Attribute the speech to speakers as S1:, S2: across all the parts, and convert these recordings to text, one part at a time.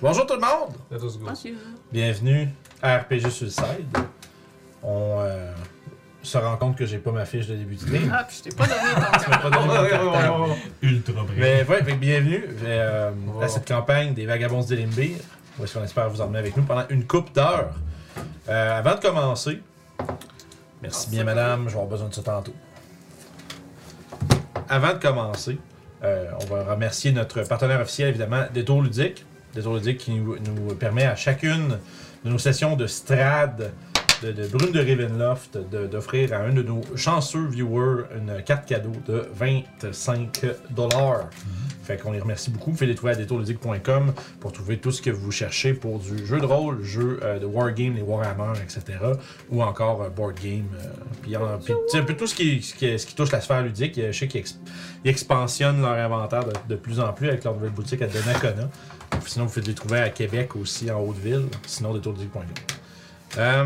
S1: Bonjour tout le monde!
S2: Let us go.
S3: Pas sûr.
S1: Bienvenue à RPG Suicide. On euh, se rend compte que j'ai pas ma fiche de début de l'année.
S3: Ah, puis je t'ai pas donné
S1: Tu
S3: ton
S1: m'as
S3: carton.
S1: pas donné mon cartable.
S4: Ultra brillant.
S1: Mais ouais, fait que bienvenue euh,
S2: Wow.
S1: à cette campagne des Vagabonds de Limbir, où est-ce qu'on espère vous emmener avec nous pendant une coupe d'heures. Euh, avant de commencer, merci bien madame, je vais avoir besoin de ça tantôt. Avant de commencer, euh, on va remercier notre partenaire officiel évidemment, Détour Ludique. Détour Ludique qui nous, nous permet à chacune de nos sessions de Strad, de, de Brune de Ravenloft, de- d'offrir à un de nos chanceux viewers une carte cadeau de 25 dollars. Fait qu'on les remercie beaucoup. Vous pouvez les trouver à détourludique.com pour trouver tout ce que vous cherchez pour du jeu de rôle, jeu euh, de wargame, les Warhammer, etc. Ou encore euh, board game. euh, puis il y en a- puis, tu sais, un peu tout ce qui, ce qui- ce qui touche la sphère ludique. euh, Je sais qu'ils ex- ils expansionnent leur inventaire de, de plus en plus avec leur nouvelle boutique à Donnacona. Sinon, vous pouvez les trouver à Québec aussi, en Haute-Ville. Sinon, détourludique.com. Euh,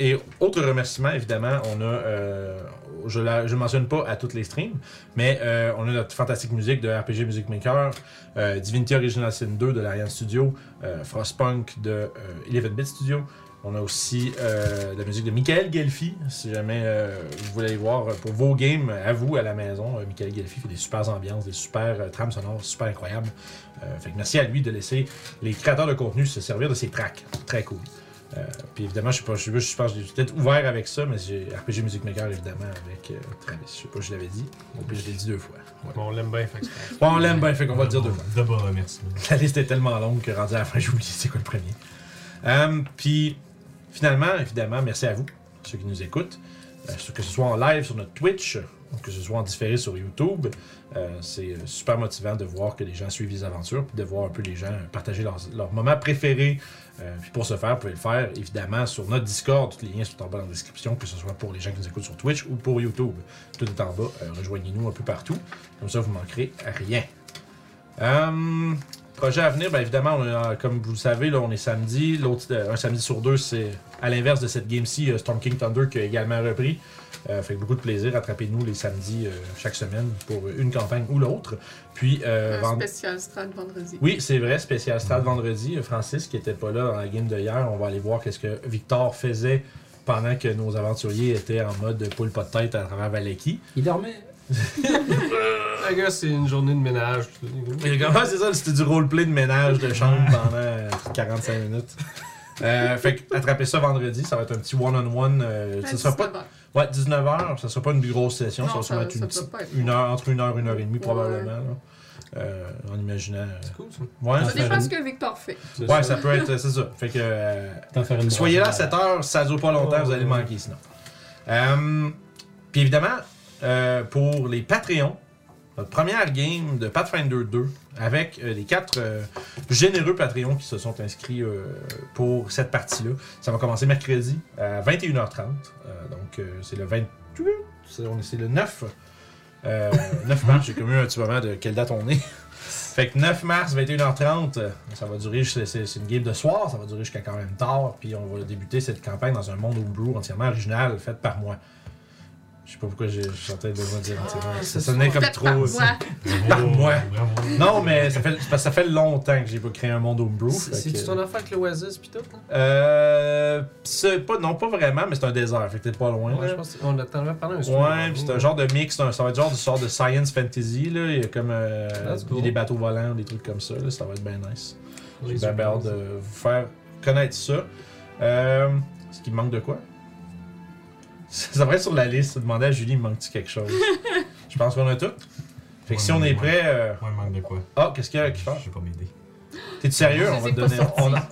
S1: et autre remerciement, évidemment, on a, euh, je ne je le mentionne pas à toutes les streams, mais euh, on a notre fantastique musique de RPG Music Maker, euh, Divinity Original Sin 2 de l'Ariane Studio, euh, Frostpunk de euh, 11-Bit Studio. On a aussi euh, la musique de Michael Gelfi, si jamais euh, vous voulez aller voir euh, pour vos games à vous à la maison. Euh, Michael Gelfi fait des super ambiances, des super euh, trames sonores, super incroyables. Euh, fait que merci à lui de laisser les créateurs de contenu se servir de ses tracks. Très cool. Euh, puis évidemment, je sais pas, je, je pense que j'ai peut-être ouvert avec ça, mais j'ai RPG Music Maker évidemment avec euh, Travis. Je sais pas, je l'avais dit. Au pire, je l'ai dit deux fois. Ouais.
S2: Bon, on l'aime bien, fait que c'est
S1: Bon, on l'aime bien, fait qu'on va le dire deux fois.
S4: D'abord, remerciement.
S1: La liste est tellement longue que rendu à la fin, j'ai oublié c'est quoi le premier. Euh, puis, finalement, évidemment, merci à vous, ceux qui nous écoutent. Euh, que ce soit en live sur notre Twitch, ou que ce soit en différé sur YouTube, euh, c'est euh, super motivant de voir que les gens suivent les aventures, puis de voir un peu les gens euh, partager leurs, leurs moments préférés. Euh, puis pour ce faire, vous pouvez le faire évidemment sur notre Discord. Tous les liens sont en bas dans la description, que ce soit pour les gens qui nous écoutent sur Twitch ou pour YouTube. Tout est en bas. Euh, Rejoignez-nous un peu partout. Comme ça, vous manquerez à rien. Euh, Projet à venir, bien évidemment, on est en- comme vous le savez, là, on est samedi. L'autre, euh, un samedi sur deux, c'est à l'inverse de cette game-ci, euh, Storm King Thunder qui a également repris. Euh, fait que beaucoup de plaisir. Attrapez-nous les samedis euh, chaque semaine pour une campagne ou l'autre. Puis, euh,
S3: Un
S1: vend-
S3: spécial Strad vendredi.
S1: oui, c'est vrai, spécial stade vendredi. Euh, Francis, qui était pas là dans la game de hier, on va aller voir qu'est-ce que Victor faisait pendant que nos aventuriers étaient en mode poule pas de tête à travers Valaki.
S5: Il dormait.
S2: La gueule, c'est une journée de ménage.
S1: Et comment c'est ça, c'était du roleplay de ménage de chambre pendant euh, 45 minutes. Euh, fait que attrapez ça vendredi, ça va être un petit one-on-one. euh,
S3: À
S1: ça sera pas
S3: 19 heures.
S1: ouais, 19h, ça sera pas une grosse session,
S3: Non,
S1: ça va
S3: ça-
S1: sûrement être
S3: ça
S1: une,
S3: doit
S1: petite-
S3: pas être
S1: une heure, entre une heure et une heure et demie
S3: Ouais.
S1: probablement. là. Euh, en imaginant.
S2: C'est cool, ça.
S1: euh, ouais,
S3: Ça
S1: c'est-
S3: dépend ce que Victor fait.
S1: ouais, ça peut être, c'est ça. Fait que. euh,
S5: T'en faire une
S1: Soyez là à
S5: brassée.
S1: 7 heures, ça dure pas longtemps,
S2: Oh,
S1: vous allez
S2: ouais.
S1: manquer sinon. Euh, Puis évidemment, euh, pour les Patreons, notre première game de Pathfinder 2 avec euh, les quatre euh, généreux Patreons qui se sont inscrits euh, pour cette partie-là. Ça va commencer mercredi à 21h30. Euh, donc euh, c'est le 28, c'est on est- c'est le 9. euh, 9 mars, j'ai commis un petit moment de quelle date on est. Fait que 9 mars, 21h30, euh, ça va durer, c'est c'est- c'est une game de soir, ça va durer jusqu'à quand même tard, puis on va débuter cette campagne dans un monde homebrew entièrement original, fait par moi. Je sais pas pourquoi j'ai chanté besoin de dire entièrement.
S3: Ah,
S1: ça sonnait comme
S3: Faites
S1: trop.
S3: par
S1: ça.
S3: moi.
S1: Par moi.
S4: Bravo.
S1: Non, mais ça fait, c'est parce que ça fait longtemps que j'ai pas créé un monde homebrew. fait
S2: C'est
S1: que-
S2: tu ton affaire avec l'Oasis pis tout, hein? là?
S1: Euh, c'est pas, non, pas vraiment, mais c'est un désert, fait que t'es pas loin.
S2: Ouais,
S1: là.
S2: je pense qu'on attendait parler un soir.
S1: Ouais, pis c'est un genre de mix, c'est un- ça va être genre du sort de science fantasy, là. Il y a comme euh,
S2: That's cool.
S1: des bateaux volants, des trucs comme ça, là, ça va être bien nice. J'ai bien bien hâte de vous faire connaître ça. Euh, Est-ce qu'il me manque de quoi? Ça devrait être sur la liste. Demander à Julie, il me manque-tu quelque chose? Je pense qu'on a tout. Fait que si on est prêt... euh,
S4: Ouais, manque de quoi
S1: Ah, qu'est-ce qu'il y a qui
S4: Je vais pas m'aider.
S1: T'es sérieux?
S3: Je
S1: On va
S3: les ai
S1: te
S3: pas
S1: donner... On, a-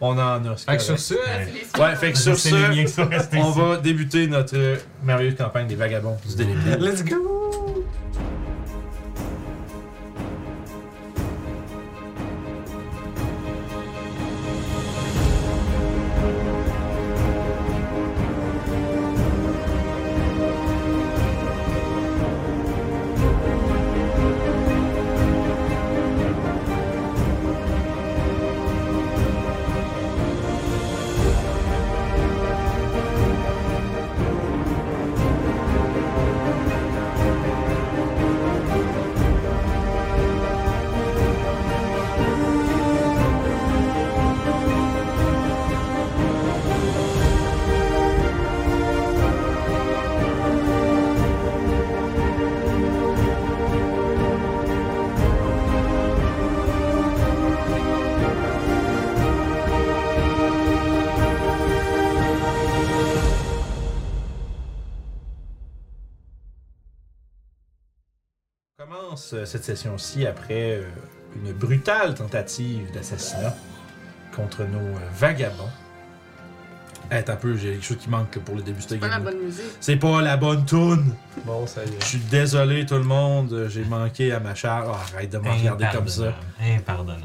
S1: on en a. c'est
S2: Fait que sur
S1: correct.
S2: ça,
S4: Ouais.
S1: Ouais, fait que sur
S4: C'est
S1: ce,
S4: les miens qui sont restés
S1: On
S4: ici.
S1: va débuter notre euh, merveilleuse campagne des vagabonds du Délébile.
S2: let's go!
S1: commence euh, cette session-ci après euh, une brutale tentative d'assassinat contre nos euh, vagabonds. Eh, attends un peu, j'ai quelque chose qui manque là, pour le début de cette
S3: Pas la
S1: game.
S3: bonne musique.
S1: C'est pas la bonne toune!
S2: Bon, ça y
S1: Je
S2: est.
S1: suis désolé tout le monde, j'ai manqué à ma charge. Ah, arrête de me regarder comme ça.
S4: Impardonnable.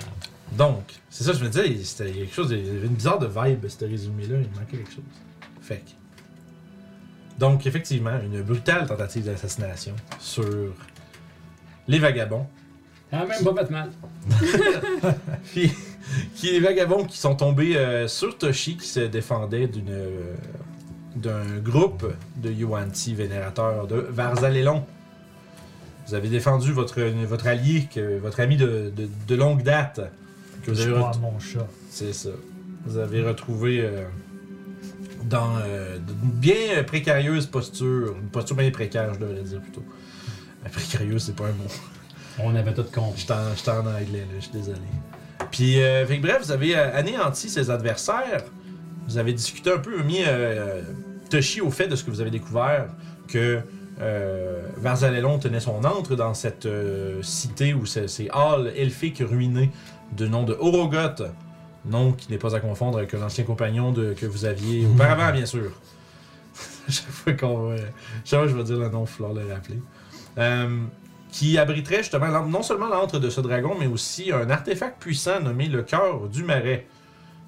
S1: Donc, c'est ça, je me disais, c'était quelque chose, de- il y avait une bizarre de vibe, ce résumé-là, il manquait quelque chose. Fait que- Donc, effectivement, une brutale tentative d'assassination sur les vagabonds.
S5: Quand Ah, même pas Batman.
S1: Puis, qui les vagabonds qui sont tombés euh, sur Toshi qui se défendait d'une euh, d'un groupe de Yuan-Ti vénérateurs de Varzalelon. Vous avez défendu votre, votre allié, que, votre ami de, de- de longue date, que vous
S6: Je
S1: avez
S6: crois à mon chat.
S1: C'est ça. Vous avez retrouvé euh, dans euh, une bien précarieuse posture, une posture bien précaire, je devrais dire plutôt. Euh, Précarieuse, c'est pas un mot.
S5: On avait tout compris.
S1: J'étais en, j'étais en anglais, là, je suis désolé. Puis, euh, fait que bref, vous avez euh, anéanti ses adversaires. Vous avez discuté un peu, mis euh, Toshi au fait de ce que vous avez découvert, que euh, Varzalelon tenait son antre dans cette euh, cité ou ces, ces halles elfiques ruinées du nom de Orogoth. Nom qui n'est pas à confondre avec l'ancien compagnon de, que vous aviez auparavant, bien sûr. chaque fois qu'on va- chaque fois que je vais dire le nom, il va falloir le rappeler. Euh, qui abriterait justement l'en- non seulement l'antre de ce dragon, mais aussi un artefact puissant nommé le cœur du marais,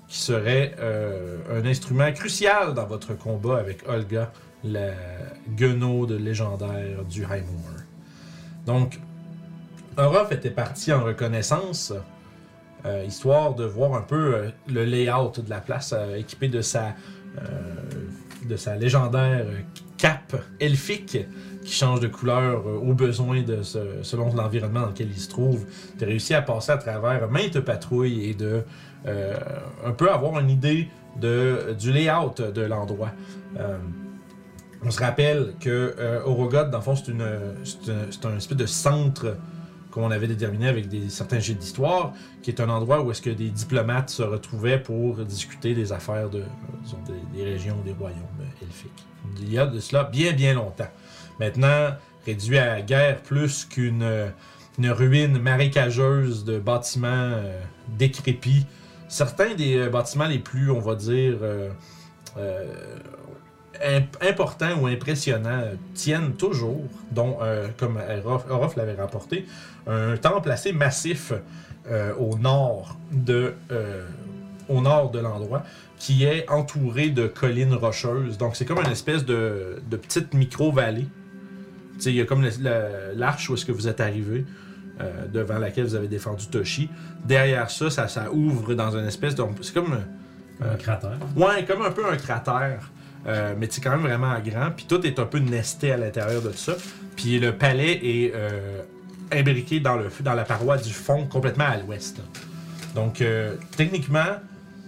S1: qui serait euh, un instrument crucial dans votre combat avec Olga, la guenaude légendaire du High Moor. Donc, Orof était parti en reconnaissance, euh, histoire de voir un peu euh, le layout de la place, euh, équipé de sa, euh, de sa légendaire euh, cape elfique qui change de couleur euh, au besoin de ce- selon l'environnement dans lequel il se trouve. Tu as réussi à passer à travers maintes patrouilles et de euh, un peu avoir une idée de, du layout de l'endroit. Euh, on se rappelle que euh, Orogoth, dans le fond, c'est une, c'est un- c'est un espèce de centre qu'on avait déterminé avec des, certains jeux d'histoire, qui est un endroit où est-ce que des diplomates se retrouvaient pour discuter des affaires de, euh, disons, des, des régions, des royaumes euh, elfiques. Il y a de cela bien, bien longtemps maintenant réduit à la guerre plus qu'une euh, une ruine marécageuse de bâtiments euh, décrépits. Certains des euh, bâtiments les plus, on va dire, euh, euh, imp- importants ou impressionnants euh, tiennent toujours, dont, euh, comme Orof, Orof l'avait rapporté, un temple assez massif euh, au nord de... euh, au nord de l'endroit, qui est entouré de collines rocheuses. Donc, c'est comme une espèce de, de petite micro-vallée tu sais, il y a comme le- le- l'arche où est-ce que vous êtes arrivé, euh, devant laquelle vous avez défendu Toshi. Derrière ça, ça, ça ouvre dans une espèce de... C'est comme... euh,
S5: Comme un cratère.
S1: Ouais, comme un peu un cratère. Euh, mais c'est quand même vraiment grand. Puis tout est un peu nesté à l'intérieur de ça. Puis le palais est euh, imbriqué dans, le, dans la paroi du fond, complètement à l'ouest. Donc, euh, techniquement,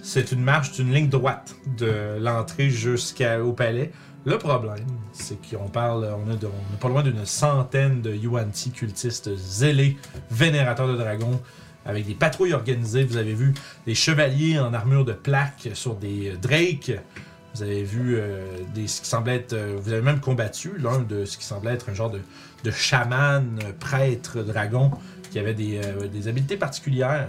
S1: c'est une marche d'une ligne droite de l'entrée jusqu'au palais. Le problème, c'est qu'on parle, on est, de- on est pas loin d'une centaine de Yuan-Ti cultistes zélés, vénérateurs de dragons, avec des patrouilles organisées. Vous avez vu des chevaliers en armure de plaque sur des euh, drakes. Vous avez vu euh, des, ce qui semblait être. euh, vous avez même combattu l'un de ce qui semblait être un genre de, de chaman, euh, prêtre, dragon, qui avait des, euh, des habiletés particulières.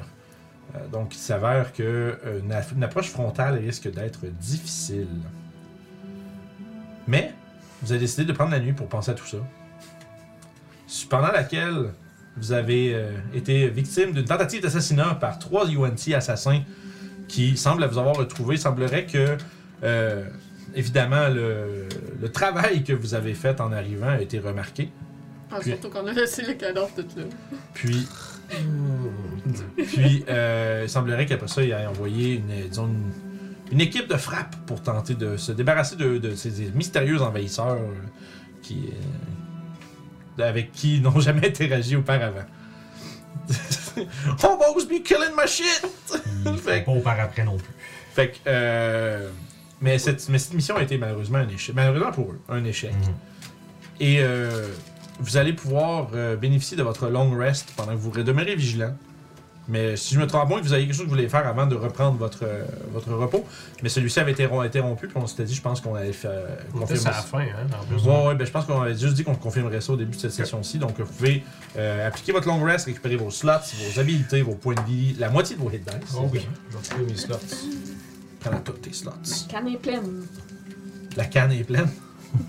S1: Euh, donc, il s'avère que euh, une, aff- une approche frontale risque d'être difficile. Mais, vous avez décidé de prendre la nuit pour penser à tout ça. Pendant laquelle, vous avez euh, été victime d'une tentative d'assassinat par trois UNT assassins qui semblent vous avoir retrouvé. Il semblerait que, euh, évidemment, le, le travail que vous avez fait en arrivant a été remarqué.
S3: Ah,
S1: Puis-
S3: surtout qu'on a laissé le cadavre tout là.
S1: Puis, Mmh. puis euh, il semblerait qu'après ça, il a envoyé une, disons, une, une équipe de frappe pour tenter de se débarrasser de, de ces mystérieux envahisseurs euh, qui, euh, avec qui ils n'ont jamais interagi auparavant. Homos be killing my shit!
S4: Il
S1: Fait
S4: faut pas au par après non plus.
S1: Fait que. euh, mais, cette, mais cette mission a été malheureusement un échec. Malheureusement pour eux, un échec.
S2: Mm.
S4: Mhm.
S1: Et euh, vous allez pouvoir euh, bénéficier de votre long rest pendant que vous redemeurez vigilant. Mais si je me trompe, moi, que vous avez quelque chose que vous voulez faire avant de reprendre votre, euh, votre repos. Mais celui-ci avait été rom- interrompu, puis on s'était dit, je pense qu'on allait faire, euh,
S2: On était
S1: confirmer
S2: sur la
S1: ça.
S2: fin, hein, en plus.
S1: Ouais, ouais, ben, je pense qu'on avait juste dit qu'on confirmerait ça au début de cette session-ci. Donc, vous pouvez euh, appliquer votre long rest, récupérer vos slots, vos habilités, vos points de vie, la moitié de vos hit dice.
S2: Oh oui, je vais retrouver mes slots.
S1: Prends la toutes tes slots.
S6: Canne est pleine.
S1: La canne est pleine.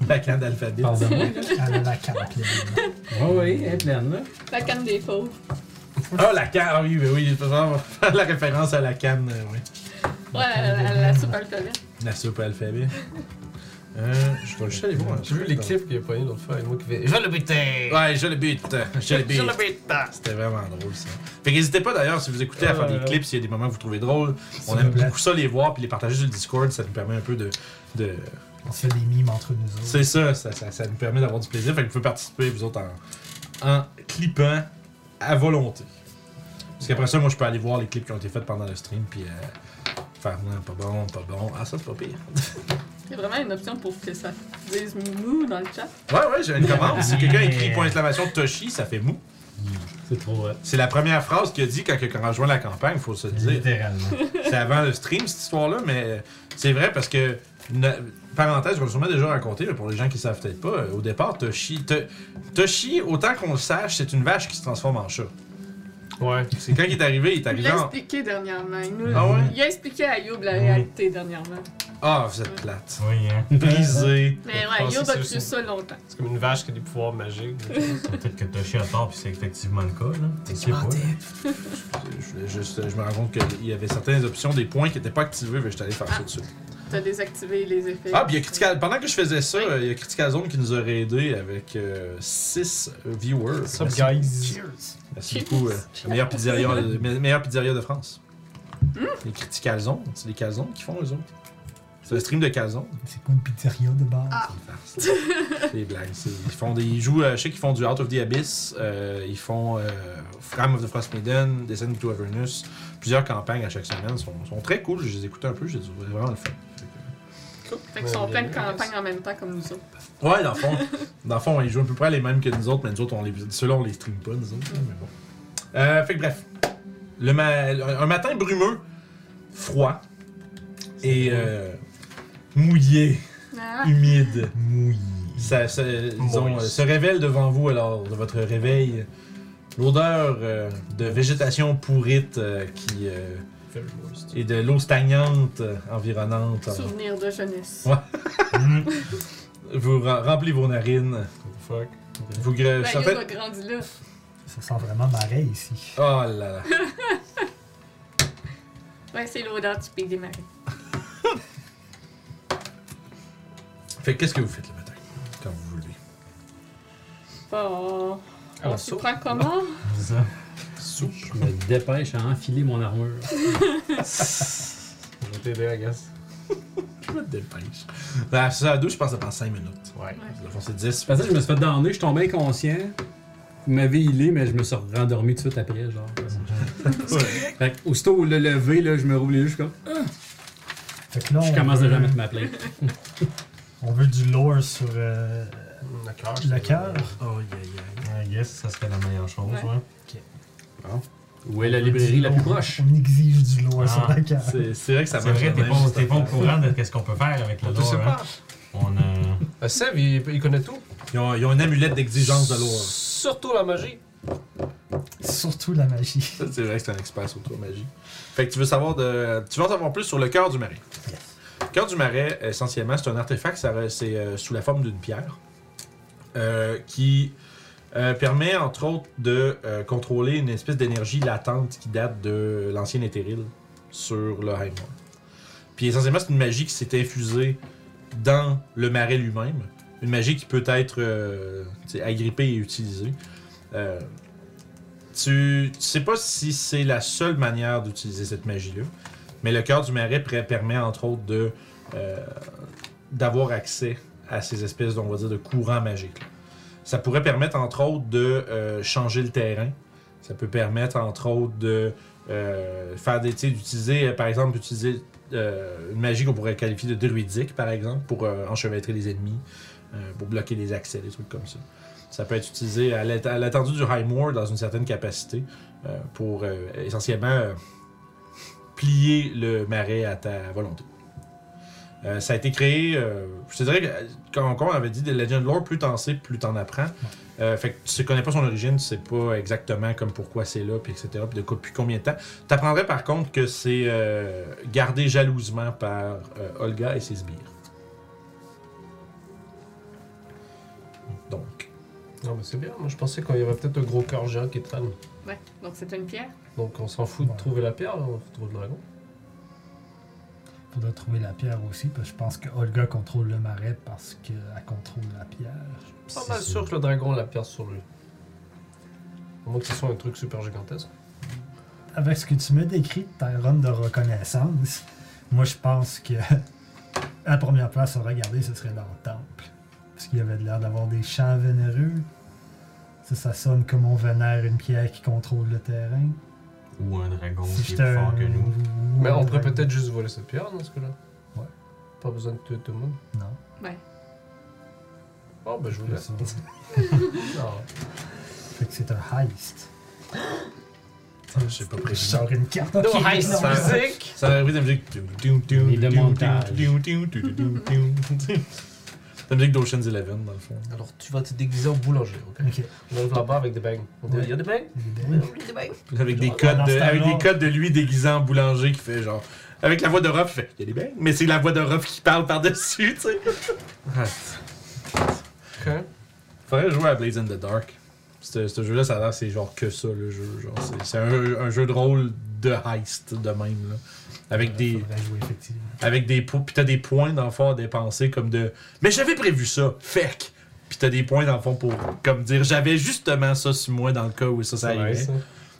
S1: la canne d'alphabet.
S5: Pardonne-moi.
S7: Elle a la canne pleine.
S5: Oui, oui, elle est pleine, là.
S3: La canne des pauvres.
S1: Ah, la canne. Ah oui, oui, oui. je peux faire la référence à la canne, euh, oui.
S3: Ouais, la, la, la soupe alcoolique.
S1: La soupe alphabet. Euh, je dois juste aller voir.
S2: J'ai vu les clips qu'il a pogné l'autre fois avec moi qui fait Je vais le buter!
S1: Ouais, je le bute. Je le
S2: Je
S1: bute.
S2: le bute!
S1: C'était vraiment drôle ça. Fait qu'hésitez pas d'ailleurs si vous écoutez à faire des
S2: Euh,
S1: clips, s'il y a des moments que vous trouvez drôles. On aime beaucoup ça les voir puis les partager sur le Discord, ça nous permet un peu de. de...
S7: On se fait des mimes entre nous autres.
S1: C'est ça ça, ça, ça nous permet d'avoir du plaisir. Fait que vous pouvez participer vous autres en, en clippant à volonté. Parce qu'après ça, moi je peux aller voir les clips qui ont été faits pendant le stream puis euh, faire non, pas bon, pas bon. Ah ça c'est pas pire.
S3: C'est vraiment une option pour que ça dise mou dans le chat.
S1: Ouais ouais, j'ai une commande. Si quelqu'un écrit point d'exclamation Toshi, ça fait mou.
S5: C'est trop vrai.
S1: C'est la première phrase qu'il a dit quand quelqu'un a rejoint la campagne, faut se le dire.
S4: Littéralement.
S1: C'est avant le stream, cette histoire-là, mais euh, c'est vrai parce que. na- parenthèse, qu'on l'a sûrement déjà raconté, mais pour les gens qui savent peut-être pas, euh, au départ, Toshi. Te- Toshi, autant qu'on le sache, c'est une vache qui se transforme en chat.
S2: Ouais.
S1: C'est quand il est arrivé, il est
S3: Il
S1: arrivé
S3: l'a
S1: en.
S3: expliqué dernièrement. Il, nous-
S1: Ah ouais?
S3: il a expliqué à Youb la réalité dernièrement.
S1: Ah, vous êtes plate.
S4: Oui, hein.
S1: Brisé.
S3: Mais
S2: Je
S3: ouais,
S2: pensais
S3: Youb
S2: que c'est
S3: a cru
S2: aussi-
S3: ça longtemps.
S2: C'est comme une vache qui a des pouvoirs magiques.
S4: Peut-être que Toshi a tort, puis c'est effectivement le cas, là. On sait pas.
S1: hein. Je, voulais juste- je me rends compte qu'il y avait certaines options, des points qui n'étaient pas activés, mais je suis allé faire ça dessus.
S3: T'as désactivé les effets.
S1: Ah, puis il y a Critical. Pendant que je faisais ça, euh, il y a Critical Zone qui nous aurait aidé avec 6 viewers.
S2: What's up,
S1: Merci
S2: guys?
S1: Merci beaucoup. euh, la meilleure pizzeria, la me- meilleure pizzeria de France. Les critiques calzones. C'est les calzones qui font, eux autres. C'est un stream de calzones.
S7: C'est quoi une pizzeria de base?
S1: C'est une farce. C'est des blagues. c'est- Ils, font des, ils jouent, euh, je sais qu'ils font du Out of the Abyss. euh, ils font euh, Fram of the Frost Maiden, Descent into Avernus. Plusieurs campagnes à chaque semaine. Ils sont, sont très cool. Je les écoute un peu. J'ai trouvé vraiment le fun.
S3: Fait qu'ils sont plein de campagnes en même temps comme nous autres.
S1: Ouais, dans le fond, dans le fond, ils jouent à peu près les mêmes que nous autres, mais nous autres, on les, ceux-là, on les stream pas, nous autres. là, Mais bon. Euh, fait que bref, le ma- un matin brumeux, froid et euh, mouillé,
S3: Ah,
S1: humide,
S4: Mouillé.
S1: ça, ça- disons,
S2: Moist.
S1: euh, se révèle devant vous alors de votre réveil. L'odeur euh, de végétation pourrite euh, qui euh, et de l'eau stagnante euh, environnante euh,
S3: souvenir de jeunesse.
S1: Ouais. vous rem- remplit vos narines.
S2: Fuck.
S1: Vous gre-
S3: Ben,
S1: certaines-
S3: Youb a grandi là.
S7: Ça sent vraiment marais ici.
S1: Oh là là.
S3: Ouais, c'est l'odeur typique des marais.
S1: Fait que qu'est-ce que vous faites le matin, quand vous voulez?
S3: Bon,
S2: Ah,
S3: on
S2: la
S3: s'y
S2: soupe.
S3: prend comment?
S4: Ça.
S5: Je me dépêche à enfiler mon armure.
S2: Je vais t'aider, I guess.
S1: Je me dépêche. La Ben, à deux, je pense que ça prend 5 minutes.
S2: Ouais.
S1: Le fond, c'est 10.
S5: Parce que je me suis fait donner, je suis tombé inconscient. Vous m'avez healé, mais je me suis rendormi tout de suite après, genre. Fait que, aussitôt le lever, là, je me roule les yeux, je suis comme.
S7: Fait que là,
S5: Je
S7: on
S5: commence déjà à
S7: veut,
S5: mettre ma plainte.
S7: on veut du lore sur euh,
S2: Hmm, Le cœur.
S7: le cœur.
S1: Oh, yeah, yeah.
S4: I guess ça serait la meilleure chose,
S3: Ouais.
S4: ouais.
S5: Où est la librairie la plus proche?
S7: On exige du lore sur
S4: Ah,
S7: le cœur.
S1: C'est, c'est vrai que ça
S4: C'est vrai,
S1: de
S4: t'es
S1: même,
S4: pas,
S1: cette
S4: t'es pas au
S1: affaire.
S4: courant de qu'est-ce qu'on peut faire avec le
S2: Je sais
S4: lore, hein.
S2: pas.
S4: On a...
S2: Euh, Sev, il, il connaît tout.
S1: Ils ont, ils ont une amulette d'exigence de
S2: hein.
S1: l'or.
S2: Surtout la magie.
S7: Surtout la magie.
S1: Ça, c'est vrai que c'est un expert sur toi, magie. Fait que tu veux savoir de. Tu veux en savoir plus sur le cœur du marais. Le cœur du marais, essentiellement, c'est un artefact, ça re- c'est euh, sous la forme d'une pierre. euh, qui euh, permet entre autres de euh, contrôler une espèce d'énergie latente qui date de l'ancien éthéril sur le Heimwall. Puis essentiellement, c'est une magie qui s'est infusée dans le marais lui-même. Une magie qui peut être euh, tu sais, agrippée et utilisée. Euh, tu, tu sais pas si c'est la seule manière d'utiliser cette magie-là, mais le cœur du marais pr- permet entre autres de euh, d'avoir accès à ces espèces, on va dire, de courants magiques. là. Ça pourrait permettre entre autres de euh, changer le terrain. Ça peut permettre entre autres de euh, faire des, tu sais, d'utiliser, euh, par exemple, utiliser euh, une magie qu'on pourrait qualifier de druidique, par exemple, pour euh, enchevêtrer les ennemis, euh, pour bloquer les accès, des trucs comme ça. Ça peut être utilisé à l'att- à l'attendu du High Moor dans une certaine capacité euh, pour euh, essentiellement euh, plier le marais à ta volonté. Euh, ça a été créé, euh, je te dirais que, euh, comme comme on avait dit, de Legend Lore, plus t'en sais, plus t'en apprends. Euh, fait que tu ne connais pas son origine, tu sais pas exactement comme pourquoi c'est là, puis etc., puis de quoi- depuis combien de temps. T'apprendrais par contre que c'est euh, gardé jalousement par euh, Olga et ses sbires. Donc,
S2: Non, mais c'est bien. Moi, je pensais qu'il y avait peut-être un gros corps géant qui traîne.
S3: Ouais, donc c'est une pierre.
S2: Donc, on s'en fout de
S7: Ouais.
S2: trouver la pierre, là, on trouve le dragon.
S7: Faudrait trouver la pierre aussi, parce que je pense que Olga contrôle le marais parce qu'elle contrôle la pierre.
S2: Pas mal sûr que le dragon a la pierre sur lui. À moins que ce soit un truc super gigantesque.
S7: Avec ce que tu me décris de ta run de reconnaissance, moi je pense que la première place à regarder, ce serait dans le temple. Parce qu'il y avait l'air d'avoir des champs vénéreux. Ça, ça sonne comme on vénère une pierre qui contrôle le terrain.
S4: Ou un dragon
S7: Si
S4: qui est
S7: j'étais
S4: plus fort
S7: un-
S4: que nous.
S2: Mais on
S7: un
S2: pourrait
S7: dragon.
S2: peut-être juste voler cette pierre dans ce cas-là.
S7: Ouais.
S2: Pas besoin de tuer tout le monde.
S7: Non.
S3: Ouais.
S2: Oh, ben je vous
S7: c'est
S2: laisse.
S7: ça.
S2: Non.
S7: Fait que c'est un heist.
S1: j'ai pas
S7: Je
S1: prévu.
S7: sors une carte.
S2: No
S7: Ok,
S2: heist
S7: non.
S2: music!
S1: Ça a la musique.
S5: Et de montage.
S1: La musique d'Ocean's Eleven, dans le fond.
S2: Alors tu vas te déguiser en boulanger, ok?
S7: Ok.
S2: On arrive là-bas avec des bagues. On dit,
S7: Ouais.
S2: il y a des bagues?
S3: Oublie de bain.
S1: Avec des,
S7: Ah,
S1: codes
S7: dans ce
S1: de, avec
S7: temps-là.
S1: des codes de lui déguisé en boulanger qui fait genre. Avec la voix de Ruff, il fait. Il y a des bains, mais c'est la voix de Ruff qui parle par-dessus, tu sais.
S2: Ok.
S1: Faudrait jouer à Blaze in the Dark. Ce ce jeu-là, ça a l'air, c'est genre que ça, le jeu. genre, c'est- C'est un, un jeu de rôle de heist, de même, là. Avec des.
S7: Faudrait jouer, effectivement.
S1: Avec des points. Puis t'as des points dans le fond à dépenser comme de. Mais j'avais prévu ça, fake! Puis t'as des points dans le fond pour comme dire j'avais justement ça sur moi dans le cas où ça, ça arrivait.
S2: Nice.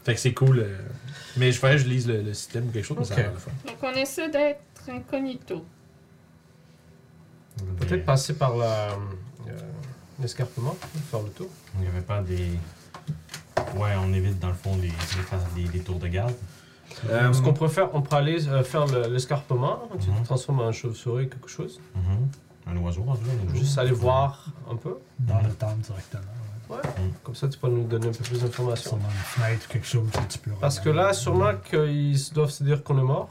S1: Fait que c'est cool. euh, Mais je ferais que je lise le, le système ou quelque chose, mais ça a
S2: Ok.
S1: l'air le fun.
S3: Donc on essaie d'être incognito.
S2: Peut-être passer par la, euh, l'escarpement, faire le tour.
S4: Il n'y avait pas des. Ouais, on évite dans le fond les, les, phases- les- les tours de garde.
S1: Euh,
S2: Ce qu'on pourrait faire, on pourrait aller euh, faire le- l'escarpement, tu
S4: Mhm.
S2: te transformes en chauve-souris, quelque chose.
S4: Mhm. Un oiseau en tout cas. un oiseau.
S2: Mm-hmm. Juste aller voir un peu.
S7: Dans le temple directement. ouais.
S2: Comme ça, tu peux nous donner un peu plus d'informations.
S7: Sûrement une fenêtre ou quelque chose que tu peux
S2: Parce que là,
S7: regarder.
S2: sûrement qu'ils se doivent se dire qu'on est mort.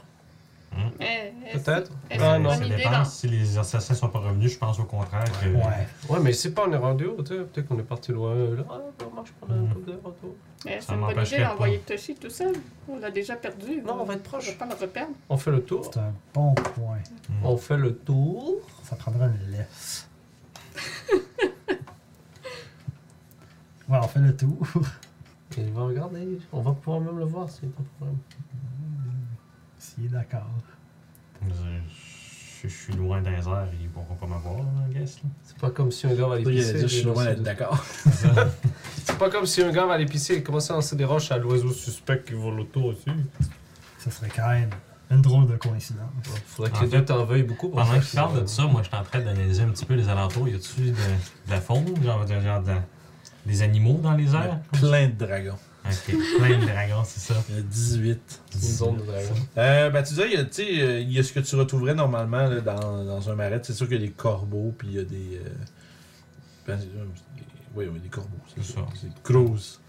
S3: Mais Eh, est-ce-
S2: Peut-être.
S3: Est-ce
S2: Ah,
S4: Mais
S2: non.
S3: une
S4: ça
S3: bonne idée
S4: dépend.
S3: dans-
S4: Si les assassins sont pas revenus, je pense au contraire que.
S7: Ouais.
S2: Ouais, mais c'est pas, on est rendu haut, tu sais. Peut-être qu'on est parti loin. Là, ah, on marche pendant un
S4: Mhm.
S2: couple d'heures autour.
S3: mais est-ce
S4: Ça
S3: une bonne idée
S4: m'empêcherait
S3: d'envoyer Toshi tout seul On l'a déjà perdu.
S2: Non, on va être
S3: On va
S2: proche.
S3: pas le reperdre.
S2: On fait le tour.
S7: C'est un bon point.
S2: On fait le tour.
S7: Ça prendrait une laisse. ouais, on fait le tour.
S2: Et il va regarder. On va pouvoir même le voir, c'est pas de problème.
S7: S'il est d'accord.
S4: Je, je suis loin d'un airs, ils pourront pas m'avoir, là, I guess. là.
S2: C'est pas comme si un gars va aller
S1: il
S2: pisser.
S1: a dit, je suis
S2: et-
S1: loin d'être d'accord.
S2: C'est pas comme si un gars va à l'épicerie et commence à lancer des roches à l'oiseau suspect qui vole l'auto aussi.
S7: Ça serait quand même une drôle de coïncidence.
S2: Faudrait que
S4: En
S2: les
S4: fait,
S2: deux t'en veuillent beaucoup. pour
S4: Pendant
S2: ça,
S4: que tu parles de ça, moi, je suis en train d'analyser un petit peu les alentours. Y a-tu de, de la faune, genre, de- genre de- des animaux dans les airs?
S1: Plein de dragons. Euh,
S4: Ok, plein de dragons, c'est ça.
S1: Il y a 18.
S2: Une zone de dragon.
S1: Euh, ben, tu disais, il y a, tu sais, euh, il y a ce que tu retrouverais normalement là, dans, dans un marais. C'est sûr qu'il y a des corbeaux, puis il y a des. euh, ben, euh, oui, oui, des corbeaux. C'est
S4: C'est
S1: ça.
S4: ça.
S1: C'est cruise.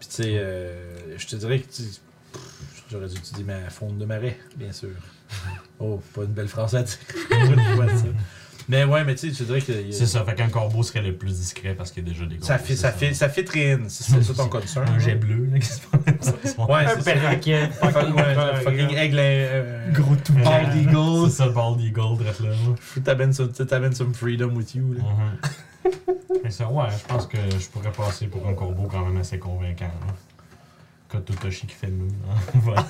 S1: Puis, tu sais, euh, je te dirais que. tu- pff, J'aurais dû utiliser ma fonte de marais, bien sûr. oh, pas une belle phrase à dire. Je vois ça. mais ouais, mais tu sais, je te dirais que. il y a-
S4: C'est ça, fait qu'un corbeau serait le plus discret parce qu'il y a déjà des corbeaux.
S1: Ça fait,
S4: c'est
S1: ça fait, ça fait traîne. C'est ça, ça ton concern.
S4: Un jet bleu, là, qui se prend
S1: Ouais,
S4: Un
S1: c'est ça.
S4: perroquet.
S1: Fucking, ouais, fucking aigle. euh,
S7: Gros tout
S1: bald eagle.
S4: C'est ça, Bald Eagle, drette là.
S1: T'amènes some, t'amènes some freedom with you. Là.
S4: Mhm. Mais ça, ouais, je pense que je pourrais passer pour un corbeau quand même assez convaincant. Hein. Kototoshi qui fait le loup. hein. Voilà.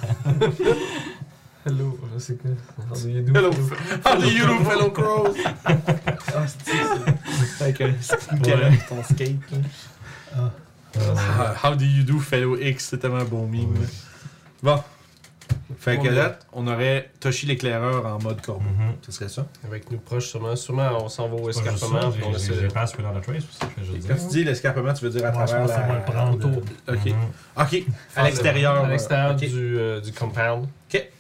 S2: Hello, voilà, c'est que. Regardez, il est
S1: Hello.
S2: doux.
S1: How do you do, fellow crows? Ah, c'est- Avec un skate, ton skate.
S7: Ah.
S1: Ah, How do you do, fellow X? C'est tellement un bon mime.
S4: Ouais.
S1: Bon. Fait que
S2: Bon,
S1: date, on aurait Toshi l'éclaireur en mode corbeau.
S4: Mhm.
S1: Ce serait ça.
S2: Avec nous proches, sûrement. Sûrement, on s'en va au
S4: C'est Mhm. pas juste
S2: escarpement.
S4: ça,
S2: puis on
S4: j'ai-
S2: essaie
S4: j'ai-
S2: de-
S4: j'ai pas Without a Trace aussi, je veux
S1: Et
S4: dire.
S1: Quand tu dis l'escarpement, tu veux dire à
S7: Ouais, je
S1: travers
S7: pense que ça va
S1: la...
S7: le prendre.
S2: autour.
S1: Ok. Ok.
S4: Mhm.
S1: À
S2: faire le-
S1: l'extérieur.
S2: À l'extérieur
S1: ok.
S2: du, euh, du compound.
S1: Ok.
S4: Fait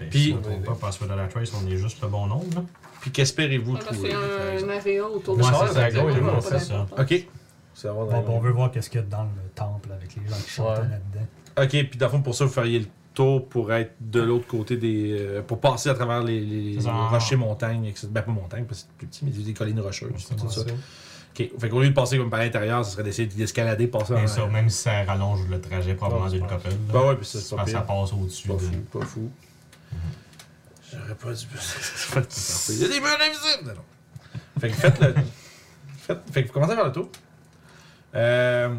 S4: Ben,
S1: Puis-
S4: si on ne pas Password à la Trace, on est juste le bon nombre. là.
S1: Puis qu'espérez-vous
S3: Ah, parce qu'il
S1: trouver?
S3: y a
S1: par
S3: un,
S1: exemple?
S3: un aréa autour
S4: Ouais,
S3: de
S4: c'est
S3: ça.
S4: ça,
S3: ça
S4: exactement,
S3: n'a pas
S4: c'est ça.
S3: d'importance.
S1: Ok. C'est avoir
S7: Bon,
S1: dans-
S7: bon, on veut voir qu'est-ce qu'il y a dans le temple avec les gens qui chantent
S2: Ouais.
S7: là-dedans.
S1: Ok, puis dans le fond, pour ça, vous feriez le tour pour être de l'autre côté des. euh, pour passer à travers les, les-
S4: C'est ça.
S1: les rochers, montagnes, etc. Ben, pas montagnes, parce que c'est plus petit, mais des collines rocheuses.
S4: C'est
S1: tout ça.
S4: ça.
S1: Ok, fait qu'au lieu de passer comme par l'intérieur, ce serait d'essayer d'escalader, passer
S4: Bien
S1: en-
S4: sûr, même si ça rallonge le trajet probablement
S2: Ouais,
S4: d'une
S2: c'est pas-
S4: couple. là.
S1: Ben ouais, puis ça, c'est pas
S4: Parce que ça
S1: pire.
S4: passe au-dessus.
S1: Pas
S4: de-
S1: fou, pas fou. J'aurais pas dû. Faut que tu sortes. Il y a des murs invisibles! Non, non. Fait que faites le. faites- Fait que vous commencez à faire le tour. Euh,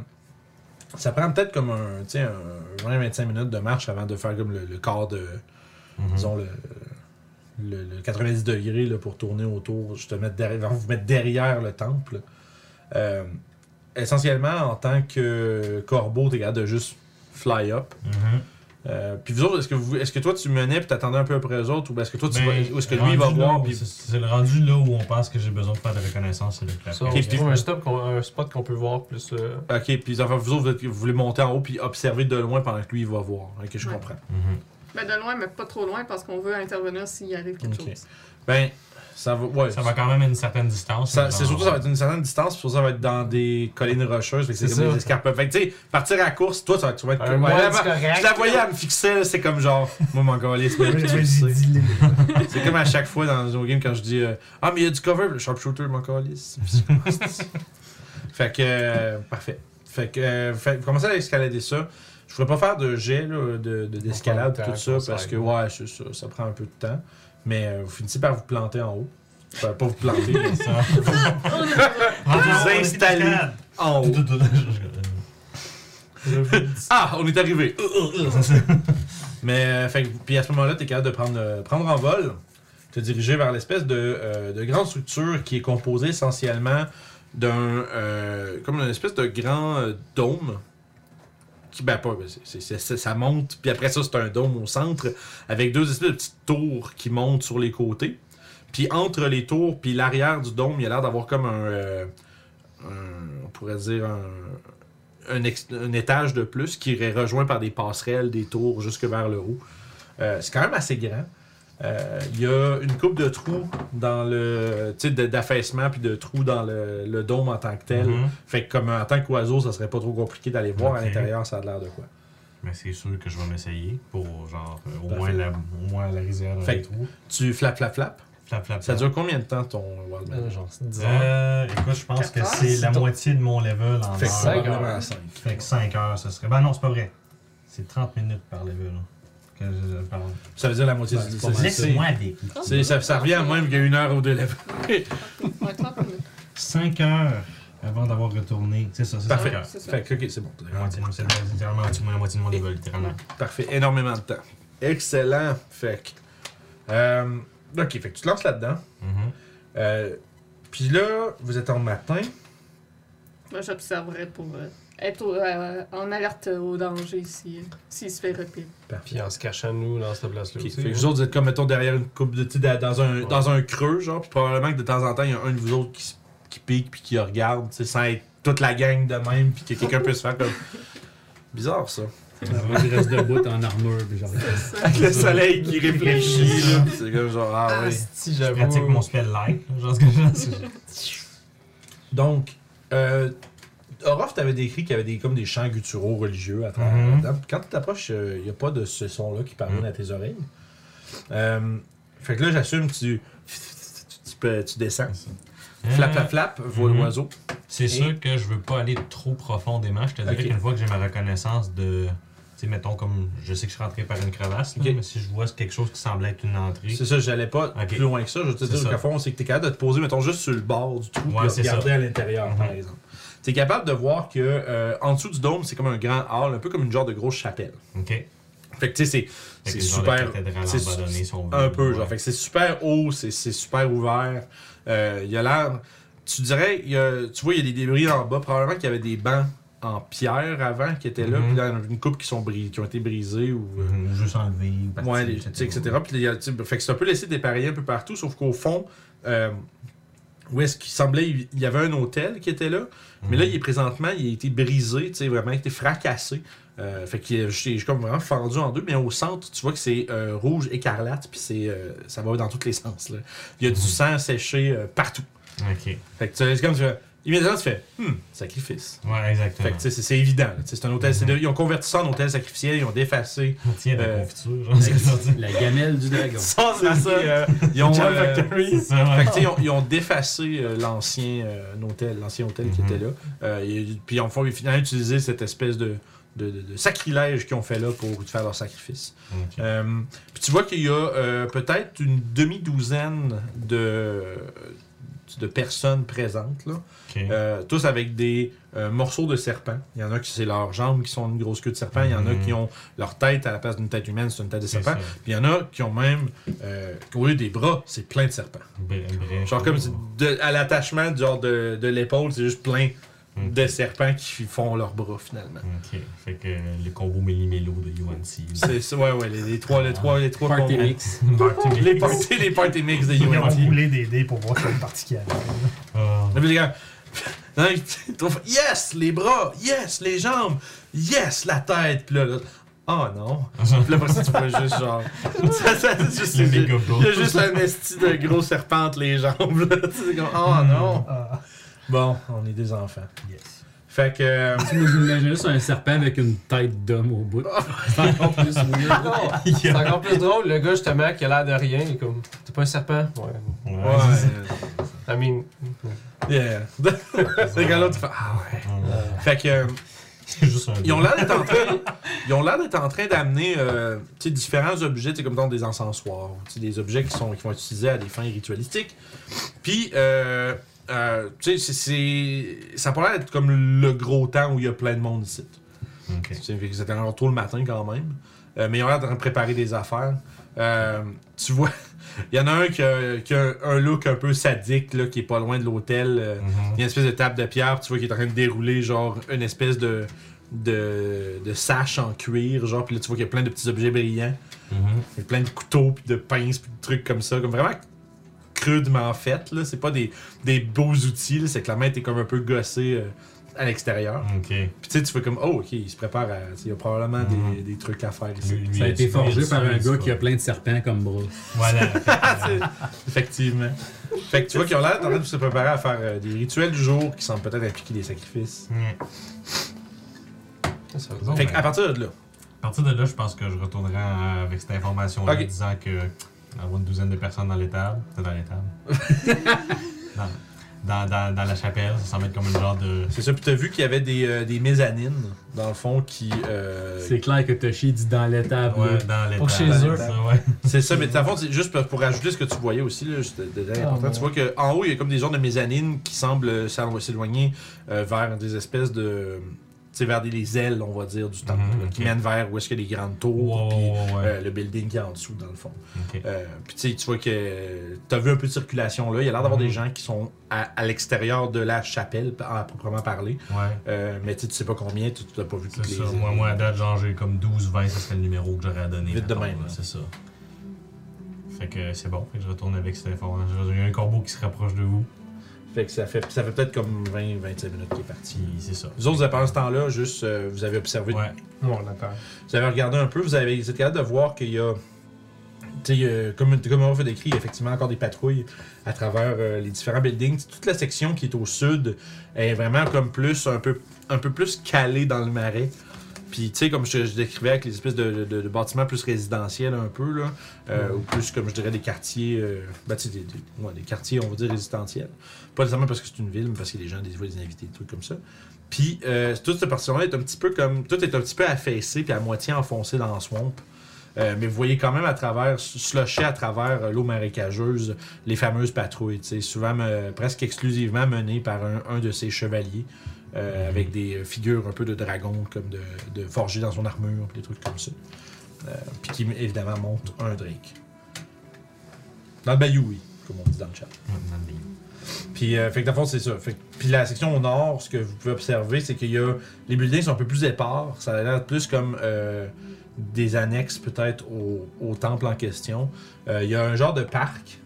S1: ça prend peut-être comme un, tu sais, un 20-25 minutes de marche avant de faire comme le, le quart de.
S4: Mhm.
S1: Disons le. Le, le 90 degrés là, pour tourner autour, je te mettre derrière, vous mettre derrière le temple. Euh, essentiellement, en tant que corbeau, t'es capable de juste fly up.
S4: Mhm.
S1: Euh, puis vous autres, est-ce que, vous, est-ce que toi tu menais puis t'attendais un peu après eux autres ou est-ce que toi tu
S4: Ben,
S1: vas, ou est-ce que lui il va
S4: rendu là,
S1: voir
S4: c'est-
S1: puis
S4: C'est le rendu là où on pense que j'ai besoin de faire de reconnaissance, c'est le clap.
S2: Ça, on
S1: Ok,
S2: se
S1: puis-
S2: trouve un, stop qu'on- un spot qu'on peut voir plus. euh,
S1: ok puis enfin, vous autres vous, êtes- vous voulez monter en haut puis observer de loin pendant que lui il va voir ok je
S3: Ouais.
S1: comprends
S4: Mhm.
S3: Ben, de loin, mais pas trop loin parce qu'on veut intervenir s'il arrive quelque
S1: Ok.
S3: chose.
S1: ben ça va ouais
S4: Ça va Ah, quand même à une certaine distance.
S1: Ça-
S4: mais
S1: c'est
S4: on-
S1: surtout ça va être une certaine distance puis pour ça ça va être dans des collines rocheuses fait que c'est,
S2: C'est
S1: comme
S2: ça. Euh,
S1: des escarpements fait que tu sais partir à la course toi tu vas, tu vas être
S2: Un
S1: moi,
S2: mois,
S1: la-
S2: c'est correct.
S1: je la voyais elle me fixait là, c'est comme genre moi mon gars les
S7: Oui, oui, j'ai dit les-
S1: C'est comme à chaque fois dans nos games quand je dis euh, Ah, mais il y a du cover, le sharpshooter, mon calice. fait que. euh, parfait. Fait que. euh, fait- vous commencez à escalader ça. Je pourrais pas faire de jet, là, de- de- d'escalade,
S2: On prend
S1: tout
S2: le temps
S1: ça,
S2: qu'on
S1: parce
S2: s'aide.
S1: que, ouais, c'est ça, ça prend un peu de temps. Mais euh, vous finissez par vous planter en haut. Enfin, pas vous planter, mais
S4: Ça. Rendu là, Ah, on est
S1: S'installer.
S4: escalade.
S1: en haut. Ah, on est arrivé. Euh, euh, euh. Mais, euh, fait que, puis à ce moment-là, tu es capable de prendre, euh, prendre en vol, te diriger vers l'espèce de, euh, de grande structure qui est composée essentiellement d'un. euh, comme une espèce de grand euh, dôme. Qui, ben, pas, ben, c'est- c'est- c'est- c'est- ça monte, puis après ça, c'est un dôme au centre, avec deux espèces de petites tours qui montent sur les côtés. Puis entre les tours, puis l'arrière du dôme, il a l'air d'avoir comme un, euh, un- On pourrait dire un un, ex- un étage de plus qui irait rejoint par des passerelles, des tours jusque vers le haut. Euh, c'est quand même assez grand. Euh, Il y a une coupe de trous dans le. Tu sais, de- d'affaissement puis de trous dans le, le dôme en tant que tel.
S4: Mhm.
S1: Fait que, comme en tant qu'oiseau, ça serait pas trop compliqué d'aller voir
S4: Ok.
S1: à l'intérieur, ça a l'air de quoi.
S4: Mais c'est sûr que je vais m'essayer pour, genre, euh, au,
S1: Parfait.
S4: moins la, au moins la rizière
S1: Fait
S4: des
S1: que-
S4: trous.
S1: Tu flap, flap, flap.
S4: Flap, flap,
S1: Ça
S4: flap.
S1: dure combien de temps ton Wild Man?
S2: euh, genre, c'est 10 heures.
S4: Euh, écoute, je pense que
S3: Quatre
S4: c'est
S3: heures?
S4: la moitié de mon level en
S1: Fait que
S4: heure.
S2: cinq heures.
S1: probablement à cinq.
S4: Fait que 5 heures, ce serait. Ben non, c'est pas vrai. C'est 30 minutes par level. là. Que je- pardon.
S1: Ça veut dire la moitié
S5: Ouais,
S1: du
S5: c'est pas mal.
S1: c'est- c'est-
S4: Laisse-moi des.
S1: c'est- ça, ça revient à moins qu'à une heure ou deux lèvres.
S3: Ouais, 30 minutes.
S4: 5 heures avant d'avoir retourné. C'est ça, c'est
S1: Parfait.
S4: 5 heures.
S3: C'est ça.
S1: Fait que, ok, c'est bon.
S4: La moitié de mon- C'est littéralement en dessous de la moitié de mon level, littéralement.
S1: Parfait, énormément de temps. Excellent. Fait que. euh, ok, fait que tu te lances là-dedans.
S4: Mhm.
S1: Euh, Puis là, vous êtes en matin.
S3: Moi, j'observerais pour euh, être au- euh, en alerte au danger si- s'il se fait repérer.
S2: Puis en se cachant nous dans cette place-là.
S1: Ok,
S2: aussi,
S1: fait que
S2: hein.
S1: vous autres, vous êtes comme, mettons, derrière une coupe de. tu sais, dans- Dans un, dans un creux, genre. Puis probablement que de temps en temps, il y a un de vous autres qui, s- qui pique puis qui regarde, tu sais, sans être toute la gang de même. Puis que quelqu'un peut se faire comme. Bizarre ça.
S5: Avant que je reste debout en armure, puis genre.
S1: Avec le soleil qui réfléchit, là. C'est comme genre, ah
S2: Ah,
S1: oui.
S2: si
S4: Je
S2: j'avoue.
S4: pratique mon spell light. Genre ce que je
S1: Donc, euh, Orof t'avait décrit qu'il y avait des, comme des chants gutturaux religieux à travers.
S4: Mhm.
S1: là-dedans. Quand tu t'approches, euh, il n'y a pas de ce son-là qui parvient
S4: Mhm.
S1: à tes oreilles. Euh, fait que là, j'assume que tu, tu, peux- tu descends. Flap, flap, flap, voit
S4: Hein? Mhm.
S1: l'oiseau.
S4: C'est sûr que je veux pas aller trop profondément. Je te dirais
S1: Ok.
S4: qu'une fois que j'ai ma reconnaissance de. Tu sais, mettons, comme je sais que je suis rentré par une crevasse, là,
S1: Ok.
S4: mais si je vois quelque chose qui semble être une entrée.
S1: C'est ça, j'allais pas
S4: Ok.
S1: plus loin que ça. Je veux te
S4: C'est
S1: dire
S4: ça.
S1: qu'à fond, c'est que t'es capable de te poser, mettons, juste sur le bord du trou
S4: Ouais,
S1: puis
S4: c'est
S1: regarder à l'intérieur, par
S4: Mhm.
S1: exemple. T'es capable de voir que euh, en dessous du dôme, c'est comme un grand hall, un peu comme une genre de grosse chapelle.
S4: Ok. Fait
S1: Fait que tu sais, c'est-
S4: que
S1: c'est
S4: les genres de
S1: super.
S4: cathédrales
S1: c'est-
S4: abandonnées, si on veut.
S1: Un peu,
S4: Ouais.
S1: genre. Fait que c'est super haut, c'est c'est super ouvert. Euh, Il y a l'air. Tu dirais, il y a- tu vois, il y a des débris en bas. Probablement qu'il y avait des bancs en pierre avant qui étaient là,
S4: Mhm.
S1: puis là, il y en a une coupe qui, sont bris- qui ont été brisées ou. euh,
S4: Mhm, juste enlever ou partir,
S1: Ouais, les- tu sais, etc. Puis il y a- tu sais, fait que c'est un peu laissé dépareillé un peu partout, sauf qu'au fond, euh, où est-ce qu'il semblait, il Mhm. y avait un hôtel qui était là, mais là, il est présentement, il a été brisé, tu sais, vraiment, il a été fracassé. Euh, fait qu'il est, je suis comme vraiment fendu en deux, mais au centre, tu vois que c'est euh, rouge écarlate, puis c'est, euh, ça va dans tous les sens. Là. Il y a du sang séché euh, partout.
S4: Ok.
S1: Fait que tu- c'est comme tu fais- immédiatement tu fais hmm, sacrifice.
S4: Ouais, exactement.
S1: Fait que tu sais, c'est, c'est évident. là. Tu sais, C'est un hôtel, c'est de- ils ont converti ça en hôtel sacrificiel, ils ont défacé
S4: Tiens, la
S1: euh,
S4: confiture, genre, c'est sorti.
S5: La gamelle du dragon.
S1: Ça, c'est ça. ils ont,
S4: Jam
S1: euh,
S4: Factory, ça, ouais.
S1: fait que, tu sais, ils ont, ils ont défacé euh, l'ancien euh, hôtel, l'ancien hôtel qui
S4: Mhm.
S1: était là. Euh, et- puis ils ont fait- finalement utilisé cette espèce de, de- de- de sacrilège qu'ils ont fait là pour faire leur sacrifice.
S4: Ok.
S1: Euh, puis tu vois qu'il y a euh, peut-être une demi-douzaine de, de personnes présentes là.
S4: Ok.
S1: Euh, tous avec des euh, morceaux de serpent. Il y en a qui c'est leurs jambes qui sont une grosse queue de serpent. Il y en a
S4: Mhm.
S1: qui ont leur tête à la place d'une tête humaine, c'est une tête de
S4: C'est
S1: serpent.
S4: ça.
S1: Puis il y en a qui ont même, euh, au lieu des bras, c'est plein de serpents.
S4: Br- bref.
S1: Genre comme c'est de- à l'attachement du genre de, de l'épaule, c'est juste plein
S4: Ok.
S1: de serpents qui font leurs bras finalement.
S4: Ok. Fait que euh, le combo Méli-Mélo de UNC.
S1: C'est c'est- ouais ouais les, les trois les trois les trois
S5: Party
S1: combos.
S5: mix.
S4: Party
S1: les
S4: mix.
S1: parties les party mix de
S7: Ils ont
S1: UNT.
S7: roulé des dés pour voir quelle partie qu'il y avait.
S4: Ah.
S1: Là, puis les gars, là, ils trouvent- yes les bras, yes les jambes, yes la tête. Puis là, là, oh non. Puis là, après ça, tu vois juste genre. Ça, ça, c'est juste,
S4: Le
S1: c'est-
S4: méga
S1: il y a juste un esti de gros serpent entre les jambes. Là. Tu sais, c'est comme, oh non.
S7: Ah,
S1: Bon, on est des enfants.
S7: yes.
S1: Fait que. euh,
S5: Moi, je m'imaginais juste un serpent avec une tête d'homme au bout. C'est encore plus weird.
S2: Oh! C'est encore plus drôle, le gars justement qui a l'air de rien, il est comme T'es pas un serpent? Ouais.
S4: Ouais.
S1: ouais.
S2: I mean.
S1: Yeah. c'est quand l'autre fait. Ah ouais. Fait que. euh,
S4: C'est juste un.
S1: Ils ont l'air d'être en train, ils ont l'air d'être en train d'amener euh, tu sais, différents objets, tu sais, comme dans des encensoirs, ou, tu sais, des objets qui sont qui vont être utilisés à des fins ritualistiques. Puis euh, euh, tu sais, c'est, c'est- ça pourrait être comme le gros temps où il y a plein de monde ici.
S4: Ok.
S1: Tu sais, fait que C'était encore tôt le matin quand même. Euh, mais ils ont l'air de préparer des affaires. Euh, tu vois, il y en a un qui a, qui a un look un peu sadique là, qui est pas loin de l'hôtel. euh,
S4: Mhm.
S1: il y a une espèce de table de pierre, tu vois, qui est en train de dérouler, genre, une espèce de, de, de sache en cuir, genre, puis là, tu vois qu'il y a plein de petits objets brillants.
S4: Mhm.
S1: Il y a plein de couteaux, puis de pinces, puis de trucs comme ça, comme vraiment crudement fait, là. C'est pas des, des beaux outils, là. C'est que la main, t'es comme un peu gossé euh, à l'extérieur.
S4: Ok.
S1: Puis tu sais, tu fais comme, oh, ok, il se prépare à. Il y a probablement des, des trucs à faire ici.
S4: Lui- lui,
S5: Ça a été
S4: lui,
S5: forgé
S4: lui,
S5: par
S4: lui,
S5: un
S4: lui,
S5: gars qui
S4: quoi.
S5: a plein de serpents comme bras.
S4: Voilà.
S1: Effectivement. Fait que tu vois qu'ils ont l'air en train de se préparer à faire euh, des rituels du jour qui semblent peut-être impliquer des sacrifices.
S4: Mm.
S2: Ça va.
S4: Bon,
S1: Fait
S4: ben,
S1: qu'à partir de là,
S4: À partir de là, je pense que je retournerai euh, avec cette information-là
S1: Ok.
S4: disant que avoir une douzaine de personnes dans l'étable. C'est dans l'étable. dans, dans, dans, dans la chapelle, ça semble être comme une genre de.
S1: C'est ça, puis t'as vu qu'il y avait des, euh, des mezzanines, dans le fond, qui... euh,
S5: C'est clair que Toshi dit dans l'étable.
S4: Ouais,
S5: là.
S4: dans l'étable.
S2: Pour chez eux.
S4: Ça, ouais.
S1: C'est ça, mais dans le fond, c'est juste pour, pour ajouter ce que tu voyais aussi, là, juste de- de- de-
S2: Ah,
S1: important,
S2: mon-
S1: tu vois qu'en haut, il y a comme des genres de mezzanines qui semblent euh, s'en- s'éloigner euh, vers des espèces de... Tu sais, vers des, les ailes, on va dire, du temple,
S4: Mhm,
S1: là, qui
S4: ok.
S1: mènent vers où est-ce qu'il y a les grandes tours,
S4: Wow,
S1: puis
S4: ouais, ouais.
S1: euh, le building qui est en dessous, dans le fond.
S4: Ok.
S1: Euh, puis tu sais, tu vois que t'as vu un peu de circulation là, il y a l'air d'avoir
S4: Mhm.
S1: des gens qui sont à, à l'extérieur de la chapelle, à proprement parler,
S4: Ouais.
S1: Euh, mais tu sais, tu sais pas combien, tu tu t'as pas vu
S4: C'est
S1: toutes
S4: ça.
S1: les...
S4: Moi, moi, à date, genre, j'ai comme 12, 20, ça serait le numéro que j'aurais à donner.
S1: Vite de
S4: mettons,
S1: même,
S4: là,
S1: ouais.
S4: C'est ça. Fait que c'est bon. Fait que je retourne avec cette information. Il y a un corbeau qui se rapproche de vous.
S1: Fait que ça fait, ça fait peut-être comme 20-25 minutes qu'il est parti.
S4: Puis c'est ça.
S1: Vous autres, pendant ce temps-là, juste, euh, vous avez observé,
S4: Ouais.
S2: Bon, on attend.
S1: vous avez regardé un peu, vous avez vous êtes capable de voir qu'il y a, tu sais, euh, comme, comme on fait décrit, il y a effectivement encore des patrouilles à travers euh, les différents buildings. Toute la section qui est au sud est vraiment comme plus, un peu, un peu plus calée dans le marais. Puis, tu sais, comme je, je décrivais avec les espèces de, de- de bâtiments plus résidentiels un peu, là, euh, ou plus, comme je dirais, des quartiers, euh, ben, tu sais, des, des- ouais, des quartiers, on va dire, résidentiels. Pas nécessairement parce que c'est une ville, mais parce que les gens, des fois, les invités, des trucs comme ça. Puis, euh, toute cette portion-là est un petit peu comme. Tout est un petit peu affaissé, puis à moitié enfoncé dans le swamp. Euh, mais vous voyez quand même à travers, sloché à travers euh, l'eau marécageuse, les fameuses patrouilles, tu sais, souvent me- presque exclusivement menées par un, un de ces chevaliers, euh, avec des figures un peu de dragon, comme de, de forgé dans son armure, puis des trucs comme ça. Euh, puis qui évidemment monte un Drake. Dans le bayou, oui, comme on dit dans le chat.
S4: Dans le livre.
S1: Puis, euh, fait que dans le fond, c'est ça. Fait que- puis la section au nord, ce que vous pouvez observer, c'est qu'il y a. Les buildings sont un peu plus épars. Ça a l'air plus comme euh, des annexes, peut-être, au, au temple en question. Euh, il y a un genre de parc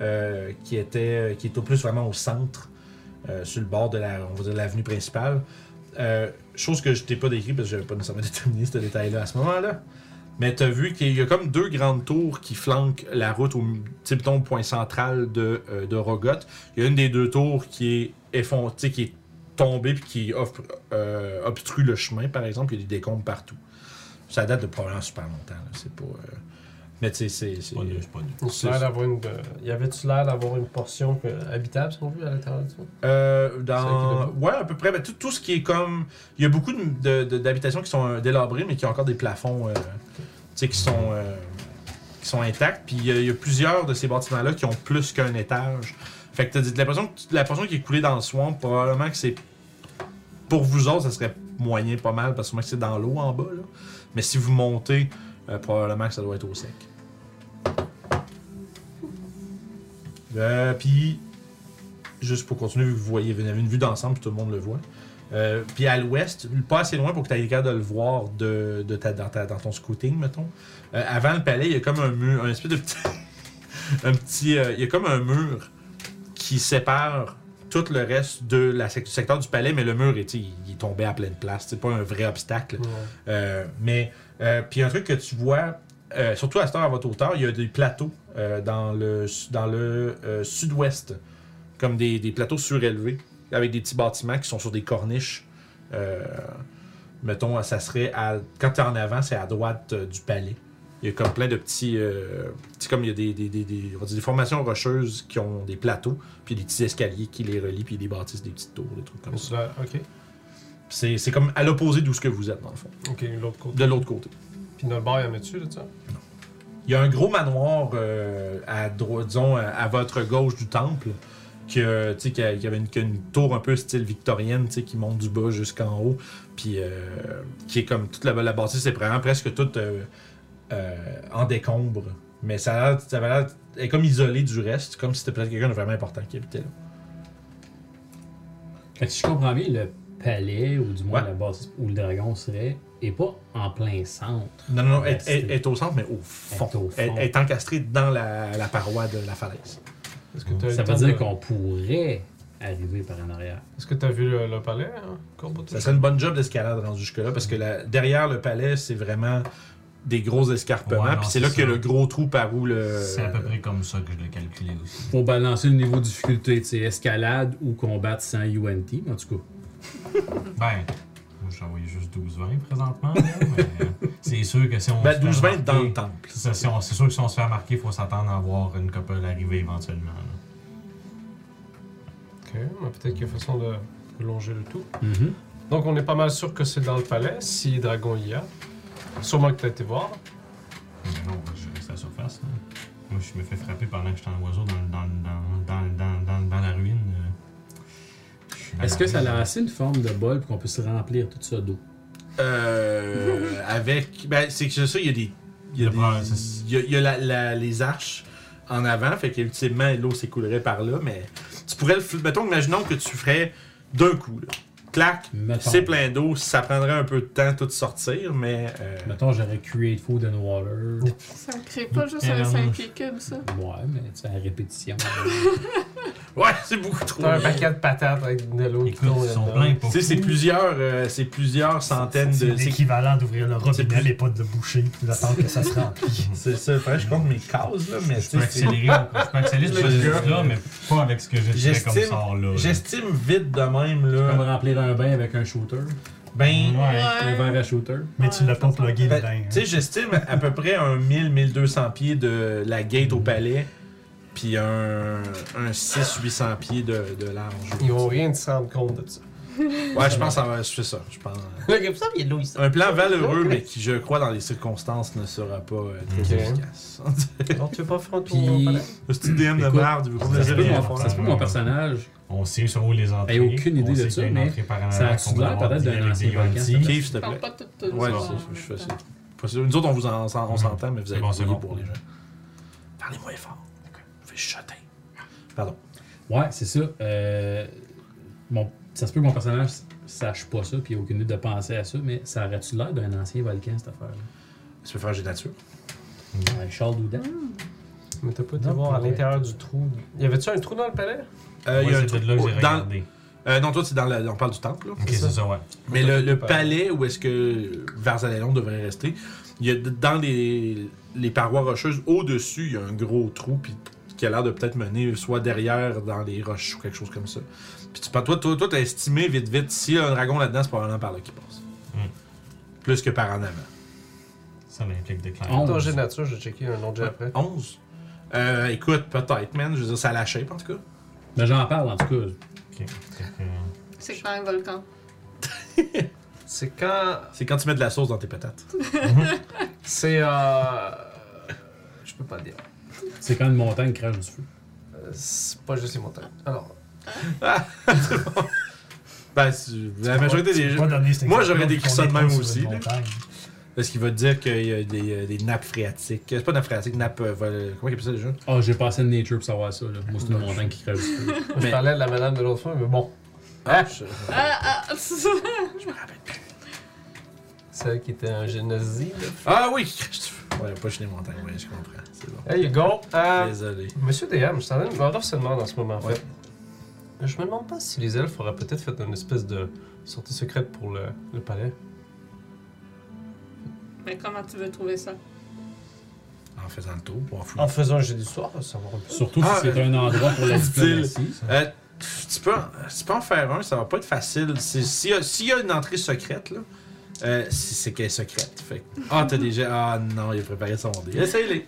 S1: euh, qui était. qui est au plus vraiment au centre, euh, sur le bord de la, on va dire, l'avenue principale. Euh, chose que je t'ai pas décrit parce que j'avais pas nécessairement déterminé ce détail-là à ce moment-là. Mais t'as vu qu'il y a comme deux grandes tours qui flanquent la route au type au point central de, euh, de Rogoth. Il y a une des deux tours qui est effon- tu sais, qui est tombée puis qui offre- euh, obstrue le chemin, par exemple. Il y a des décombres partout. Ça date de probablement super longtemps. là. C'est pas. euh, Mais tu sais, c'est. c'est-
S4: Pas de, c'est pas de.
S2: Il a l'air d'avoir une- euh, y avait-tu l'air d'avoir une portion euh, habitable, si on veut, à l'intérieur de ça?
S1: Euh,
S2: Celle
S1: dans...
S2: qui
S1: Ouais, à peu près. Ben, tout, tout ce qui est comme. Il y a beaucoup de- de- de- d'habitations qui sont euh, délabrées, mais qui ont encore des plafonds euh, tu sais, qui, sont, euh, qui sont intacts. Puis il y a- il y, a plusieurs de ces bâtiments-là qui ont plus qu'un étage. Fait que t'as dit- l'impression que la portion qui est coulée dans le swamp, probablement que c'est. Pour vous autres, ça serait moyen pas mal, parce que sûrement que c'est dans l'eau en bas. là. Mais si vous montez, euh, probablement que ça doit être au sec. Euh, Puis juste pour continuer, vu que vous voyez, vous avez une vue d'ensemble, puis tout le monde le voit. Euh, puis à l'ouest, pas assez loin pour que tu aies le capable de le voir de, de ta, dans, ta- dans ton scouting, mettons. Euh, avant le palais, il y a comme un mur, un espèce de petit. un petit. euh, il y a comme un mur qui sépare tout le reste de la sec- du secteur du palais, mais le mur est, tu sais, il est tombé à pleine place. C'est pas un vrai obstacle. Euh, mais euh, puis un truc que tu vois, euh, surtout à cette heure à votre hauteur, il y a des plateaux euh, dans le dans le euh, sud-ouest, comme des, des plateaux surélevés avec des petits bâtiments qui sont sur des corniches. Euh, mettons, ça serait à quand t'es en avant, c'est à droite euh, du palais. Il y a comme plein de petits, euh, petits- comme il y a des, des, des, des- on va dire des formations rocheuses qui ont des plateaux, puis des petits escaliers qui les relient, puis des bâtisses, des petites tours, des trucs comme ça.
S2: Sur la- Ok,
S1: C'est c'est comme à l'opposé d'où ce que vous êtes dans le fond,
S2: ok, l'autre côté.
S1: de l'autre côté.
S2: Puis notre bar, il y en a-tu, là, tu sais?
S1: Il y a un gros manoir euh, à dro- disons à- à votre gauche du temple que euh, tu sais qu'il y a- qu'il y avait une, qu'il y a une tour un peu style victorienne tu sais qui monte du bas jusqu'en haut puis euh, qui est comme toute la, la bâtisse c'est vraiment presque toute euh, euh, en décombre mais ça a l'air- ça avait l'air elle est comme isolée du reste comme si c'était peut-être quelqu'un de vraiment important qui habitait là.
S5: Fait que si je comprends bien, le palais, ou du moins
S1: Ouais.
S5: la base où le dragon serait, est pas en plein centre.
S1: Non non non elle,
S5: Restée.
S1: elle- elle est au centre mais au fond.
S5: Elle est au fond.
S1: Elle, elle est encastrée dans la, la paroi de la falaise.
S2: Est-ce que t'as eu
S5: Ça
S2: le
S5: veut
S2: temps
S5: dire
S2: de-
S5: qu'on pourrait arriver par en arrière.
S2: Est-ce que t'as vu le, le palais, hein, Corbeau?
S1: Ça serait une bonne job d'escalade rendu jusque-là, parce que la- derrière le palais, c'est vraiment des gros escarpements,
S4: Ouais, non,
S1: puis c'est
S4: c'est
S1: là
S4: ça.
S1: que le gros trou par où le...
S4: C'est à peu près comme ça que je l'ai calculé aussi.
S5: Pour balancer le niveau de difficulté, c'est escalade ou combattre sans UNT, mais en tout cas.
S4: Ben, moi j'ai envoyé juste 12-20 présentement, là, mais euh, c'est sûr que si on
S1: Ben,
S4: se fait
S1: 12-20 dans le
S4: remarquer-
S1: temple.
S4: C'est ça, si on- c'est sûr que si on se fait remarquer, il faut s'attendre à voir une couple arriver éventuellement. là.
S2: Ok, mais peut-être qu'il y a façon de longer le tout.
S5: Mm-hmm.
S2: Donc on est pas mal sûr que c'est dans le palais, si Dragon y a. Sûrement que t'as été voir.
S4: Mais non, je reste à la surface. là. Moi, je me fais frapper pendant que j'étais en oiseau dans, dans, dans, dans, dans, dans, dans la ruine. euh. Je suis dans
S5: Est-ce
S4: la
S5: que ça
S4: ruine.
S5: a assez une forme de bol pour qu'on puisse remplir tout ça d'eau?
S1: Euh, avec... Ben, c'est que c'est ça, il y a des... Il y a,
S4: Le problème,
S1: des-
S4: c'est-
S1: il y a- il y a la- la- les arches en avant, fait qu'ultimement, l'eau s'écoulerait par là, mais tu pourrais le... fl- Mettons, imaginons que tu ferais d'un coup, là. Clac,
S5: Mettons.
S1: c'est plein d'eau, ça prendrait un peu de temps tout sortir, mais... euh,
S5: Mettons, j'aurais Create Food and Water.
S3: Ça crée pas juste un
S4: Euh,
S3: 5 pieds cubes, ça.
S5: Ouais, mais c'est à répétition.
S1: Ouais, c'est beaucoup trop.
S2: T'as un paquet de patates avec de l'eau qui
S4: Écoute,
S2: tombe
S4: ils sont
S2: là-dedans.
S4: pleins
S1: Tu
S4: pour.
S1: sais, c'est plusieurs, euh, c'est plusieurs centaines
S7: C'est
S1: de... c'est-
S7: l'équivalent d'ouvrir le
S1: c'est
S7: robinet,
S1: plus-
S7: mais pas de le boucher, puis d'attendre que ça se remplit.
S1: C'est ça, faudrait que je compte mes cases, là, mais tu
S4: Je peux
S1: sais, c'est-
S4: accélérer, au- je peux accélérer ce
S1: Je-
S4: résultat, mais pas avec ce que j'ai fait comme
S1: J'estime-
S4: sort là. là.
S1: J'estime vite de même,
S5: Comme
S1: là.
S5: remplir un bain avec un shooter.
S1: Ben,
S4: Ouais.
S5: Un verre à shooter.
S7: Mais tu l'as pas plugué
S1: ben,
S7: dedans. hein.
S1: tu sais, j'estime à peu près un 1000-1200 pieds de la gate au palais, puis un, un 600-800 pieds de, de large.
S2: Ils vont rien se rendre compte de ça.
S1: Ouais, je pense que ça va- je fais ça, je pense.
S2: Là, comme ça, il y a de l'eau ici.
S1: Un plan valeureux, mais qui, je crois, dans les circonstances, ne sera pas euh, très
S2: Ok.
S1: efficace.
S2: Non, tu veux pas faire ton
S5: Puis,
S2: palais?
S1: Le petit DM de
S5: Écoute,
S1: merde, vous
S5: ça se
S1: comprenez
S5: peut
S1: rien.
S5: mon- ça se peut que mon personnage.
S4: On sait sur où les entrées.
S5: Hey, Ben, aucune idée
S4: on
S5: de
S4: sait
S5: ça,
S4: qu'il y a une
S5: mais
S4: entrée par en
S5: ça
S4: avant
S5: a-tu
S4: qu'on doit
S5: l'air
S4: avoir
S5: peut-être d'un
S4: dealé avec
S5: ancien
S4: des
S5: volcan,
S4: UNT.
S5: ça?
S1: Kif, s'il te
S3: Ils parlent
S1: plaît.
S3: pas tout tout
S1: Ouais,
S3: ça
S1: c'est
S3: en
S1: ça, je
S3: même
S1: fais ça.
S3: temps.
S1: Parce que Nous autres, on vous en- on s'entend, mais vous allez
S4: Bon, c'est
S1: brouiller
S4: bon.
S1: pour les gens. Parlez-moi fort. Vous faites chuter. Pardon.
S5: Ouais, c'est ça. Euh, mon- ça se peut que mon personnage sache pas ça, puis aucune idée de penser à ça, mais ça aurait-tu l'air d'un ancien volcan, cette affaire-là?
S1: Tu peux faire un jet de nature.
S5: Ouais, Charles Doudan?
S2: Mais t'as pas été
S5: Non,
S2: voir à
S5: pour vrai.
S2: l'intérieur du trou. Y avait-tu un trou dans le palais?
S1: Euh,
S4: Ouais,
S1: il y a un
S4: c'est
S1: truc-
S4: de là que j'ai
S1: dans-
S4: regardé.
S1: Euh, non, toi, c'est dans le- on parle du temple, là.
S4: Ok, c'est ça, ouais.
S1: Mais le, le palais où est-ce que Varzaléon devrait rester, il y a d- dans les, les parois rocheuses, au-dessus, il y a un gros trou puis qui a l'air de peut-être mener soit derrière dans les roches ou quelque chose comme ça. Puis tu, penses- toi, toi, toi, t'as estimé vite, vite, s'il y a un dragon là-dedans, c'est probablement par là qu'il passe.
S4: Mm.
S1: Plus que par en avant.
S4: Ça l'implique des clairs.
S5: On-
S2: Ton jet de nature, je vais checker un autre jet après.
S1: 11. Euh, écoute, peut-être, man. Je veux dire, ça la shape, en tout cas.
S5: Mais j'en parle en tout cas.
S4: Ok. Fait que- euh,
S3: C'est quand un volcan.
S2: C'est quand.
S1: C'est quand tu mets de la sauce dans tes patates.
S2: C'est. Euh... Je peux pas dire.
S5: C'est quand une montagne crache du feu.
S2: Euh, C'est pas juste les montagnes. Alors,
S1: Ben, c'est- la majorité des gens. Moi, j'aurais décrit ça de même aussi, là. Parce qu'il va te dire qu'il y a des, euh, des nappes phréatiques. C'est pas nappes phréatiques, nappes. euh, vol- comment il appelle ça déjà
S5: Ah, j'ai pas assez de nature pour savoir ça. Là. Moi, c'est une montagne qui crache du feu.
S2: je
S1: Mais-
S2: parlais de la madame de l'autre fois, mais bon. Hein?
S3: Ah, ah,
S2: Celle qui était un génocide.
S1: Ah oui Ouais, pas chez les montagnes, ouais, je comprends. C'est bon.
S2: There you go. Euh,
S1: Désolé.
S2: Monsieur DM, je suis en train de me rendre seulement en ce moment, en
S1: Ouais.
S2: fait. Je me demande pas si les elfes auraient peut-être fait une espèce de sortie secrète pour le, le palais.
S3: Mais comment tu veux trouver ça?
S1: En faisant le tour pour en fouiller.
S2: En faisant un jeu d'histoire, ça va un peu.
S5: Surtout
S1: Ah,
S5: si c'est un endroit pour la
S1: Dit-il.
S5: diplomatie.
S1: Euh, tu, peux, en- tu peux en faire un, ça va pas être facile. C'est- S'il y, a- s'il y a une entrée secrète, là, euh, si c'est qu'elle est secrète. Fait que- Ah, t'as déjà. Ah non, il a préparé son dé. Essaye-les.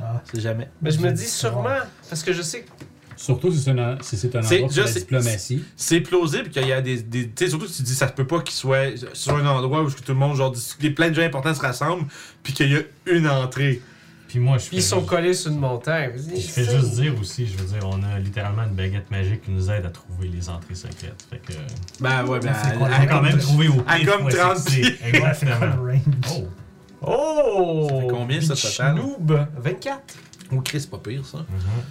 S7: Ah.
S1: C'est jamais.
S2: Mais je me dis sûrement, parce que je sais que.
S5: Surtout si c'est un, si c'est un
S1: C'est-
S5: endroit
S1: je
S5: pour la
S1: sais-
S5: diplomatie.
S1: C'est plausible qu'il y a des. des- tu sais, surtout que tu dis, ça se peut pas qu'il soit sur un endroit où tout le monde, genre, dis- les plein de gens importants se rassemblent, puis qu'il y a une entrée.
S4: Puis moi, je fais
S2: Ils sont
S4: juste-
S2: collés sur une montagne.
S4: Je fais juste dire aussi, je veux dire, on a littéralement une baguette magique qui nous aide à trouver les entrées secrètes. Fait que. euh,
S1: Ben ouais, ben.
S7: C'est quoi,
S1: elle-
S4: On a
S1: elle-
S4: Ah, quand même trouvé au
S1: À
S4: pif
S1: comme
S4: où est-ce que
S1: 30
S4: c'est.
S1: pieds.
S7: C'est quoi
S4: Exactement.
S7: le range?
S4: Oh!
S2: Oh!
S1: Ça fait combien, ça,
S2: Bitch
S1: total?
S2: Noob! 24!
S1: Oh, Chris, c'est pas pire ça.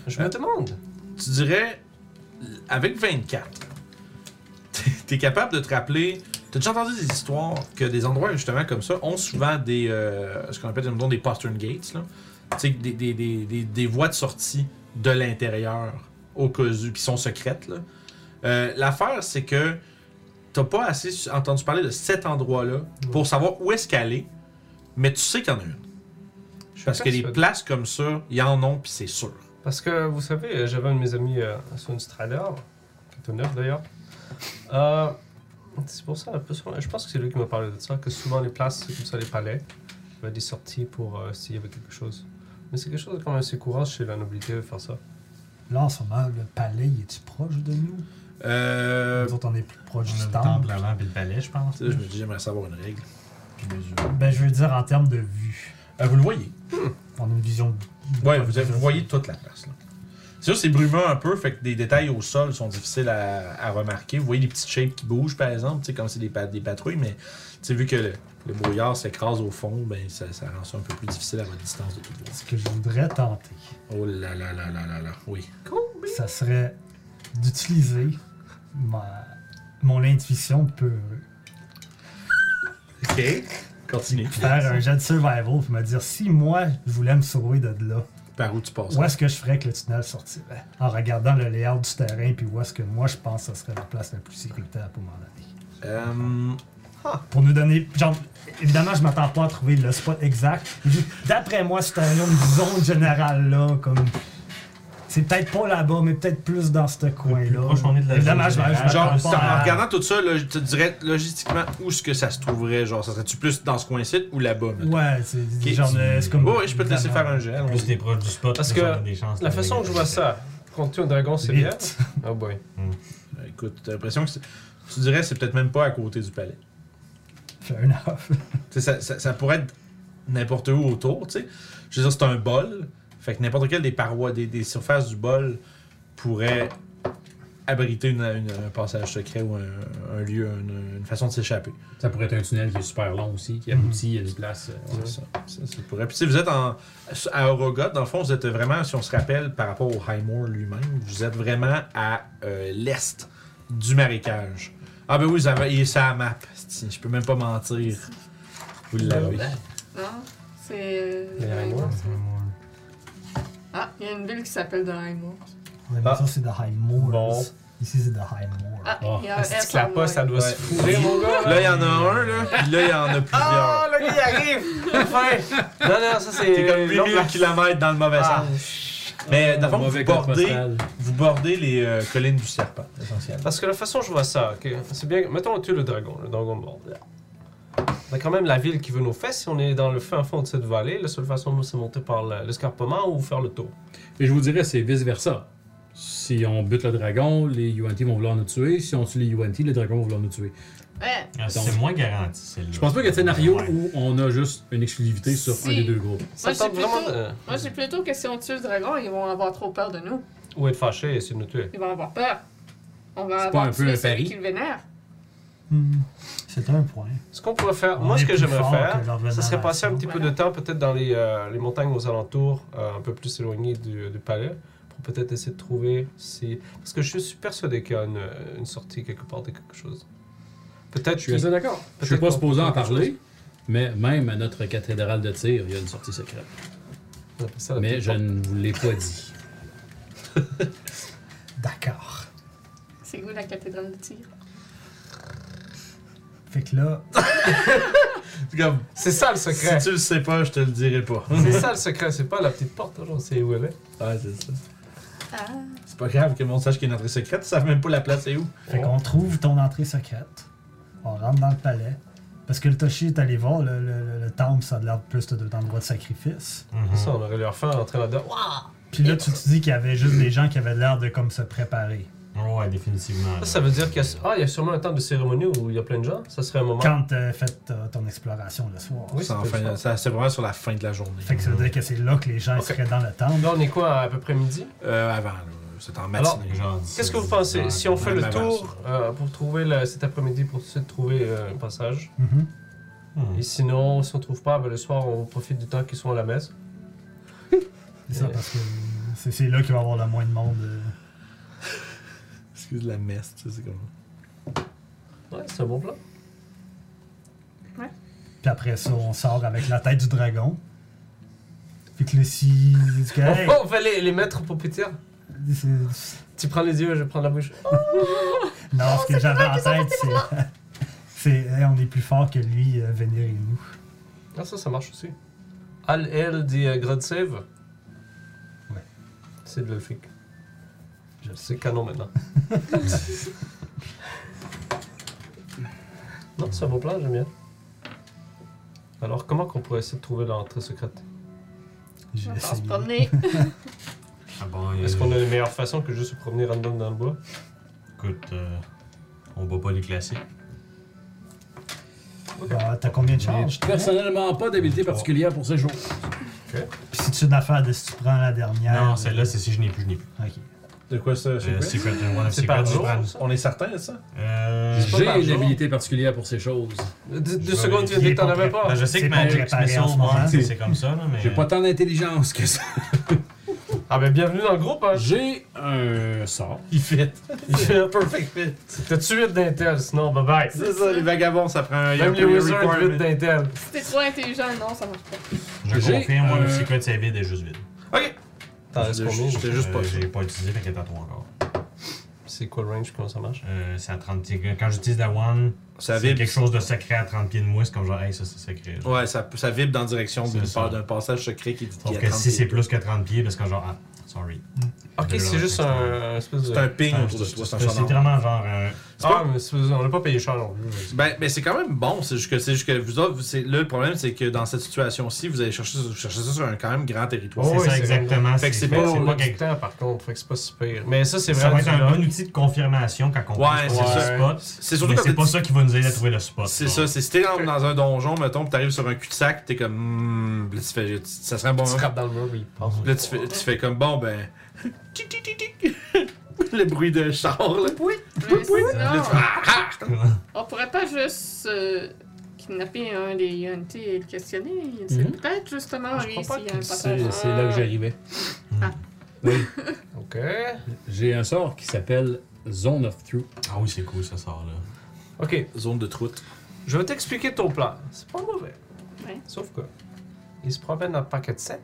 S2: Je me demande.
S1: Tu dirais, avec 24, t'es- t'es capable de te rappeler. T'as déjà entendu des histoires que des endroits justement comme ça ont souvent des. euh, ce qu'on appelle disons, des postern gates, là. Tu sais, des, des, des, des, des voies de sortie de l'intérieur, au cas où, qui sont secrètes, là. Euh, L'affaire, c'est que t'as pas assez su- entendu parler de cet endroit-là pour savoir où est-ce qu'elle est, mais tu sais qu'il y en a une. Parce que les
S2: persuadé.
S1: places comme ça, il y en a, puis c'est sûr.
S2: Parce que vous savez, euh, j'avais un de mes amis euh, sur une Strador, qui est au neuf d'ailleurs. Euh, c'est pour ça, un peu sur- je pense que c'est lui qui m'a parlé de ça, que souvent les places, c'est comme ça, les palais, il y avait des sorties pour euh, s'il y avait quelque chose. Mais c'est quelque chose de quand même assez courant chez la nobilité de faire ça.
S7: Là, en ce moment, le palais, il est-tu proche de nous?
S1: Euh,
S7: Nous autres, on est plus proche
S4: On a
S7: du
S4: le
S7: temple.
S4: temple avant puis le palais, je pense.
S1: Ça, je me dis, j'aimerais savoir une règle.
S7: Ben, je veux dire en termes de vue.
S1: Euh, vous le voyez.
S7: On a une vision.
S1: Ouais, vous, vous voyez toute la place. là. C'est sûr, c'est brumeux un peu, fait que des détails au sol sont difficiles à, à remarquer. Vous voyez les petites shapes qui bougent, par exemple, tu sais, comme c'est des, pa- des patrouilles, mais tu sais, vu que le, le brouillard s'écrase au fond, ben ça, ça rend ça un peu plus difficile à votre distance de tout voir.
S7: Ce que je voudrais tenter,
S1: Oh là là là là là là, oui.
S7: ça serait d'utiliser ma... mon intuition peureuse.
S1: Ok, continue.
S7: Faire un jet de survival pour me dire si moi, je voulais me sauver de là,
S1: Par où tu passes?
S7: Où est-ce que je ferais que le tunnel sortirait? En regardant le layout du terrain, puis où est-ce que moi je pense que ce serait la place la plus sécuritaire pour m'en aller.
S1: Euh,
S7: Pour nous donner. Genre, évidemment, je m'attends pas à trouver le spot exact. mais juste, D'après moi, c'est un une zone générale là, comme. C'est peut-être pas là-bas, mais peut-être plus dans ce coin-là.
S4: proche on est de la
S7: Évidemment,
S4: zone
S7: je m'attends
S4: générale.
S1: Genre,
S7: pas
S1: en
S7: à-
S1: regardant tout ça, là, je te dirais logistiquement où est-ce que ça se trouverait. Genre, ça serait-tu plus dans ce coin-ci ou là-bas? mettons?
S7: Ouais, c'est
S1: Ok.
S7: genre de- c'est comme.
S1: Ouais, ouais, je peux te laisser faire un gel.
S4: Plus t'es proche du spot,
S2: Parce
S4: plus
S2: que
S4: on a des chances
S2: La
S4: de
S2: façon que je vois ça, quand tu es un dragon, c'est bien.
S7: Vite.
S2: Oh boy.
S1: Écoute, t'as l'impression que c'est- tu dirais que c'est peut-être même pas à côté du palais.
S7: Fair enough.
S1: Tu sais, ça, ça, ça pourrait être n'importe où autour, tu sais. Je veux dire, c'est un bol. Fait que n'importe quelle des parois, des, des surfaces du bol pourrait abriter une- une- un passage secret ou un, un lieu, une, une façon de s'échapper.
S5: Ça pourrait être un tunnel qui est super long aussi,
S1: Hmm.
S5: qui aboutit à une place. euh, ouais.
S1: C'est ça. Ça, ça pourrait. Puis, tu sais, vous êtes en, à Orogoth, dans le fond, vous êtes vraiment, si on se rappelle, par rapport au Highmore lui-même, vous êtes vraiment à euh, l'est du marécage. Ah, ben oui, ça va- il est sur la map. sti, Je peux même pas mentir. Vous l'avez.
S3: Non, c'est. euh,
S2: Les Highmore.
S3: Ah, il y a une ville qui s'appelle de Highmore.
S7: Ouais, mais
S1: Ah.
S7: ça, c'est de High Moors.
S2: Bon.
S7: Ici, c'est de High Moor.
S3: Ah,
S5: Oh,
S3: il y a un
S2: Si
S3: S
S2: tu la
S3: en
S2: pas, ça
S3: moins.
S2: doit se fourrer, mon gars.
S1: Là, il y en a un, là, puis là, il y en a plusieurs.
S2: Ah, le gars, il arrive! Enfin! Non, non, ça, c'est.
S1: T'es comme 8000 km dans le mauvais
S2: Ah.
S1: sens. Mais Euh, dans le fond, vous
S5: Mauvais code
S1: bordez,
S5: postal.
S1: vous bordez les euh, collines du serpent, essentiellement.
S2: Parce que la façon dont je vois ça, ok, c'est bien. Mettons, on tue le dragon, le dragon mort. là. On a quand même la ville qui veut nos fesses. Si on est dans le fin fond de cette vallée, la seule façon, c'est monter par le- l'escarpement ou faire le tour.
S5: Et je vous dirais, c'est vice-versa. Si on bute le dragon, les UNT vont vouloir nous tuer. Si on tue les UNT, les dragons vont vouloir nous tuer.
S3: Ouais.
S4: Ah,
S5: Donc-
S4: c'est moins garanti, celle-là.
S5: Je pense pas qu'il y a de scénario
S4: Ouais.
S5: où on a juste une exclusivité sur un
S3: Si.
S5: des deux groupes.
S2: Ça
S3: Moi,
S2: tente
S3: c'est
S2: vraiment
S3: plutôt-
S2: de-
S3: Moi, j'ai plutôt que si on tue le dragon, ils vont avoir trop peur de nous.
S2: Ou être fâché et essayer de nous tuer.
S3: Ils vont avoir peur. On va
S5: C'est
S3: avoir
S5: pas un peu
S3: tué
S5: un
S3: celui
S5: pari?
S3: qui le vénère.
S7: Hmm. C'est un point.
S2: Ce qu'on pourrait faire,
S7: On
S2: moi, ce
S7: est
S2: que
S7: plus
S2: j'aimerais
S7: fort
S2: faire,
S7: que leur
S2: ça serait passer un
S7: vénération.
S2: petit peu
S3: Voilà.
S2: de temps, peut-être dans les, euh, les montagnes aux alentours, euh, un peu plus éloignées du, du palais, pour peut-être essayer de trouver si. Parce que je suis persuadé qu'il y a une, euh, une sortie quelque part de quelque chose. Peut-être
S5: Je suis
S2: qu'il-
S5: assez d'accord. Je suis
S2: Peut-être
S5: pas
S2: qu'on
S5: supposé en
S2: peut faire
S5: parler, mais même à notre cathédrale de tir, il y a une sortie secrète.
S2: on appelle ça la
S5: Mais
S2: petite
S5: je
S2: porte.
S5: ne vous l'ai pas dit.
S7: D'accord.
S3: C'est où la cathédrale de tir?
S7: Fait que là,
S1: C'est comme,
S2: C'est ça le
S1: si
S2: secret.
S1: tu le sais pas, je te le dirai pas.
S2: C'est ça le secret, c'est pas la petite porte, genre, c'est où elle est.
S1: Ouais, c'est ça.
S3: Ah.
S1: C'est pas grave que le monde sache qu'il y a une entrée secrète, ils savent même pas la place et où.
S7: fait qu'on trouve ton entrée secrète. On rentre dans le palais. Parce que le Toshi est allé voir, le, le- le- le temple, ça a l'air plus de- d'un endroit de sacrifice.
S4: Mhm.
S2: Ça, on aurait leur faire entrer là-dedans. Ouah!
S7: Puis là, tu te dis qu'il y avait juste des gens qui avaient l'air de comme se préparer.
S4: Ouais, définitivement.
S2: Ça, ça veut dire qu'il y, a... ah, il y a sûrement un temps de cérémonie où il y a plein de gens. Ça serait un moment.
S7: Quand t'as fait euh, ton exploration le soir.
S2: Oui,
S1: c'est en
S2: c'est
S1: fin-
S2: ça.
S1: ça- c'est vraiment sur la fin de la journée.
S7: Fait que ça veut dire que c'est là que les gens
S2: Ok.
S7: seraient dans le temple.
S2: Là, on est quoi, à peu près midi
S1: Euh, avant, là, c'est en matinée.
S2: Qu'est-ce que vous pensez Si on fait le
S1: même avant
S2: tour euh, pour trouver la- cet après-midi, pour essayer de trouver euh, un passage.
S7: Mhm.
S2: Et sinon, si on trouve pas, ben, le soir, on profite du temps qu'ils sont à la messe.
S7: C'est ça,
S2: Ouais.
S7: parce que c'est- c'est là qu'il va y avoir le moins de monde. euh.
S1: Excuse la messe, tu sais, c'est comme.
S2: Ouais, c'est un bon plan.
S7: Puis après ça, on sort avec la tête du dragon. Fait que là, si. que, hey,
S2: on va les, les mettre pour Peter.
S7: c'est-
S2: Tu prends les yeux, je prends la bouche.
S7: Non, ce que j'avais en tête, c'est. C'est. hey, on est plus fort que lui, euh, vénérez-nous.
S2: Ah, ça, ça marche aussi. Al El dit euh, Grad Save.
S7: Ouais.
S2: C'est de l'elfique.
S7: Je le sais.
S2: C'est canon maintenant. non, c'est un bon plan, j'aime bien. Alors, comment qu'on pourrait essayer de trouver l'entrée secrète
S7: J'ai
S3: On va se
S7: essayé.
S3: promener.
S4: Ah bon, euh,
S2: Est-ce qu'on a une meilleure façon que juste se promener random dans le bois
S4: Écoute, euh, on bat pas les classiques.
S7: Bah, T'as combien de
S5: J'ai
S7: charges?
S5: personnellement pas d'habilité particulière pour ces jours.
S7: Puis si tu as une affaire de si tu prends la dernière. euh,
S4: non, celle-là, c'est si je n'ai plus, je n'ai plus.
S7: Ok.
S1: De quoi ça c'est
S4: Euh,
S1: quoi?
S4: secret, euh, one of
S2: Ah. C'est
S4: secret,
S2: par
S4: je
S2: jour,
S4: prends.
S2: ça?
S1: On est certain de ça?
S4: Euh,
S2: C'est pas
S5: J'ai
S2: par
S5: une
S2: jour.
S5: habilité particulière pour ces choses.
S2: Deux, deux
S4: Je vais
S2: secondes, tu as
S7: vérifier
S2: dit que t'en
S7: pour
S2: avais
S7: pré-
S2: pas.
S4: ben, je sais
S7: C'est
S4: que ma
S7: pas préparé en
S4: expression
S7: ce moment.
S4: manque, c'est c'est comme ça, là, mais.
S5: J'ai pas tant d'intelligence que ça.
S2: Ah, ben bienvenue dans le groupe, hein
S5: J'ai un sort.
S1: Il fit.
S2: Il fait un perfect.
S1: Perfect fit.
S2: T'as tué d'intel, sinon, bye bye.
S1: C'est ça, les vagabonds, ça prend un.
S2: Même les wizards, 8 d'intel.
S3: si t'es trop intelligent, non, ça marche pas.
S4: Je
S5: J'ai,
S4: confirme, moi, le
S5: euh,
S4: secret, c'est vide est juste vide.
S2: Ok. T'en restes combien
S1: J'étais juste
S4: Euh,
S1: pas sûr.
S4: J'ai pas utilisé, fait qu'elle est à 3 encore.
S2: C'est quoi le range Comment ça marche
S4: Euh, c'est à 30 pieds. Quand j'utilise la one,
S1: Ça
S4: c'est
S1: vibre.
S4: quelque chose de secret à 30 pieds de moi, c'est comme genre, hey, ça, c'est secret. genre.
S1: Ouais, ça, ça vibre dans la direction d'une
S4: C'est ça.
S1: part d'un passage secret qui dit qu'il y
S4: Sauf
S1: a
S4: que
S1: 30
S4: si c'est
S1: pieds.
S4: plus que 30 pieds, parce que genre, ah, sorry.
S2: Ok,
S4: Deux
S2: c'est juste
S4: ranges,
S2: un un espèce
S1: Ah,
S2: de.
S1: C'est un ping
S4: Enfin,
S1: autour de
S4: c'est-
S1: toi, c'est un
S4: c'est
S1: sonore.
S4: vraiment genre euh, un.
S2: Ah, mais c'est- on l'a pas payé cher non plus.
S1: Ben, ben, c'est quand même bon, c'est juste que, c'est juste que vous autres, vous- c'est- là, le problème, c'est que dans cette situation-ci, vous allez chercher, vous cherchez ça sur un quand même grand territoire.
S2: Oh,
S4: c'est
S2: oui,
S4: ça
S2: c'est
S4: exactement.
S1: Fait que c'est
S4: fait,
S1: pas-
S2: C'est
S1: Oh,
S2: pas
S1: là,
S2: du
S4: quelque-
S2: temps par contre, fait que c'est pas super. Mais ça, c'est
S4: Ça
S2: vraiment.
S4: va
S2: du
S4: être un
S2: luck.
S4: bon outil de confirmation quand on
S1: Ouais,
S4: pense
S1: c'est
S4: trouver
S1: ça.
S4: le spot.
S1: C'est surtout
S4: mais
S1: quand
S4: c'est
S1: t'as
S4: pas
S1: dit-
S4: ça qui va nous aider à trouver le spot.
S1: C'est
S4: genre.
S1: ça, c'est si t'es dans, dans un donjon, mettons, pis t'arrives sur un cul-de-sac, pis t'es comme. Hmm, pis là, tu fais. tu- Ça serait un bon
S2: Tu
S1: moment.
S2: frappes dans le mur, puis il passe.
S1: Là, tu fais, tu fais comme bon, ben. tic, tic, tic, tic. le bruit de char, là. Oui.
S3: Mais
S1: Là, tu fais,
S3: sinon,
S1: ah, ah.
S3: on pourrait pas juste euh, kidnapper un des UNT et le questionner. C'est
S5: Mhm.
S3: peut-être justement
S2: Ah, je
S3: lui
S2: crois
S3: s'il
S2: pas
S3: y a un
S5: C'est
S3: passage.
S5: c'est là que j'arrivais.
S2: Ok.
S5: J'ai un sort qui s'appelle Zone of Truth.
S4: Ah oui, c'est cool ce sort-là.
S2: Ok,
S1: Zone de troute.
S2: je vais t'expliquer ton plan. C'est pas mauvais.
S3: Ouais.
S2: Sauf que. Il se promène dans le paquet de 7.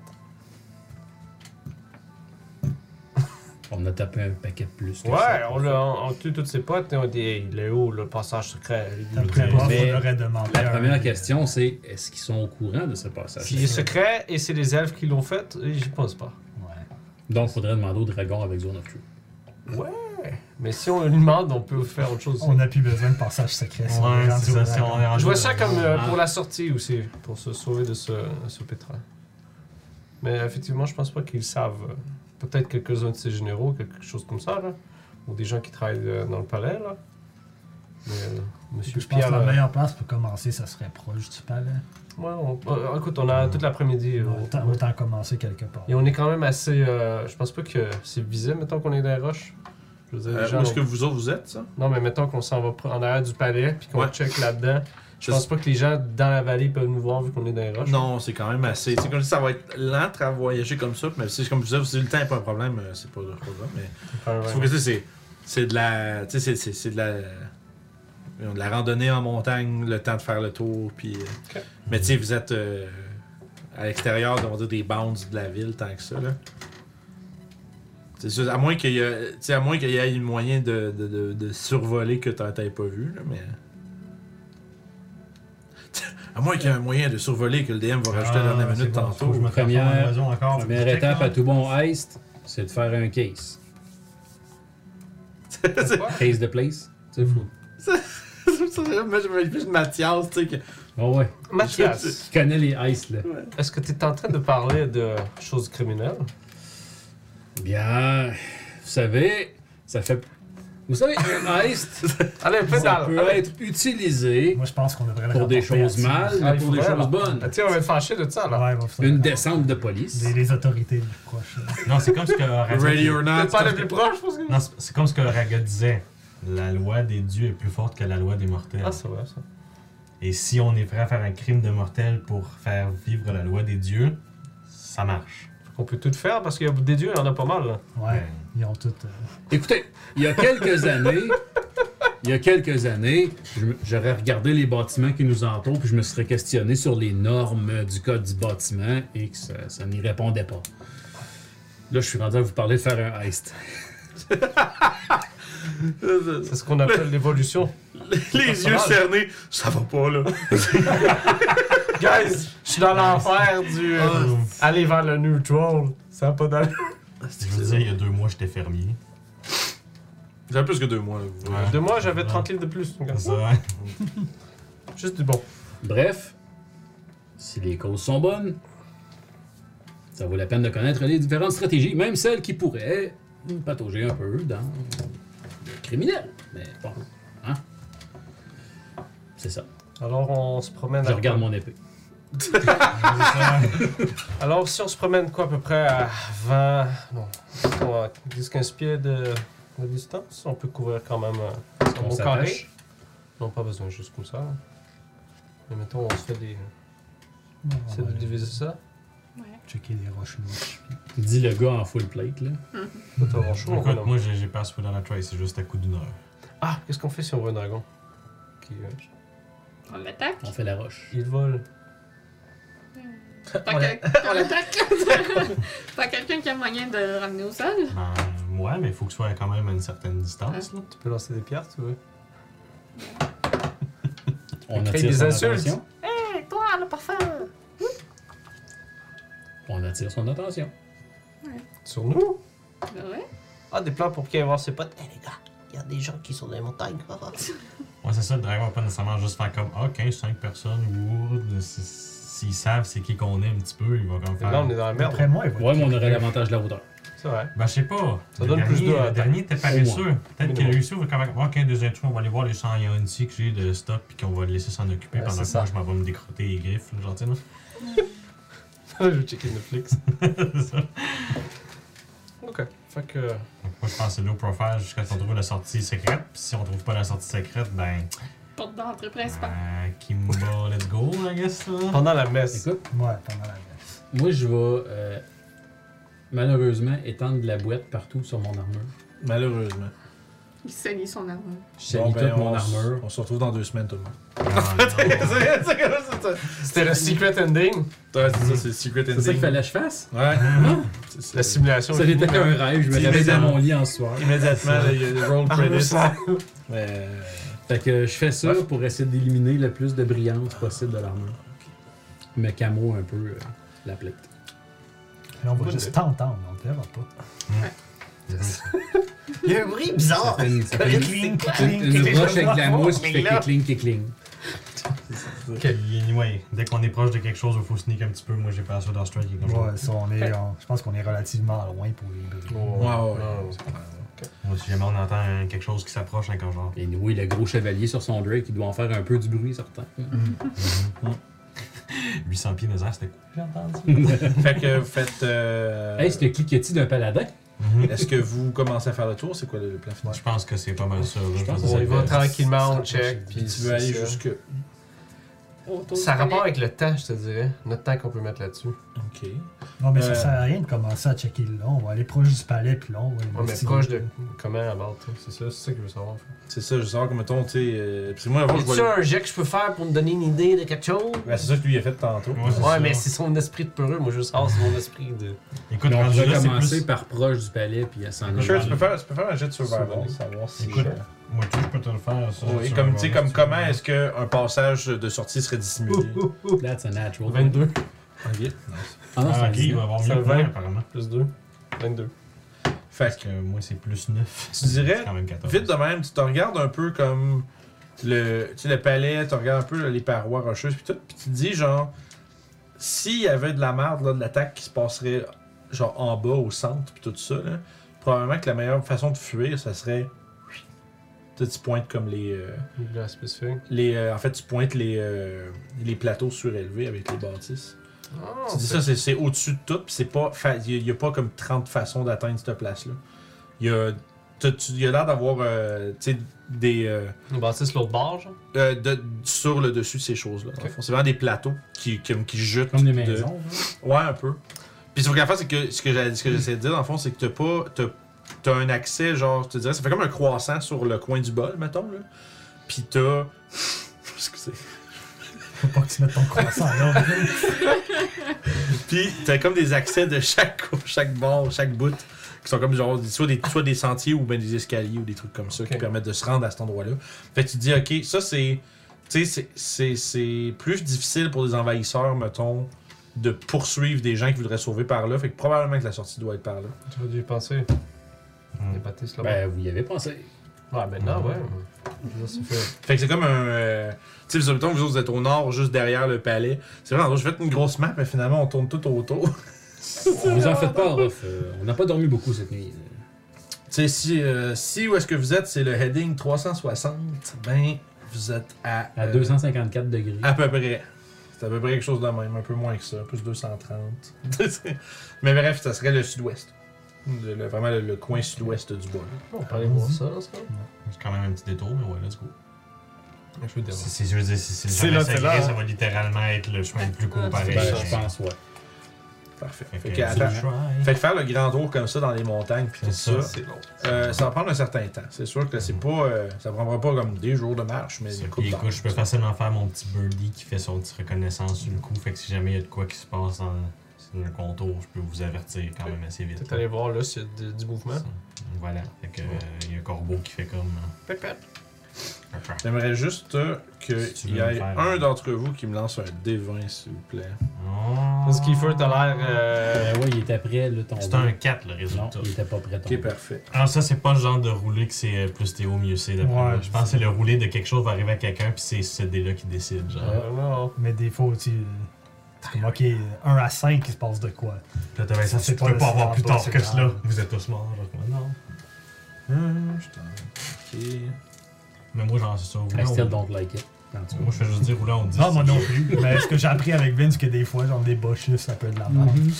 S5: On a tapé un paquet de plus. que
S2: Ouais,
S5: ça.
S2: on l'a on, on tue tous ses potes et on dit hey, il est où le passage secret Il est
S7: Après avoir,
S5: mais
S7: on aurait demandé.
S5: La
S7: un-
S5: première question, c'est est-ce qu'ils sont au courant de ce passage
S2: S'il est secret et c'est les elfes qui l'ont fait, et j'y pense pas.
S7: Ouais.
S5: Donc, il faudrait demander au dragon avec Zone of Truth.
S2: Mais si on lui demande, on peut faire autre chose.
S7: On n'a plus besoin de passage secret. si on est
S4: Ouais,
S7: rendu
S4: c'est
S7: au hein.
S4: ça, si
S7: dragon.
S4: on est rendu
S2: Je vois
S4: au
S2: ça
S4: dragon.
S2: comme euh,
S5: Ah.
S2: pour la sortie aussi, pour se sauver de ce, ce pétrin. Mais effectivement, je pense pas qu'ils savent. Peut-être quelques-uns de ces généraux, quelque chose comme ça, là. Ou des gens qui travaillent euh, dans le palais, là. Mais euh,
S7: Puis
S2: Monsieur
S7: Je pense que
S2: Pierre.
S7: la
S2: euh,
S7: meilleure place pour commencer, ça serait proche du palais.
S2: ouais, on- euh, écoute, on a toute l'après-midi. euh,
S7: Autant, autant commencer quelque part.
S2: Et on est quand même assez. euh, je pense pas que c'est visé, mettons qu'on est dans les roches. Je veux dire, les
S1: Euh,
S2: gens
S1: où est-ce que
S2: ont-
S1: vous autres vous êtes, ça?
S2: Non, mais mettons qu'on s'en va pr- en arrière du palais, puis qu'on
S1: Ouais.
S2: check là-dedans. Je
S1: Ça,
S2: pense pas que les gens dans la vallée peuvent nous voir vu qu'on est dans les roches.
S1: Non, c'est quand même assez. C'est comme si ça va être lent à voyager comme ça, mais c'est comme je disais, si le temps n'est pas un problème, euh, c'est pas, c'est pas grave. Mais
S2: Enfin, ouais.
S1: faut que tu sais, c'est c'est de la, tu sais, c'est- c'est- c'est de la, euh, de la randonnée en montagne, le temps de faire le tour, puis. euh,
S2: Ok.
S1: Mais tu sais, vous êtes euh, à l'extérieur, on va dire des bounds de la ville, tant que ça là. C'est sûr, à moins qu'il y ait, tu sais, à moins qu'il y ait une moyen de, de, de, de survoler que t'en- t'avais pas vu, là, mais. À moins qu'il y ait un moyen de survoler que le DM va rajouter à la dernière
S7: Ah,
S1: minute
S7: c'est bon, faut
S1: tantôt.
S7: que je me
S5: Première-
S7: transforme en oiseau encore.
S5: Première
S7: Check,
S5: étape
S7: hein.
S5: à tout bon heist, c'est de faire un case.
S1: C'est-
S5: Case de place. C'est fou.
S1: Moi, je m'imagine Mathias, tu sais, que-
S5: Oh ouais.
S2: Mathias,
S5: Tu connais les heists, là.
S2: est-ce que tu es en train de parler de choses criminelles
S5: Bien. Vous savez, ça fait. Vous savez, un heist,
S2: Allez, fais
S5: ça
S2: dans
S5: peut être utilisé
S7: Moi, je pense qu'on devrait le
S5: pour des
S7: rapporter à
S5: choses
S7: Tim.
S5: mal, mais pour des choses bonnes.
S2: Ah, Tiens, on va être fâché de ça, là.
S7: Ouais, bon, ça,
S5: Une
S7: ouais.
S5: descente de police.
S7: Les, les autorités les plus proches. là.
S4: Non, c'est comme ce que Raga,
S1: Ready or not.
S5: Ah,
S2: T'es pas le plus proche, parce que.
S4: Non, c'est- c'est comme ce que Raga disait. La loi des dieux est plus forte que la loi des mortels.
S2: Ah, c'est vrai, ça.
S4: Et si on est prêt à faire un crime de mortel pour faire vivre la loi des dieux, ça marche.
S2: On peut tout faire parce qu'il y a des dieux, il y en a pas mal, là.
S7: Ouais, ils ont toutes. euh,
S5: Écoutez, il y a quelques années, il y a quelques années, je me- j'aurais regardé les bâtiments qui nous entourent, puis je me serais questionné sur les normes du code du bâtiment et que ça, ça n'y répondait pas. Là, je suis rendu à vous parler de faire un heist.
S2: C'est ce qu'on appelle l'évolution.
S1: Les yeux cernés, ça va pas là.
S2: Guys, je suis dans l'enfer du. euh, Aller vers le neutral. Ça n'a pas d'allure.
S4: Je veux dire, il y a deux mois, j'étais fermier.
S1: Vous avez plus que deux mois là. vous.
S4: Ouais.
S2: De moi, j'avais 30 livres de plus. mon gars.
S4: Ça,
S2: Juste du bon.
S5: Bref, si les causes sont bonnes, ça vaut la peine de connaître les différentes stratégies, même celles qui pourraient patauger un peu dans le criminel. Mais bon, hein? C'est ça.
S2: Alors, on se promène.
S5: Je
S2: à-
S5: regarde mon épée.
S2: Alors, si on se promène quoi, à peu près à 20, non, mettons à 10-15 pieds de, de distance, on peut couvrir quand même euh,
S5: On
S2: un bon
S5: s'attache.
S2: carré. Non, pas besoin, juste comme ça. là. Mais mettons, on se fait des.
S7: on
S2: C'est
S7: va
S2: de
S7: aller
S2: diviser ça.
S7: Checker les roches louches.
S5: Dit le gars en full plate, là.
S2: Toi, t'as un chaud, mon
S4: Écoute,
S2: bonhomme.
S4: moi, j'ai j'ai pas à se foutre dans la trace, c'est juste à coup d'une heure.
S2: Ah, qu'est-ce qu'on fait si on voit un dragon qui, euh,
S3: On l'attaque.
S5: On fait la roche.
S2: Il vole.
S3: Pas que- On l'attaque. Pas quelqu'un qui a moyen de le ramener au sol.
S4: Ben, ouais, mais il faut que ce soit quand même à une certaine distance. là.
S2: Tu peux lancer des pierres, si tu veux.
S5: On
S2: crée
S5: attire
S2: des
S5: son
S2: insultes.
S5: attention.
S3: Toi, le parfum.
S5: On attire son attention.
S2: Sur nous
S3: Ben Ouais.
S2: Ah, des plans pour qu'il aille voir ses potes.
S6: Eh, les gars, il y a des gens qui sont dans les montagnes.
S4: Ouais, c'est ça, le driver va pas nécessairement juste faire comme Ah, 15, 5 personnes, ou si- S'ils savent c'est qui qu'on est un petit peu, ils vont comme
S2: Et là,
S4: faire.
S2: on est dans la merde.
S7: Après moi, ils vont.
S5: Ouais, mais on aurait l'avantage de la hauteur.
S2: C'est vrai.
S4: Ben, je sais pas.
S2: Ça
S4: Le
S2: donne plus
S4: dernier-
S2: de-
S4: Le dernier était
S5: Au
S4: paresseux. Peut-être que
S2: Minimum.
S4: réussi, on va quand même. Ok, deux intrus, on va aller voir les 100 yens ici que j'ai de stock, puis qu'on va le laisser s'en occuper
S2: Ouais,
S4: pendant
S2: c'est
S4: que moi,
S2: ça.
S4: je m'en vais me décrotter les griffes, là, gentiment.
S2: je vais checker Netflix.
S4: C'est ça.
S2: Ok. Fait que. euh,
S4: Donc, moi, je pense que c'est low profile jusqu'à ce qu'on trouve la sortie secrète. Puis si on trouve pas la sortie secrète, ben.
S3: Porte d'entrée principale.
S4: Euh, Kimba, let's go, I guess. là.
S2: Pendant la messe.
S5: Écoute,
S7: Ouais, pendant la messe.
S5: moi, je vais euh, malheureusement étendre de la boîte partout sur mon armure.
S1: Malheureusement.
S3: Il saignait son armure.
S5: Je salis toute
S1: ben,
S5: mon
S1: on s-
S5: armure.
S1: On se retrouve dans deux semaines tout le monde.
S4: Ah,
S1: c'est c'est- c'est-
S2: C'était le secret ending.
S1: c'est- c'est ça, c'est le secret ending.
S5: C'est ça qu'il fallait que je fasse?
S1: Ouais. C'est-
S2: La
S1: c'est-
S2: simulation.
S5: Ça
S2: est finie.
S5: n'était qu'un rêve, je me
S1: C'est
S5: réveille dans
S1: évident.
S5: mon lit en soir.
S1: Immédiatement, là, il y a le
S2: Ah,
S1: roll credits. Mais.
S5: Fait que je fais ça pour essayer d'éliminer le plus de brillance possible de l'armure. Me camo un peu euh, la plaque.
S7: Là, on va juste t'entendre, on te verra pas.
S6: Il y a un bruit bizarre.
S5: Ça
S7: Ah,
S5: fait une- ça fait une-
S7: Cling,
S5: une-
S7: cling,
S5: une
S7: cling.
S5: roche avec de la mousse qui fait
S6: Cling, là.
S5: kikling, kikling.
S4: Anyway, dès qu'on est proche de quelque chose, il faut sneak un petit peu. Moi, j'ai pas ça dans Strike. et comme ça.
S7: Ouais, ça, on est, on- je pense qu'on est relativement loin pour les bruits.
S1: Ouais, ouais, ouais.
S4: Moi, si jamais on entend euh, quelque chose qui s'approche, hein, comme genre.
S5: Et oui, le gros chevalier sur son Drake, il doit en faire un peu du bruit, certain.
S4: 800 pieds dans les airs, c'était quoi J'ai entendu.
S1: Fait que vous faites. euh,
S5: Hey, c'est le cliquetis d'un paladin.
S1: Est-ce que vous commencez à faire le tour? C'est quoi le plan final?
S4: Je pense que c'est pas mal ça. là. Je pense
S5: pense que
S4: que
S2: On y
S4: c'est-
S2: va tranquillement, on check.
S1: Puis
S2: Puis
S1: tu veux aller
S2: c'est ça.
S1: jusque.
S3: autour
S2: Ça a
S3: du
S2: rapport
S3: palais.
S2: avec le temps, je te dirais. Notre temps qu'on peut mettre là-dessus.
S1: Ok.
S7: Non, mais
S1: Euh,
S7: ça sert à rien de commencer à checker là. On va aller proche du palais, puis là, on va aller
S2: On est
S7: investiguer.
S2: proche de comment avant tout. C'est ça, c'est ça que je veux savoir.
S1: C'est ça, je veux savoir comment mettons, tu sais. euh, Parce que moi, avant, je
S6: Y
S1: vois.
S6: a un jet que je peux faire pour me donner une idée de quelque chose?
S1: Ben, c'est ça que lui a fait tantôt.
S4: Ouais, c'est
S2: Ouais,
S4: ça.
S2: mais c'est son esprit de peureux. Moi, je veux savoir, c'est mon esprit de.
S4: euh, Écoute,
S5: on
S4: rendu
S5: va
S4: là, c'est
S5: commencer
S4: plus.
S5: par proche du palais, puis à s'en
S1: Je
S5: aller.
S1: suis sûr, tu, peux faire, tu peux faire un jet de survival,
S2: Survival.
S1: savoir si.
S4: Écoute, Moi, tu je peux te le faire. ça,
S1: Oui,
S4: sur
S1: comme
S4: un
S1: tu sais,
S4: bon
S1: comme
S4: petit-
S1: comment est-ce qu'un passage de sortie serait dissimulé?
S5: That's a natural.
S2: 22
S1: Ok.
S5: Ah non, c'est
S4: Ah,
S5: un
S4: ok, il
S5: dix-neuf.
S4: va avoir mieux
S2: Ça
S4: que moi,
S2: va.
S4: apparemment.
S2: plus 2. 22.
S1: Fait
S4: Parce que moi, c'est plus 9.
S1: Tu dirais,
S4: C'est quand même
S1: que,
S4: 14.
S1: vite de même, tu te regardes un peu comme le, tu sais, le palais, tu regardes un peu les parois rocheuses, puis tout, puis tu te dis, genre, s'il y avait de la merde, là, de l'attaque qui se passerait, genre, en bas, au centre, puis tout ça, là, probablement que la meilleure façon de fuir, ça serait. Tu sais, tu pointes comme les. euh,
S2: Là, spécifique.
S1: les euh, en fait, tu pointes les, euh, les plateaux surélevés avec les bâtisses.
S2: Ah,
S1: Tu dis ça, c'est- c'est au-dessus de tout, puis c'est pas. Il n'y a, pas comme 30 façons d'atteindre cette place-là. Il y a. t'as- tu- y a l'air d'avoir euh, tu sais, des. euh,
S2: On bâtisse l'autre barre, genre.
S1: euh, de- sur le dessus de ces choses-là. dans le
S2: Ok.
S1: fond. C'est vraiment des plateaux qui, qui, qui jutent.
S5: Comme des
S1: de-
S5: maisons. là.
S1: Ouais, un peu. Puis sauf que la fin, c'est que ce que j'allais- ce que j'essaie de dire, dans le fond, c'est que t'as pas. T'as, t'as un accès, genre, je te dirais, ça fait comme un croissant sur le coin du bol, mettons, là. Puis t'as. Excusez.
S7: Faut pas que tu mettes ton croissant là.
S1: Puis t'as comme des accès de chaque, chaque bord, chaque bout, qui sont comme genre soit des, soit des sentiers ou ben des escaliers ou des trucs comme ça qui
S2: Ok.
S1: permettent de se rendre à cet endroit-là. Fait que tu te dis, ok, ça c'est. Tu sais, c'est- c'est- c'est plus difficile pour des envahisseurs, mettons, de poursuivre des gens qui voudraient sauver par là. Fait que probablement que la sortie doit être par là.
S2: J'aurais dû y penser.
S4: Hmm.
S2: On bâtisse l'autre
S5: Ben, vous y avez pensé.
S2: barre. Ouais, maintenant, Ben, ouais. Je veux dire, c'est fait.
S1: Fait que c'est comme un. euh, tu sais, mettons, vous autres, vous êtes au nord, juste derrière le palais. C'est vrai, en gros, je fais une grosse map, mais finalement, on tourne tout autour.
S5: On vous en fait pas, Ruff. Euh, on n'a pas dormi beaucoup cette nuit.
S1: Tu sais, si, euh, si où est-ce que vous êtes, c'est le heading 360, ben, vous êtes à.
S5: À
S1: euh,
S5: 254 degrés.
S4: Ah,
S1: À peu près. C'est à peu près quelque chose de même, un peu moins que ça, plus 230. Mais bref, ça serait le sud-ouest. Le- le- vraiment le, le coin sud-ouest du bol.
S2: On peut aller voir ça, dans ce cas.
S4: C'est quand même un petit détour, mais ouais, let's go.
S2: Je veux dire.
S4: C'est- C'est je veux dire, si- si
S2: C'est
S4: jamais
S2: là,
S4: ça
S2: c'est là,
S4: irait,
S2: hein.
S4: Ça va littéralement être le chemin le plus court par
S5: Ben,
S4: échelle.
S5: je pense, ouais.
S1: Parfait.
S4: Fait
S1: Fait
S4: que
S1: que,
S4: c'est le
S1: attends,
S4: try.
S1: fait que faire le grand tour comme ça dans les montagnes puis tout
S4: C'est
S1: ça,
S4: ça. Mm.
S2: C'est long.
S1: euh, ça va prendre un certain temps. C'est sûr que c'est pas, euh, ça prendra pas comme des jours de marche, mais
S4: C'est-
S1: une
S4: puis
S1: couple
S4: écoute,
S1: d'heures.
S4: je peux facilement faire mon petit birdie qui fait son petit reconnaissance sur le coup. Fait que si jamais il y a de quoi qui se passe dans, sur le contour, je peux vous avertir quand même assez vite.
S2: Peut-être aller voir là s'il y a de- du mouvement.
S4: Voilà. Fait que euh, il y a un corbeau qui fait comme.
S2: Pépette.
S4: euh, un crack.
S1: J'aimerais juste euh,
S4: Si tu
S1: qu'il
S4: veux
S1: y ait
S4: me faire,
S1: un
S4: euh,
S1: d'entre vous qui me lance un D20, s'il vous plaît.
S4: Oh.
S2: Ah. Parce qu'il faut, t'as l'air. euh,
S5: Ben ouais, il était prêt, le ton.
S4: C'est un 4 le
S5: Non,
S4: résultat.
S5: il était pas prêt. ton
S1: Ok, parfait.
S4: Alors ça, c'est pas le genre de roulé que c'est euh, plus t'es haut, mieux c'est. d'après
S7: Ouais,
S4: moi.
S7: je
S4: je pense que c'est le roulé de quelque chose va arriver à quelqu'un, puis c'est ce dé-là qui décide. Genre.
S5: Ouais.
S2: non.
S7: Mais des fois, tu. c'est Comme, ok, 1 à 5, il se passe de quoi?
S4: Puis là, t'as Vincent,
S7: C'est
S4: tu
S7: pas
S4: peux
S7: le
S4: pas avoir
S7: sort,
S4: plus
S7: pas
S4: tard
S7: c'est
S4: que
S7: grave.
S4: cela. Vous êtes tous morts. Genre, moi, non.
S1: Hum, je t'en- Ok.
S4: Mais moi, genre, c'est ça.
S5: I
S4: roulant
S5: Ben, still
S4: au-
S5: don't like it. En tout cas.
S4: Moi, je fais juste dire roulant au 10.
S7: Non, moi non plus. Mais ce que j'ai appris avec Vince, que des fois, genre des bas chiffres, ça peut être de la merde.
S5: Mhm.
S4: Mm-hmm.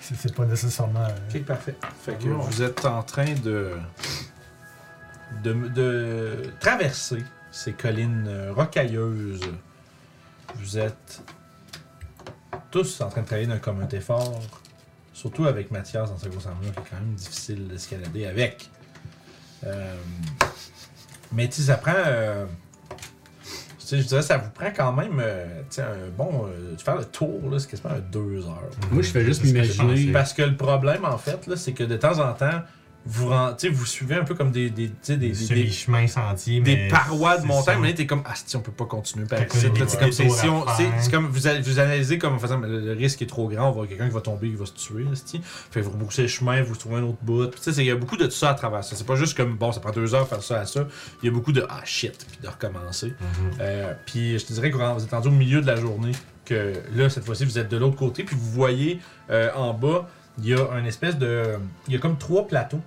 S7: C'est- C'est pas nécessairement. euh,
S1: Ok, parfait. Fait que
S2: Bon.
S1: vous êtes en train de, de, de traverser ces collines euh, rocailleuses. Vous êtes tous en train de travailler d'un commun effort, surtout avec Mathias dans sa grosse armure, qui est quand même difficile d'escalader avec. Euh, mais tu sais, ça prend. euh, Tu sais, je dirais, ça vous prend quand même euh, tu sais, un bon. euh, faire le tour, là, c'est quasiment un deux heures.
S5: Moi, je fais juste
S4: C'est ce que j'ai
S5: m'imaginer.
S4: pensé.
S1: Parce que le problème, en fait, là, c'est que de temps en temps, vous, ren- tu sais, vous suivez un peu comme des, des, tu sais, des, des-
S4: Des chemins sentiers,
S1: des
S4: mais
S1: parois de
S4: c'est
S1: montagne,
S4: ça.
S1: mais là, t'es comme, ah, si, on peut pas continuer par
S4: Fait que
S1: ici.
S4: là,
S1: Là,
S4: des
S1: c'est
S4: petits
S1: comme, c'est-
S4: détours
S1: si
S4: à
S1: on-
S4: faire.
S1: c'est- c'est comme, vous, allez- vous analysez comme en faisant, mais le le risque est trop grand, on va avoir quelqu'un qui va tomber, qui va se tuer, là, c'ti. Fait que vous rebroussez le chemin, vous trouvez un autre bout. Puis, tu sais, c'est- il y a beaucoup de ça à travers ça. C'est pas juste comme, bon, ça prend deux heures faire ça à ça. Il y a beaucoup de, ah, shit, puis de recommencer.
S4: Mhm.
S1: Euh, puis je te dirais que quand vous êtes rendu au milieu de la journée, que là, cette fois-ci, vous êtes de l'autre côté, puis vous voyez euh, en bas, il y a un espèce de. Il y a comme trois plateaux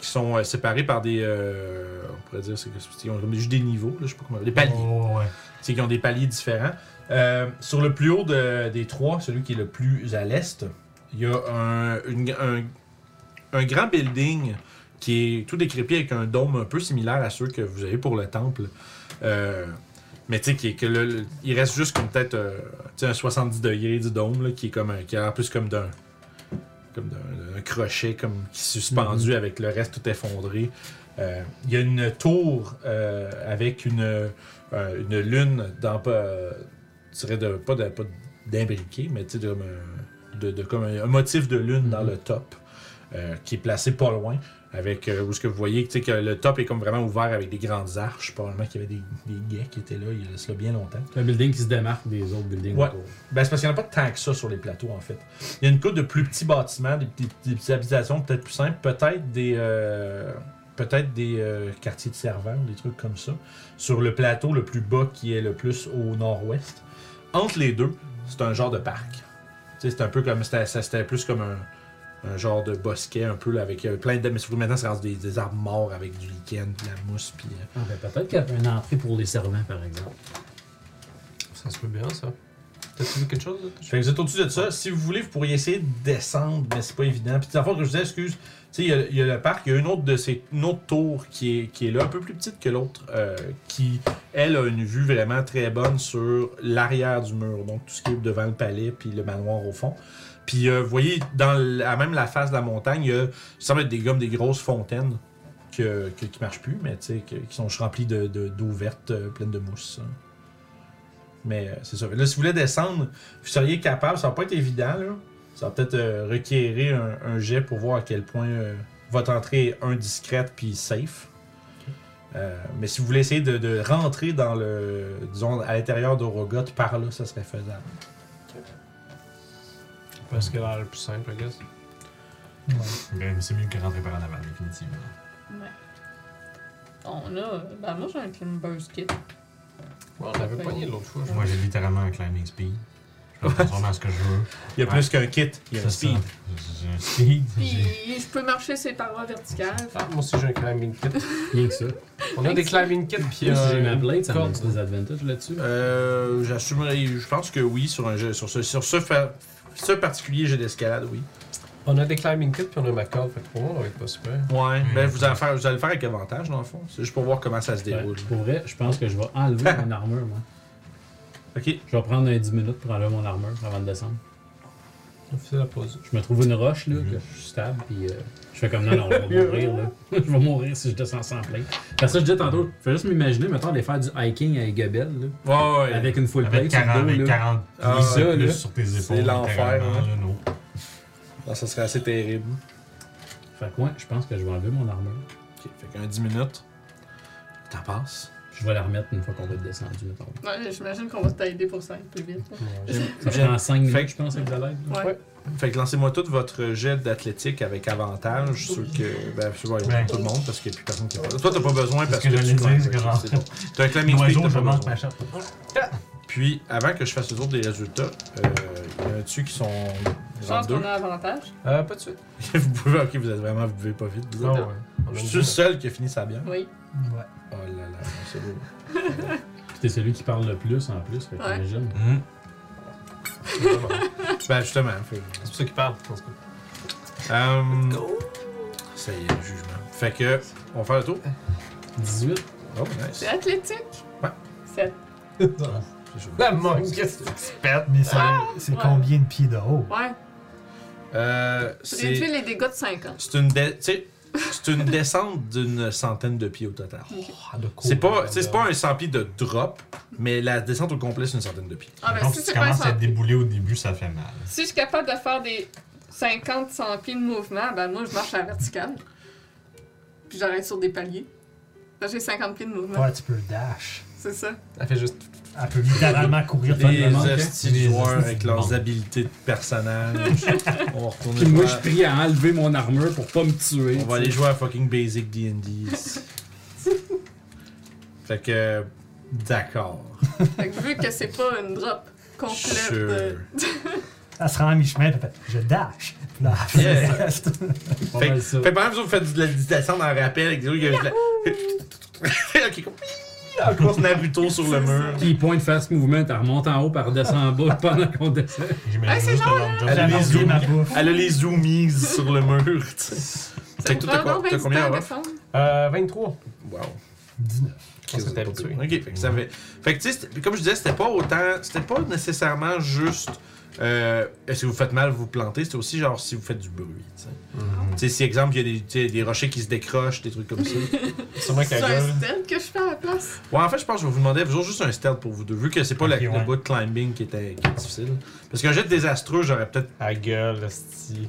S1: qui sont euh, séparés par des. euh, on pourrait dire, c'est que c'est- ils ont comme juste des niveaux, là, je sais pas comment. Des paliers.
S4: Oh, ouais.
S1: Tu sais, qui ont des paliers différents. Euh, sur le plus haut de- des trois, celui qui est le plus à l'est, il y a un, une- un, un grand building qui est tout décrépit avec un dôme un peu similaire à ceux que vous avez pour le temple. Euh, mais tu sais, qui est que le- le- il reste juste comme peut-être euh, tu sais, un 70 degrés du dôme, là, qui est comme un- qui a l'air plus comme d'un comme d'un d'un crochet comme qui est suspendu avec le reste tout effondré. Euh, Il y a une tour euh, avec une, euh, une lune dans pas euh, je dirais de pas de- pas d'imbriqué, mais tu sais, de comme un- de, de comme un, un motif de lune dans le top euh, qui est placé pas loin. Avec euh, où ce que vous voyez tu sais, que le top est comme vraiment ouvert avec des grandes arches. Probablement qu'il y avait des, des guets qui étaient là, il y a cela bien longtemps.
S5: C'est un building qui se démarque des autres buildings
S1: Ouais.
S5: autour.
S1: Ben, c'est parce qu'il n'y en a pas tant que ça sur les plateaux, en fait. Il y a une couple de plus petits bâtiments, des, petites- des petites habitations peut-être plus simples, peut-être des, euh, peut-être des euh, quartiers de servants, des trucs comme ça. Sur le plateau le plus bas qui est le plus au nord-ouest. Entre les deux, c'est un genre de parc. Tu sais, c'est un peu comme. C'était, ça- c'était plus comme un, un genre de bosquet, un peu, là, avec euh, plein de. Mais surtout maintenant, c'est rendu des, des arbres morts avec du lichen, de la mousse, puis. euh,
S5: Ah, ben, peut-être qu'il y a une entrée pour les servants, par exemple.
S2: Ça se peut bien, ça. T'as-tu vu quelque chose? là?
S1: Fait que vous êtes au-dessus de ça. Si vous voulez, vous pourriez essayer de descendre, mais c'est pas évident. Puis, la fois que je vous dis, excuse, tu sais, il y a- il y, a le parc, il y a une autre de ces, une autre tour qui est, qui est là, un peu plus petite que l'autre, euh, qui, elle, a une vue vraiment très bonne sur l'arrière du mur. Donc, tout ce qui est devant le palais, puis le manoir au fond. Puis, euh, vous voyez, dans la, à même la face de la montagne, il y a, ça semble être des, comme des grosses fontaines que, que- qui marchent plus, mais tu sais, que- qui sont remplies de- de- d'eau verte, euh, pleine de mousse. Mais euh, c'est ça. Là, si vous voulez descendre, vous seriez capable, ça va pas être évident, là. Ça va peut-être euh, requérir un, un jet pour voir à quel point euh, votre entrée est indiscrète puis safe. Euh, mais si vous voulez essayer de, de rentrer dans le. disons, à l'intérieur d'Orogoth, par là, ça serait faisable.
S2: Parce qu'elle a l'air plus simple, I guess.
S7: Ouais.
S4: Ben, c'est mieux que rentrer par en avant, définitivement.
S3: Ouais. On a. Ben, moi, j'ai un Climber's Kit.
S2: Ouais, on l'avait pogné l'autre fois. je
S4: Moi, j'ai littéralement un climbing speed. Je peux transformer à ce que je veux.
S1: Il y a
S4: Ouais.
S1: plus qu'un kit, il y a un
S4: C'est
S1: speed.
S4: ça. J'ai un speed. j'ai-
S3: Puis, je peux marcher ces parois verticales.
S2: crois. Ah, moi aussi j'ai un climbing kit.
S5: Rien que ça.
S2: On a des climbing kits pis
S5: Puis, si j'ai ma
S2: euh,
S5: blade, ça me
S2: corde.
S5: donne des advantages là-dessus.
S1: Euh, J'assumerai. Je pense que oui, sur, un jet- sur ce, sur ce, fa- ce particulier jeu d'escalade, oui.
S2: On a des climbing kits pis on a ma corde, fait que pour moi, on va être pas super.
S1: Ouais.
S4: Mm.
S1: Ben, vous allez, faire, vous allez le faire avec avantage, dans le fond. C'est juste pour voir comment ça se déroule.
S5: Ouais, pour vrai, je pense que je vais enlever mon armure, moi.
S1: Ok.
S5: Je vais prendre un 10 minutes pour enlever mon armure avant de descendre.
S2: On fait la pause.
S5: Je me trouve une roche, là,
S4: Mhm.
S5: que je stable, puis euh, je fais comme non, non, je vais mourir, là. je vais mourir si je descends sans plein. Parce que je disais tantôt, je fais juste m'imaginer, mettons, aller faire du hiking à Gabelle, là,
S1: Ouais, ouais, ouais.
S5: avec une full
S4: Avec
S5: plate sur
S4: 40,
S5: Ah, ben, le
S4: avec
S5: dos, là.
S4: 40
S1: Ah,
S4: plus
S5: ça,
S4: plus
S5: là,
S4: sur tes épaules.
S1: c'est l'enfer,
S4: littéralement,
S1: hein.
S4: là, non.
S1: Ah, ça serait assez terrible.
S5: Fait que ouais, je pense que je vais enlever mon armure.
S1: Ok, fait qu'un 10 minutes. T'en passes.
S5: Je vais la remettre une fois qu'on va être descendu, mettons.
S3: Ouais, J'imagine qu'on va t'aider pour ça un peu vite.
S5: Ça prend 5
S1: Fait
S5: minutes,
S1: que-
S5: je pense, avec de l'aide. là.
S3: Ouais.
S1: Fait que lancez-moi tout votre jet d'athlétique avec avantage. Ceux que. Ben, je vais
S4: Ouais.
S1: tout le monde parce qu'il n'y a plus personne qui a pas. Toi, t'as pas besoin
S4: C'est
S1: parce
S4: ce que
S1: que.
S4: j'allais
S1: tu vas-
S4: dire, c'est que genre-
S1: c'est bon. T'as un climbing speed,
S4: L'oiseau,
S1: t'as
S4: je
S1: pas
S4: manque
S1: besoin.
S4: ma chatte.
S1: Puis, avant que je fasse le tour des résultats, euh, il y en a dessus qui sont.
S3: Je
S1: rentrent
S3: pense
S1: deux.
S3: qu'on a avantage.
S2: Euh, pas de suite.
S1: vous pouvez. Ok, vous êtes vraiment. Vous buvez pas vite. vous
S2: Ah
S1: autres.
S2: ouais. On a
S1: Je
S2: une
S1: suis le
S2: bonne-
S1: seul qui a fini sa bière.
S3: Oui.
S7: Ouais.
S1: Oh là là, c'est beau.
S5: Puis t'es celui qui parle le plus, en plus, fait que
S3: Ouais.
S5: t'imagines.
S4: Hum.
S1: Ben, justement. fait-
S2: C'est pour ça qu'il parle. en tout cas.
S1: Euh, Ça y est, le jugement. Fait que. On va faire le tour.
S5: 18,
S1: Oh, nice.
S3: C'est athlétique.
S1: Ouais.
S3: Sept.
S1: C'est chaud.
S2: La mangue, qu'est-ce que tu pètes?
S7: Mais c'est c'est
S3: ouais.
S7: combien de pieds de haut?
S3: Ouais.
S1: Euh, c'est
S3: Réduis les dégâts de 50.
S1: c'est une dé- tu sais C'est une descente d'une centaine de pieds au total.
S5: Oh,
S2: Ah, de quoi?
S1: C'est pas, tu sais, c'est pas un 100 pieds de drop, mais la descente au complet, c'est une centaine de pieds.
S3: Ah, ben
S4: Donc,
S3: si
S4: si
S3: c'est
S4: tu
S3: pas un
S4: commences à
S3: cent-
S4: te débouler au début, ça fait mal.
S3: Si je suis capable de faire des 50-100 pieds de mouvement, ben moi, je marche à la verticale. Puis j'arrête sur des paliers. Là, j'ai 50 pieds de mouvement.
S7: Ouais, tu peux dash.
S3: C'est ça.
S2: Elle fait juste.
S7: Elle peut littéralement courir tout
S1: Les
S7: le monde.
S1: hosties de joueurs avec leurs habilités de personnage. on va retourner
S5: Puis moi, je
S1: voir-
S5: prie à enlever mon armure pour pas me tuer.
S1: On va
S5: tu
S1: aller
S5: sais.
S1: jouer à fucking basic D&D. ici. fait que... D'accord.
S3: Fait que vu que c'est pas une drop complète de...
S7: Elle se rend à mi-chemin, puis elle fait Je dash. Puis là, elle fait
S1: Yeah.
S7: le reste.
S5: Pas
S1: Fait,
S5: mal
S1: que-
S5: ça.
S1: fait que par exemple, si vous faites de la descente en rappel, avec des trucs, il y a juste la... Ok, comme- en course Naruto sur le mur.
S5: Puis point de fast movement, elle remonte en haut, puis elle redescend en bas pendant qu'on descend.
S4: J'imagine
S3: Hey, c'est
S4: juste
S3: long,
S4: le long jump.
S1: Elle a
S7: J'avais
S1: les
S7: oublié
S1: zoomies.
S7: ma bouffe.
S1: Elle a les zoomies sur le mur, tu sais.
S3: Ça
S1: Fait
S3: me
S1: que toi, t'as
S3: prend
S1: quoi-
S3: donc ben, bien
S1: t'as
S3: du
S1: combien
S3: temps à
S1: avant?
S3: descendre.
S2: Euh, 23.
S1: 19.
S2: On s'est habitué.
S1: Ok, fait que ça fait. Fait que tu sais, c'était- comme je disais, c'était pas autant. C'était pas nécessairement juste. Euh, si vous faites mal, vous vous plantez. C'était aussi genre si vous faites du bruit. Tu sais.
S2: Mm-hmm.
S1: Tu sais, si exemple, il y a des, tu sais, des rochers qui se décrochent, des trucs comme ça.
S2: Sûrement
S3: C'est
S2: qu'elle
S3: un
S2: gueule.
S3: stealth que je fais à la place.
S1: ouais, en fait, je pense que je vais vous demander à vous autres juste un stealth pour vous deux, vu que c'est pas la-
S4: Ok, ouais.
S1: le bout de climbing qui était qui est difficile. Parce qu'un jet désastreux, j'aurais peut-être.
S2: Elle gueule, hostie.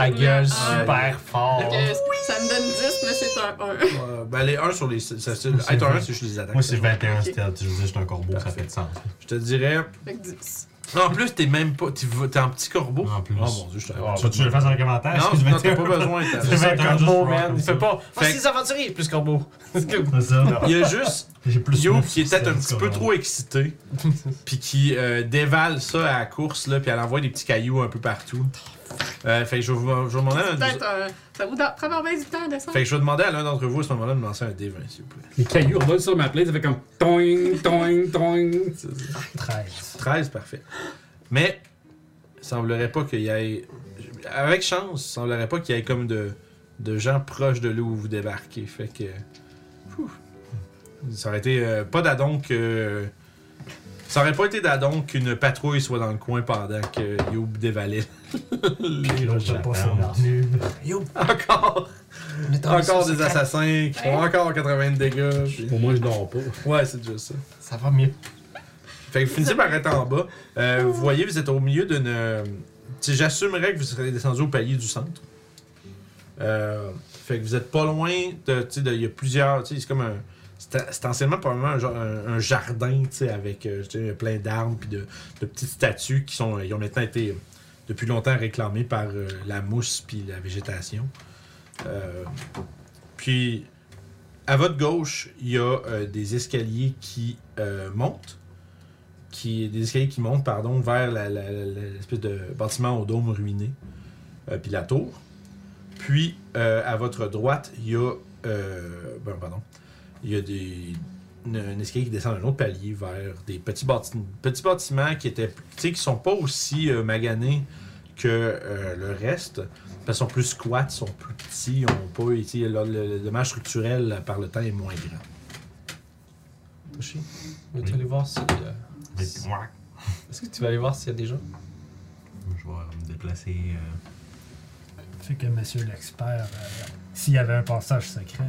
S2: Elle gueule
S3: Ah.
S2: super fort.
S3: Fait que Ça me donne 10, mais c'est un 1.
S1: euh, ben, les 1 sur les. Ça, ça-
S4: c'est
S1: être un
S4: vrai.
S1: 1, c'est juste les attaques.
S4: Moi, c'est 21
S3: Ok.
S4: stealth. Je veux dire, je suis un corbeau, ça
S1: Parfait.
S4: fait de sens.
S1: Je te dirais.
S3: Fait que 10.
S1: En plus, t'es même pas. t'es- T'es en petit corbeau.
S4: En plus. Ah, bah,
S1: Oh mon dieu, je te
S4: Tu veux que je le fasses dans les commentaires?
S1: Non,
S4: Excuse-moi,
S1: non, t'as pas
S4: Théo.
S1: besoin. t'as-
S4: C'est
S2: C'est
S4: vrai,
S2: un corbeau, man. Il
S4: C'est
S2: fait pas.
S1: Fait que-
S2: Voici les aventuriers, plus corbeau.
S4: C'est ça.
S1: Il y a juste
S4: J'ai plus
S1: Yo
S4: neuf
S1: qui est peut-être un
S4: stealth
S1: petit
S4: que
S1: peu
S4: moi.
S1: trop excité, puis qui euh, dévale ça à la course, là, puis elle envoie des petits cailloux un peu partout. Euh, fait que je vais vous je vais demander à un-
S3: Peut-être un... Ça vous donne- prend bien du temps à descendre.
S1: fait que je vais demander à l'un d'entre vous à ce moment-là de me lancer un D20, s'il vous plaît.
S5: Les cailloux revolent sur ma plaie, ça fait comme toing, toing, toing.
S7: 13.
S1: 13, parfait. Mais, il semblerait pas qu'il y ait. Avec chance, il semblerait pas qu'il y ait comme de, de gens proches de là où vous débarquez. Fait que. Phew. ça aurait été euh, pas d'adon que. ça aurait pas été d'adon qu'une patrouille soit dans le coin pendant que Youb dévalait.
S7: Puis l'autre, t'as pas son
S4: J'attends.
S7: armure.
S1: Encore!
S6: On est en
S1: Encore
S6: mission
S1: des
S6: secrète.
S1: assassins qui font encore 80 de dégâts. puis-
S5: Pour moi, je dors pas.
S1: Ouais, c'est juste ça.
S2: Ça va mieux.
S1: Fait que vous finissez par être en bas. Euh, vous voyez, vous êtes au milieu d'une. euh, tu sais, J'assumerais que vous serez descendu au palier du centre. Euh, fait que vous êtes pas loin de. tu sais, de- Il y a plusieurs. tu sais, C'est comme un. C'est c'est anciennement probablement un, genre- un- un jardin tu sais, avec euh, tu sais, plein d'arbres puis de, de petites statues qui sont, ils ont maintenant été euh, depuis longtemps réclamées par euh, la mousse puis la végétation. Euh, puis à votre gauche, il y a euh, des escaliers qui euh, montent qui des escaliers qui montent pardon vers la- la- la- la- l'espèce de bâtiment au dôme ruiné euh, puis la tour puis euh, à votre droite il y a euh, ben, pardon il y a des une- un escalier qui descend d'un autre palier vers des petits, bâti- petits bâtiments qui étaient tu sais qui sont pas aussi euh, maganés que euh, le reste parce qu'ils sont plus squats sont plus petits ont pas été le, le- le dommage structurel euh, par le temps est moins grand
S2: Touché. Veux-tu aller voir si. euh,
S4: Des petits mouacs.
S2: Est-ce que tu vas aller voir s'il y a des gens
S4: Je vais me déplacer. euh,
S7: Fait que monsieur l'expert, euh, s'il y avait un passage secret,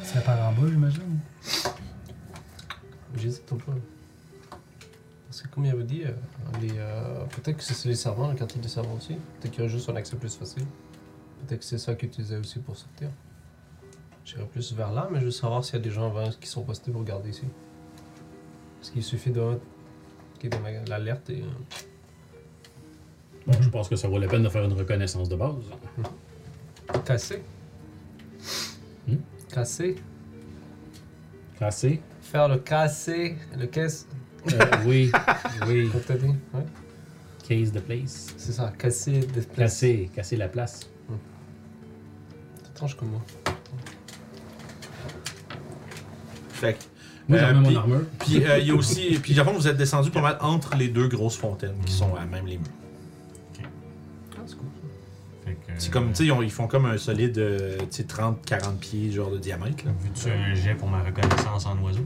S7: il serait par en bas, j'imagine.
S2: J'hésite un peu. Parce que comme il avait dit, euh, les, euh, peut-être que c'est les servants, la cantine des servants aussi. Peut-être qu'il y a juste un accès plus facile. Peut-être que c'est ça qu'ils utilisaient aussi pour sortir. J'irai plus vers là, mais je veux savoir s'il y a des gens avant qui sont postés pour garder ici. Parce qu'il suffit de qu'il y ait des maga- l'alerte et... euh,
S5: Bon, je pense que ça vaut la peine de faire une reconnaissance de base.
S2: casser.
S5: Hmm?
S2: Casser.
S5: Assez?
S2: Faire le casser, le caisse.
S5: Euh, oui, oui.
S2: Comme t'as dit, ouais.
S5: Case the place.
S2: C'est ça, casser, déplacer.
S5: Casser, casser la place.
S2: C'est étrange comme moi.
S1: fait que
S5: Moi,
S1: Euh,
S5: j'en mets
S1: puis-
S5: mon armure.
S1: Puis euh, il y a aussi. Puis Japon, vous êtes descendu pas mal entre les deux grosses fontaines qui sont à même les murs.
S2: Ah, c'est cool.
S4: fait que,
S1: C'est comme, tu sais, ils ont- ils font comme un solide, euh, tu sais, 30-40 pieds, genre de diamètre. là.
S4: Veux-tu un jet pour ma reconnaissance en oiseau?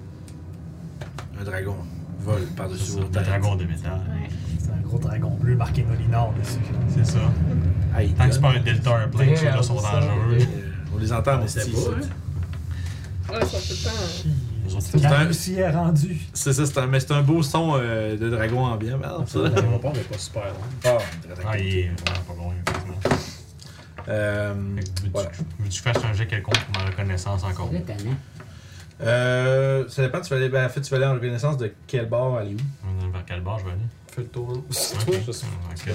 S1: Un dragon vole par-dessus
S4: C'est
S1: vos
S4: un
S1: têtes.
S4: dragon de métal.
S7: C'est un gros dragon bleu marqué Molinard dessus.
S4: C'est ça.
S1: Ah, il
S4: Tant que c'est
S1: donne.
S4: pas un Delta Airplane, ceux-là sont
S2: Damn, ça.
S4: dangereux.
S1: Euh, On les
S4: Ah,
S1: entend, mais
S5: sait
S1: c'est
S5: pas.
S4: hein?
S3: Ouais, ça peut pas.
S4: Les autres,
S1: C'est
S7: La
S1: un-
S7: Russie est rendue.
S1: C'est ça, c'est un, mais c'est un beau son euh, de dragon ambiant. merde, ça.
S5: Le aéroport n'est pas super loin.
S1: Ah,
S4: Ah, il est vraiment pas bon, effectivement. Fait
S1: euh,
S4: que veux-tu-
S1: Voilà.
S4: Veux-tu que je fasse un jet quelconque pour ma reconnaissance encore?
S8: Le tannant.
S1: euh, ça dépend, tu vas aller, ben, en fait, tu vas aller en reconnaissance de quel bord aller où.
S4: Euh, Vers quel bar je vais aller?
S2: Fais le tour. hein.
S4: Ok.
S2: Aussitôt.
S4: Ok.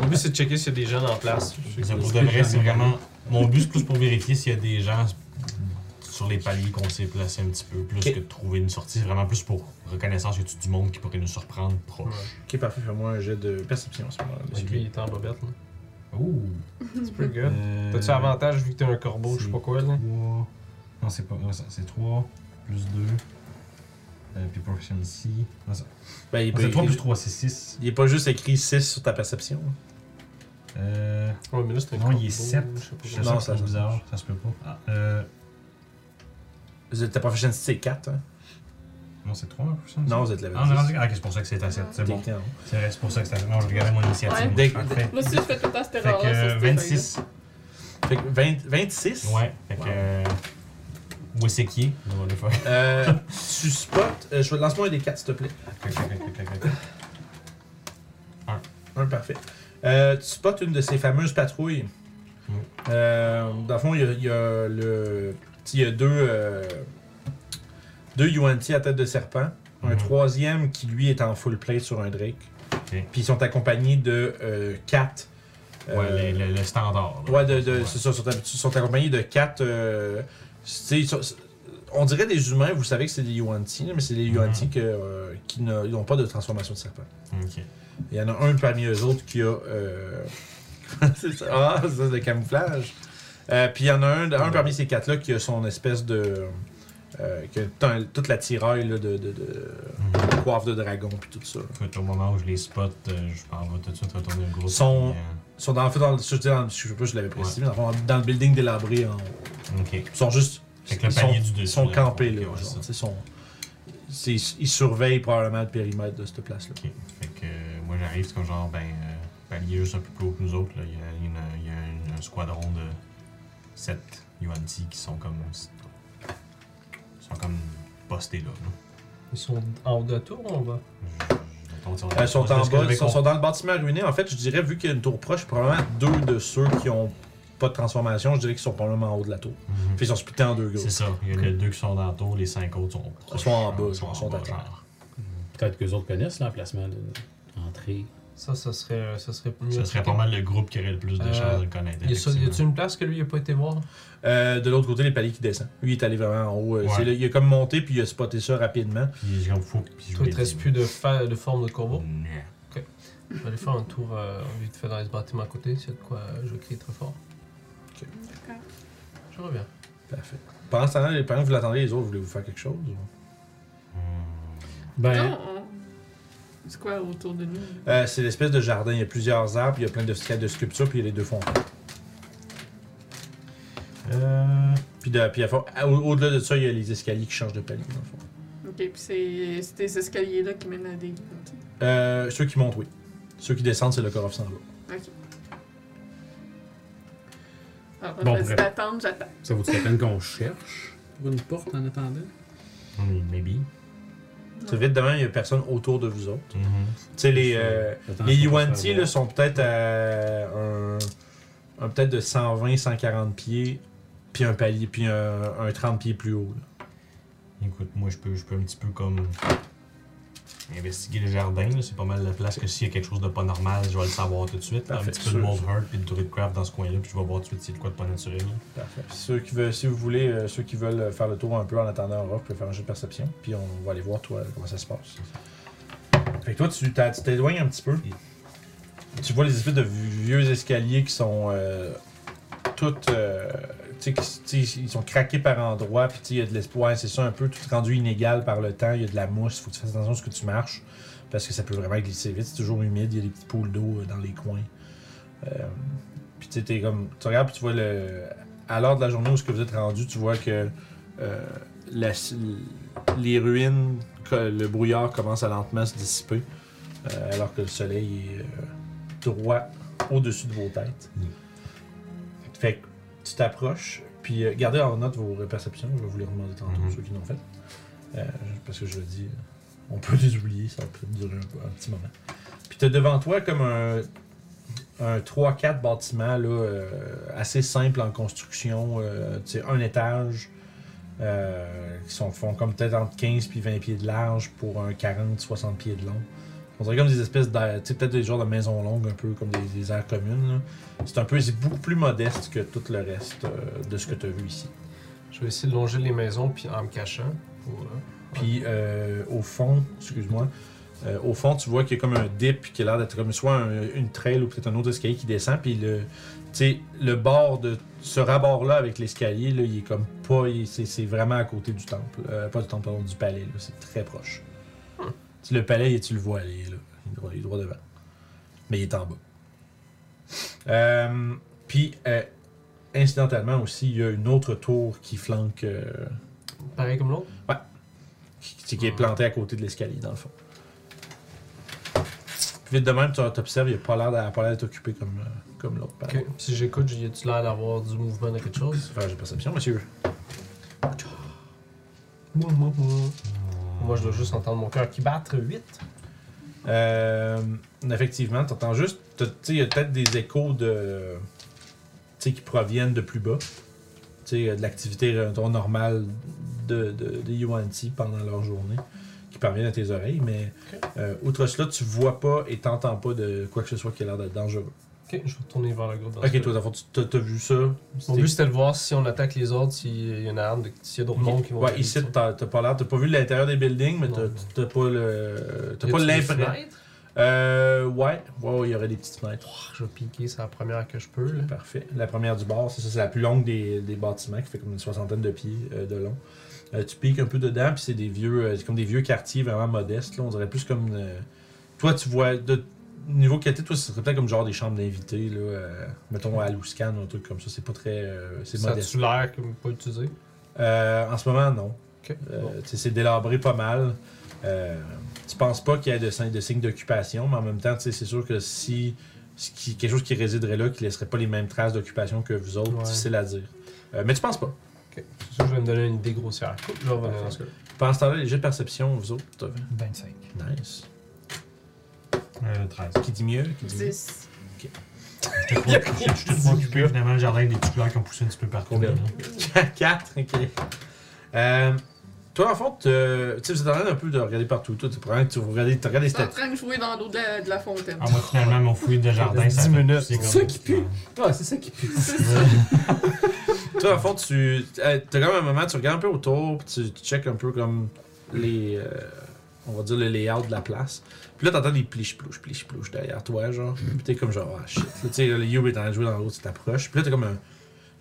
S2: Mon but, c'est de checker s'il y a des jeunes en place.
S4: Ça, pour de vrai, c'est vraiment. Mon but, c'est plus pour vérifier s'il y a des gens sur les paliers qu'on s'est placés un petit peu, plus
S1: Ok.
S4: que de trouver une sortie. C'est vraiment plus pour reconnaissance y a-tu du monde qui pourrait nous surprendre proche.
S1: Ok, parfait, fais-moi un jet de perception à ce moment-là.
S2: Parce que lui, il est en bobette. là.
S4: Ouh!
S2: C'est pretty good.
S4: Euh,
S2: T'as-tu avantage vu que t'es un corbeau, je sais pas quoi, là?
S4: trois- Non, c'est pas. non, ça- C'est 3 plus 2. Euh, puis proficiency. Non, ça-
S1: Ben, il, est
S4: non, Ah, C'est
S1: pas-
S4: 3
S1: il-
S4: plus 3, c'est 6.
S1: il est pas juste écrit 6 sur ta perception.
S4: Euh.
S2: Ouais, mais là, c'est un
S4: Non, il est
S2: corbeau,
S4: 7.
S2: je sais pas
S4: Je
S2: quoi.
S4: sais
S1: Non,
S4: pas,
S1: ça-
S4: c'est bizarre, ça se peut pas. Ah, euh.
S1: Ta proficiency, c'est 4. Hein?
S4: Non, c'est 3 proficiency.
S1: Non, vous êtes level
S4: Ah, on est
S1: 10.
S4: rendu- Ah, ok, c'est pour ça que c'est à 7. C'est bon.
S1: Techniquement.
S4: C'est vrai, c'est pour ça que c'est à Non, je regardais mon initiative.
S3: Ouais.
S1: Dès-
S4: Parfait.
S3: Moi aussi, je fais tout le temps cette
S4: Fait que
S3: erreur-là.
S4: euh,
S3: sur ce
S4: 26.
S1: Fait que 20 26.
S4: Ouais. Fait que.
S1: Wow.
S4: euh, Où est-ce qu'il est On va le faire.
S1: Euh, tu spots. euh, je vais lance-moi un des 4, s'il te plaît.
S4: Ok, ok, ok, ok, ok.
S1: Un parfait. Euh, tu spots une de ces fameuses patrouilles.
S4: Mm.
S1: Euh, dans le fond, il y a, il y a le. tu sais, Il y a deux. euh, deux UNT à tête de serpent. Un
S4: Mhm.
S1: troisième qui, lui, est en full plate sur un Drake. Puis ils sont accompagnés de euh, quatre.
S4: Ouais,
S1: euh,
S4: le, le- le standard. là.
S1: Ouais, de, de- c'est ça. Sont, sont accompagnés de quatre. euh, tu sais, ils sont- on dirait des humains, vous savez que c'est des Yuan-Ti, mais c'est des Yuan-Ti
S4: Mhm.
S1: que, euh, qui n'a- ils n'ont pas de transformation de serpent.
S4: Ok.
S1: Il y en a un parmi eux autres qui a. euh, c'est ça. Ah, ça, c'est le camouflage. Euh, puis il y en a un, un parmi ces quatre-là qui a son espèce de. euh, qui a tout un- toute la tiraille là, de, de, de-
S4: Mhm.
S1: de coiffe de dragon, puis tout ça.
S4: Écoute, au moment où je les spot, euh, je m'en vais tout de suite retourner au groupe. Euh,
S1: Sont-
S4: puis,
S1: Ils sont dans, en fait, dans le, je, dis dans le- je sais pas si je l'avais précisé, mais dans, le fond, dans le building délabré en haut.
S4: euh, Ok.
S1: Ils sont juste.
S4: Fait que le
S1: ils
S4: panier
S1: sont,
S4: du dessus,
S1: ils sont
S4: là,
S1: campés,
S4: ok,
S1: là. genre,
S4: ouais, c'est ça.
S1: tu sais, sont- c'est- ils surveillent probablement le périmètre de cette place-là.
S4: Ok. Fait que euh, moi j'arrive, c'est comme genre, ben, euh, palier juste un peu plus haut que nous autres. là. Il y a, une- il y a une- un squadron de 7 UNT qui sont comme. sont comme postés là. là.
S2: Ils sont en haut de la tour, on va?
S1: Euh, Ils sont en bas, ils sont, sont dans le bâtiment ruiné. En fait, je dirais, vu qu'il y a une tour proche, probablement deux de ceux qui ont pas de transformation, je dirais qu'ils sont probablement en haut de la tour. Puis ils sont splittés en deux groupes.
S4: C'est ça. Il y en a deux qui sont dans le tour, les cinq autres sont proches,
S1: sont en bas,
S4: hein,
S1: sont-
S4: en
S1: sont
S4: bas,
S1: à terre.
S4: genre.
S5: Peut-être que les autres connaissent l'emplacement de l'entrée.
S2: Ça, ça serait, euh, ça serait mieux.
S4: Ce serait pas mal le groupe qui aurait le plus de
S2: Euh,
S4: chances de le connaître.
S2: Y a ça- y a-tu une place que lui, il a pas été voir?
S1: Euh, de l'autre côté, les paliers qui descendent. Lui, il est allé vraiment en haut. euh,
S4: Ouais.
S1: c'est là- il a comme monté, puis il a spoté ça rapidement.
S4: Puis j'en fous. Puis je
S2: Toi, il
S4: vais
S2: te reste
S4: dire-
S2: plus de, fa- de forme de corbeau.
S4: Non.
S2: Je vais aller faire un tour euh, vite fait dans les bâtiments à côté, s'il y a de quoi euh, je vais crier très fort.
S1: Ok.
S3: D'accord.
S2: Je reviens.
S1: Parfait. Pendant ce temps-là, les- pendant que vous l'attendez, les autres, voulez-vous faire quelque chose? ou?
S3: feuille-là.
S5: Ben,
S3: Non, on- C'est quoi autour de nous?
S1: Euh, c'est l'espèce de jardin. Il y a plusieurs arbres, il y a plein de skelettes de sculptures, puis il y a les deux fonds.
S4: Euh,
S1: Puis, de- puis à fond- à- au- au-delà de ça, il y a les escaliers qui changent de palier, dans le fond.
S3: Ok, puis c'est c'est des escaliers-là qui mènent à des.
S1: Euh, ceux qui montent, oui. Ceux qui descendent, c'est le corps sans bas.
S3: Ok. Alors,
S5: Bon,
S3: on vas-y
S5: bref.
S3: d'attendre, j'attends.
S5: ça vaut-tu la peine qu'on cherche pour une porte en attendant?
S4: oui, Maybe.
S1: Très vite, demain, il n'y a personne autour de vous autres. Tu
S4: Mhm.
S1: sais, les, euh,
S5: Attends,
S1: les
S5: on va se
S1: Yuan-Ti
S5: faire
S1: là,
S5: voir.
S1: sont peut-être à un, un peut-être de 120, 140 pieds, puis un palier, puis un, un 30 pieds plus haut. là.
S4: Écoute, moi, je peux, je peux un petit peu comme investiguer le jardin. là. C'est pas mal la place que s'il y a quelque chose de pas normal, je vais le savoir tout de suite.
S1: Parfait,
S4: un petit peu
S1: sûr.
S4: de Moldheart puis de Druidcraft dans ce coin-là, puis je vais voir tout de suite s'il y a de quoi de pas naturel.
S1: Parfait. Puis Ceux qui veulent, si vous voulez, euh, ceux qui veulent faire le tour un peu en attendant Aurore, vous pouvez faire un jeu de perception, puis on va aller voir toi comment ça se passe. Fait que toi, tu t'as- tu t'éloignes un petit peu. Tu vois les espèces de vieux escaliers qui sont euh, toutes. euh, tu sais, qui- tu sais, ils sont craqués par endroits, puis tu sais, il y a de l'espoir, c'est ça un peu, tout rendu inégal par le temps, il y a de la mousse, faut que tu fasses attention à ce que tu marches, parce que ça peut vraiment glisser vite, c'est toujours humide, il y a des petites poules d'eau euh, dans les coins. Euh, puis tu sais, t'es comme, tu regardes, puis tu vois le. À l'heure de la journée où ce que vous êtes rendu, tu vois que euh, la- les ruines, que le brouillard commence à lentement se dissiper, euh, alors que le soleil est euh, droit au-dessus de vos têtes. Fait que tu t'approches, Puis euh, gardez en note vos perceptions, je vais vous les demander tantôt,
S4: Mhm.
S1: ceux qui l'ont fait. Euh, parce que je le dis, on peut les oublier, ça peut durer un, peu- un petit moment. Puis t'as devant toi comme un, un 3-4 bâtiments là, euh, assez simple en construction, euh, tu sais, un étage, euh, qui sont, font comme peut-être entre 15 puis 20 pieds de large pour un 40-60 pieds de long. On dirait comme des espèces d'air, tu sais, peut-être des genres de maisons longues, un peu comme des, des aires communes. là. C'est un peu, c'est beaucoup plus modeste que tout le reste euh, de ce que tu as vu ici.
S2: Je vais essayer de longer les maisons puis en me cachant. Voilà.
S1: Puis euh, au fond, excuse-moi, euh, au fond, tu vois qu'il y a comme un dip qui a l'air d'être comme soit un- une trail ou peut-être un autre escalier qui descend. Puis le, tu sais, le bord de ce rabord-là avec l'escalier, là, il est comme pas, il- c'est, c'est vraiment à côté du temple, Euh, pas du temple, pardon, du palais. là. c'est très proche. Tu sais, Le palais, il- tu le vois, il est là, il est droit, il est droit devant, mais il est en bas. Euh, puis euh, incidentalement aussi, il y a une autre tour qui flanque. euh,
S2: Pareil comme l'autre.
S1: qui, qui- qui est planté à côté de l'escalier, dans le fond. Puis Vite de même, tu observes, il n'a pas l'air d'a- pas l'air d'être occupé comme, euh, comme l'autre. par
S2: Ok. Si j'écoute, y a-tu l'air d'avoir du mouvement de quelque chose
S1: Faire de perception, monsieur.
S2: Mouah, mouah, mouah. Moi, je dois juste entendre mon cœur qui battre 8.
S1: Euh, effectivement, tu entends juste, t'as- tu sais, il y a peut-être des échos de, tu sais, qui proviennent de plus bas. Tu sais, de l'activité euh, ton normale de, de, de UNT pendant leur journée, qui parviennent à tes oreilles. Mais euh, outre cela, tu vois pas et t'entends pas de quoi que ce soit qui a l'air d'être dangereux.
S2: Ok, je vais retourner vers le groupe. dans ce
S1: Ok,
S2: cas.
S1: toi, dans le fond, tu t'as- t'as vu ça.
S2: Mon but, c'était de voir si on attaque les autres, s'il y a une arme, de- s'il y a d'autres mondes qui vont.
S1: Ouais, ici, t'as t'as pas l'air, t'as pas vu l'intérieur des buildings, mais t'as
S2: Non.
S1: t'as pas le. T'as
S2: Y
S1: pas
S2: a-tu des
S1: l'impression.
S2: fenêtres?
S1: Euh. Ouais, ouais, ouais, il y aurait des petites fenêtres.
S2: Ah, Je vais piquer, c'est la première que je peux. Là.
S1: Parfait. La première du bord, c'est ça, c'est la plus longue des, des bâtiments, qui fait comme une soixantaine de pieds euh, de long. Euh, tu piques un peu dedans, puis c'est des vieux. euh, c'est comme des vieux quartiers vraiment modestes, là. On dirait plus comme. euh, toi, tu vois. De, niveau qualité, toi, ce serait peut-être comme genre des chambres d'invités, là. euh, mettons à Louscan ou un truc comme ça. C'est pas très. euh, c'est
S2: Ça
S1: modeste.
S2: a-tu l'air que vous pouvez utiliser
S1: Euh, en ce moment, non.
S2: Ok.
S1: Euh,
S2: Bon.
S1: tu sais, C'est délabré pas mal. Euh, tu penses pas qu'il y ait de, signes- de signes d'occupation, mais en même temps, tu sais, c'est sûr que si ce qui- quelque chose qui résiderait là, qui laisserait pas les mêmes traces d'occupation que vous autres,
S2: Ouais.
S1: difficile à dire. Euh, mais tu penses pas.
S2: C'est sûr, je vais me donner une idée grossière. Cool, je vais revenir dans ce cas-là.
S1: Pendant ce temps-là, les jets de perception, vous autres, t'as vu?
S7: 25.
S1: Nice.
S4: Euh, 13.
S1: Qui dit mieux? Qui dit mieux?
S3: 10.
S4: J'étais trop- j'étais- j'étais trop occupé, finalement, le jardin des petites fleurs qui ont poussé un petit peu partout.
S1: Combien?
S4: là.
S1: 4, ok. Euh, toi, en fait, te- tu sais, vous êtes en train un peu de regarder partout. Toi, tu prends, tu regardes, tu regardes les
S3: Je suis en
S1: statues.
S3: train de jouer dans l'eau de, la- de la fontaine.
S4: Ah, moi, finalement, mon fouille de jardin, ça
S2: 10
S4: fait
S2: minutes.
S4: pousser comme-
S5: Ceux qui puent. Ah, c'est ça qui pue.
S1: Toi, en fond, tu. euh, T'as quand même un moment, tu regardes un peu autour, puis tu, tu checkes un peu comme les. euh, on va dire le layout de la place. Puis là, t'entends des pliches-plouches, pliches-plouches derrière toi, genre. Puis t'es comme genre, ah shit. Là, Tu sais, le Youb est en train de jouer dans l'eau, tu t'approches. Puis là, t'es comme un.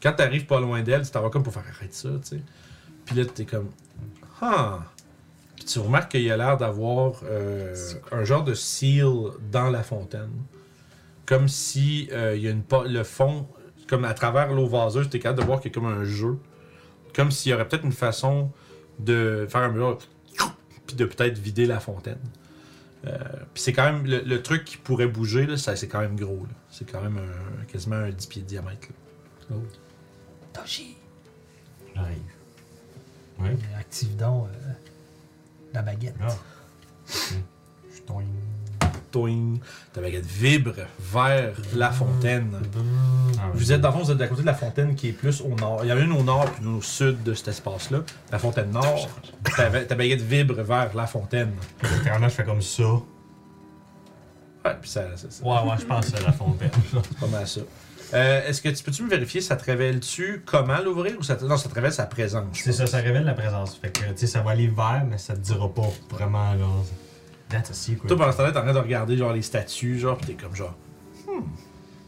S1: Quand t'arrives pas loin d'elle, tu t'en vas comme pour faire arrête ça, tu sais. Puis là, t'es comme. Ah! Puis tu remarques qu'il y a l'air d'avoir euh, un genre de seal dans la fontaine. Comme si euh, il y a une po- le fond, comme à travers l'eau vaseuse, t'es capable de voir qu'il y a comme un jeu. Comme s'il y aurait peut-être une façon de faire un mur, puis de peut-être vider la fontaine. Euh, puis c'est quand même le, le truc qui pourrait bouger, là, ça, c'est quand même gros. là. C'est quand même un- quasiment un 10 pieds de diamètre. là.
S4: J'arrive.
S7: Active donc euh, la baguette.
S1: Ah.
S4: Là. Je suis tombé.
S1: Toing, ta baguette vibre vers la fontaine.
S4: Ah,
S1: Vous
S4: oui.
S1: êtes, dans le fond, vous êtes à côté de la fontaine qui est plus au nord. Il y en a une au nord puis une au sud de cet espace-là. La fontaine nord, ta, va- ta baguette vibre vers la fontaine.
S4: Littéralement, je fais comme ça.
S1: Ouais, puis ça, ça- ça-
S4: Ouais, ouais, je pense à la fontaine.
S1: c'est pas mal ça. Euh, Est-ce que tu peux-tu me vérifier, ça te révèle-tu comment l'ouvrir ou ça te, non, ça te révèle sa présence? je
S4: C'est
S1: pense.
S4: ça, ça révèle la présence. Fait que, tu sais, ça va aller vers, mais ça te dira pas vraiment, là. That's a secret.
S1: Toi, pendant ce temps-là, t'es en train de regarder genre les statues, genre, pis t'es comme genre. Hmm.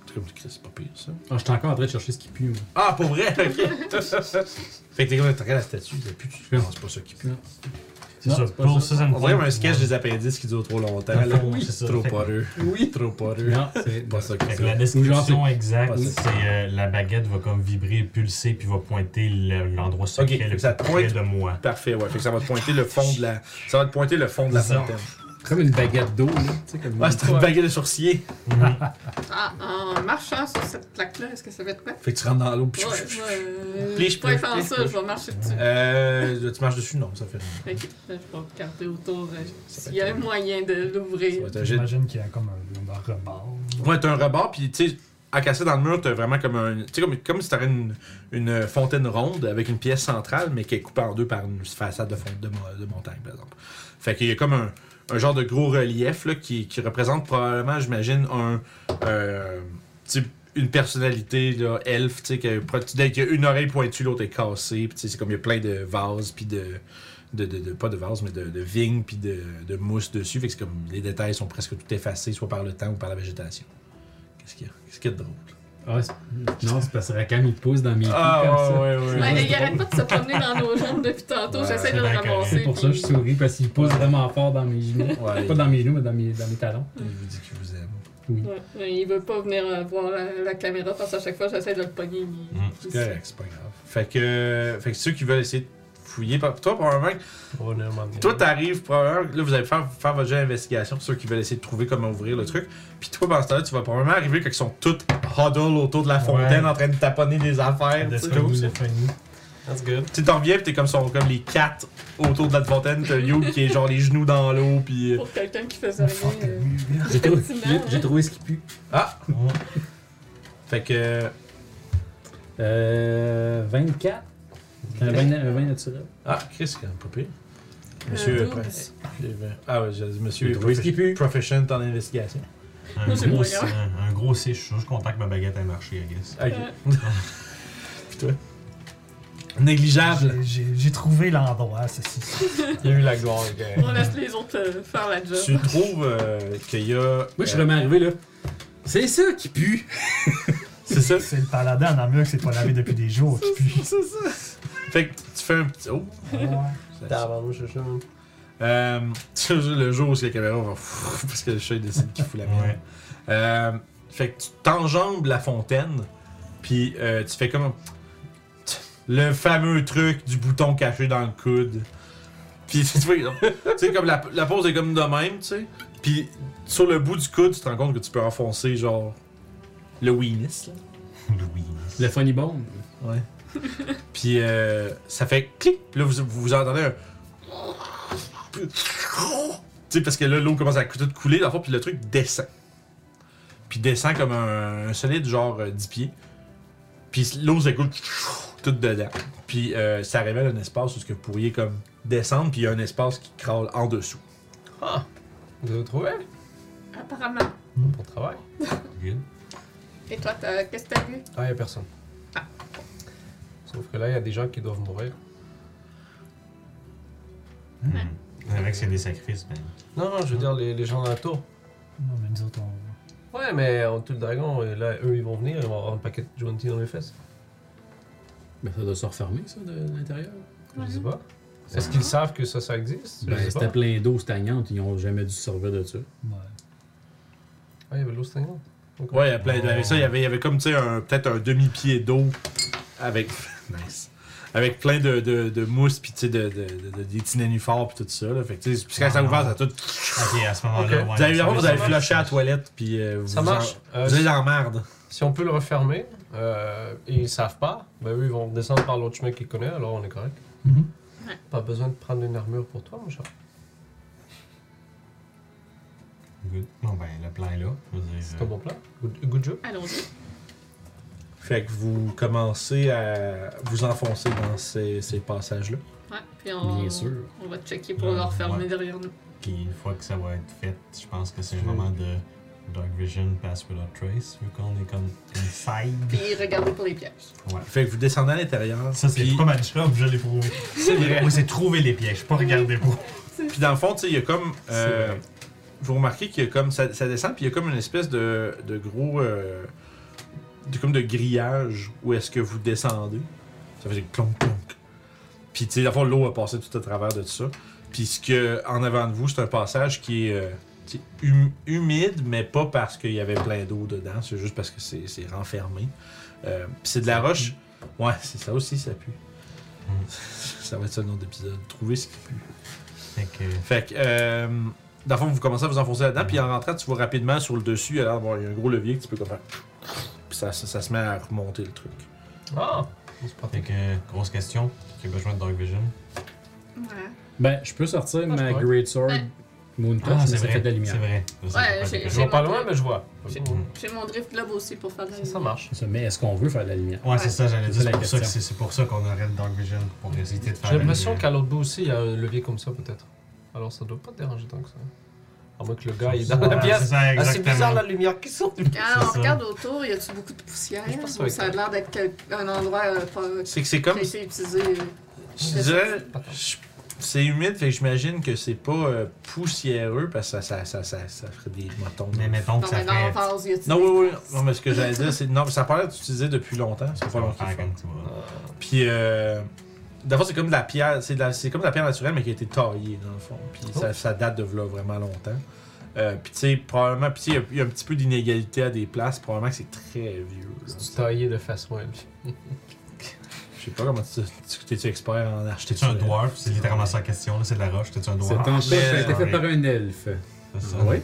S1: T'es comme, Christ, c'est pas pire ça.
S5: Ah, je suis encore en train de chercher ce qui pue. moi.
S1: Ah, pour vrai? Ok. fait que t'es comme, t'es regardes la statue, t'es plus, tu non, c'est pas ça qui pue.
S4: C'est
S5: Non,
S4: ça,
S5: c'est pas
S4: pour
S5: ça.
S4: ça, ça me
S1: On dirait
S4: fait-
S1: un sketch des appendices qui dure trop longtemps.
S4: Dans le
S1: là.
S4: fond, c'est ça.
S1: Trop
S4: Fait que-
S1: poreux.
S5: Oui.
S1: Trop poreux.
S5: Non, c'est
S1: Pas ça que
S4: Fait que
S1: c'est.
S4: la
S5: Ou genre,
S4: description
S5: c'est-
S4: exacte,
S1: Oui.
S4: c'est euh, la baguette va comme vibrer, pulser, puis va pointer le- l'endroit secret
S1: Ok,
S4: le
S1: ça
S4: plus
S1: pointe-
S4: près de moi.
S1: Parfait, ouais. Fait que ça va te pointer le fond de la. Ça va te pointer le fond de la
S4: Ça.
S1: fontaine.
S5: Comme une baguette d'eau, là. tu sais, Comme
S1: Ah, c'est une baguette de sourcier.
S3: Ah, en marchant sur cette plaque-là, est-ce que ça va être quoi?
S1: Fait que tu rentres dans l'eau.
S3: Ouais,
S1: puis-
S3: ouais,
S1: Pliche,
S3: je pourrais
S1: pliche,
S3: faire
S1: pliche,
S3: ça, je vais marcher dessus.
S1: Euh, tu marches dessus? Non, ça fait.
S3: Fait que je vais regarder autour euh,
S1: Ça
S3: s'il
S1: peut
S3: y a
S1: être-
S3: un moyen de
S1: Ça
S3: l'ouvrir.
S1: va être un jet-
S7: J'imagine qu'il y a comme un, un rebord.
S1: Ouais, t'as un rebord, puis tu sais, à casser dans le mur, t'as vraiment comme un. Tu sais, comme, comme si t'avais une, une fontaine ronde avec une pièce centrale, mais qui est coupée en deux par une façade de, fond, de, mo- de montagne, par exemple. Fait qu'il y a comme un, un genre de gros relief là, qui, qui représente probablement, j'imagine, un. euh, tu sais, une personnalité là, elfe, tu sais, qui a, pro- tu- dès qu'il y a une oreille pointue, l'autre est cassée, puis tu sais, c'est comme il y a plein de vases, puis de. De, de- de- pas de vase, mais de, de vignes puis de, de mousse dessus. Fait que c'est comme les détails sont presque tout effacés, soit par le temps ou par la végétation. Qu'est-ce qu'il y a? Qu'est-ce qu'il y a de drôle?
S5: Ah, c'est- non, c'est parce que Rakam, il pousse dans mes pieds comme ça.
S1: Ah, ouais, ouais,
S3: Ouais, il arrête pas de se promener dans nos jambes depuis tantôt,
S4: Ouais,
S3: j'essaie
S4: c'est
S3: de le
S4: bien
S3: ramasser.
S4: correct.
S5: C'est pour ça que je
S3: puis-
S5: souris, parce qu'il pousse vraiment fort dans mes genoux.
S1: Ouais,
S5: Pas dans mes genoux, mais dans mes, dans mes talons.
S1: il vous dit qu'il vous aime.
S3: Ouais, mais il veut pas venir euh, voir la, la caméra parce qu'à chaque fois j'essaie de le pogner. il-
S4: Mm,
S1: C'est
S3: il-
S1: correct, c'est pas grave. Fait que, fait que ceux qui veulent essayer de fouiller, par- toi, probablement, que-
S2: On va venir m'emmener.
S1: toi, t'arrives, probablement, là, vous allez faire, faire votre jeu d'investigation pour ceux qui veulent essayer de trouver comment ouvrir le truc. Puis toi, pendant ce temps-là, tu vas probablement arriver quand ils sont tous huddle autour de la fontaine
S7: Ouais.
S1: en train de taponner des affaires. tu sais.
S2: That's good.
S1: Tu t'en reviens, pis t'es comme, sont comme les quatre autour de la fontaine. T'as Youb qui est genre les genoux dans l'eau, pis. euh,
S3: Pour quelqu'un qui faisait rien. euh,
S5: J'ai trouvé,
S3: Effectivement,
S5: j'ai- j'ai
S3: ouais.
S5: trouvé ce qui pue.
S1: Ah! Fait que.
S5: Euh, 24. Un 20, un 20 naturel.
S1: Ah, Chris, quand même pas pire.
S3: euh,
S1: Monsieur. euh,
S3: douze.
S1: pres- Ah ouais, je- monsieur.
S5: J'ai trouvé ce qui pue.
S1: Profession en investigation.
S4: Un,
S3: Non, c'est
S4: gros,
S3: pas
S4: c-
S3: grave.
S4: un, un gros C, je suis sûr, je contacte ma baguette à marché, I guess.
S5: Euh,
S1: Ok.
S3: Ouais.
S1: Puis toi? Négligeable.
S7: J'ai- J'ai j'ai trouvé l'endroit, ceci.
S1: Il y a eu la gloire.
S3: On laisse les autres euh, faire la job.
S1: Tu trouves euh, qu'il y a.
S5: Moi, je suis
S1: euh,
S5: vraiment arrivé là. C'est ça qui pue!
S1: C'est ça?
S7: C'est le paladin en armure qui s'est pas lavé depuis des jours. Ah qui pue.
S1: C'est ça. Fait que tu fais un petit. Oh! ça-
S2: T'as je cherche un-
S1: Euh, tu sais, le jour où la caméra va. Parce que le chat il décide qu'il fout la merde.
S4: Ouais.
S1: Euh, fait que tu t'enjambes la fontaine, puis euh, tu fais comme le fameux truc du bouton caché dans le coude. Puis tu vois, tu sais, comme la, la pose est comme de même, tu sais. Puis sur le bout du coude, tu te rends compte que tu peux enfoncer genre le weenus. là.
S4: Louis.
S5: Le funny bone.
S1: Ouais. puis euh, ça fait clic, puis là vous, vous vous entendez un. Tu sais, parce que là, l'eau commence à tout couler, dans le fond, puis le truc descend. Puis descend comme un, un solide, genre euh, 10 pieds. Puis l'eau s'écoule tout dedans. Puis euh, ça révèle un espace où ce que vous pourriez comme descendre, puis il y a un espace qui crawle en dessous.
S2: Ah! Vous avez trouvé?
S3: Apparemment.
S2: Bon travail.
S4: Good.
S3: Et toi, t'as- qu'est-ce que t'as vu?
S2: Ah, il a personne.
S3: Ah.
S2: Sauf que là, il y a des gens qui doivent mourir.
S4: Hmm. Avec s'il y a des sacrifices, ben.
S2: Non, non, je
S1: Ah.
S2: veux dire les, les gens dans la tour.
S7: Non, mais nous autres, on.
S2: Ouais, mais on tue le dragon et là, eux, ils vont venir, ils vont avoir un paquet de Jointy dans les fesses.
S5: Ben, ça doit se refermer, ça, de, de l'intérieur.
S2: Je sais pas. Est-ce qu'ils savent que ça, ça existe? Je
S5: Ben,
S2: sais
S5: c'était
S2: pas.
S5: plein d'eau stagnante, ils n'ont jamais dû se servir de ça.
S7: Ouais.
S2: Ah, il y avait l'eau stagnante. Ok.
S1: Ouais, il y a plein de- avec ça, il y avait, il y avait comme, tu sais, un- peut-être un demi-pied d'eau avec. nice. Avec plein de, de, de mousse, puis tu sais, de, de, de, de- des petits nénuphars, puis tout ça. Là. Fait que, tu sais, puis quand ça a ouvert, ça a tout.
S4: Ok, à ce moment-là,
S2: Ok.
S4: ouais.
S1: vous avez, d'abord, vous
S4: ça
S1: avez
S4: va.
S1: flushé à la toilette, puis euh, vous.
S2: Ça marche.
S1: En,
S2: Euh,
S1: vous êtes dans la merde.
S2: Si on peut le refermer, euh, et ils savent pas, ben eux, ils vont descendre par l'autre chemin qu'ils connaissent, alors on est correct.
S7: Mhm.
S3: Ouais.
S2: Pas besoin de prendre une armure pour toi, mon cher.
S4: Good. Bon, ben, le plan est là. Je veux dire,
S2: C'est
S4: euh,
S2: un bon plan. Good, good job.
S3: Allons-y.
S1: Fait que vous commencez à vous enfoncer dans ces, ces passages-là.
S3: Ouais, puis on,
S5: Bien sûr.
S3: on va checker pour
S4: Euh,
S3: le refermer
S4: ouais.
S3: derrière nous.
S4: Puis une fois que ça va être fait, je pense que c'est le
S2: Je-
S4: moment de Dark Vision Pass Without Trace, vu qu'on est comme une faille.
S3: Puis regarder pour les pièges.
S4: Ouais.
S1: Fait que vous descendez à l'intérieur.
S4: Ça, c'est
S1: puis-
S4: pas ma job, je l'ai prouvé.
S1: C'est vrai.
S4: Moi, c'est trouver les pièges, pas regarder pour.
S1: Puis dans le fond, tu sais, il y a comme. euh,
S4: C'est vrai.
S1: vous remarquez qu'il y a comme. Ça, ça descend, puis il y a comme une espèce de, de gros. euh, de, comme de grillage où est-ce que vous descendez. Ça faisait clonk, clonk. Puis, tu sais, dans le fond, l'eau a passé tout à travers de tout ça. Puis, ce que, en avant de vous, c'est un passage qui est. euh, tu sais, hum- humide, mais pas parce qu'il y avait plein d'eau dedans, c'est juste parce que c'est c'est renfermé. Euh, puis c'est de la roche. Ouais, c'est ça aussi, ça pue.
S4: Mm.
S1: ça va être ça le nom d'épisode. Trouver ce qui pue.
S4: Fait que.
S1: Fait que, euh, Dans le fond, vous commencez à vous enfoncer là-dedans, puis en rentrant, tu vois rapidement sur le dessus, il y a l'air d'avoir un gros levier que tu peux comme faire. Puis ça, ça- ça se met à remonter le truc.
S2: Ah! C'est pas
S4: Fait que, grosse question, tu as besoin de Dark Vision?
S3: Ouais.
S5: Ben, je peux sortir
S2: Ah, je
S5: ma
S2: pourrais.
S5: Great Sword
S3: Ouais.
S5: Moon Touch, mais ça fait de la lumière.
S4: Ah, C'est vrai.
S3: Ouais,
S2: Je
S3: j'ai-
S4: j'ai.
S2: vois pas loin, mais je vois.
S3: J'ai-
S4: Mm.
S3: J'ai mon drift globe aussi pour faire de la
S2: Ça, ça marche.
S5: C'est ça, mais est-ce qu'on veut faire de la lumière?
S4: Ouais, c'est ça, j'allais
S5: C'est
S4: dire.
S5: la
S4: C'est pour ça que
S5: question.
S4: c'est- c'est pour ça qu'on aurait le Dark Vision, pour éviter de faire.
S2: J'ai
S4: la
S2: l'impression
S4: lumière.
S2: qu'à l'autre bout aussi, il y a un levier comme ça, peut-être. Alors ça doit pas te déranger tant que ça. À moins que le gars il est dans la
S4: Ouais, c'est
S2: pièce.
S4: ça,
S6: Ah, c'est bizarre
S4: exactement.
S6: la lumière qui sort du.
S3: Quand
S4: C'est
S3: on
S4: ça.
S3: regarde autour, y a-tu beaucoup de poussière?
S2: Je pense que ça
S3: Ou
S2: va
S3: ça a
S2: être
S3: l'air d'être quel- un endroit euh, pas- qui
S1: C'est que c'est comme.
S3: a été utilisé. euh,
S1: Je dirais. je- C'est humide, fait que j'imagine que c'est pas euh, poussiéreux, parce que ça, ça, ça, ça, ça ferait des motons.
S4: Mais mettons que
S3: Non,
S4: ça
S3: mais dans
S4: ferait.
S3: la vase, y a-tu
S1: Non,
S3: des
S1: oui, oui.
S3: traces?
S1: Non, mais ce que j'allais dire, c'est. Non, mais ça a pas l'air d'utiliser depuis longtemps. Ça fait pas
S4: Ça va
S1: longtemps.
S4: faire comme tu vois.
S1: Puis, euh, d'abord, c'est comme de la pierre, c'est, de la- c'est comme de la pierre naturelle, mais qui a été taillée, dans le fond. Puis,
S2: Oh.
S1: ça, ça date de là, vraiment longtemps. Euh, puis, tu sais, probablement, puis, tu sais, il y a- il y, a un petit peu d'inégalité à des places. Probablement que c'est très vieux. là.
S2: C'est taillé de face, ouais.
S1: Je sais pas comment tu. tu t'es-tu expert en
S4: T'es-tu
S1: architecture?
S4: un dwarf? C'est littéralement sa question, là, c'est de la roche. T'es-tu un
S5: Cette
S4: dwarf?
S5: entorse a été
S4: sorry.
S5: faite par un elfe.
S4: C'est ça.
S5: Oui.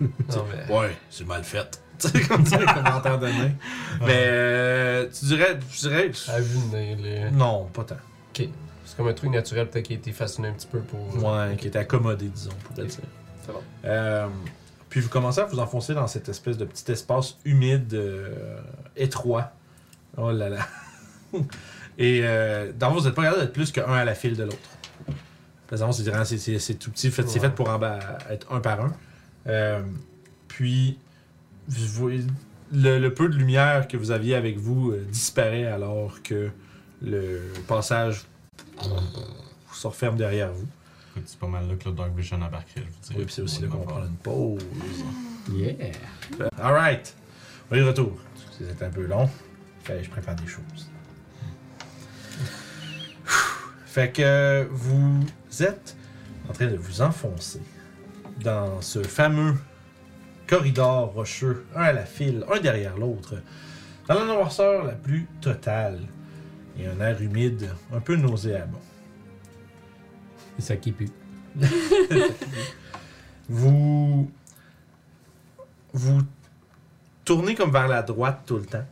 S2: Non, mais.
S1: Ouais, c'est mal fait. Tu sais, comme ça, comme on t'en donnait. Mais, euh, tu dirais. Tu dirais.
S2: À vue de nez, les-
S1: Non, pas tant.
S2: Ok. C'est comme un truc naturel, peut-être qu'il a été façonné un petit peu pour. euh,
S1: Ouais, qui était accommodé, disons, pour le dire.
S2: C'est bon.
S1: Euh, puis vous commencez à vous enfoncer dans cette espèce de petit espace humide, euh, étroit. Oh là là. Et euh, dans vous n'êtes pas capable d'être plus qu'un à la file de l'autre. Parce que dans le fond, c'est vraiment- c'est- c'est c'est tout petit, fait- c'est
S2: Ouais.
S1: fait pour en bas, être un par un. Euh, puis vous voyez- le, le peu de lumière que vous aviez avec vous euh, disparaît alors que le passage se referme derrière vous.
S4: Écoute, C'est pas mal là que le Dark Vision embarquerait, je vous dirais.
S1: Oui, puis c'est aussi là qu'on prend une pause.
S5: Yeah.
S1: Alright. On est de retour. C'était un peu long. Fallait que je prépare des choses. Fait que vous êtes en train de vous enfoncer dans ce fameux corridor rocheux, un à la file, un derrière l'autre, dans la noirceur la plus totale et un air humide un peu nauséabond.
S5: Et ça qui pue.
S1: Vous. Vous tournez comme vers la droite tout le temps.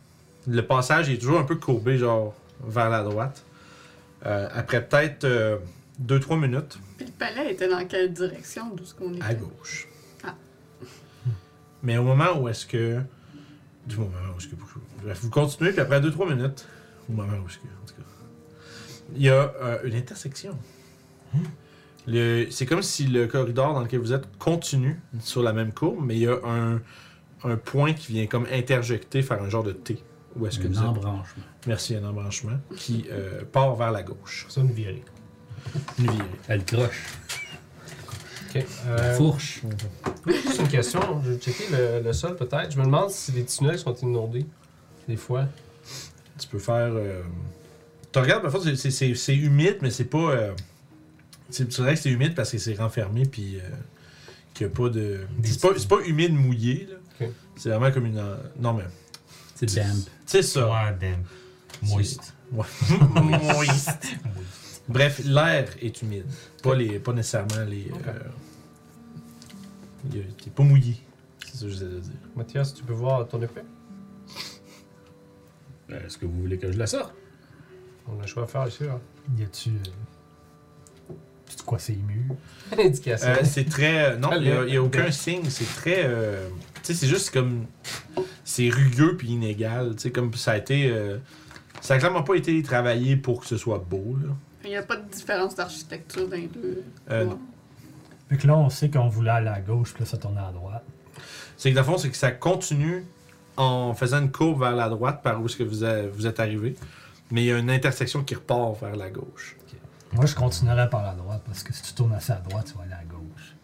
S1: Le passage est toujours un peu courbé, genre vers la droite. Euh, après peut-être 2-3 minutes,
S3: Puis le palais était dans quelle direction d'où ce qu'on était?
S1: à gauche.
S3: Ah.
S1: Mais au moment où est-ce que. Du moment où est-ce que. Bref, vous continuez, puis après 2-3 minutes, au moment où est-ce que. En tout cas. Il y a euh, une intersection. Hmm. Le- C'est comme si le corridor dans lequel vous êtes continue sur la même courbe, mais il y a un, un point qui vient comme interjecter, faire un genre de T. Où est-ce que
S5: Un
S1: vous êtes?
S5: embranchement.
S1: Merci, un embranchement qui euh, part vers la gauche.
S2: Ça, une virée.
S1: Une virée.
S5: Elle croche.
S2: Ok.
S5: La
S2: Euh,
S5: fourche.
S2: juste une question. Je vais checker le, le sol, peut-être. Je me demande si les tunnels sont inondés. Des fois.
S1: Tu peux faire. euh, Tu regardes, parfois, c'est- c'est- c'est c'est humide, mais c'est pas. euh, c'est- Tu dirais que c'est humide parce que c'est renfermé, puis euh, qu'il n'y a pas de. C'est pas, c'est pas humide mouillé, là.
S2: Ok.
S1: C'est vraiment comme une. en- Non, mais.
S5: C'est damp.
S1: C'est ça.
S4: Ouais, damn. Moist.
S1: Moïste. Bref, l'air est humide. Pas, les, pas nécessairement les.
S2: Ok.
S1: euh, il y a- T'es pas mouillé. C'est ça que j'essaie de dire.
S2: Mathias, tu peux voir ton épée
S5: Euh, Est-ce que vous voulez que je la sorte?
S2: On a le choix à faire ici, là.
S7: Y a-tu. euh,
S5: euh,
S7: sais-tu quoi, ces murs?
S2: Indication.
S1: Euh, c'est très. euh, non, il n'y a,
S2: Ok.
S1: aucun signe. C'est très. euh, tu sais, c'est juste comme. C'est rugueux puis inégal. Tu sais, comme ça a été. euh, ça a clairement pas été travaillé pour que ce soit beau, là.
S3: Il n'y a pas de différence d'architecture dans les deux.
S1: Euh,
S3: Ouais.
S7: Fait que là, on sait qu'on voulait aller à gauche, puis là, ça tournait à droite.
S1: C'est que, dans le fond, c'est que ça continue en faisant une courbe vers la droite par où est-ce que vous, a- vous êtes arrivé. Mais il y a une intersection qui repart vers la gauche.
S7: Moi, je continuerais par la droite, parce que si tu tournes assez à droite, tu vas aller à gauche.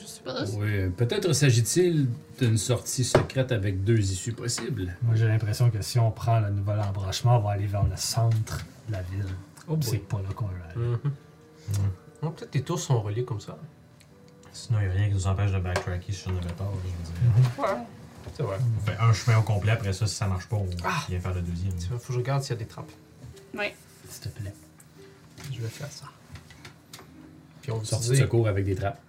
S3: Je sais pas. si-
S5: Oui. Peut-être s'agit-il d'une sortie secrète avec deux issues possibles.
S7: Moi, j'ai l'impression que si on prend le nouvel embranchement, on va aller vers le centre de la ville.
S2: oh,
S7: C'est
S2: boy.
S7: pas là qu'on veut aller.
S2: Mhm. Oh, Peut-être les tours sont reliés comme ça.
S4: Sinon, il n'y a rien qui nous empêche de backtracker si j'en avais tort, je vous dirais.
S2: Ouais. C'est vrai.
S4: On fait un chemin au complet, après ça, si ça marche pas, on
S1: Ah!
S4: vient faire le deuxième.
S2: Il faut que je regarde s'il y a des trappes.
S3: Ouais.
S7: S'il te plaît.
S2: Je vais faire ça. Puis qui ont
S5: Sortie de
S2: utilisé.
S5: secours avec des trappes.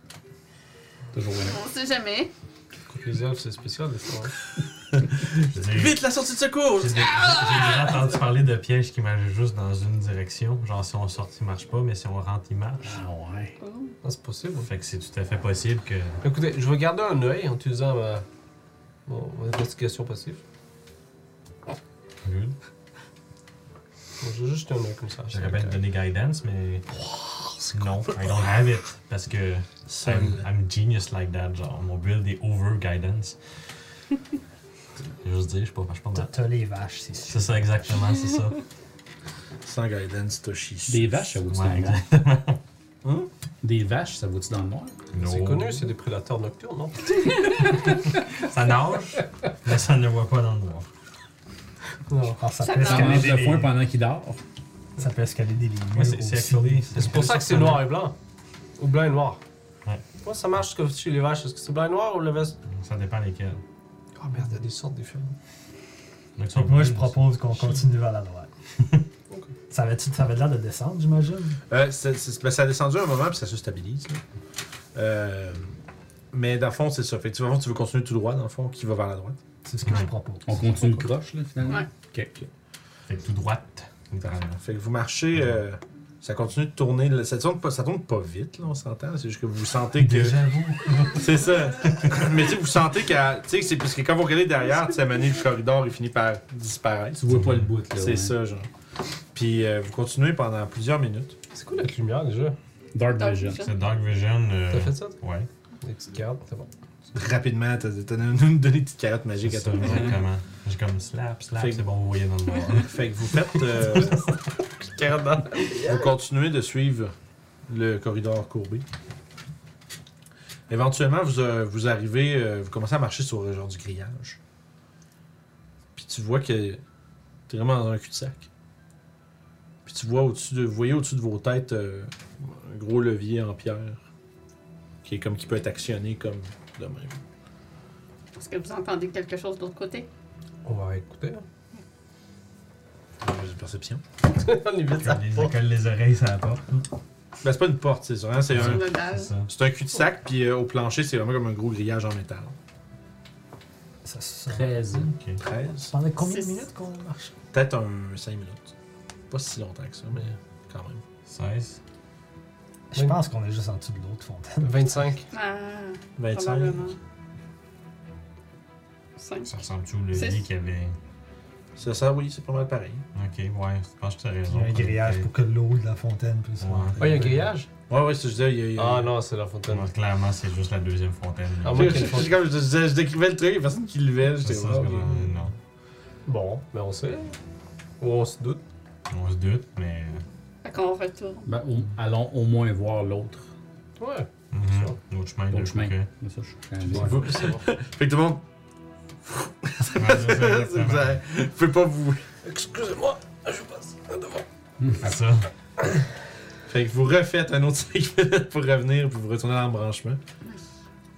S5: Toujours winner.
S3: On sait jamais.
S2: Écoute, Les elfes, c'est spécial des fois. hein.
S4: Je veux dire,
S1: Vite, la sortie de secours!
S4: J'ai j'ai
S1: Ah!
S4: déjà entendu parler de pièges qui marchent juste dans une direction. Genre, si on sort, il marche pas, mais si on rentre, il marche.
S5: Ah ouais.
S3: Oh.
S2: Ah, c'est possible.
S4: Fait que c'est tout à fait possible que.
S2: Écoutez, je vais garder un œil en utilisant ma, mon, mon investigation passive.
S4: Good.
S2: Bon, je vais juste jeter un œil comme ça.
S4: J'aurais bien donné guidance, mais. Non, I don't have it. Parce que. I'm, I'm genius like that. Genre, mon build est over guidance. Je juste dire, je suis pas, je suis pas
S7: T'as-
S4: mal.
S7: T'as les vaches, c'est sûr.
S4: C'est ça, exactement, c'est ça.
S1: Sans guidance, Toshi.
S5: Des vaches, ça vaut-tu dans
S4: Ouais,
S5: le noir?
S4: exact.
S5: Hein? Des vaches, ça vaut-tu dans le noir?
S2: C'est
S4: No.
S2: connu, c'est des prédateurs nocturnes, non?
S4: Ça nage, mais ça ne le voit pas dans le noir.
S2: Non.
S7: Ah, ça,
S3: Ça
S7: peut
S3: marche.
S5: Ça
S7: escalader,
S5: mange le foin pendant qu'il dort.
S7: ça peut escalader des lignes.
S4: Ouais, c'est c'est actually.
S2: C'est pour ça que c'est noir et blanc. Ou blanc et noir.
S4: Ouais.
S2: Comment ça marche que chez les vaches? Est-ce que c'est blanc et noir ou le veste?
S4: Ça dépend lesquels.
S2: Oh merde, il y a des sortes différentes.
S4: Donc, ça,
S7: Moi, je propose qu'on continue vers la droite. Ça avait, ça avait l'air de descendre, j'imagine.
S1: Euh, c'est- c'est- ben, ça a descendu un moment, puis ça se stabilise. là. Euh, mais dans le fond, c'est ça. Fait que tu, vas voir, tu veux continuer tout droit, dans le fond, qui va vers la droite.
S7: C'est ce que je propose.
S5: On continue le croche, là, finalement?
S3: Ouais.
S5: Ok. ok.
S4: Fait que tout droite, littéralement.
S1: Fait que vous marchez, euh, ça continue de tourner. là. Ça tourne pas, ça tourne pas vite, là, on s'entend. C'est juste que vous sentez que. C'est ça. mais tu sais, vous sentez qu'à. Tu sais, c'est parce que quand vous regardez derrière, tu sais, à un moment donné, le corridor, il finit par disparaître.
S5: Tu vois pas le bout, là.
S1: C'est
S5: ouais.
S1: ça, genre. Puis euh, vous continuez pendant plusieurs minutes.
S2: C'est quoi notre lumière déjà?
S5: Dark
S3: Dark
S5: Vision.
S3: vision.
S4: C'est Dark Vision. euh,
S2: T'as fait ça?
S4: Ouais.
S2: Des petites cartes, c'est bon.
S1: Rapidement, t'as t'as donné des petites carottes magiques
S4: J'ai
S1: à tout le monde.
S4: Exactement. J'ai comme slap, slap,
S1: Fait que-
S4: c'est bon, vous voyez dans le noir.
S1: Fait que vous faites. euh, vous continuez de suivre le corridor courbé. Éventuellement, vous, euh, vous arrivez, euh, vous commencez à marcher sur euh, genre du grillage. Puis tu vois que t'es vraiment dans un cul-de-sac. Puis tu vois au-dessus de, vous voyez au-dessus de vos têtes euh, un gros levier en pierre qui est comme qui peut être actionné comme de même.
S3: Est-ce que vous entendez quelque chose de l'autre côté?
S2: On va écouter. hein.
S1: J'ai une perception.
S2: On est vite, ça.
S4: Je les- je colle les oreilles ça la porte.
S1: Ben, c'est pas une porte, c'est vraiment c'est un,
S3: Sur le dalle.
S4: C'est ça.
S1: c'est un cul-de-sac puis euh, au plancher c'est vraiment comme un gros grillage en métal.
S7: Ça, ça.
S5: 13.
S1: 13.
S7: Ça pendait combien de
S3: Six.
S7: minutes qu'on marche
S1: Peut-être un 5 minutes. Pas si longtemps que ça, mais quand même.
S4: 16.
S7: Je pense qu'on est juste en dessous de l'autre fontaine.
S2: 25.
S3: Ah,
S1: 25.
S3: probablement. Cinq.
S4: Ça ressemble tout au levier
S3: Six.
S4: qu'il y avait.
S1: Ça, ça, oui, c'est pas mal pareil.
S4: Ok, ouais, je pense que t'as
S7: Il
S4: raison.
S7: y a un grillage pour que l'eau de la fontaine puisse
S4: Ouais.
S2: Oh, il y a un grillage?
S1: Ouais, ouais, c'est- je disais, il y a. il y a-
S2: Ah non, c'est la fontaine.
S4: Ouais, Clairement, c'est juste la deuxième fontaine. là.
S2: Ah, moi,
S1: Je,
S2: ok.
S1: je- je- comme je disais, je décrivais le truc, il y a personne qui levait,
S4: C'est
S1: j'étais
S4: ça, c'est
S1: wow.
S4: comme, euh, non.
S2: Bon, mais on sait. Ou on se doute.
S4: On se doute, mais.
S3: Fait qu'on retourne.
S5: Ben, au- allons au moins voir l'autre.
S2: Ouais.
S4: Mhm. L'autre chemin,
S5: L'autre
S4: de
S5: chemin.
S4: Fouquet.
S5: Mais ça, je suis quand même-
S1: Vous- Fait que tout le monde.
S4: Ouais, c'est ça,
S1: c'est
S4: exactement.
S1: vous avez- vous pouvez pas vous.
S2: Excusez-moi, je passe devant.
S4: C'est ça.
S1: Fait que vous refaites un autre 5 minutes pour revenir, puis vous retournez à l'embranchement.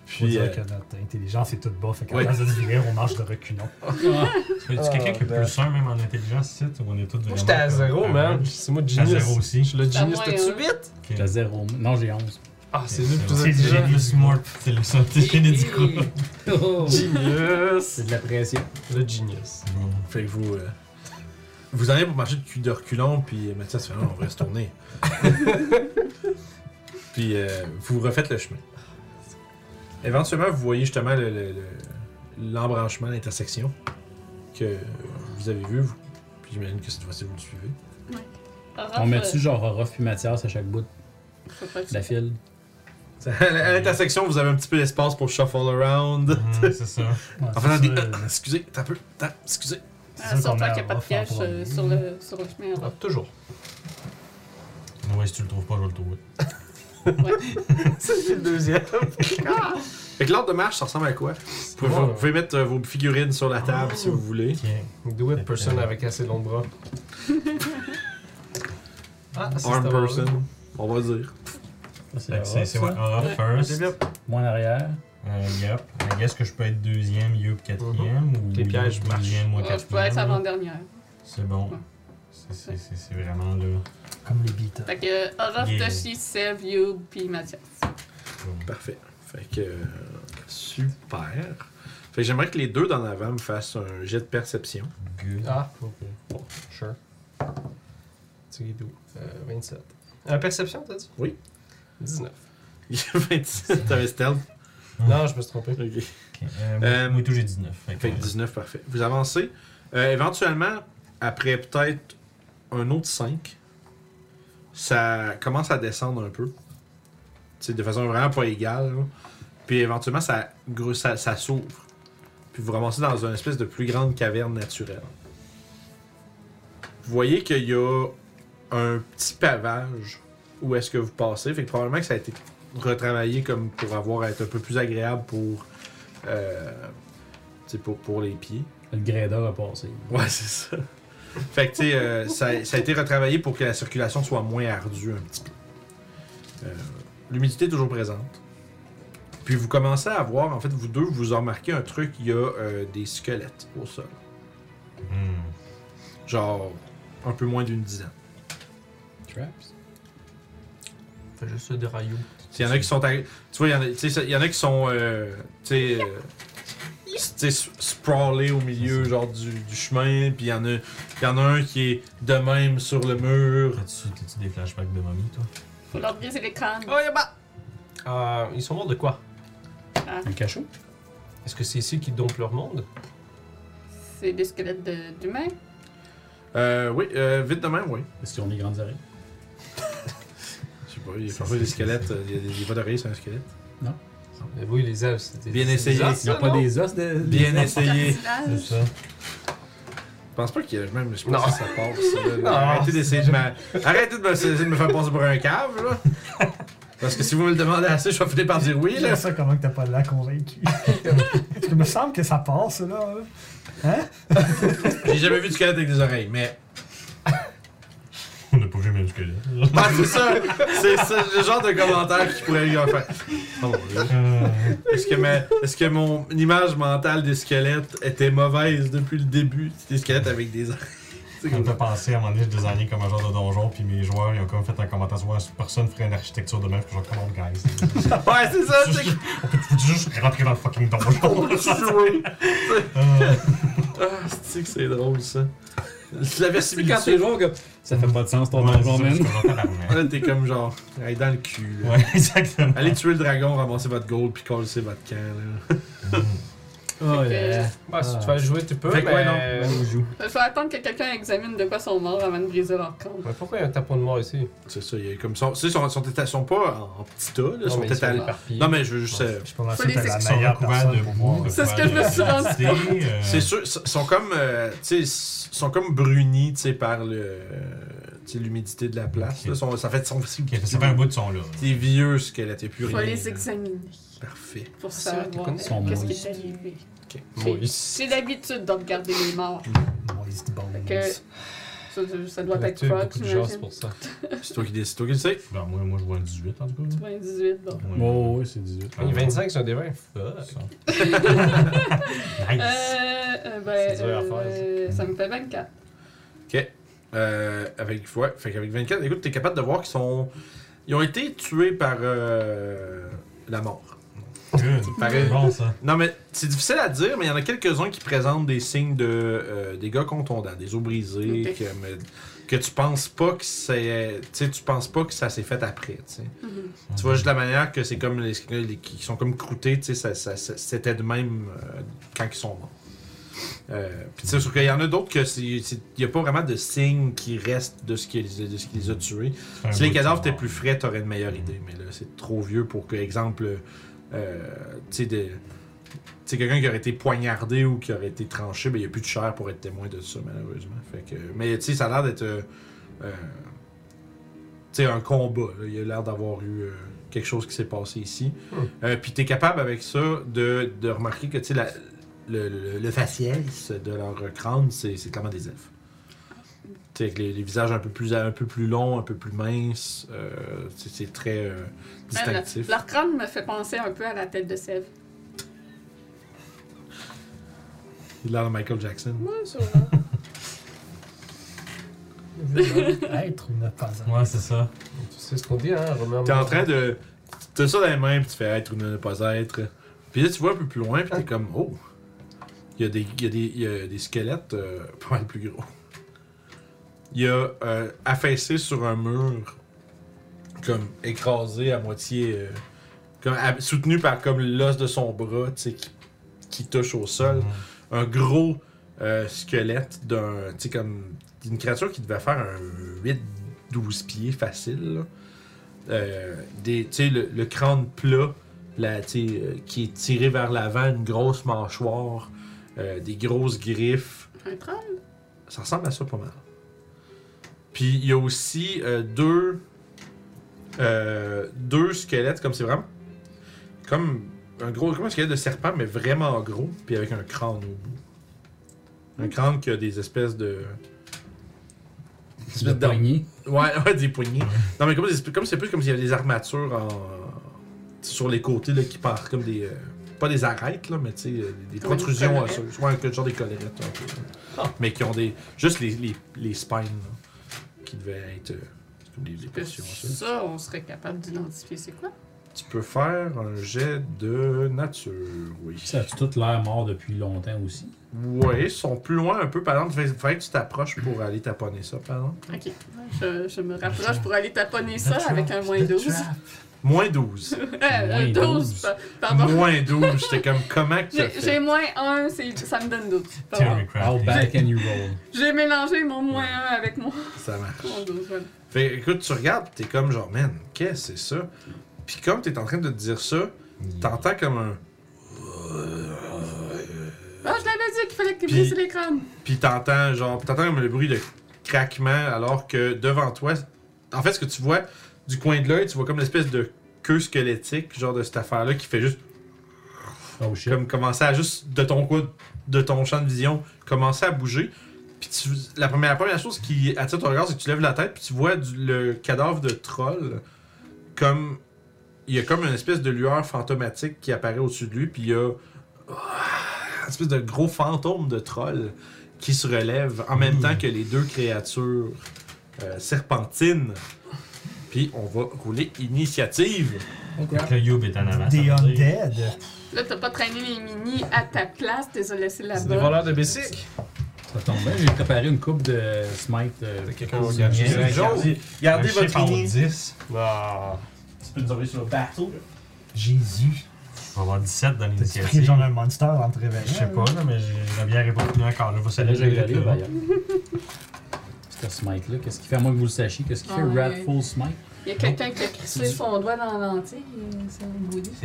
S7: Faut
S1: Puis.
S7: dire
S1: euh,
S7: que notre intelligence est toute bas, fait qu'à
S1: Ouais.
S7: place de se virer, on marche de reculons.
S4: Tu
S7: Ah,
S4: tu quelqu'un qui est
S2: ben.
S4: plus un, même en intelligence, c'est ou on est tous
S2: Moi,
S4: vraiment
S2: j'étais à
S4: comme-
S2: zéro,
S4: Ah,
S2: man.
S4: ouais.
S2: C'est moi,
S4: J'étais à
S2: Genius.
S4: zéro aussi.
S2: Je suis le Genius,
S3: moi,
S2: t'as-tu
S3: hein.
S2: vite?
S4: Ok.
S5: J'ai zéro. Non, j'ai 11.
S2: Ah, c'est lui le plus
S4: C'est le
S2: intelligent.
S4: génie smart. C'est le scientifique du groupe.
S2: Genius.
S5: C'est de la pression.
S2: Le Genius.
S1: Fait que vous. euh, Vous en avez pour marcher de cul de reculons, puis euh, Mathias fait non, on va se tourner. puis euh, vous refaites le chemin. Éventuellement, vous voyez justement le- le- le- l'embranchement, l'intersection que vous avez vu. Vous. Puis j'imagine que cette fois-ci, vous le suivez.
S3: Ah,
S5: On met-tu genre Orof puis Mathias à chaque bout de
S3: euh,
S5: la file?
S1: À l'intersection, vous avez un petit peu d'espace pour shuffle around.
S4: Mhm, C'est ça.
S1: En faisant des.
S7: euh,
S1: euh, Excusez, t'as un peu. t'as- Excusez.
S7: C'est sûr
S3: Ah, Surtout
S7: qu'on
S3: qu'il
S7: met
S3: n'y a
S7: un
S3: pas de
S7: rough en
S3: piège euh,
S7: premier.
S3: sur le, sur le chemin.
S2: Ah,
S3: alors.
S2: toujours.
S4: Ouais, si tu le trouves pas, je vais le trouver.
S2: C'est le deuxième.
S1: Fait que l'ordre de marche, ça ressemble à quoi Vous pouvez,
S2: bon.
S1: vous pouvez mettre euh, vos figurines sur la table si vous voulez.
S4: Tiens.
S2: Do it, personne avec assez long de bras. Ah, c'est
S1: Arm
S2: Star Wars.
S1: person, on va dire.
S5: Ça, c'est
S4: Fait que c'est- C'est
S5: Orof,
S4: ouais,
S5: ça.
S4: Aura first.
S2: Développe.
S5: Moi en arrière.
S4: Euh, Yep. I guess que je peux être deuxième, Yup quatrième. Ou
S2: Les pièges
S4: Yup
S2: marchent.
S4: deuxième, moi
S3: Ouais, je pourrais être
S4: quatrième.
S3: avant-dernière.
S4: C'est bon. C'est- C'est c'est- c'est vraiment là.
S7: Comme les Beatles.
S3: Fait que Orof,
S4: Yeah.
S3: Toshi, Seb, Youb, puis Mathias.
S1: Parfait. Fait que. euh, Super. Fait que j'aimerais que les deux d'en avant me fassent un jet de perception.
S2: Ah, ok. Bon, sure. C'est d'où? Euh, 27. Euh, perception, t'as dit?
S1: Oui.
S2: 19.
S1: Il y a 27, t'avais stealth.
S2: Non, je me suis trompé.
S1: Ok.
S4: Ok, euh,
S1: Euh,
S4: moi, moi, tout, j'ai 19. Fait que,
S1: Fait que 19, parfait. Vous avancez. Euh, éventuellement, après peut-être un autre 5, ça commence à descendre un peu. Tu sais, de façon vraiment pas égale. là. Puis éventuellement, ça, gros- ça, ça s'ouvre. Puis vous ramassez dans une espèce de plus grande caverne naturelle. Vous voyez qu'il y a un petit pavage où est-ce que vous passez. Fait que probablement que ça a été retravaillé comme pour avoir à être un peu plus agréable pour euh, tu sais, pour, pour les pieds.
S5: Le grader a passé.
S1: Ouais, c'est ça. Fait que, tu sais, euh, ça, ça a été retravaillé pour que la circulation soit moins ardue un petit peu. Euh, L'humidité est toujours présente. Puis vous commencez à voir, en fait, vous deux, vous remarquez un truc, il y a euh, des squelettes au sol.
S4: hmm,
S1: Genre, un peu moins d'une dizaine.
S5: Traps?
S2: Fais juste des rayots.
S1: Il y en a qui sont. arri- Tu vois, il y en a- tu sais, ça- il y, en a qui sont. euh, tu sais. euh, tu sais, s- sprawlés au milieu, genre, du, du chemin. Puis il y, en a- il y en a un qui est de même sur le mur.
S4: T'as-tu t'as-tu des flashbacks de momie, toi
S3: Faut leur briser les crânes.
S2: Oh, y'a pas! Euh, ils sont morts de quoi?
S5: Un cachot?
S2: Est-ce que c'est ici qu'ils dompent leur monde?
S3: C'est des squelettes de- d'humains.
S1: Euh, oui, euh, vite de même, oui.
S5: Est-ce qu'ils ont des grandes oreilles?
S1: Je sais pas, il y a parfois des squelettes, euh, il y a des, il y a pas d'oreille, c'est un squelette.
S2: Mais oui, les elfes, c'était.
S1: Bien
S2: c'est
S1: essayé.
S2: bizarre,
S1: Ils
S5: Ils
S2: Ah, ça,
S5: ont pas
S2: non?
S5: des os de.
S1: Bien
S5: des-
S1: essayé.
S4: C'est
S3: Cartilage.
S4: ça.
S1: Je pense pas qu'il y a même, je pense
S2: Non.
S1: que ça passe. là. Arrêtez d'essayer de m'a- Arrêtez de me, essayer de me faire passer pour un cave, là. Parce que si vous me le demandez assez, je vais finir par dire oui, là.
S7: J'aime ça comment que t'as pas l'air convaincu. Parce que me semble que ça passe, là. hein.
S1: J'ai jamais vu de squelette avec des oreilles, mais.
S4: On n'a pas vu même squelette.
S1: Ah, c'est ça! C'est ça, le genre de commentaire qui pourrait lui en faire. Oh, mon Dieu.
S4: Euh,
S1: Est-ce que, ma- est-ce que mon image mentale des squelettes était mauvaise depuis le début? C'était des squelettes avec des oreilles. C'est
S4: Quand
S1: comme-
S4: t'as pensé, à un moment donné, je désignais comme un genre de donjon, puis mes joueurs, ils ont comme fait un commentaire sur Ouais, personne ferait une architecture de même, puis genre, come on, Oh, guys.
S1: Ouais, c'est ça, c'est
S4: On peut faut juste rentrer dans le fucking donjon. Euh,
S1: Ah, c'est que c'est drôle ça. La
S5: C'est quand
S1: versatilité.
S5: t'es joueur, gars. Ça fait pas de sens ton
S4: ouais, c'est
S5: donjon,
S4: ça,
S5: man.
S4: je suis content d'arriver.
S1: Là, t'es comme genre, allez dans le cul. là.
S4: Ouais, exactement.
S1: Allez tuer le dragon, ramasser votre gold, puis coller votre camp. Là.
S5: Oh
S3: Fait que-
S5: là.
S2: Bah, si tu vas le jouer, tu peux.
S1: Ah. Fait que ouais,
S2: mais-
S1: non.
S3: Il faut attendre que quelqu'un examine de quoi sont morts avant de briser leur crâne.
S2: Mais pourquoi il y a un tapon de mort ici?
S1: C'est ça, il est comme ça. Ils sont, sont, éta- sont pas en, en petit tas, là,
S2: Non,
S1: sont
S2: mais ils sont
S1: étalés.
S2: éparpillés.
S1: Non, mais je veux juste. euh,
S7: Je suis pas mal
S3: Faut
S7: sûr que
S3: les
S4: Ils
S7: t'as la
S4: sont
S7: meilleure
S4: recouverts
S7: personne
S4: de
S7: pour
S4: bois.
S7: moi.
S3: C'est ce que je me suis rendu
S4: euh,
S1: c'est sûr, s- sont comme, euh, tu sais, s- sont comme brunis, tu sais, par le, euh, tu sais, l'humidité de la place. là. Sont- ça fait son
S4: Ça fait un bout de son là.
S1: T'es vieux squelette, t'es plus
S3: Faut
S1: rien.
S3: les
S1: là.
S3: examiner
S1: Parfait.
S3: pour
S2: C'est vrai
S3: savoir euh,
S2: qu'ils
S5: sont
S3: qu'est-ce qui
S5: maudits.
S3: est arrivé.
S1: Ok.
S3: J'ai- J'ai l'habitude de regarder les morts.
S2: Mm,
S7: Moist bones.
S3: que- Ça, ça doit
S2: Il a
S3: être
S2: tué
S3: Fox,
S2: beaucoup de gens c'est
S3: j'imagine.
S2: pour ça.
S1: C'est toi qui décide. C'est toi qui le sais.
S4: Ben, moi, moi, je vois un 18 en tout cas.
S3: 98, donc.
S4: là.
S5: Oh, oui, c'est 18.
S4: Ah,
S2: Il y a 25 sur des 20. Fuck.
S4: ça.
S3: Euh,
S4: Nice.
S3: euh, ben,
S2: C'est dur à faire,
S3: euh, ça me fait 24.
S1: Ok. Euh, avec, ouais, fait qu'avec 24, écoute, t'es capable de voir qu'ils sont. Ils ont été tués par euh, la mort.
S3: Euh,
S4: Good.
S1: Pareil.
S4: Bon, ça.
S1: Non, mais c'est difficile à dire, mais il y en a quelques-uns qui présentent des signes de euh, dégâts contondants, des os brisés,
S3: Ok.
S1: que, mais- que tu penses pas que c'est. Tu sais, tu penses pas que ça s'est fait après, tu sais.
S2: Mhm.
S1: Tu vois juste la manière que c'est comme les, les- qui sont comme croûtés, tu sais, ça, ça- ça- c'était de même euh, quand ils sont morts. Euh, Puis c'est sûr qu'il y en a d'autres que c'est- c'est- il n'y a pas vraiment de signes qui restent de ce qui, les- de ce qui les a tués.
S4: Un
S1: Si les
S4: bout de
S1: cadavres
S4: son
S1: étaient
S4: mort.
S1: plus frais, t'aurais une meilleure idée, mais là, c'est trop vieux pour que, exemple, euh, tu sais, de- tu sais, quelqu'un qui aurait été poignardé ou qui aurait été tranché, ben, il n'y a plus de chair pour être témoin de ça, malheureusement. Fait que, mais tu sais, ça a l'air d'être euh, euh, tu sais, un combat. là. Il a l'air d'avoir eu euh, quelque chose qui s'est passé ici.
S2: Hmm.
S1: Euh, Puis t'es capable avec ça de, de remarquer que tu sais, la- le, le, le faciès de leur crâne, c'est c'est clairement des elfes. Tu sais, avec les, les visages un peu plus un peu plus longs, un peu plus minces, euh, c'est- c'est très euh, distinctif.
S3: Leur crâne me fait penser un peu à la tête de Sèvres.
S1: Il a l'air de Michael Jackson.
S3: Ouais,
S7: Être ou ne pas être.
S4: Ouais, c'est ça.
S2: Tu sais ce qu'on dit, hein, Romain?
S1: T'es en train de. T'as ça dans les mains, puis tu fais être ou ne pas être. Puis là, tu vois un peu plus loin, puis t'es comme, oh! Il y a des, il y a des, il y a des squelettes euh, pas mal plus gros. Il y a euh, affaissé sur un mur, comme écrasé à moitié, euh, comme, à- soutenu par comme l'os de son bras, tu sais, qui, qui touche au sol. Un gros euh, squelette d'un, tu sais, comme d'une créature qui devait faire un 8-12 pieds facile, là. Euh, des, tu sais, le, le crâne plat, la, tu sais, euh, qui est tiré vers l'avant, une grosse mâchoire, euh, des grosses griffes.
S3: Un troll?
S1: Ça ressemble à ça pas mal. Puis il y a aussi euh, deux, euh, deux squelettes, comme c'est vraiment comme un gros comme un squelette de serpent, mais vraiment gros, puis avec un crâne au bout. Un crâne qui a des espèces de.
S5: Le
S1: d'en-
S5: poignet.
S1: Ouais, ouais, des poignées. Non, mais comme c'est comme c'est plus comme s'il y avait des armatures en- sur les côtés là, qui partent comme des. euh, pas des arêtes, là, mais tu sais, euh, des
S3: Comme Ah. une
S1: protrusions
S3: collerette.
S1: osseuses. Ouais, quelque genre des collerettes. un peu, là. Mais qui ont des. juste les, les, les spines, là, qui devaient être. euh, c'est comme des, des portions osseuses.
S3: Ça, on serait capable d'identifier c'est quoi.
S1: Tu peux faire un jet de nature, oui.
S5: Ça a tout l'air mort depuis longtemps aussi.
S1: Ouais, ils sont plus loin un peu, par exemple. Fait, fait que tu t'approches pour aller taponner ça, par exemple.
S3: Ok. Je, je me rapproche pour aller taponner ça avec un moins 12.
S1: Moins 12.
S3: Un 12, pa- pardon.
S1: moins 12, j'étais comme comment que tu
S3: Ah J'ai j'ai moins 1, ça me donne 12. Pardon.
S4: Theory
S5: How
S4: craft.
S5: bad can you roll?
S3: J'ai mélangé mon moins 1 avec mon,
S1: Ça marche.
S3: mon 12. voilà.
S1: Fait que, écoute, tu regardes, pis t'es comme genre, man, qu'est-ce que c'est ça? Puis comme t'es en train de te dire ça, t'entends comme un.
S3: Ah, je l'avais dit qu'il fallait que tu
S1: Puis-
S3: brises les crânes.
S1: Puis t'entends genre, t'entends comme le bruit de craquement, alors que devant toi, en fait, ce que tu vois du coin de l'œil, tu vois comme l'espèce de queue squelettique, genre de cette affaire-là qui fait juste
S5: Oh shit.
S1: comme commencer à juste de ton quoi, de ton champ de vision, commencer à bouger. Puis tu- la première, la première chose qui attire ton regard, c'est que tu lèves la tête puis tu vois du- le cadavre de troll comme il y a comme une espèce de lueur fantomatique qui apparaît au-dessus de lui puis il y a une espèce de gros fantôme de troll qui se relève en même temps que les deux créatures euh, serpentines. Puis on va rouler initiative.
S4: Fait que le Youb est en avant.
S7: Des
S4: Ah, ça veut dire-
S7: undead.
S3: Là, t'as pas traîné les mini à ta place, t'es laissé
S2: C'est des
S3: là-bas.
S2: voleurs de bicycles.
S5: Ça tombe bien, j'ai préparé une coupe de smite. euh,
S2: quelqu'un
S5: cause-
S2: qui a
S5: J'ai-
S2: géré.
S1: Gardez, gardez
S4: Un chiffre
S1: votre
S4: en haut de
S1: ligne. Bah.
S4: 10.
S2: Ah.
S1: Tu peux nous envoyer sur le bateau.
S7: Jésus.
S4: Je vais avoir 17 dans
S7: T'as-tu pris
S4: l'initiative.
S7: genre un monster en te réveillant?
S4: Je sais pas, là, mais j'ai- la bière est pas finie encore. là. Je vais
S5: Ça
S4: celle-là,
S5: l'a
S4: je
S5: j'ai
S4: vais
S5: d'ailleurs.
S4: là.
S5: Ce smite-là, qu'est-ce qu'il fait? À moins que vous le sachiez, qu'est-ce qu'il fait?
S3: Ah, ouais.
S5: Ratful smite?
S3: Il y a quelqu'un qui a crissé son doigt dans la lentille. euh, C'est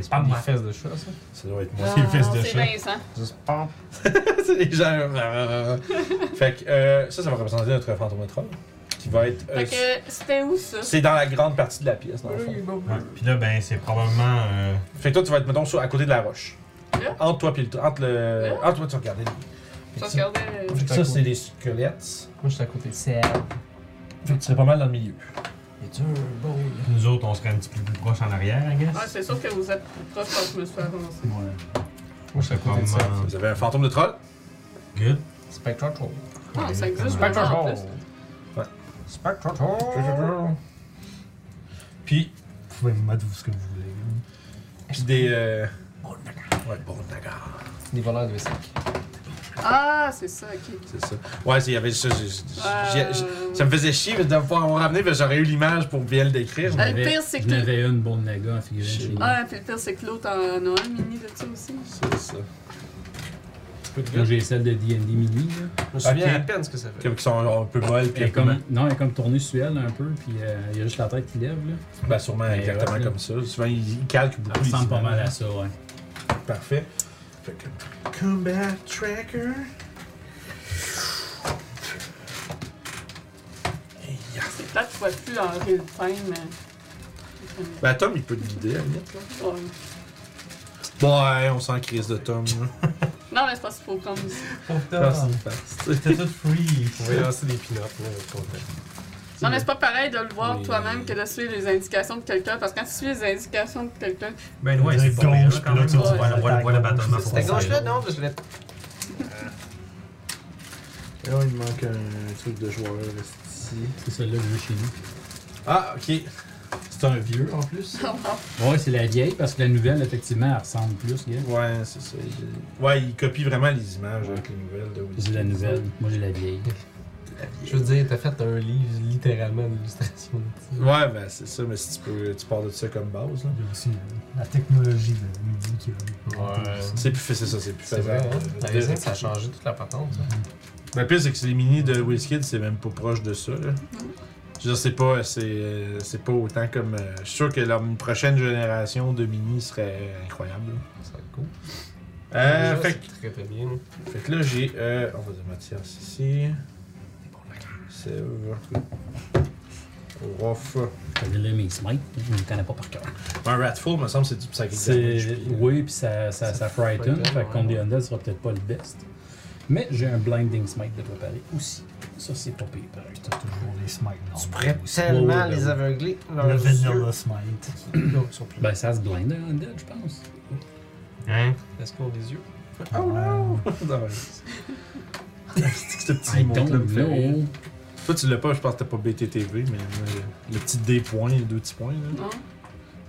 S4: C'est
S2: Pas
S4: pas
S2: de
S4: moi.
S2: fesses de chat, ça.
S1: Ça doit être moi.
S4: C'est le fils de
S3: Ah, C'est
S4: chat.
S3: Vincent.
S2: Juste pam.
S1: C'est les gens. fait que euh, ça, ça va représenter notre fantôme qui va être. euh,
S3: Fait que euh, c'était où ça?
S1: c'est dans la grande partie de la pièce, dans le fond.
S4: Ouais. Puis là, ben, c'est probablement. euh,
S1: Fait que toi, tu vas être, mettons, sur- à côté de la roche.
S3: Là?
S1: Entre toi, puis le, entre le.
S3: Là?
S1: Entre toi, tu regardais.
S3: Je
S1: Fait que ça,
S3: regardais. euh,
S1: fait que ça, c'est les squelettes.
S2: Moi, j'étais à côté.
S1: Fait que tu serais pas mal dans le milieu.
S4: Nous autres, on serait un petit peu plus proche en arrière, I guess.
S3: Ah, c'est sûr que vous êtes proche quand je me suis avancé.
S2: Moi, j'étais à côté de ça.
S4: Probablement.
S1: Ah. Vous avez un fantôme de troll.
S4: Good.
S2: Spectre Troll.
S3: Ah, ça existe
S4: Exactement.
S2: Spectre
S3: vraiment en
S2: Troll.
S3: plus.
S1: Ouais.
S2: Spectre Troll.
S1: Puis,
S7: Vous pouvez me mettre ce que vous voulez. là.
S1: puis des. Euh... Ouais, bon, d'accord.
S2: Des voleurs de bicycles.
S3: Ah, c'est ça, ok.
S1: C'est ça. Ouais, c'est- il y avait ça. j'ai- j'ai-
S3: Euh,
S1: j'ai- Ça me faisait chier de pouvoir en ramener, parce que j'aurais eu l'image pour bien le décrire.
S3: Ah, le pire, c'est
S5: Je
S3: que-
S5: n'avais une bonne naga en figurine chez nous.
S3: Ah, puis le pire, c'est que l'autre en a un mini de ça aussi.
S1: C'est ça. Un petit peu de
S5: Là,
S1: gueule.
S5: j'ai celle de D&D mini, là.
S2: Je me souviens
S1: Ok.
S2: à peine ce que ça fait.
S1: Comme qui sont genre un peu molles, puis
S5: Elle
S1: un
S5: est
S1: peu
S5: comme, non, elle est comme tournée sur elle un peu, puis euh, il y a juste la tête qui lève, là.
S1: Ben, sûrement
S5: Mais
S1: exactement
S5: ouais.
S1: comme ça. Souvent, ils ils calquent beaucoup
S5: Elle ressemble pas
S1: images.
S5: mal à ça, ouais.
S1: Parfait. Fait que... Combat Tracker. Hey, yeah.
S3: C'est peut-être tu vois plus en real time. mais-
S1: Ben, Tom, il peut te guider, à la limite.
S3: Ouais.
S1: Bon, ouais, on s'en crise de Tom. là.
S3: Non, mais c'est parce qu'il faut comme. Non,
S4: Oh, putain.
S1: Personne passe, tu sais.
S4: C'était tout free.
S2: On va y lancer des pin-ups, là, avec ton tête.
S3: mais c'est pas pareil de le voir
S1: Oui.
S3: toi-même que de suivre les indications de quelqu'un. Parce que quand tu suis les indications de quelqu'un,
S4: Ben ouais,
S7: On
S4: c'est pas
S7: dirait
S4: pire,
S7: gauche,
S4: là, quand
S7: puis
S4: même.
S7: là,
S4: Tu vois
S7: tu
S4: le-
S7: vois
S4: vois le
S7: la
S4: battement.
S7: gauche.
S4: faut
S7: C'était
S4: qu'on
S6: gauche là,
S4: fasse.
S6: non, parce que je l'ai.
S8: Et là, Oh, il me manque un truc de joueur ici.
S5: C'est celle-là que j'ai chez nous.
S1: Ah, ok. C'est un vieux en plus.
S5: Ouais, c'est la vieille parce que la nouvelle, effectivement, elle ressemble plus, gars.
S1: Ouais, c'est ça. Il- Ouais, il copie vraiment les images avec les nouvelles de Wizard.
S5: J'ai la nouvelle, moi j'ai la vieille.
S2: Je veux dire, t'as fait un livre littéralement d'illustration.
S1: Ouais, ben c'est ça, mais si tu peux, tu pars de ça comme base. Là.
S7: Il y a aussi euh, la technologie de midi qui va.
S2: Ouais.
S1: C'est plus, fa- c'est ça, c'est plus
S2: C'est vrai,
S1: faisable.
S2: hein?
S1: euh,
S2: La
S1: de-
S2: résine, ça a changé toute la patente. hein. ça.
S1: Le pire, c'est que c'est les minis de WizKid, c'est même pas proche de ça. Là. Je veux dire, c'est pas, c'est, euh, c'est pas autant comme. euh, je suis sûr que la prochaine génération de minis serait euh, incroyable. là.
S2: Ça va être cool.
S1: Euh,
S2: Déjà,
S1: fait,
S2: c'est Très très bien.
S1: que- fait que là, j'ai. euh, on va dire Mathias ici. Sève. Rof.
S5: Je connais le Mix Mike, je ne connais pas par cœur.
S1: Un Ratful, me semble, c'est du psychic
S5: C'est...
S1: damage, puis, euh,
S5: Oui, puis ça, ça, ça frighten,
S2: frighten,
S5: fait que
S2: ouais,
S5: contre des
S2: ouais.
S5: Undead, ce sera peut-être pas le best. Mais j'ai un Blinding Smite de préparer aussi. Ça, c'est pas pire, pareil.
S7: T'as toujours les smites. non?
S6: Tu pourrais tellement
S5: ouais,
S6: les
S5: ben
S6: aveugler.
S7: Le
S6: leurs yeux.
S7: vanilla smite.
S2: Non, ils sont plus.
S5: Ben, ça se blinde un Undead, je pense.
S4: Hein?
S2: Est-ce qu'on a des yeux?
S1: Oh non! Non, mais- Ce petit
S5: I don't
S1: mot-là me fait rire.
S5: know.
S1: Toi, tu l'as pas, je pense que t'as pas BTTV, mais euh, le petit D point, les deux petits points, là.
S3: Non?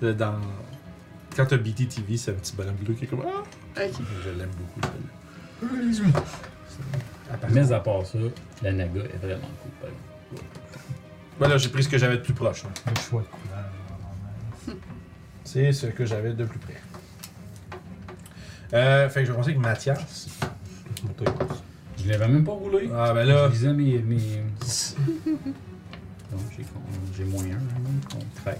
S1: Euh, Dans... Quand t'as BTTV, c'est un petit bonhomme bleu qui est comme. Ah!
S3: Ok.
S1: Je l'aime beaucoup, celui-là. À part-
S5: Mais à part ça, la Naga est vraiment cool, pareil.
S1: Voilà, Ben j'ai pris ce que j'avais de plus proche. hein.
S7: Le choix de couleur. vraiment.
S1: C'est ce que j'avais de plus près. Euh, fait que je vais commencer avec Mathias.
S5: Je l'avais même pas roulé.
S1: Ah, ben
S5: Je
S1: là.
S5: lisais mes. mes... Non, j'ai con- j'ai moins un, hein, con- 13.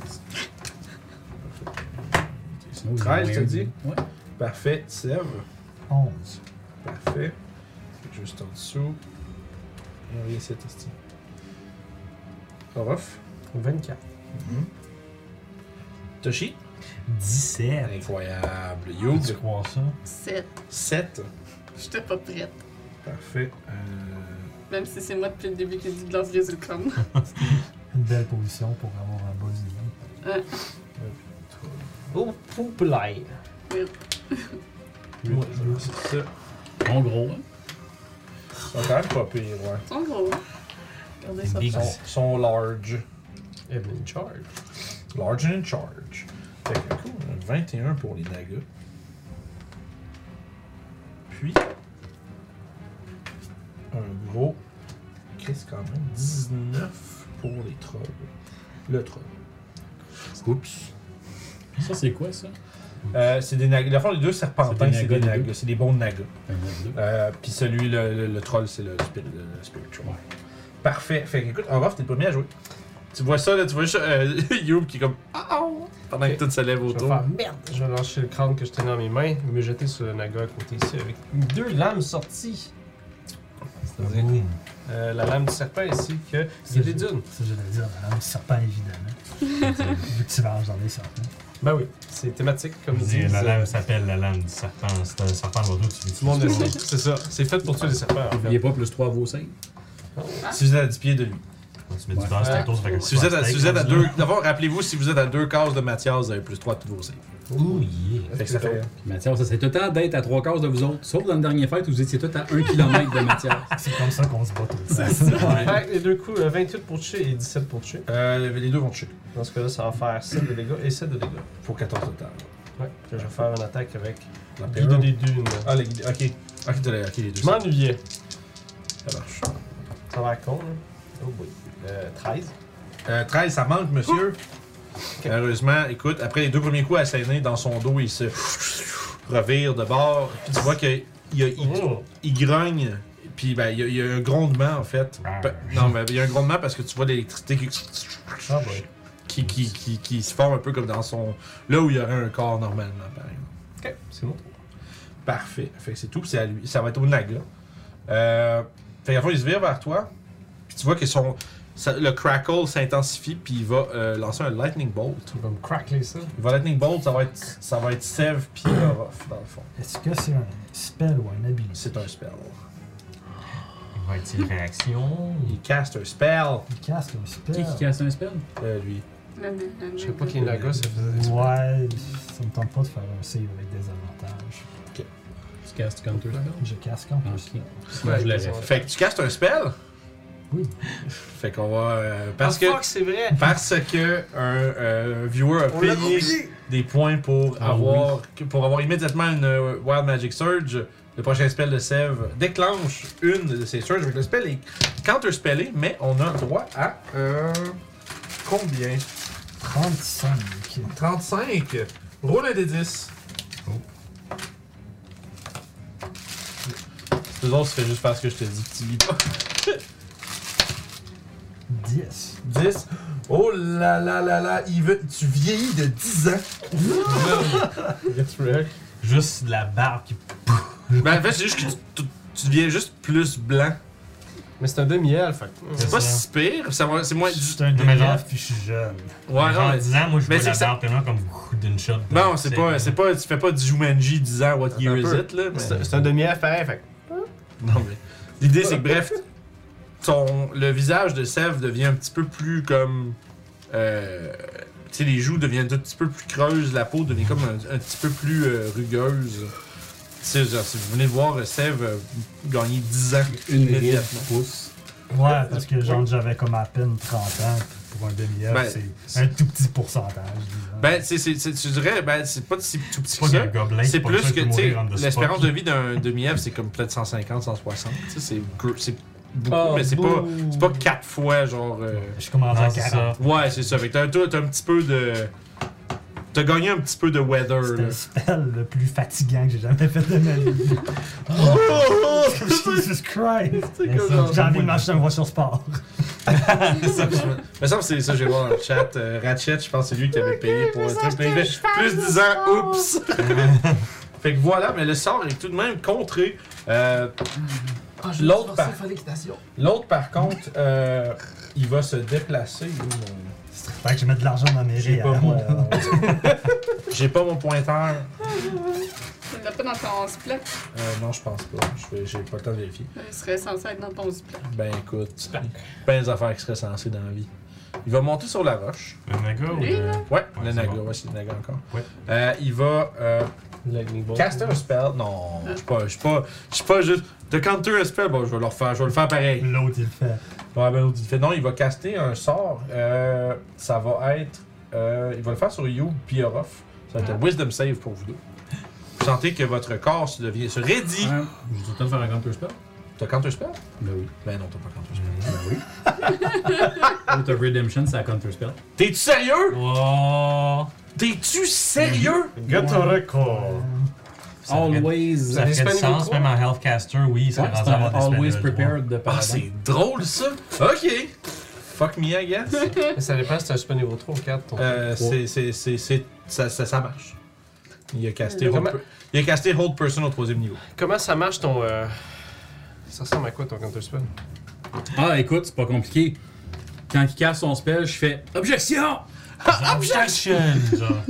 S5: Sinon, j'ai
S1: 13,
S5: moins
S1: t'as
S5: un.
S1: dit?
S5: Ouais.
S1: Parfait, Sève.
S7: 11.
S1: Parfait. Juste en dessous. Et rien, c'est testé. Orof.
S2: 24.
S1: Toshi.
S8: 17.
S1: Incroyable.
S8: Tu
S1: Youb.
S8: crois ça?
S3: 7.
S1: 7.
S3: J'étais pas prête.
S1: Parfait. Euh,
S3: Même si c'est moi depuis le début qui dit glace résulcom.
S7: Une belle position pour avoir un buzz de
S6: Oh, poupelaille.
S1: huit, c'est ça.
S5: En gros, hein.
S1: Ils sont quand même pas pires, ouais.
S3: Ils sont gros, hein? Regardez ça.
S1: Ils sont, sont large.
S2: Evan Charge.
S1: Large and in charge. Fait que cool. 21 pour les dagas. Puis. Un gros. Qu'est-ce quand même? 19 pour les trolls. Le troll. Oups.
S5: Ça, c'est quoi ça?
S1: Euh, c'est des nagas. Dans le fond, les deux serpentins, c'est
S5: C'est des
S1: des
S5: nagas, les
S1: nagas.
S5: deux.
S1: C'est des bons nagas.
S5: Un gros deux.
S1: Euh, Puis celui, le, le- le troll, c'est le, spi- le spiritual.
S5: Ouais.
S1: Parfait. Fait que, écoute, Orof, t'es le premier à jouer. Tu vois ça, là, tu vois juste euh, Youb qui est comme Ah oh, pendant
S2: Ok.
S1: que tout se lève
S2: Je vais
S1: autour.
S2: faire merde. Je vais lâcher le crâne que je tenais dans mes mains et me jeter sur le naga à côté ici avec deux lames sorties. C'est-à-dire euh, la lame du serpent ici que c'est des dunes.
S7: Ça, j'allais dire, la lame du serpent, évidemment. Vu que tu vas dans les serpents.
S2: Ben oui, c'est thématique comme
S4: Je
S2: ils
S4: veux dire,
S2: disent.
S4: La lame
S2: euh,
S4: s'appelle la lame du serpent. C'est un serpent de bateau, tu
S2: Tout le monde le
S4: l'utilises
S2: sait, c'est ça. C'est fait pour tuer les serpents en fait.
S5: N'oubliez pas plus 3 vaut 5.
S1: Si vous êtes à 10 pieds de lui.
S4: pour- Tu mets du beurre sur ta tour, ça fait comme
S1: Si vous êtes à, si vous êtes à deux. D'abord, rappelez-vous, si vous êtes à deux cases de Mathias, vous avez plus 3 de tous vos saves.
S4: Ouh, yeah.
S1: Fait que ça fait.
S5: Puis Mathias, ça c'est tout le temps d'être à 3 quarts de vous autres. Sauf dans la dernière fête où vous étiez tout à 1 km de Mathias.
S7: Ah, C'est comme ça qu'on se bat tout le temps.
S2: Fait que les deux coups, euh, 28 pour tuer et 17 pour tuer.
S1: Euh, les deux vont toucher.
S2: Dans ce cas-là, ça va faire 7 de dégâts et 7 de dégâts.
S1: Pour 14 total.
S2: Ouais. Puis je vais faire une attaque avec
S1: La
S2: Guider
S1: période.
S2: des dunes.
S1: Ah, les guidés. Ok. Ok, t'as les- ok, les deux.
S2: Je m'ennuyais.
S1: Ça marche.
S2: Ça va à con, hein. Oh boy. Euh, 13.
S1: Euh, 13, ça manque, monsieur. Heureusement, écoute, après les deux premiers coups assénés dans son dos, il se revire de bord. Puis tu vois qu'il il, il-
S2: Oh.
S1: il grogne. Puis ben, il, y a, il y a un grondement, en fait. Pa- Non, mais il y a un grondement parce que tu vois l'électricité qui,
S2: Ah boy.
S1: qui, qui, qui- qui se forme un peu comme dans son. Là où il y aurait un corps normalement, par exemple.
S2: Ok, c'est bon.
S1: Parfait. Fait que c'est tout, puis c'est à lui. Ça va être au Naga. Euh, fait qu'à la fois, il se vire vers toi. Puis tu vois que son. ça- le crackle s'intensifie, puis il va euh, lancer un lightning bolt.
S2: Tu vas me crackler ça.
S1: Il va lightning bolt, ça va être. Ça va être Sev, puis Orof, dans le fond.
S7: Est-ce que c'est un spell ou un ability?
S1: C'est un spell.
S4: Il va être une réaction.
S1: Il cast un spell,
S7: Il casse un spell.
S5: Qui qui casse un spell?
S1: euh, lui.
S2: Je sais pas qui est Naga, ça faisait des
S7: Ouais, ça me tente pas de faire un save avec des avantages.
S5: castes Counter Spell?
S7: Je casse quand
S5: Ok. Sinon, je l'aurais fait.
S1: Fait que tu castes un spell?
S7: Oui.
S1: Fait qu'on va. euh, parce
S2: Parce
S1: que.
S2: que c'est vrai.
S1: Parce que un euh, viewer a
S2: On l'a
S1: payé
S2: oublié.
S1: des points pour,
S5: Ah
S1: avoir, pour avoir immédiatement une euh, Wild Magic Surge, le prochain spell de Sève déclenche une de ces surges. Donc, Le spell est counterspellé, mais on a droit à euh, combien
S7: 35.
S1: 35. Roule un des 10. Oh. Les autres, c'est juste parce que je te dis petit bidon.
S7: 10.
S1: 10. Oh là là là là, il veut- tu vieillis de 10 ans.
S8: Juste de la barbe qui.
S1: Ben, en fait, c'est juste que tu, tu- tu deviens juste plus blanc.
S2: Mais c'est un demi-elfe. fait que-
S1: C'est pas si pire, ça va- c'est moins. du-
S7: C'est un
S8: Non, mais genre-
S7: DF puis je suis jeune.
S1: Ouais,
S4: genre,
S1: non,
S4: à 10 ans, moi, je
S1: Mais
S4: vois
S1: c'est
S4: la
S1: que ça-
S4: barbe tellement comme d'une shot. de-
S1: Non, c'est pas, c'est pas, tu fais pas du Jumanji 10 ans, what year
S2: Attends un
S1: is it, là. mais-
S2: C'est c'est un demi-elfe pareil. Fait que-
S1: Non, mais. L'idée, c'est que bref, ton, le visage de Sèvres devient un petit peu plus comme. euh, tu sais, les joues deviennent un petit peu plus creuses, la peau devient comme un, un petit peu plus euh, rugueuse. Tu sais, genre, si vous venez voir Sèvres euh, gagner 10 ans,
S5: Une ride
S1: immédiatement.
S5: pousse.
S7: Ouais, parce que genre j'avais comme à peine 30 ans. puis Pour un demi-heure,
S1: Ben,
S7: c'est un tout petit pourcentage. disons.
S1: Ben, c'est, c'est, c'est- tu dirais, ben, c'est pas si tout petit
S4: C'est
S1: que
S4: pas
S1: ça.
S4: un gobelin.
S1: C'est
S4: pas
S1: plus
S4: ça
S1: que,
S4: qui peut
S1: tu sais,
S4: mourir on the spot.
S1: l'espérance de vie d'un demi-elfe, c'est comme peut-être 150, 160. Tu sais, c'est gr- c'est beaucoup,
S5: Ah,
S1: mais c'est pas, c'est pas 4 fois, genre. euh,
S4: Ah,
S7: Je suis comme en
S4: Non,
S7: 40.
S4: c'est ça.
S1: Ouais, c'est ça. Fait que t'as, t'as- t'as un petit peu de. T'as gagné un petit peu de weather,
S7: C'était
S1: là.
S7: le spell le plus fatigant que j'ai jamais fait de ma vie.
S1: Oh, oh, oh,
S7: Jesus Christ!
S1: c'est
S4: Mais
S1: comme
S4: ça,
S1: genre-
S7: J'ai envie de m'acheter un voiture sport.
S1: Mais ça, c'est ça, j'ai voir dans le chat. euh, Ratchet, je pense que c'est lui qui avait payé pour le
S3: Oh mais ça,
S1: trip.
S3: c'est
S1: Mais
S3: un cheval
S1: Plus
S3: de
S1: 10 ans,
S3: sport.
S1: oups! fait que voilà, mais le sort est tout de même contré. Euh,
S3: Ah,
S1: l'autre, par... l'autre, par contre, euh, il va se déplacer. Où, mon-
S7: Fait que je mets de l'argent dans mes
S1: J'ai
S7: rires. hein, euh,
S1: pas mon. J'ai pas mon pointeur.
S3: Tu l'as pas dans ton splat.
S1: Euh, non, je pense pas. Je vais- J'ai pas le temps de vérifier.
S3: Il serait censé être dans ton splat.
S1: Ben écoute, ben des affaires qui seraient censées dans la vie. Il va monter sur la roche.
S4: Le naga ou
S3: Lui,
S4: le-
S3: là.
S1: Ouais,
S4: Ouais,
S1: le
S4: c'est
S1: naga,
S4: bon.
S1: ouais, c'est le naga encore.
S4: Ouais.
S1: Euh, il va euh,
S2: Lightning Bolt.
S1: caster un spell. Non, je suis pas, je suis pas, je suis pas juste. De counter un spell, bon, je vais le refaire, je vais le faire pareil.
S4: Mm.
S7: L'autre, il le fait.
S1: Ouais, ben, l'autre, il fait non, il va caster un sort. Euh, ça va être. euh, il va le faire sur You puis Orof. Ça va être un
S4: Ah.
S1: Wisdom Save pour vous deux. Vous sentez que votre corps se, devient, se raidit.
S5: Ah, Je vais tout le temps faire un counter spell?
S1: T'as counter spell?
S5: Ben oui.
S1: Ben non, t'as pas counter spell.
S5: Out of Redemption, c'est un counter spell.
S1: T'es-tu sérieux?
S4: Oh!
S1: T'es-tu sérieux?
S7: Gatoreko!
S4: Ça ferait-
S5: Always.
S4: Ça fait du
S2: Hispanic
S4: sens,
S2: ou
S4: même en Healthcaster, oui, ça
S5: Ouais,
S4: rend
S5: c'est un
S4: à
S5: Always prepared de
S1: Ah,
S5: Paladin.
S1: c'est drôle ça! Ok! Fuck me, I guess.
S2: Mais ça dépend si t'as un super niveau 3 ou 4. Ton...
S1: Euh,
S5: Trois.
S1: c'est, c'est, c'est, c'est, ça, ça, ça marche. Il a casté
S5: Euh,
S2: Comment-
S1: hold, per- il a casté hold person au troisième niveau.
S2: Comment ça marche ton. euh, Ça ressemble à quoi ton counter spell
S5: Ah, écoute, c'est pas compliqué. Quand il casse son spell, je fais Objection!
S4: Objection! genre.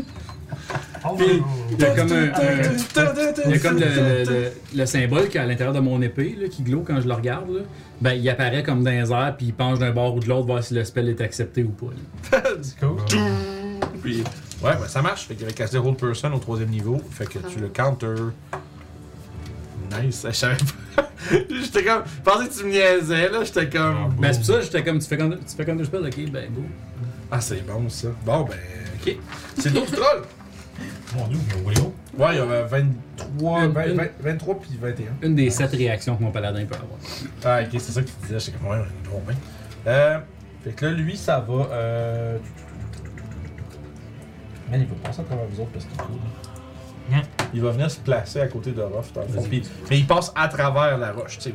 S5: Puis, il y a comme, un- un- il y a comme le, le- le- le symbole qui est à l'intérieur de mon épée, là, qui glow quand je le regarde. là. Ben, il apparaît comme dans les airs, puis il penche d'un bord ou de l'autre, voir si le spell est accepté ou pas. là.
S2: C'est cool.
S1: Puis, ouais, ben, ça marche. Fait qu'il avait casté hold person au troisième niveau. Fait que tu le counter. Nice, je savais pas. J'étais comme. Je pensais que tu me niaisais là. J'étais comme.
S5: Ben, c'est pour ça que j'étais comme, tu fais comme, tu fais comme deux spells, ok, ben, go.
S1: Ah, c'est bon ça. Bon, ben, ok. C'est le tour du troll.
S4: Mon dieu, mais où est l'eau?
S1: Ouais, il y avait 23,
S5: Une-
S1: 20,
S5: une-
S1: 20, 23 puis 21.
S5: Une des sept réactions que mon paladin peut avoir.
S1: Ah, ok, c'est ça que tu disais. J'étais comme, ouais, on est trop bien. Euh, fait que là, lui, ça va. Euh... Man, il va passer à travers vous autres parce qu'il est cool.
S4: Hein?
S1: Il va venir se placer à côté de Ruff, dans le fond. Puis- mais il passe à travers la roche, tu sais.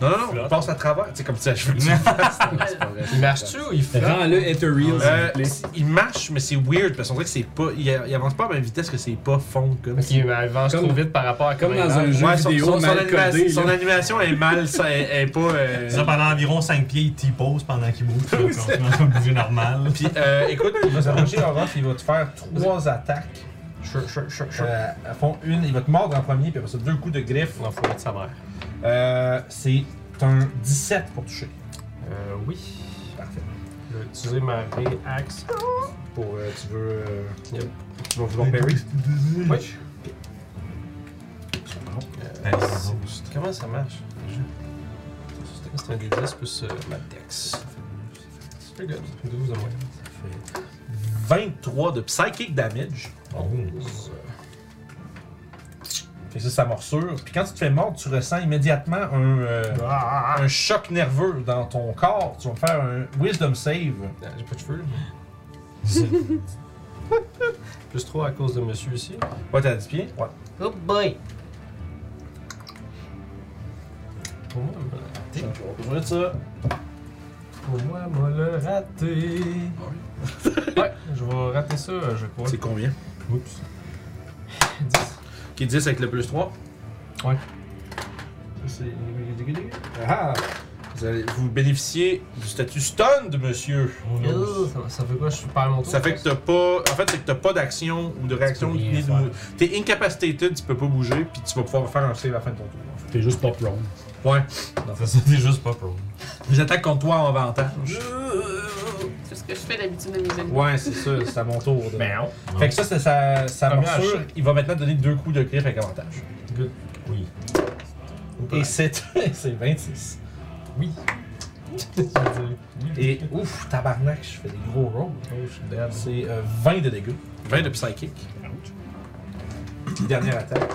S1: Non, non, non, il passe à travers. Tu sais, comme ça, je veux que tu le fasses. Non, c'est pas vrai.
S2: Il marche-tu ou il fait.
S5: Rends-le
S1: Euh,
S5: ethereal, s'il vous plaît.
S1: il marche, mais c'est weird parce qu'on dirait que c'est pas. Il, il avance pas à la même vitesse que ses pas fond comme
S2: Ok, mais il avance
S5: Comme-
S2: trop vite par rapport à
S5: comme
S2: comment il
S5: dans un
S2: marche.
S5: jeu
S1: Ouais, son,
S5: vidéo
S1: son- son
S5: mal
S1: anima-
S5: codé,
S1: son
S5: là.
S1: animation est mal. ça, est, est pas. euh,
S4: Ça, pendant environ 5 pieds, il t'y pose pendant qu'il bouge. puis Il continue à bouger normal.
S1: Puis euh, écoute, il va s'approcher Orof, il va te faire trois attaques.
S2: Sure, sure, sure, sure.
S1: Euh, à fond, une, il va te mordre en premier, puis après ça, deux coups de griffe.
S2: Non, faut mettre sa mère.
S1: Euh, c'est un 17 pour toucher.
S2: Euh, oui.
S1: Parfait.
S2: Je vais utiliser ma réaxe.
S1: Pour, euh, tu veux. euh,
S2: Yep.
S1: Tu vas vouloir parry?
S2: Oui.
S4: Allez, Ghost.
S2: Comment ça marche déjà? C'est un des 10 plus euh, ma dex. C'est pretty good. 12 de moyenne.
S1: 23 de psychic damage.
S4: Oh.
S1: Fait que ça, ça morsure. Puis quand tu te fais mordre, tu ressens immédiatement un, euh, un choc nerveux dans ton corps. Tu vas me faire un wisdom save.
S2: Ah, J'ai pas de cheveux. Plus 3 à cause de monsieur ici.
S1: Ouais, t'as 10 pieds? Ouais.
S6: Oh boy!
S2: Pour moi, euh,
S1: On va besoin de ça.
S2: pour moi, moi le raté. ouais, je vais rater ça, euh, je crois.
S1: Ah C'est combien?
S2: Oups. 10.
S1: Qui est 10 avec le plus 3.
S2: Ouais. Ça, C'est.
S1: Ah! Vous, allez- vous bénéficiez du statut stunned, monsieur.
S2: Oh, ça, ça fait quoi? Je suis pas à mon tour.
S1: Ça fait que t'as pas. En fait, c'est que t'as pas d'action ou de réaction.
S5: Tu peux rien
S1: ni de
S5: faire.
S1: mou- T'es incapacitated, tu peux pas bouger, puis tu vas pouvoir faire un save à la fin de ton tour. en
S5: T'es juste pas prone.
S1: fait. Ouais.
S4: Ça, c'était juste pas pro.
S1: Les attaques contre toi en avantage. Euh,
S3: C'est ce que je fais d'habitude de mes amis.
S1: Ouais, c'est ça, c'est à mon tour. de-
S4: Non.
S1: Fait que ça, c'est sa, sa
S2: Ben, Première
S1: morsure. Il va maintenant donner deux coups de griffe avec avantage.
S2: Good.
S4: Oui.
S1: Et c'est c'est 26.
S2: Oui. Je veux dire, oui.
S1: Et ouf, tabarnak, je fais des gros rolls.
S2: Oh, je suis dead.
S1: C'est euh, 20 de dégâts. 20 de psychic. Puis Dernière attaque.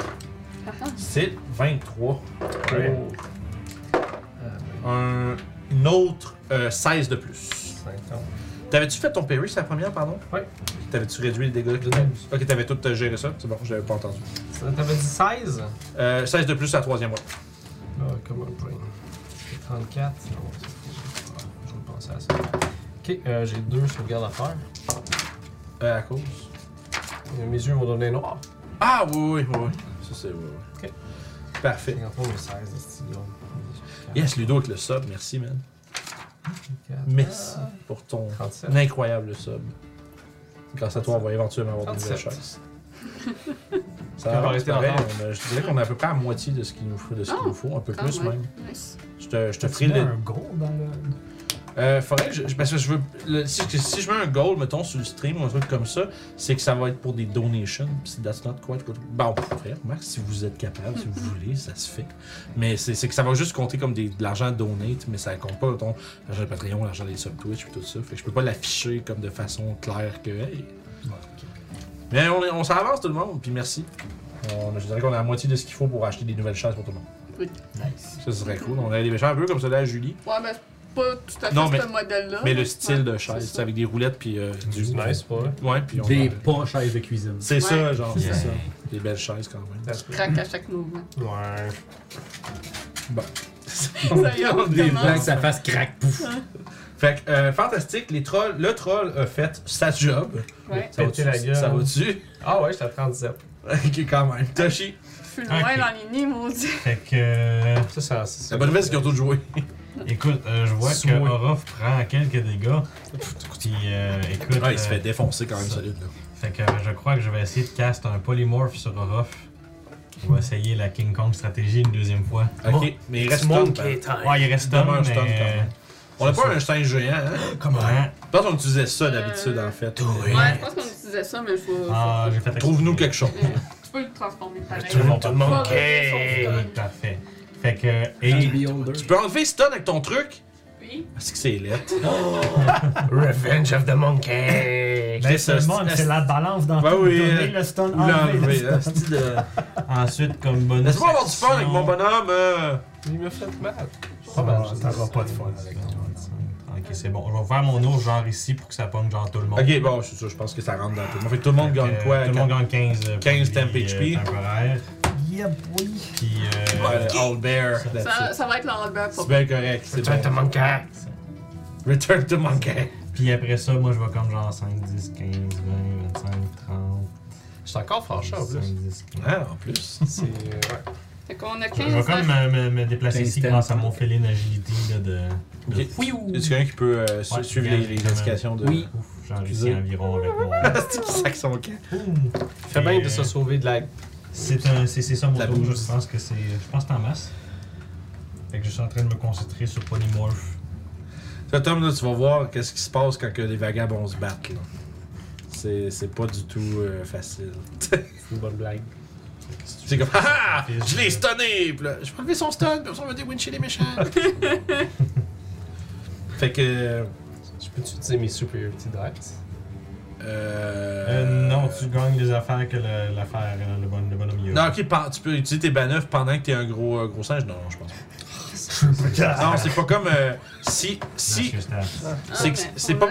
S1: C'est 23.
S2: Ouais. Euh, ben,
S1: Un une autre euh, 16 de plus.
S2: 50.
S1: T'avais-tu fait ton parry, c'est la première, pardon?
S2: Ouais.
S1: T'avais-tu réduit les dégâts?
S2: De douze.
S1: Ok, t'avais tout euh, géré ça. C'est bon, je l'avais pas entendu.
S2: Ça, T'avais dit 16?
S1: Euh, 16 de plus à la troisième fois.
S2: Ah, come on, brain. 34. Non, c'est fou. Je vais penser à ça. Ok, euh, j'ai deux sauvegardes à faire.
S1: Euh, à cause.
S2: Et mes yeux vont donner noir.
S1: Ah oui, oui, oui, oui. Ça c'est oui, oui. Parfait.
S2: 53 mais 16, c'est stylé.
S1: Yes, Ludo avec le sub, merci man.
S2: 4,
S1: Merci pour ton
S2: 37.
S1: incroyable sub. Grâce à toi, on va éventuellement avoir des nouvelles
S2: 37.
S1: choses. Ça
S2: On va
S1: avance
S2: rester
S1: pareil,
S2: en
S1: on a- je dirais qu'on est à peu près à moitié de ce qu'il nous faut, de ce qu'il
S3: Ah,
S1: nous faut un peu
S3: quand
S1: plus même.
S3: Nice.
S1: Je te, je te ferai
S7: Tu mets
S1: le.
S7: un goal dans le.
S1: Euh, faudrait que je, parce que je veux. le- si, si je mets un goal, mettons, sur le stream ou un truc comme ça, c'est que ça va être pour des donations. Pis that's not quite what. Bon, frère, Marc, si vous êtes capable, si vous voulez, ça se fait. Mais c'est c'est que ça va juste compter comme des, de l'argent donate, mais ça compte pas, mettons, l'argent de Patreon, l'argent des sub Twitch, pis tout ça. Fait que je peux pas l'afficher comme de façon claire que. hey. Mais on, est- on s'avance tout le monde, puis merci. On- je dirais qu'on a la moitié de ce qu'il faut pour acheter des nouvelles chaises pour tout le monde.
S3: Oui.
S1: Nice. Ça, ce serait cool. On a des méchants un peu comme cela à Julie.
S3: Ouais, mais pas tout à fait
S1: Non, mais-
S3: ce modèle-là.
S1: Mais le style de chaise,
S3: Ah, c'est
S1: c'est
S3: ça.
S1: avec des roulettes puis euh, du
S2: C'est nice, pas vrai?
S1: Ouais, puis on
S5: Des pas chaises de cuisine.
S1: C'est ça, genre, c'est
S4: Yeah.
S1: ça. Des belles chaises quand même.
S2: That's good.
S3: Craque à chaque mouvement.
S2: Ouais.
S1: Bon.
S3: Ça y est, on
S5: Des
S3: commence.
S5: plans que ça fasse crack pouf.
S1: Fait que, euh, fantastique, les trolls, le troll a fait sa job.
S3: Ouais.
S1: Ça va-tu?
S2: Péter la gueule.
S1: Ça va-tu?
S2: Ah ouais, j'étais à 37.
S1: ok, quand même. Toshi,
S3: Je suis loin
S4: Ok.
S3: dans les nids, mon dieu.
S4: Fait que. euh,
S2: Ça, ça. ça-
S1: la bonne nouvelle, c'est qu'ils ont tous joué.
S4: Écoute, euh, je vois que
S2: Souhait.
S4: Orof prend quelques dégâts. Puis, euh, écoute.
S1: Ouais, il se
S4: euh,
S1: fait défoncer quand même
S4: ça.
S1: solide. Là.
S4: Fait que euh, je crois que je vais essayer de cast un polymorph sur Orof. On va essayer la King Kong stratégie une deuxième fois.
S1: Ok, mais il reste stun. par-
S4: Ouais, il reste stun,
S1: Demain, Ah, un hein.
S4: mais...
S1: stun, quand même. On a
S4: c'est
S1: pas
S4: ça.
S1: un singe géant, hein?
S4: Comment?
S1: Je pense qu'on utilisait ça d'habitude, en fait.
S3: Ouais, je pense qu'on utilisait ça, mais faut. faut-
S4: Ah, j'ai fait exprès.
S1: Trouve-nous quelque chose.
S3: Euh, Tu peux le transformer pareil.
S4: Tout le monde, tout le monde.
S3: Pas revenir sur le
S4: Ok,
S3: stun.
S4: Parfait. Eh, Fait que... Et...
S5: Beholder.
S1: Tu peux enlever stun avec ton truc?
S3: Oui.
S1: Est-ce que c'est laid?
S6: Revenge of the Monkey!
S1: Ben,
S7: Ben, c'est le
S1: ça,
S7: monde,
S1: c'est-
S7: c'est la balance dans
S1: Ben
S7: tout.
S1: oui,
S7: Donner
S1: euh,
S7: le stun, enlever
S1: L'enlever,
S7: le
S1: hein,
S7: stun.
S1: c'est-tu de-
S4: Ensuite, comme bonus
S1: Laisse-moi avoir du fun avec
S4: action-
S1: mon bonhomme. euh.
S2: Il me fait mal.
S7: Ça va, Ah, T'auras pas de fun
S4: Avec
S7: avec
S4: ton bonus. Ok, c'est bon. Je vais faire mon ours genre ici pour que ça pogne genre tout le monde.
S1: Ok, bon, c'est ça, je pense que ça rentre dans tout le monde. Fait que tout le monde
S4: Euh,
S1: gagne quoi?
S4: Tout le monde gagne 15. euh,
S1: 15 temp
S4: produits, euh,
S1: HP.
S4: Temporaires.
S7: Yeah, boy.
S4: Puis... euh,
S1: Ouais, le All Bear.
S3: Ça,
S1: that's it.
S3: ça va être l'enleveur
S1: C'est
S3: pour
S1: bien correct, c'est
S6: Revenge of the
S1: bon.
S6: Monkey!
S1: Return to Monkey.
S4: Puis après ça, moi, je vais comme genre 5, 10, 15, 20, 25, 30.
S2: Je suis encore fâché en
S4: 5,
S2: plus.
S4: 10, 15.
S1: Ah, en plus.
S2: C'est. Ouais.
S3: Fait qu'on a
S4: Je vais
S3: 15
S4: quand
S3: là.
S4: même me, me- me déplacer
S5: 15
S4: ici
S5: temps.
S4: grâce à mon filet d'agilité là, de. de-
S1: Ok. Est-ce quelqu'un qui peut euh, su-
S4: Ouais,
S1: suivre
S4: regarde,
S1: les, les
S4: quand même.
S1: indications de.
S5: Oui.
S4: Ouf, j'en
S1: Excusez.
S4: réussis environ avec mon.
S1: C'est qui sac son camp?
S2: Fait bien
S4: euh,
S1: euh,
S2: de se sauver de la.
S4: C'est un- c'est- c'est ça mon
S1: La
S4: tour,
S1: bouse.
S4: je pense que c'est. Je pense que c'est en masse. Fait que je suis en train de me concentrer sur Polymorph.
S1: Cet homme-là, tu vas voir qu'est-ce qui se passe quand que les vagabonds se battent. là. C'est c'est pas du tout euh, facile.
S2: C'est une bonne blague.
S1: C'est comme, haha, je l'ai stunné! Puis là, je vais enlever son stun, puis on va déwincher les méchants! fait que.
S2: Je peux-tu utiliser mes superiority dice?
S1: Euh,
S4: Euh, non, tu gagnes des affaires que le- l'affaire, euh, le, bon, le bonhomme il a.
S1: Non, ok, pan- tu peux utiliser tes baneufs pendant que t'es un gros, euh, gros singe? Non, je pense pas. Non, c'est pas comme. euh, si. si
S4: Parce que c'était-
S1: C'est que
S3: Ah,
S1: c'est pas-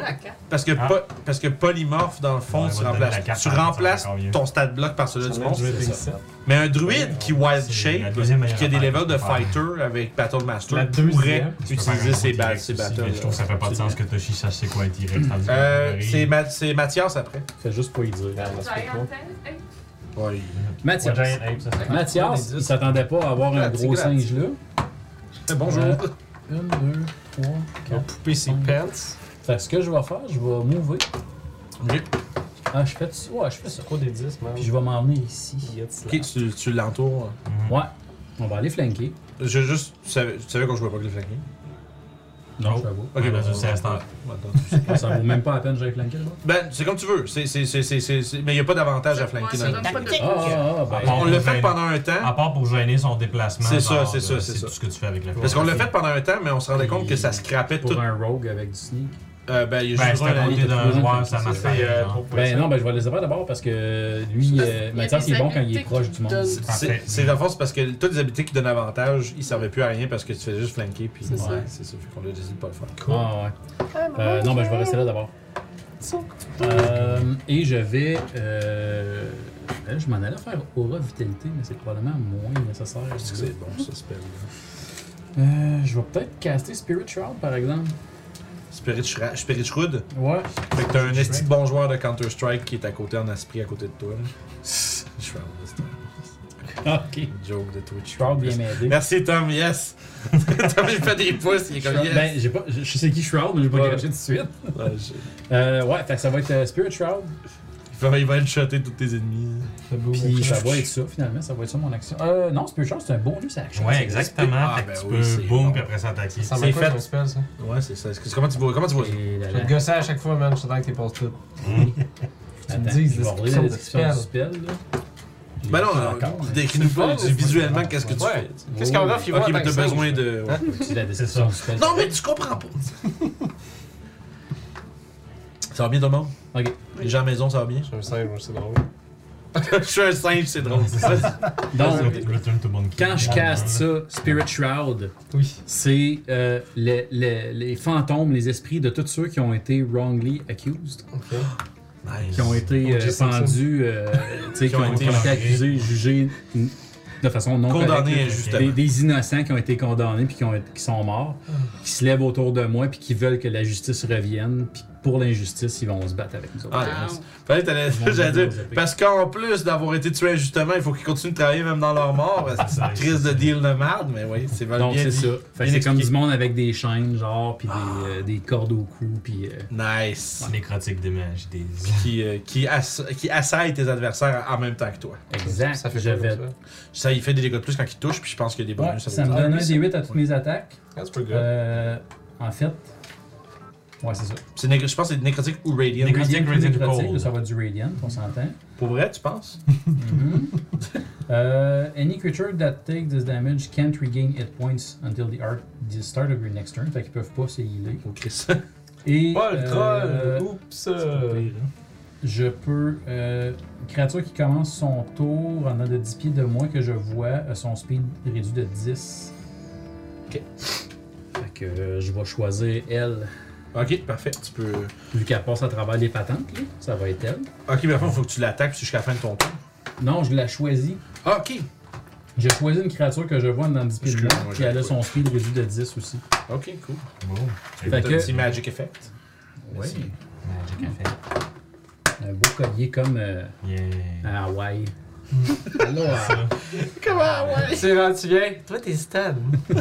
S1: parce, que
S4: Ah.
S1: po- parce que polymorphe, dans le fond,
S4: Ouais,
S1: tu
S4: va te donner la
S1: remplaces,
S4: carte,
S1: tu
S4: ça va
S1: remplaces
S4: encore mieux.
S1: ton stat block par celui du monstre.
S2: C'est ça.
S1: Mais un druide qui wild
S4: C'est la
S1: shape,
S4: deuxième
S1: puis qui a des
S4: manière
S1: levels de
S4: de faire.
S1: fighter avec Battle
S8: La
S1: Master,
S8: deuxième,
S1: pourrait
S4: tu peux faire un
S1: utiliser
S4: gros
S1: ses,
S4: direct
S1: ba- ses
S4: aussi,
S1: battles.
S4: mais Je trouve que ça fait pas de sens que Toshi sache c'est quoi un direct. tandis que
S1: Euh,
S4: Wolverine-
S1: c'est Ma- c'est Mathias après.
S5: Fais juste pas y dire.
S1: Ouais,
S4: Ouais,
S5: Mathias.
S4: Giant Ape, ça c'est-
S5: Mathias, il s'attendait pas à avoir un
S1: Gratis,
S5: gros
S1: gratis.
S5: singe là.
S1: bonjour.
S5: Euh, Une, deux, trois,
S2: La
S5: quatre.
S2: poupée, c'est pants.
S5: Fait que ce que je vais faire, je vais mouver.
S1: Ok.
S5: Ah, je fais ça. Ouais, je fais ça.
S2: 3 des 10, man.
S5: Puis je vais m'en venir ici.
S2: Yes, là.
S1: Ok, tu, tu l'entoures.
S5: Ouais. On va aller flanquer.
S1: Je juste. Tu savais, tu savais qu'on jouait pas que les flanqués.
S5: Non,
S4: Oh.
S5: je t'avoue.
S1: Ok,
S4: Ouais,
S1: ben,
S4: ben, c'est à ce temps.
S1: ouais, attends, tu sais.
S5: Ah, Ça vaut même pas la peine que j'aille flanquer là-bas.
S1: Ben, c'est comme tu veux. C'est- c'est- c'est- c'est- c'est- c'est- Mais il n'y a pas d'avantage à flanquer. dans le-
S5: Ah, ah,
S4: Ah,
S5: ben.
S4: bon.
S1: On l'a fait
S4: Ben,
S1: pendant un temps.
S4: À part pour gêner son déplacement.
S1: C'est ça,
S4: genre,
S1: c'est ça,
S4: euh,
S1: c'est ça.
S4: tout ce que tu fais avec la
S1: Parce qu'on l'a fait pendant un temps, mais on se rendait compte que ça scrapait tout.
S5: Pour un rogue avec du sneak.
S1: Euh, ben, il y a
S4: Ben,
S1: juste
S4: c'est à
S1: besoin
S4: côté
S1: d'un-
S4: d'un joueur, ça
S5: C'est,
S4: marche
S2: C'est euh,
S4: pas.
S5: Ben non, ben je vais le laisser faire d'abord parce que lui, euh, Mathias, il est bon quand il est proche du monde.
S1: C'est- C'est c'est la force parce que tous les habités qui donnent avantage, ils servaient plus à rien parce que tu fais juste flanquer. Puis
S3: C'est
S1: ouais,
S3: ça.
S1: c'est ça. Fait qu'on a décidé de pas le faire.
S5: Ah, ouais. Euh, non, ben je vais rester là d'abord.
S3: Ça.
S5: Euh, et je vais. euh, ben, je m'en allais faire Aura Vitalité, mais c'est probablement moins nécessaire.
S1: Est-ce que c'est bon, ça, spell
S5: Euh, je vais peut-être caster Spirit Shroud par exemple.
S1: Spirit, Shra- Spirit Shroud.
S5: Ouais.
S1: Fait que t'as un esti de bon joueur de Counter-Strike qui est à côté en esprit à côté de toi. là. Shroud, c'est
S5: Ok.
S1: une joke de Twitch.
S5: Shroud bien m'aider.
S1: Merci Tom, yes! Tom il fait des pouces, il est comme
S5: Shroud- Ben,
S1: yes!
S5: j'ai pas, je, je sais qui Shroud, mais je vais pas
S1: Ouais.
S5: le cacher tout de suite.
S1: Ouais, je-
S5: Euh, ouais, fait que ça va être euh, Spirit Shroud.
S1: Il va- Il va le shotter tous tes ennemis.
S5: Puis ça va être ça, finalement. Ça va être ça mon action. Euh, non, Spirit Shroud, c'est un bonus à action.
S4: Ouais,
S5: C'est-
S4: exactement.
S1: Ah,
S4: Fait
S1: ben
S4: que tu
S1: oui,
S4: peux
S1: c'est
S4: boum,
S1: bon.
S4: puis après ça attaquer.
S2: Ça
S1: C'est
S2: ressemble à quoi
S1: fait.
S2: comme spell, ça?
S1: Ouais, c'est ça. Est-ce que- Comment tu vois, comment tu vois ça?
S5: Et là,
S2: Je
S5: là.
S2: vais te gosser à chaque fois, man. Je suis que t'es passes tout.
S5: Attends,
S2: me dises
S5: je vais
S2: la
S5: relire la
S2: description
S5: description du spell. là.
S1: Ben non, non,
S5: Encore, hein. mais-
S1: décris-nous pas
S2: Ouais,
S1: dis visuellement qu'est-ce que tu
S2: Ouais.
S1: fais. tu sais.
S2: Qu'est-ce qu'on offre? Il va
S1: Ok,
S2: en
S1: mais
S2: tant que
S1: t'as
S2: singe.
S1: besoin de. ouais.
S5: C'est la description du spell.
S1: Non, mais tu comprends pas! Ça va bien tout le monde?
S5: Ok.
S1: Les gens à la maison, ça va bien?
S2: Je suis un singe, moi, c'est drôle.
S1: Je suis un singe, c'est drôle. c'est ça?
S5: Donc,
S4: Return to Monkey.
S5: quand je caste ça, Spirit Shroud,
S2: Oui.
S5: c'est euh, les, les- les fantômes, les esprits de tous ceux qui ont été wrongly accused,
S2: Ok.
S1: Nice.
S5: qui ont été euh,
S2: O.J. Simpson.
S5: pendus, euh, tu sais, qui,
S1: Qui ont
S5: ont
S1: été
S5: qui ont été
S4: jugés.
S5: accusés, jugés n- de façon non correcte.
S1: Condamné
S5: Des,
S1: injustement.
S5: des innocents qui ont été condamnés puis qui, ont, qui sont morts, qui se lèvent autour de moi puis qui veulent que la justice revienne. Puis pour l'injustice, ils vont se battre avec nous autres.
S1: Ah, nice. Fallait que t'allais- j'allais dire, parce qu'en plus d'avoir été tué injustement, il faut qu'ils continuent de travailler même dans leur mort. C'est une crise de deal de merde, mais oui, c'est vraiment
S5: Donc
S1: bien
S5: c'est
S1: dit.
S5: ça. Fait que
S1: Bien
S5: c'est comme
S1: expliqué.
S5: du monde avec des chaînes, genre, puis des, euh, des cordes au cou, puis. euh,
S1: Nice.
S4: Nécrotique des mages, des.
S1: Qui, euh, qui, ass- qui assaille tes adversaires en même temps que toi.
S5: exact.
S2: Ça fait
S5: je
S2: quoi,
S5: vais.
S2: comme
S1: Ça, il fait des dégâts de plus quand il touche, puis je pense qu'il y a des
S5: Ouais,
S1: bonus. à
S5: ça me
S1: vos armes.
S5: donne un des 8 à toutes mes attaques.
S2: ça? That's pretty good.
S5: Euh, en fait. Ouais, c'est ça.
S1: C'est nég- Je pense que c'est nécrotique ou radiant.
S4: Nécrotique. Radiant
S5: plus
S4: Cold.
S5: nécrotique, Ça va du Radiant, on s'entend.
S1: Pour vrai, tu penses?
S5: Mhm. Euh, any creature that takes this damage can't regain hit points until the, art- the start of your next turn. Fait qu'ils peuvent pas se healer.
S1: Oh, Chris. C'est
S5: Et.
S2: Oh, le
S5: euh,
S2: troll! Oups!
S1: pas
S2: euh,
S1: pire, hein?
S5: Je peux. euh, une créature qui commence son tour en a de 10 pieds de moi que je vois, euh, son speed réduit de 10.
S2: Ok.
S5: Fait que euh, je vais choisir elle.
S1: Ok, parfait. Tu peux. euh,
S5: Vu qu'elle passe à travers les patentes, là, ça va être elle.
S1: Ok, mais il faut que tu l'attaques jusqu'à la fin de ton tour.
S5: Non, je la choisis.
S1: Ah, ok.
S5: J'ai choisi une créature que je vois dans 10 pieds de moi,
S1: Excuse-moi,
S5: puis elle a
S1: j'avais
S5: son speed réduit de 10 aussi.
S1: Ok, cool.
S4: Bon.
S5: Fait
S1: T'as
S5: que-
S1: un petit magic effect.
S5: Oui.
S4: Magic Effect.
S5: Un beau collier comme euh,
S4: Yeah.
S5: à Hawaï. Alors,
S2: C'est hein? rendu tu viens? Toi, t'es Stan.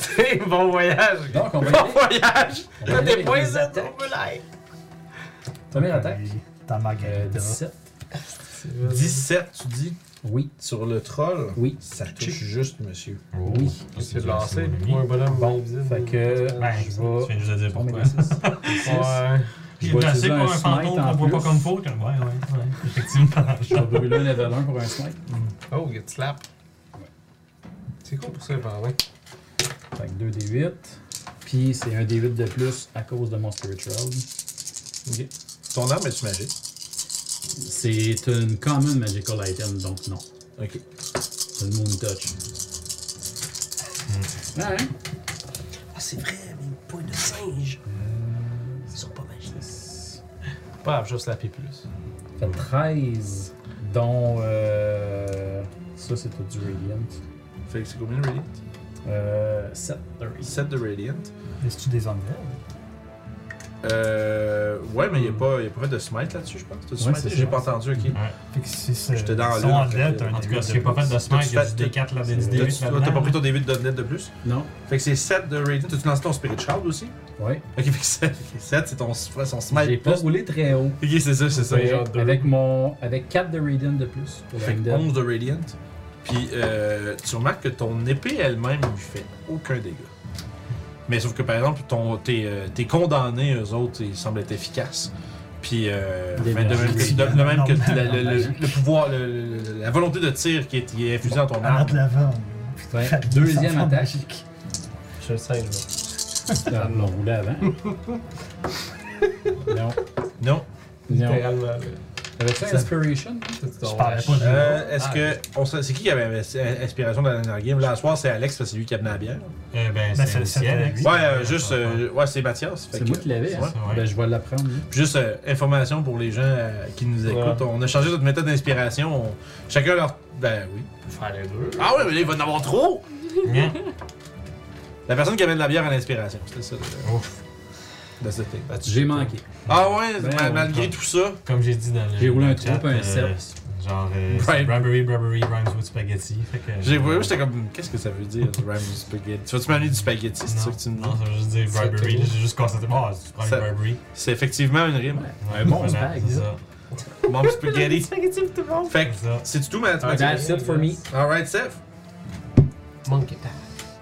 S2: C'est bon voyage.
S5: donc, on va y
S2: Bon
S5: aller.
S2: voyage.
S5: On va
S2: Toi,
S5: y aller
S2: t'es
S5: avec
S2: pas
S5: les
S2: Stan.
S5: attaques. Première attaque.
S7: T'as
S5: Euh,
S7: Margarita.
S5: 17.
S1: 17, tu dis,
S5: Oui.
S1: sur le troll.
S5: Oui.
S1: Ça touche juste, monsieur.
S4: Oh.
S5: Oui.
S4: Ça,
S2: C'est de
S4: du
S2: lancer.
S4: maximum
S2: Moi, un bonhomme.
S5: Bon,
S2: invisible.
S5: fait que-
S2: Ouais.
S4: Ben,
S5: Je
S4: je
S5: vais-
S4: Tu viens juste de dire
S5: Bon, mais
S4: pourquoi.
S5: des six. Six.
S2: Ouais.
S5: Je
S8: J'ai
S5: vais
S8: placé
S5: utiliser
S8: pour un
S5: un smite
S8: fantôme
S5: en
S8: qu'on voit pas
S5: plus.
S8: comme faut. comme- Ouais, ouais, ouais. Effectivement.
S5: Je vais brûler un level 1 pour un smite.
S2: Oh, get slap. C'est cool pour ça, le paladin.
S5: Fait que 2 D8. Puis c'est un D8 de plus à cause de mon spiritual.
S1: Ton arme est-tu magique?
S5: C'est une common magical item, donc non.
S1: Ok.
S5: C'est le moon touch. Ah, hein?
S6: Ah, c'est vrai, mais une poule de singe. Ils sont pas magiques.
S2: Pas grave, je vais slapper plus.
S5: Ça fait 13, dont. Euh, ça, c'est tout du Radiant.
S1: Fait que c'est combien de Radiant?
S5: Euh, 7.
S1: 7 de Radiant.
S7: Est-ce-tu des enveloppes?
S1: Euh. Ouais, mais il n'y a, pas- y a pas fait de smite là-dessus, je pense. T'as du
S5: Ouais,
S1: smite?
S5: c'est
S1: J'ai
S5: ça.
S1: pas entendu, ok.
S4: Euh,
S7: Fait que si c'est.
S1: J'étais dans
S7: ils
S1: la
S7: sont
S1: lune,
S7: en dette,
S1: fait que-
S7: un
S8: En tout cas,
S7: des
S8: s'il n'y a pas fait de smite, il y a
S1: T'as-tu
S8: du D4 là,
S1: T'as-
S8: des
S1: tu-
S8: D8 là-dedans.
S1: T'as pas pris ton début de .NET de plus?
S5: Non?
S1: Fait que c'est 7 de rating. T'as-tu lancé ton Spirit Shard aussi?
S5: Ouais.
S1: Ok, fait que 7, c'est ton, son
S5: J'ai
S1: smite
S5: pas
S1: plus.
S5: roulé très haut.
S1: Ok, c'est ça, c'est ça.
S5: Ouais, avec, mon, avec 4 de Radiant de plus pour
S1: Fait que
S5: la
S1: 11 de Radiant. Puis euh, tu remarques que ton épée elle-même lui fait aucun dégât. Mais sauf que par exemple, ton, tes, euh, tes condamnés, eux autres, ils semblent être efficaces. Puis euh,
S5: Des
S1: fait de même que,
S7: magiques.
S1: de- de même que
S7: Non,
S1: la-
S7: non,
S1: le, le-
S7: magique.
S1: le pouvoir, le- le- la volonté de tir qui est, qui est infusée dans ton
S7: À
S1: arme.
S7: de l'avant.
S5: Fait que deuxième
S7: Ça me semble
S5: attaque.
S7: magique.
S2: Je le sais, là.
S5: Ah, on roulait avant. non.
S1: Non.
S5: Non.
S2: Littéralement, là.
S5: T'avais-tu
S2: Ça-
S5: Inspiration?
S2: C'est
S7: Je
S2: ton E,
S7: parlais
S2: rush.
S7: pas de.
S1: Euh, Est-ce que. on sait- C'est qui qui avait investi- inspiration dans la dernière game? Là, ce soir, c'est Alex parce que c'est lui qui a amené la bière.
S4: Eh ben,
S7: Ben,
S4: c'est le ciel.
S7: c'est- c'est-
S4: avec-
S7: Oui.
S1: Ouais, euh, juste.
S4: Ah,
S1: euh, ouais, c'est Mathias. Fait
S5: C'est
S1: que-
S5: moi qui l'avais. hein?
S4: Ouais.
S5: Ben, je vais l'apprendre. lui.
S1: Puis Juste euh, information pour les gens euh, qui nous écoutent.
S2: Ouais.
S1: On a changé notre méthode d'inspiration. On- Chacun leur. Ben oui.
S2: Je vais faire les deux.
S1: Ah oui, mais là, il va en avoir trop!
S4: Nien.
S1: La personne qui amène la bière à l'inspiration. C'était ça. le-
S4: Ouf.
S1: de ce thé.
S5: J'ai manqué.
S1: Ah ouais,
S5: Ben,
S1: ma-
S5: on
S1: malgré
S4: prend.
S1: tout ça.
S4: Comme j'ai dit dans le.
S5: J'ai roulé un
S4: dans le chat,
S5: trois, pas un
S4: euh,
S5: sept.
S4: Genre, euh,
S1: Ouais.
S4: c'est Bribery, Bribery, Rhymes with Spaghetti. Fait que.
S1: J'ai vu, j'étais comme. Qu'est-ce que ça veut dire, du rhyme du spaghetti? Tu vas-tu m'amener du spaghetti? C'est ça que tu me dis?
S4: Non, ça veut juste dire Bribery.
S5: tout.
S4: J'ai juste constaté. Ah, tu prends
S1: Ça-
S4: une Bribery.
S1: C'est effectivement une rime.
S5: Un bon
S4: voilà,
S5: spag,
S4: c'est
S5: là.
S4: ça.
S1: Mom spaghetti. Fait que,
S4: C'est ça.
S1: c'est tout, Matt?
S2: Ah,
S5: That's it for me.
S1: Alright, Seth.
S2: Monkey attack.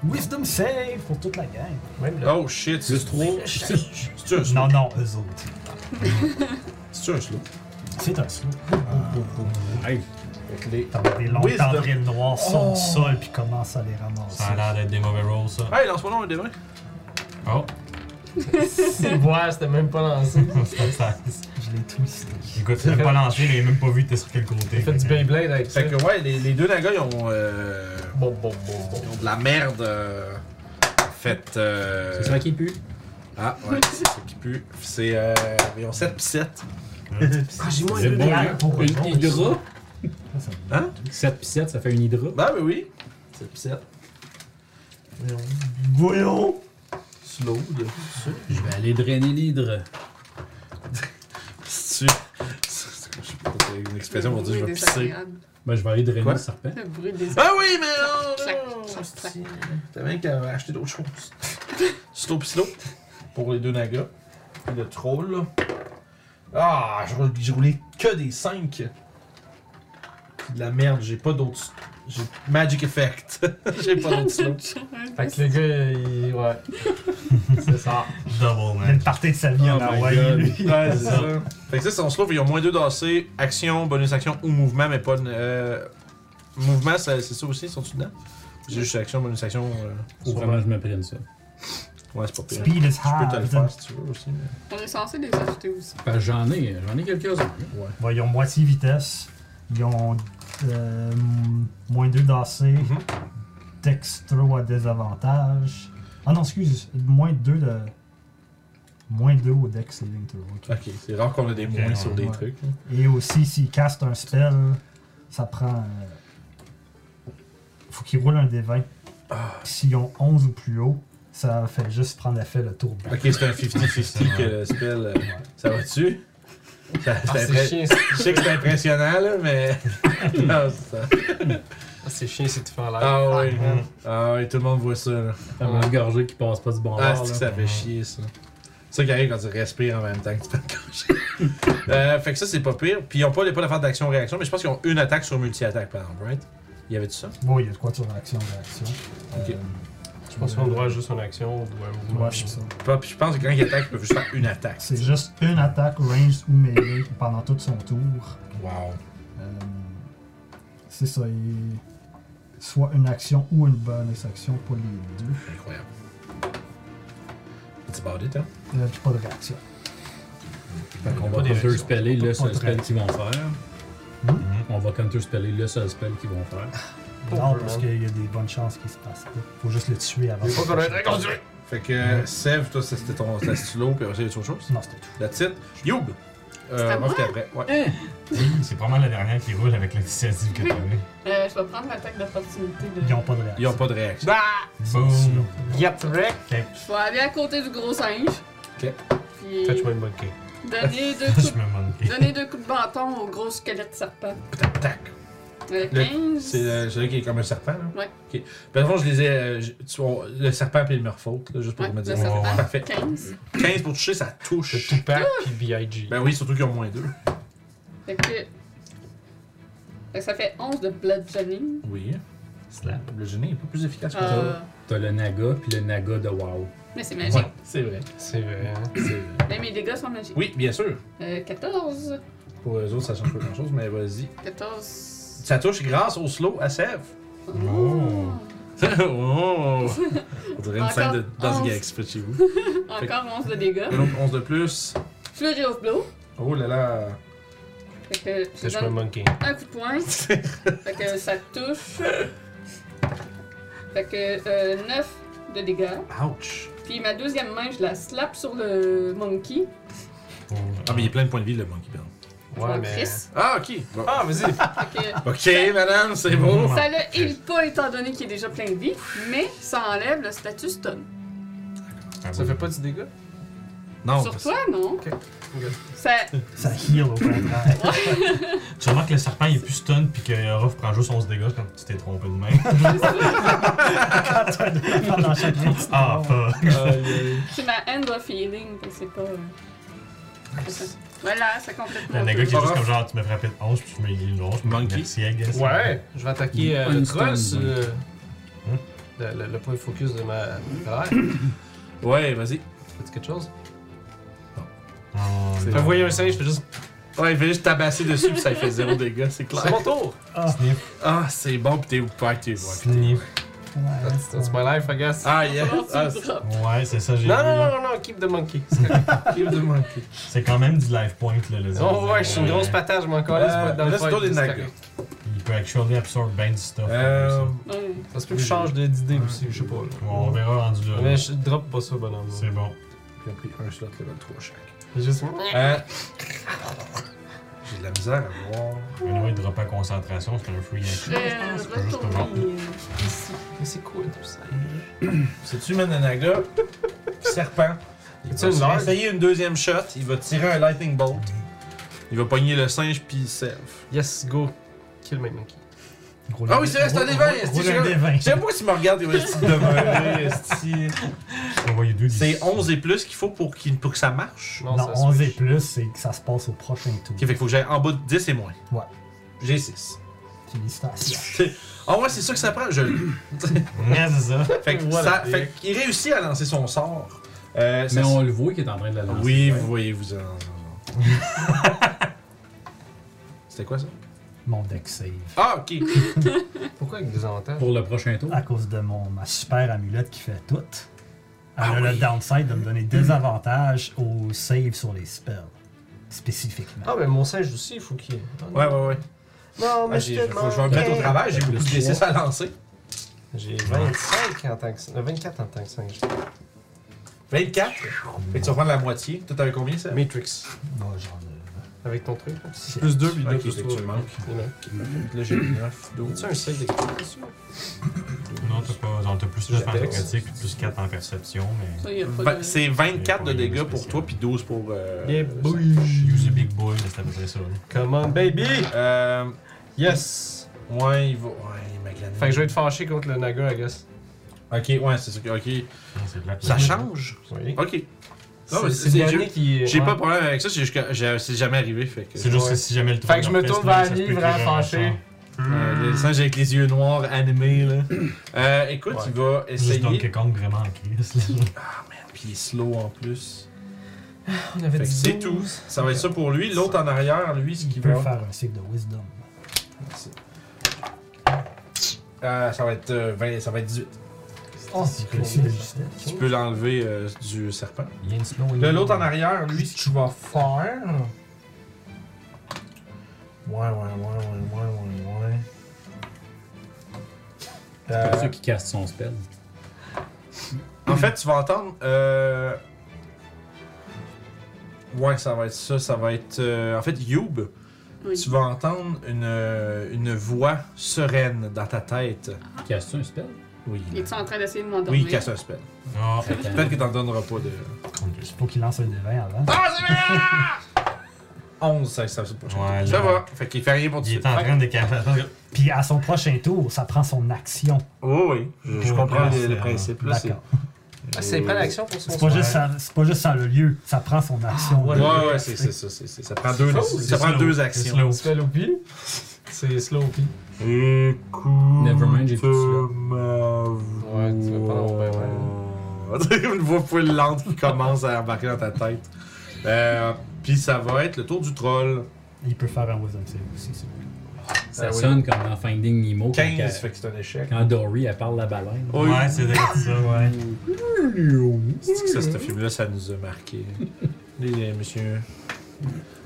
S7: Wisdom save pour toute la gang.
S2: Même là.
S1: Oh shit.
S5: Plus 3.
S1: C'est-tu un slow?
S7: Non, non, eux autres.
S1: C'est-tu un slow?
S7: C'est un slow. Ah.
S5: Hey,
S7: T'as des longs
S1: Wisdom.
S7: tendrils noirs sur
S1: Oh.
S7: le sol puis commence à les ramasser.
S4: Ça a l'air d'être des mauvais rolls, ça.
S1: Hey, lance-moi donc un des vingt.
S4: Oh,
S2: C'est voir, c'était même pas lancé.
S4: ça, ça.
S7: Je l'ai twisté.
S4: Écoute, tu l'as pas lancé, mais il a même pas vu que t'es sur quel côté.
S2: J'ai fait du Beyblade avec ça.
S1: Fait que ouais, les, les deux nagas ils ont, euh,
S2: Bon, bon, bon, bon.
S1: ils ont de la merde euh, faite. Euh...
S5: c'est ça qui pue.
S1: Ah ouais, c'est ça qui pue. C'est euh, ils ont 7 pis 7.
S2: Ah, j'ai moins
S5: C'est bon,
S7: Ah,
S5: hein? Ah,
S7: pour
S5: Une hydra.
S1: Hein?
S5: 7 pis 7, ça fait une hydra.
S1: Bah ben, oui. 7 pis 7.
S7: Voyons!
S1: Slow de
S5: Je vais aller drainer l'hydre.
S1: C'est je sais pas, c'est une expression pour dire je vais pisser.
S3: hein.
S5: Ben, je vais aller drainer
S1: Quoi?
S5: le serpent.
S3: Le bruit des
S1: Ah oui, mais
S3: Clac,
S1: non! non,
S3: clac, clac,
S1: hostie. T'as bien qu'à acheter d'autres choses. slow pis slow. Pour les deux nagas. Puis le troll là. Ah, je roule- j'ai roulé que des 5. De la merde, j'ai pas d'autres. J'ai Magic Effect. j'ai pas d'autres slow.
S2: Fait que le gars, il. Ouais. C'est ça.
S4: Double,
S7: Il y a
S4: man.
S7: une partie de sa vie en
S5: Oh my
S7: Hawaï,
S5: God.
S7: lui.
S1: Ouais, c'est ça. Fait que ça, si on se trouve, ils ont moins 2 d'AC, action, bonus action ou mouvement, mais pas. Euh, mouvement, ça- c'est ça aussi, sont-tu dedans? J'ai juste action, bonus action. euh,
S5: Faut vraiment que je me prenne ça.
S1: ouais, c'est pas pire.
S7: Speed is
S1: Je peux te le faire
S7: hard.
S1: si tu veux aussi. mais-
S3: On est censé les acheter aussi.
S5: Fait que j'en ai, j'en ai quelques-uns.
S7: Bon, ils ont moitié vitesse. Ils ont euh, moins 2 d'AC.
S1: Mhm.
S7: Dextro à désavantage. Ah non, excuse, moins 2 de. Moins 2 au Dex Saving Throw. ok.
S1: Ok, c'est rare qu'on a des moins
S4: ouais,
S1: sur des
S7: ouais.
S1: trucs. là.
S7: Et aussi, s'il caste un spell, ça prend. euh, faut qu'il roule un des 20. S'ils ont 11 ou plus haut, ça fait juste prendre l'effet le tour.
S1: Ok, c'est un 50-50 que le spell. euh, ça va dessus? Ça-
S2: Ah,
S1: c'est
S2: c'est
S1: impré-
S2: chiant, c'est-
S1: Je sais que c'est impressionnant, là, mais. non, c'est ça.
S2: ah, c'est chiant, c'est tout fait en l'air.
S1: Ah oui. Ah oui, tout le monde voit ça, là.
S5: T'as mon gorgé qui passe pas du bon
S1: Ah,
S5: bord,
S1: c'est que
S5: là.
S1: ça fait chier, ça. C'est ça qui arrive quand tu respires en même temps que tu peux te coucher. euh, fait que ça, c'est pas pire. Puis ils ont pas, les- pas l'affaire d'action-réaction, mais je pense qu'ils ont une attaque sur multi-attaque, par exemple, right? Il y avait-tu ça?
S7: Bon, il y a de quoi sur l'action, réaction.
S1: Ok.
S7: Euh,
S1: Je
S2: Je pense qu'on a le droit à juste une action ou à un mouvement.
S7: Ouais, c'est ça.
S1: Pas- puis Je pense que quand il attaque, il peut juste faire une attaque.
S7: C'est juste une attaque range ou melee pendant tout son tour.
S1: Wow.
S7: Euh, c'est ça. il- Soit une action ou une bonus action pour les deux.
S1: Incroyable. It's about it, hein?
S7: Euh, puis pas de réaction.
S5: Fait qu'on
S1: Pas
S5: va
S1: des
S5: counterspeller
S7: réactions.
S5: le
S7: Pas
S5: seul
S7: de
S5: spell
S7: réaction.
S5: qu'ils vont faire. Mm-hmm.
S7: Hum?
S5: On va counterspeller le seul spell qu'ils vont faire.
S7: Non, parce qu'il y a des bonnes chances qu'il se passe pas. Faut juste le tuer avant.
S2: Il faut qu'on ait un conduit.
S1: Fait que, Sev, toi, ça, c'était ton ta stylo, puis j'ai autre chose.
S7: Non, c'était tout.
S1: La titre. Youb!
S3: C'est
S1: Euh,
S3: à
S1: moi,
S3: moi?
S1: c'était après. Ouais.
S8: Oui, c'est probablement la dernière qui roule avec l'initiative que t'avais.
S3: Euh, je vais prendre l'attaque d'opportunité de.
S7: Ils ont pas de réaction.
S1: Ils ont pas de réaction.
S2: Bah!
S8: Boom!
S2: Get wrecked!
S3: Je vais aller à côté du gros singe.
S1: Ok.
S3: Puis
S2: Fetch-moi une bonne cake.
S3: donner deux
S8: Je
S3: coups
S8: me manque.
S3: Donner deux coups de bâton au gros squelette serpent.
S1: Tac, tac.
S3: Le
S1: Le-
S3: 15.
S1: C'est euh, celui qui est comme un serpent, là?
S3: Ouais.
S1: Ok. Puis, avant, je les ai. euh, je- tu vois, le serpent puis le merfolk, là, juste pour
S3: Ouais,
S1: me
S3: le
S1: dire.
S3: serpent.
S1: Parfait.
S3: 15.
S1: 15 pour toucher, ça
S2: C'est
S1: touche.
S2: Tupac puis B.I.G.
S1: Ben oui, surtout qu'ils ont moins 2.
S3: Fait que. fait que ça fait 11 de bludgeoning.
S1: Oui.
S8: Slap.
S1: Le gêné est pas plus efficace que ça.
S3: Euh,
S5: T'as le naga puis le naga de wow.
S3: mais c'est magique.
S1: C'est vrai.
S2: C'est vrai. hein?
S1: C'est-
S3: Mais mes dégâts sont magiques.
S1: Oui, bien sûr.
S3: Euh, 14.
S1: Pour eux autres, ça change pas grand chose, mais vas-y.
S3: 14.
S1: Ça touche grâce au slow à Sev.
S8: Oh.
S1: oh! On dirait une
S3: Encore
S1: scène de Dance
S3: onze.
S1: Gag exprès chez vous.
S3: Encore 11 de dégâts.
S1: Un autre 11 de plus.
S3: Flurry of blow.
S1: Oh là là!
S3: Fait que je
S2: Fetch-moi une
S3: donne
S2: bonne cake.
S3: un coup de poing. fait que ça touche. Fait que 9 de dégâts.
S1: Ouch!
S3: Puis ma deuxième main, je la slap sur le monkey.
S1: Ah, mais il est plein de points de vie, le Monkey Bell.
S3: Mon
S2: Ouais, mais.
S3: Chris.
S1: Ah, Mm. ok! Bon.
S2: Ah, vas-y!
S3: Fait que
S1: Ok, madame, c'est beau!
S3: Ça le heal pas étant donné qu'il est déjà plein de vie, mais ça enlève le statut stun.
S8: Ah,
S2: Ça fait pas du dégât?
S1: Non,
S3: Sur
S1: parce-
S3: toi, non? Ça,
S7: Ça heal au contraire.
S8: Tu remarques que le serpent il est plus stun puis que Ruff prend juste 11 dégâts quand tu t'es trompé de main.
S7: Pendant chaque minute.
S8: Ah, fuck!
S3: c'est ma end of healing, fait que c'est pas. euh, c'est ça. Voilà, ça complète
S8: Le
S3: mon
S8: gars qui est
S3: tour.
S8: juste comme genre, tu me frappé de 11 puis tu me heal de 11.
S1: Monkey.
S8: Merci, I guess.
S2: Ouais, je vais attaquer euh, le
S5: Einstein,
S2: troll sur
S5: ouais.
S2: le,
S8: Hein?
S2: le, le- le point focus de ma colère.
S1: Ouais, vas-y.
S2: Fais-tu quelque chose?
S8: Oh,
S1: C'est-
S2: Je
S8: non.
S2: fais voyer un singe, je fais juste.
S1: Ouais, il fait juste tabasser dessus, puis ça lui fait zéro dégâts, c'est
S2: C'est
S1: clair.
S2: mon tour!
S1: Ah, c'est bon, puis t'es où? Pas actif, ouais.
S8: Sniff.
S2: That's, that's my life, I guess.
S1: Ah, yes! Ah,
S3: Tu le drop.
S8: Ouais, c'est ça, j'ai
S2: non,
S8: vu,
S2: non,
S8: là.
S2: non, non, non, keep the monkey. C'est correct.
S1: Keep the monkey.
S8: C'est quand même du life point, là, le Euh,
S2: oh, ouais, je suis une grosse patate, je m'en colle, c'est pas
S1: Euh,
S2: dans le
S1: là, c'est
S2: fight,
S1: toi, les
S2: c'est
S1: nagas.
S2: correct.
S8: Il peut actually absorb ben du stuff.
S1: Euh,
S8: comme
S3: Ouais.
S2: Ça se peut que je change de- d'idée aussi, je sais pas.
S8: ça. On
S2: là.
S8: verra rendu là.
S2: Mais je drop pas ça, bonhomme.
S8: C'est bon.
S1: J'ai pris un slot level 3 chaque.
S2: C'est Juste.
S1: Hein? J'ai de la misère à voir.
S8: Anyway, il drop à concentration, c'est un free
S3: Je
S8: action.
S3: vais
S8: Je peux juste avoir
S3: retourner euh, ici.
S2: Mais c'est quoi tout ça?
S1: C'est-tu Mananaga? Serpent. Il
S2: C'est
S1: va
S2: une large.
S1: essayer une deuxième shot. Il va tirer un lightning bolt. Il va pogner le singe puis il save.
S2: Yes, go. Kill my monkey.
S1: Ah oui, c'est vrai, c'est un
S7: Roule-
S1: des vingt,
S7: roule-
S1: est-ce que
S7: roule
S1: j'ai-
S7: un des vingt.
S1: J'aime pas si me regarde et ouais, est-ce qu'il demeure, est-ce
S8: On va y deux
S1: qu'il- C'est 11 et plus qu'il faut pour, qu'il- pour que ça marche.
S2: Non,
S7: Non,
S2: ça
S7: 11 et
S2: switch.
S7: plus, c'est que ça se passe au prochain tour.
S1: Ok, fait qu'il faut que j'aille en bas de 10 et moins.
S7: Ouais.
S1: J'ai 6.
S7: Félicitations.
S1: Ah ouais, c'est ça que ça prend, je l'ai.
S8: Ouais, c'est ça.
S1: Fait que
S2: Voilà.
S1: ça- fait qu'il réussit à lancer son sort. Euh, ça-
S5: Mais on le voit qu'il est en train de la lancer.
S1: Oui,
S5: Ouais.
S1: vous voyez, vous en. C'était quoi ça?
S7: Mon deck save.
S1: Ah, ok.
S2: Pourquoi avec des avantages?
S5: Pour le prochain tour.
S7: À cause de mon, ma super amulette qui fait tout, elle
S1: Ah
S7: a
S1: oui.
S7: le downside de me donner des avantages au save sur les spells. Spécifiquement.
S2: Ah, mais mon singe aussi, il faut qu'il.
S1: Ouais, ouais, ouais.
S2: Non,
S1: Ah,
S2: mais
S1: j'ai-
S2: je te
S1: faut que je vais me mettre au
S2: manquais.
S1: travail, j'ai beaucoup de D6 à lancer.
S2: J'ai 25 en tant que 5. 24 en tant que 5.
S1: 24. Fait que tu vas prendre la moitié. Toi, t'avais combien ça?
S2: Matrix.
S7: Bon, genre,
S2: Avec ton truc. là.
S7: Shit.
S2: Plus 2 puis
S1: Ok,
S2: 2
S1: fait
S2: plus
S1: que tu
S2: 3.
S1: manques. Là, j'ai 9, 12.
S2: Tu as un save d'expérience dessus?
S8: Non, t'as pas. Genre, t'as plus 9 en critique puis plus 4 en perception, mais.
S3: Ça, y a pas
S1: Ben,
S3: de-
S1: C'est 24 de
S8: Il y a pas
S1: dégâts
S8: de
S1: pour
S8: spécial.
S1: toi, puis 12 pour. Euh,
S2: Yeah,
S1: euh,
S2: boy.
S8: Use a big boy, mais c'est à peu près ça. là.
S2: Come on, baby!
S1: ça. Euh,
S2: Yes!
S1: ouais, il va. Ouais, il m'a glané.
S2: Fait que je vais être fâché contre le Naga, I guess.
S1: Ok, ouais, c'est ça. que- Ok.
S8: Non, c'est de la
S1: Ça
S8: place.
S1: change?
S2: Oui.
S1: Ok. Non, mais
S2: C'est
S1: c'est-
S2: c'est le
S1: j'ai-
S2: dernier qui.
S1: J'ai
S2: ouais.
S1: pas de problème avec ça, c'est juste que j'ai- c'est jamais arrivé. Fait que.
S8: C'est juste
S2: Ouais.
S8: que si jamais le truc
S2: Fait que je me
S8: leur fesse,
S2: tourne
S8: là,
S2: vers
S8: ça se
S2: lui,
S8: peut
S2: vraiment
S8: qu'il y ait un
S2: fâché.
S8: char.
S1: Euh, le singe avec les yeux noirs animés, là. Euh, écoute,
S8: Ouais.
S1: il va
S8: Juste Donkey
S1: essayer.
S8: Kong vraiment en crise. là.
S1: Puis il est slow en plus.
S2: On avait
S1: Fait que
S2: dit
S1: c'est tout.
S2: 12.
S1: Ça va être ça pour lui. L'autre en arrière, lui, ce
S7: Il
S1: qu'il
S7: peut
S1: va.
S7: faire un cycle de wisdom.
S1: Euh, ça va être euh, 20, ça va être 18.
S7: Oh, c'est réussi de justesse.
S1: Tu peux l'enlever euh, du serpent.
S8: Il y a une slow.
S1: Là, l'autre en arrière, lui, ce qu'il va faire. Ouais, ouais, ouais, ouais, ouais, ouais, ouais.
S5: C'est pour
S1: Euh,
S5: ça qu'il casse son spell.
S1: En fait, tu vas entendre. Euh... Ouais, ça va être ça. Ça va être. euh, En fait, Youb,
S3: Oui.
S1: tu vas entendre une, euh, une voix sereine dans ta tête.
S5: Casse-tu un spell?
S1: Oui.
S3: Il est en train d'essayer de m'endormir?
S1: Oui, il casse un spell.
S8: Ah,
S1: Peut-être qu'il t'en donnera pas de.
S7: Faut qu'il lance un devin avant.
S1: Ah, c'est bien! 11, ça, ça, ça,
S8: Ouais,
S1: ça
S8: là.
S1: va. Fait qu'il fait rien pour tout de
S8: il
S1: suite.
S8: est en train de capoter.
S7: Puis à son prochain tour, ça prend son action.
S1: Oui, oui. Je, je
S8: Ouais,
S1: comprends le,
S8: c'est-
S1: le principe. Là, c'est
S7: D'accord.
S2: Ah, c'est pas l'action pour son
S7: C'est pas,
S2: soir.
S7: juste ça- c'est pas juste ça le lieu, ça prend son action.
S2: Ah,
S1: Ouais,
S2: voilà.
S1: ouais, c'est c'est ça. c'est- c'est- Ça prend deux,
S2: Oh,
S1: ça
S8: c'est
S1: prend
S8: slow,
S1: deux
S8: c'est
S1: actions.
S8: slow.
S2: C'est slow
S1: Euh,
S2: pee. C'est slow pee.
S1: Écoute.
S5: Nevermind, j'ai tout
S1: Ouais,
S2: Ouais, tu vas pas ben, l'enlever,
S1: Une voix full lente qui commence à embarquer dans ta tête. Euh, Puis ça va être le tour du troll.
S7: Il peut faire un wisdom save aussi, s'il vous plaît.
S5: Ça
S1: Ah oui.
S5: sonne comme dans Finding Nemo. quand-
S1: 15, fait que c'est un échec.
S5: Quand Dory, elle parle la baleine. euh,
S1: Oh,
S8: Ouais, c'est vrai, c'est ça, ouais.
S1: C'est que ça, ce film-là, ça nous a marqué. Les, les- monsieur.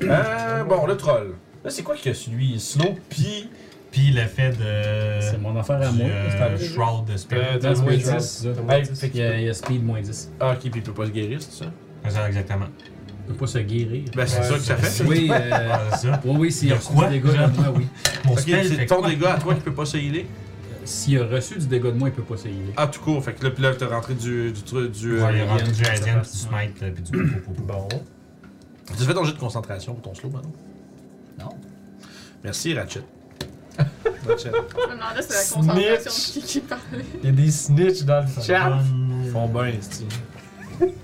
S1: Euh, bon, le troll. Là, c'est quoi que celui Slow Pie.
S8: Puis le fait de.
S5: C'est mon affaire à
S8: du,
S5: moi.
S8: euh, Shroud de Spirit.
S2: Euh,
S5: That's
S2: t'as moins
S5: way too
S2: 10.
S5: loud.
S2: T'as moins
S1: Hey,
S2: 10.
S1: fait
S5: Il
S1: qu'il
S5: y, a, il
S1: peut-
S5: y a speed moins 10.
S1: Ah, ok, puis il peut pas se guérir, c'est ça?
S8: C'est ça, exactement.
S5: Il peut pas se guérir.
S1: Ben, c'est
S2: Ouais,
S1: ça que ça
S8: c'est-
S1: fait.
S5: Oui, euh,
S8: Ah, c'est ça.
S5: oui, oui,
S8: Il
S5: s'il
S8: y
S5: a
S8: a
S5: reçu
S8: quoi,
S5: du dégât
S8: genre?
S5: de moi, oui.
S8: Mon
S1: Fait que
S8: spell
S1: c'est
S8: fait
S1: ton
S8: quoi?
S1: dégât à toi qui peut pas se healer.
S5: S'il a reçu du dégât de moi, il peut pas se healer.
S1: Ah, tout court. Fait que là, puis là, t'as rentré du. du, tru- du euh,
S8: Ouais, il rentre du
S5: ça
S8: Alien, puis
S5: passe,
S8: du
S5: ouais.
S8: Smite, puis du pou, pou, pou, pou.
S2: Bon.
S1: euh, Tu fais ton jeu de concentration pour ton slow, maintenant?
S7: Non.
S1: Merci, Ratchet. Ratchet.
S3: Je me demandais si c'est la concentration de qui qui parlait.
S2: Il y a des snitch dans le chat.
S1: Ils font bien, c'est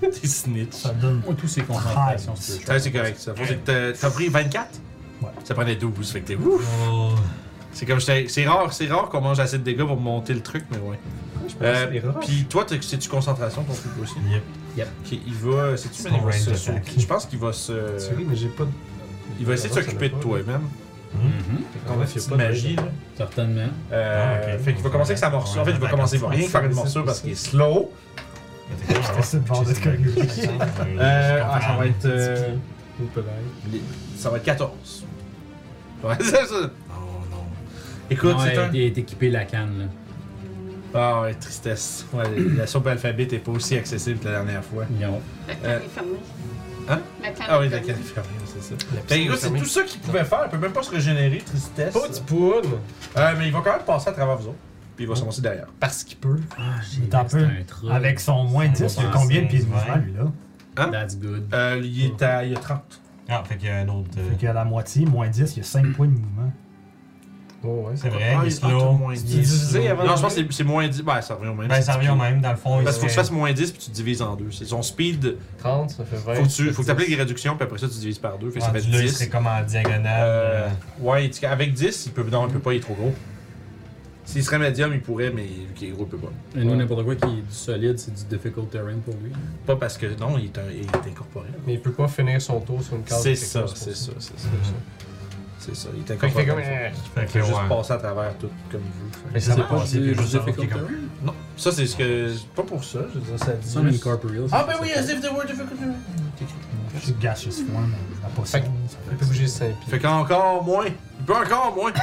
S1: T'es snitch.
S7: Ça donne
S5: Moi, tous ces
S7: Ah,
S5: concentrations, c'est
S1: Ouais, c'est correct, ça. Faut que t'as- T'as pris 24?
S7: Ouais.
S1: Ça prenait 12, fait que t'es ouf.
S8: Oh,
S1: C'est comme j'étais- C'est rare, c'est rare qu'on mange assez de dégâts pour monter le truc, mais ouais.
S2: que c'est
S1: Euh,
S2: rare.
S1: Puis toi, t'as- c'est-tu concentration ton truc aussi?
S8: yep.
S1: Ok, il va. C'est-tu
S8: C'est
S1: mais il
S8: mon
S1: va
S8: range
S1: se-
S8: d'attaque.
S1: se- Je pense qu'il va se.
S2: Tu ris, mais j'ai pas de.
S1: Il va essayer de s'occuper de toi-même.
S5: Mhm.
S1: Ton petite magie, là.
S5: Certainement.
S1: Euh,
S8: Ah, ok.
S1: Fait qu'il va commencer avec sa morsure. En fait, il va commencer, il va rien faire une morsure parce qu'il est slow.
S7: J'étais sur le bord de
S1: Euh, ah, ça va être. euh,
S2: Ou peut-être.
S1: les- Ça va être 14. Ouais, c'est ça.
S8: Non, Oh, non.
S1: Écoute,
S5: Non,
S1: c'est
S5: elle,
S1: un.
S5: elle est équipée la canne, là.
S1: Ah, ouais, tristesse. Ouais, la soupe alphabet n'est pas aussi accessible que la dernière fois.
S5: Non.
S3: La canne
S1: Euh,
S3: est fermée.
S1: hein?
S3: La canne
S1: Ah oui,
S3: est
S1: la
S3: fermée.
S1: canne est fermée, c'est ça.
S2: piscine
S1: Fait que,
S2: est
S1: écoute, c'est
S2: fermée.
S1: tout ça qu'il pouvait faire. Il peut même pas se régénérer, tristesse.
S2: Pas du poune.
S1: Euh, mais il va quand même passer à travers vous autres. Puis il va se ramasser derrière.
S2: Parce qu'il peut.
S5: Ah, j'ai
S7: Attends un
S5: c'est
S7: peu.
S5: un truc.
S7: Avec son moins
S8: Ça
S7: 10, il y a
S8: va
S7: combien de
S8: passer,
S7: pieds de
S8: ouais.
S7: mouvement, lui-là?
S5: That's good.
S1: Euh, il est à. Il y a 30.
S8: Ah, fait qu'il y a un autre. euh,
S7: Fait qu'à la moitié, moins 10, il y a 5 points de mouvement.
S2: Oh, ouais.
S8: C'est
S1: Ah,
S8: vrai,
S1: il
S8: il est
S1: est en tout
S8: slow.
S1: moins
S8: Il est
S1: dix.
S8: slow.
S2: Divisé avant
S1: Non,
S2: de
S1: je pense que c'est- c'est moins 10. Ben, ça revient au même.
S8: Ben, ça revient au même, dans le fond.
S1: Parce qu'il faut que tu
S8: serait-
S1: fasses moins 10 puis tu divises en deux. C'est son speed.
S2: 30, ça fait 20.
S1: Faut que tu faut que t'appliques
S2: appliques
S1: les réductions, puis après ça, tu divises par deux. Fait que
S4: Ah,
S1: ça fait
S8: Rendu là, il serait
S1: 10.
S8: comme en diagonale.
S1: Euh,
S8: euh,
S1: ouais, tu- avec 10, il peut, non, il peut pas, il est trop gros. S'il serait médium, il pourrait, mais vu qu'il est gros, il peut pas.
S5: Et nous, n'importe quoi qui est du solide, c'est du difficult terrain pour lui.
S1: Pas parce que. Non, il est, un- il est incorporel.
S2: Mais il peut pas finir son tour sur une carte.
S1: C'est
S2: de quelque
S1: ça,
S2: chose pour Mm.
S1: c'est ça, c'est ça. C'est ça, il est
S2: Fait que fait
S1: incorporel.
S2: comme. eh,
S8: Fait
S1: Il peut
S8: que,
S1: juste
S8: ouais.
S1: passer à travers tout comme il veut. Fait que-
S8: Mais ça
S5: C'est
S8: va
S5: pas
S8: passer,
S5: du,
S8: puis
S5: du
S8: juste savoir
S5: difficult
S8: qu'il est comme-
S5: terrain.
S1: Non, ça c'est ce que. Pas pour ça, je veux dire, ça dit.
S5: Some incorporeal.
S1: Ah, ben
S5: c'est-
S1: oui,
S5: c'est-
S1: as if they were difficult.
S7: Je gâche ce foin, mais il n'a pas ça.
S2: Fait que- Il peut bouger 5 pieds.
S1: Fait qu'encore moins. Il peut encore moins.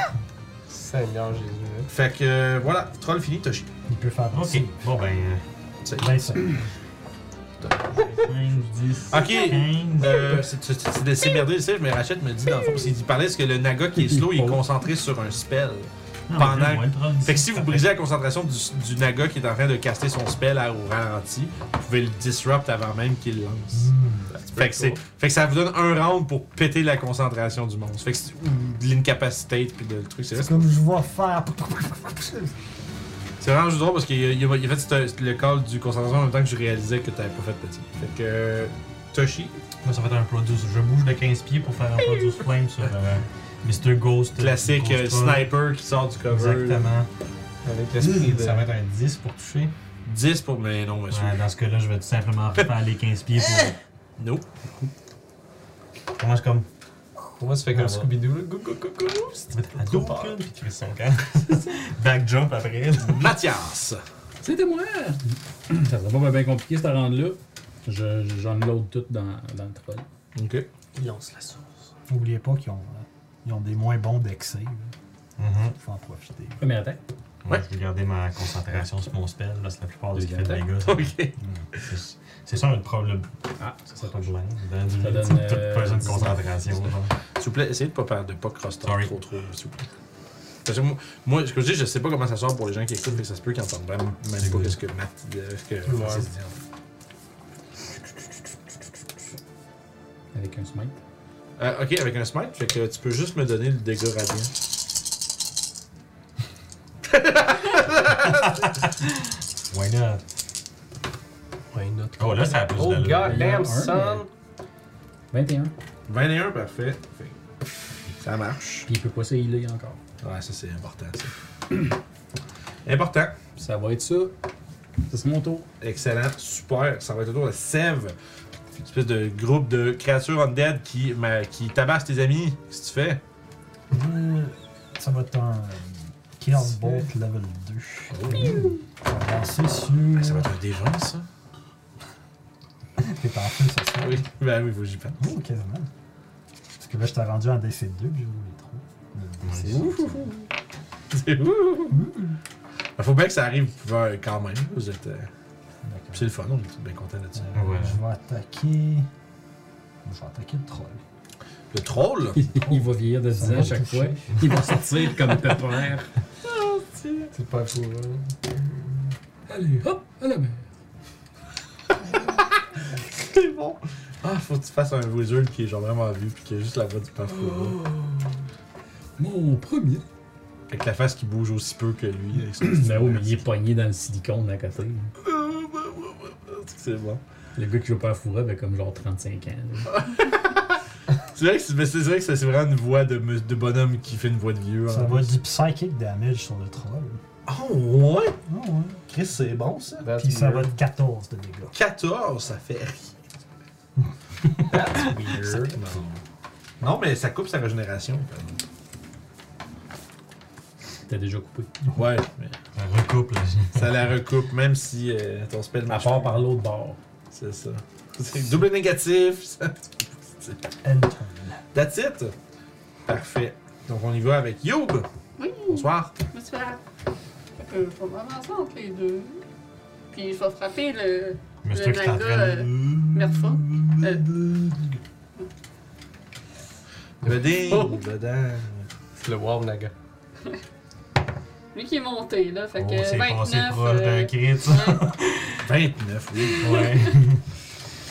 S2: Seigneur Jésus. là.
S1: Fait que euh, voilà, troll fini, Toshi.
S7: Il peut faire
S8: Ok,
S7: aussi.
S8: bon ben. euh,
S1: C'est-
S7: 20 ça.
S8: 15, 10,
S1: Ok.
S8: 15.
S1: Euh, c'est- c'est c'est des c'est merdé, c'est- mais Rachel me dit dans le fond, parce qu'il dit- parlait parce que le naga qui est slow,
S8: Oh.
S1: il est concentré sur un spell.
S8: Non,
S1: pendant-
S8: mais moins le prendre
S1: Fait que
S8: ici,
S1: si vous
S8: Ah, ça
S1: brisez la concentration du, du naga qui est en train de caster son spell à- au ralenti, vous pouvez le disrupt avant même qu'il le lance.
S8: Hmm.
S1: Fait que, c'est- fait que ça vous donne un round pour péter la concentration du monstre. Fait que c'est- ou de l'incapacitate puis de le truc. C'est
S7: C'est comme je vais faire.
S1: c'est vraiment juste drôle parce qu'il a, il a- il a fait cette- le call du concentration en même temps que je réalisais que t'avais pas fait petit. Fait que euh, Toshi,
S8: Moi, ça fait un produce. Je bouge de 15 pieds pour faire un produce flame sur euh, Mr. Ghost.
S1: Classique euh,
S8: Ghost Bug.
S1: sniper qui sort du cover.
S8: Exactement.
S2: Avec l'esprit
S1: Mm.
S2: de.
S8: Ça va être un 10 pour toucher.
S1: 10 pour. Mais non, monsieur.
S8: Ouais, dans ce cas-là, je vais tout simplement refaire les 15 pieds pour.
S1: Nope.
S8: Comment je comme.
S2: Pour moi, ça fait comme
S8: Ah, ouais.
S2: Scooby-Doo. là. Go, go, go, go.
S8: Tu vas être à
S2: Trop
S8: dos,
S2: fort.
S8: Kid, puis tu fais son camp. Back jump après.
S4: Mhm.
S1: Mathias.
S5: C'était moi! ça serait pas bien compliqué, cette rende-là. Je- je- J'en load tout dans, dans le troll.
S1: Ok.
S2: Il lance la source.
S7: N'oubliez pas qu'ils ont, euh, ils ont des moins bons d'excès. là.
S4: Mhm.
S7: Faut en profiter.
S5: Première attaque.
S4: Moi, je vais garder ma concentration sur mon spell, parce que la plupart de ce qui fait de
S5: Deuxième
S4: dégâts, ça-
S1: Ok.
S4: c'est- c'est ça un problème.
S5: Ah,
S4: C'est ça le problème. Dans du
S5: Ça
S4: toute
S5: donne, euh,
S4: poison de
S5: 19.
S4: concentration. genre.
S1: S'il vous plaît, essayez de pas faire de pas cross
S4: Sorry.
S1: trop trop, s'il vous plaît. Parce que moi, moi, ce que je dis, je sais pas comment ça sort pour les gens qui écoutent, mais ça se peut qu'ils entendent vraiment même pas ce que Matt, euh, ce que Francis dit.
S5: Avec un smite.
S1: Euh, ok, avec un smite, fait que tu peux juste me donner le dégât radiant.
S4: Why not?
S2: Ouais, une autre.
S4: Oh, là, ça a plus
S2: Oh,
S4: d'allure.
S2: god
S5: Il y en a un,
S2: damn son!
S5: 21.
S1: 21, parfait. Fait que Ça marche.
S5: Puis il peut pas se healer encore.
S1: Ouais, ça c'est important, ça. important.
S5: Ça va être ça. Ça, c'est mon tour.
S1: Excellent, super. Ça va être autour de Sève. Une espèce de groupe de créatures undead qui, ma- qui tabassent tes amis. Qu'est-ce que tu fais?
S5: Mm.
S7: Euh, ça va être un euh, Kill
S2: C'est-
S7: Bolt level 2. Ça va lancer sur.
S1: Ah, Ça va être un dévin, ça?
S7: T'es en feu, ça se fait.
S1: Oui, ben oui, faut que j'y pense.
S7: Oh, quasiment. Parce que là, je t'ai rendu en DC2, puis j'ai roulé trop.
S4: Ouais,
S1: C'est Ben, Faut bien que ça arrive vers- quand même. Vous êtes. euh,
S7: D'accord.
S1: C'est le fun, on est bien content de ça.
S7: Euh,
S4: Voilà.
S7: Je vais attaquer. Je vais attaquer le troll.
S1: Le troll,
S5: il va vieillir de 10 ans à
S7: Ça va
S5: chaque fois.
S7: toucher.
S5: Il va sortir comme pépère.
S2: C'est pas cool. hein.
S5: Allez, hop, à la mer.
S1: c'est bon. Ah, faut que tu fasses un wizard qui est genre vraiment vu puis qui a juste la voix du paf
S5: Oh. Mon premier.
S1: Avec la face qui bouge aussi peu que lui. avec son petit-
S5: Ben oui, mais il est pogné dans le silicone à côté. là.
S1: c'est bon.
S5: Le gars qui joue pas à fourrer avait comme genre 35 ans. là.
S1: C'est vrai que c'est mais c'est vrai que ça, c'est vraiment une voix de, mus- de bonhomme qui fait une voix de vieux.
S7: Ça
S1: hein.
S7: va du psychic damage sur le troll.
S1: Oh ouais!
S7: Ah ouais.
S1: Chris, c'est bon ça!
S2: That's
S7: Puis ça va
S2: weird.
S7: être 14 de dégâts.
S1: 14, ça fait rien. That's weird. non. Non, mais ça coupe sa régénération. par exemple.
S5: T'as déjà coupé.
S1: Ouais, mais
S4: Ça recoupe, là.
S1: ça la recoupe, même si euh, ton spell
S5: À
S1: marche.
S5: part par l'autre bord.
S1: C'est ça. C'est double négatif. ça.
S7: End turn.
S1: That's it. Parfait. Donc on y va avec Youb.
S3: Oui,
S1: Bonsoir.
S3: je me suis fait. Fait que je vais m'avancer entre les deux. Puis je vais frapper le.
S4: Mais c'est
S3: Le
S4: toi qui t'es en train
S3: manga,
S4: de-
S3: euh, Merfa. Euh,
S1: Bedin.
S2: Oh.
S1: Bedin.
S2: C'est le Warm Naga.
S3: lui qui est monté, là. Fait
S4: Oh,
S3: que
S4: c'est passé
S3: 29.
S4: proche
S3: euh,
S4: d'un crit, ça.
S3: ouais,
S1: 29, oui.
S4: Ouais.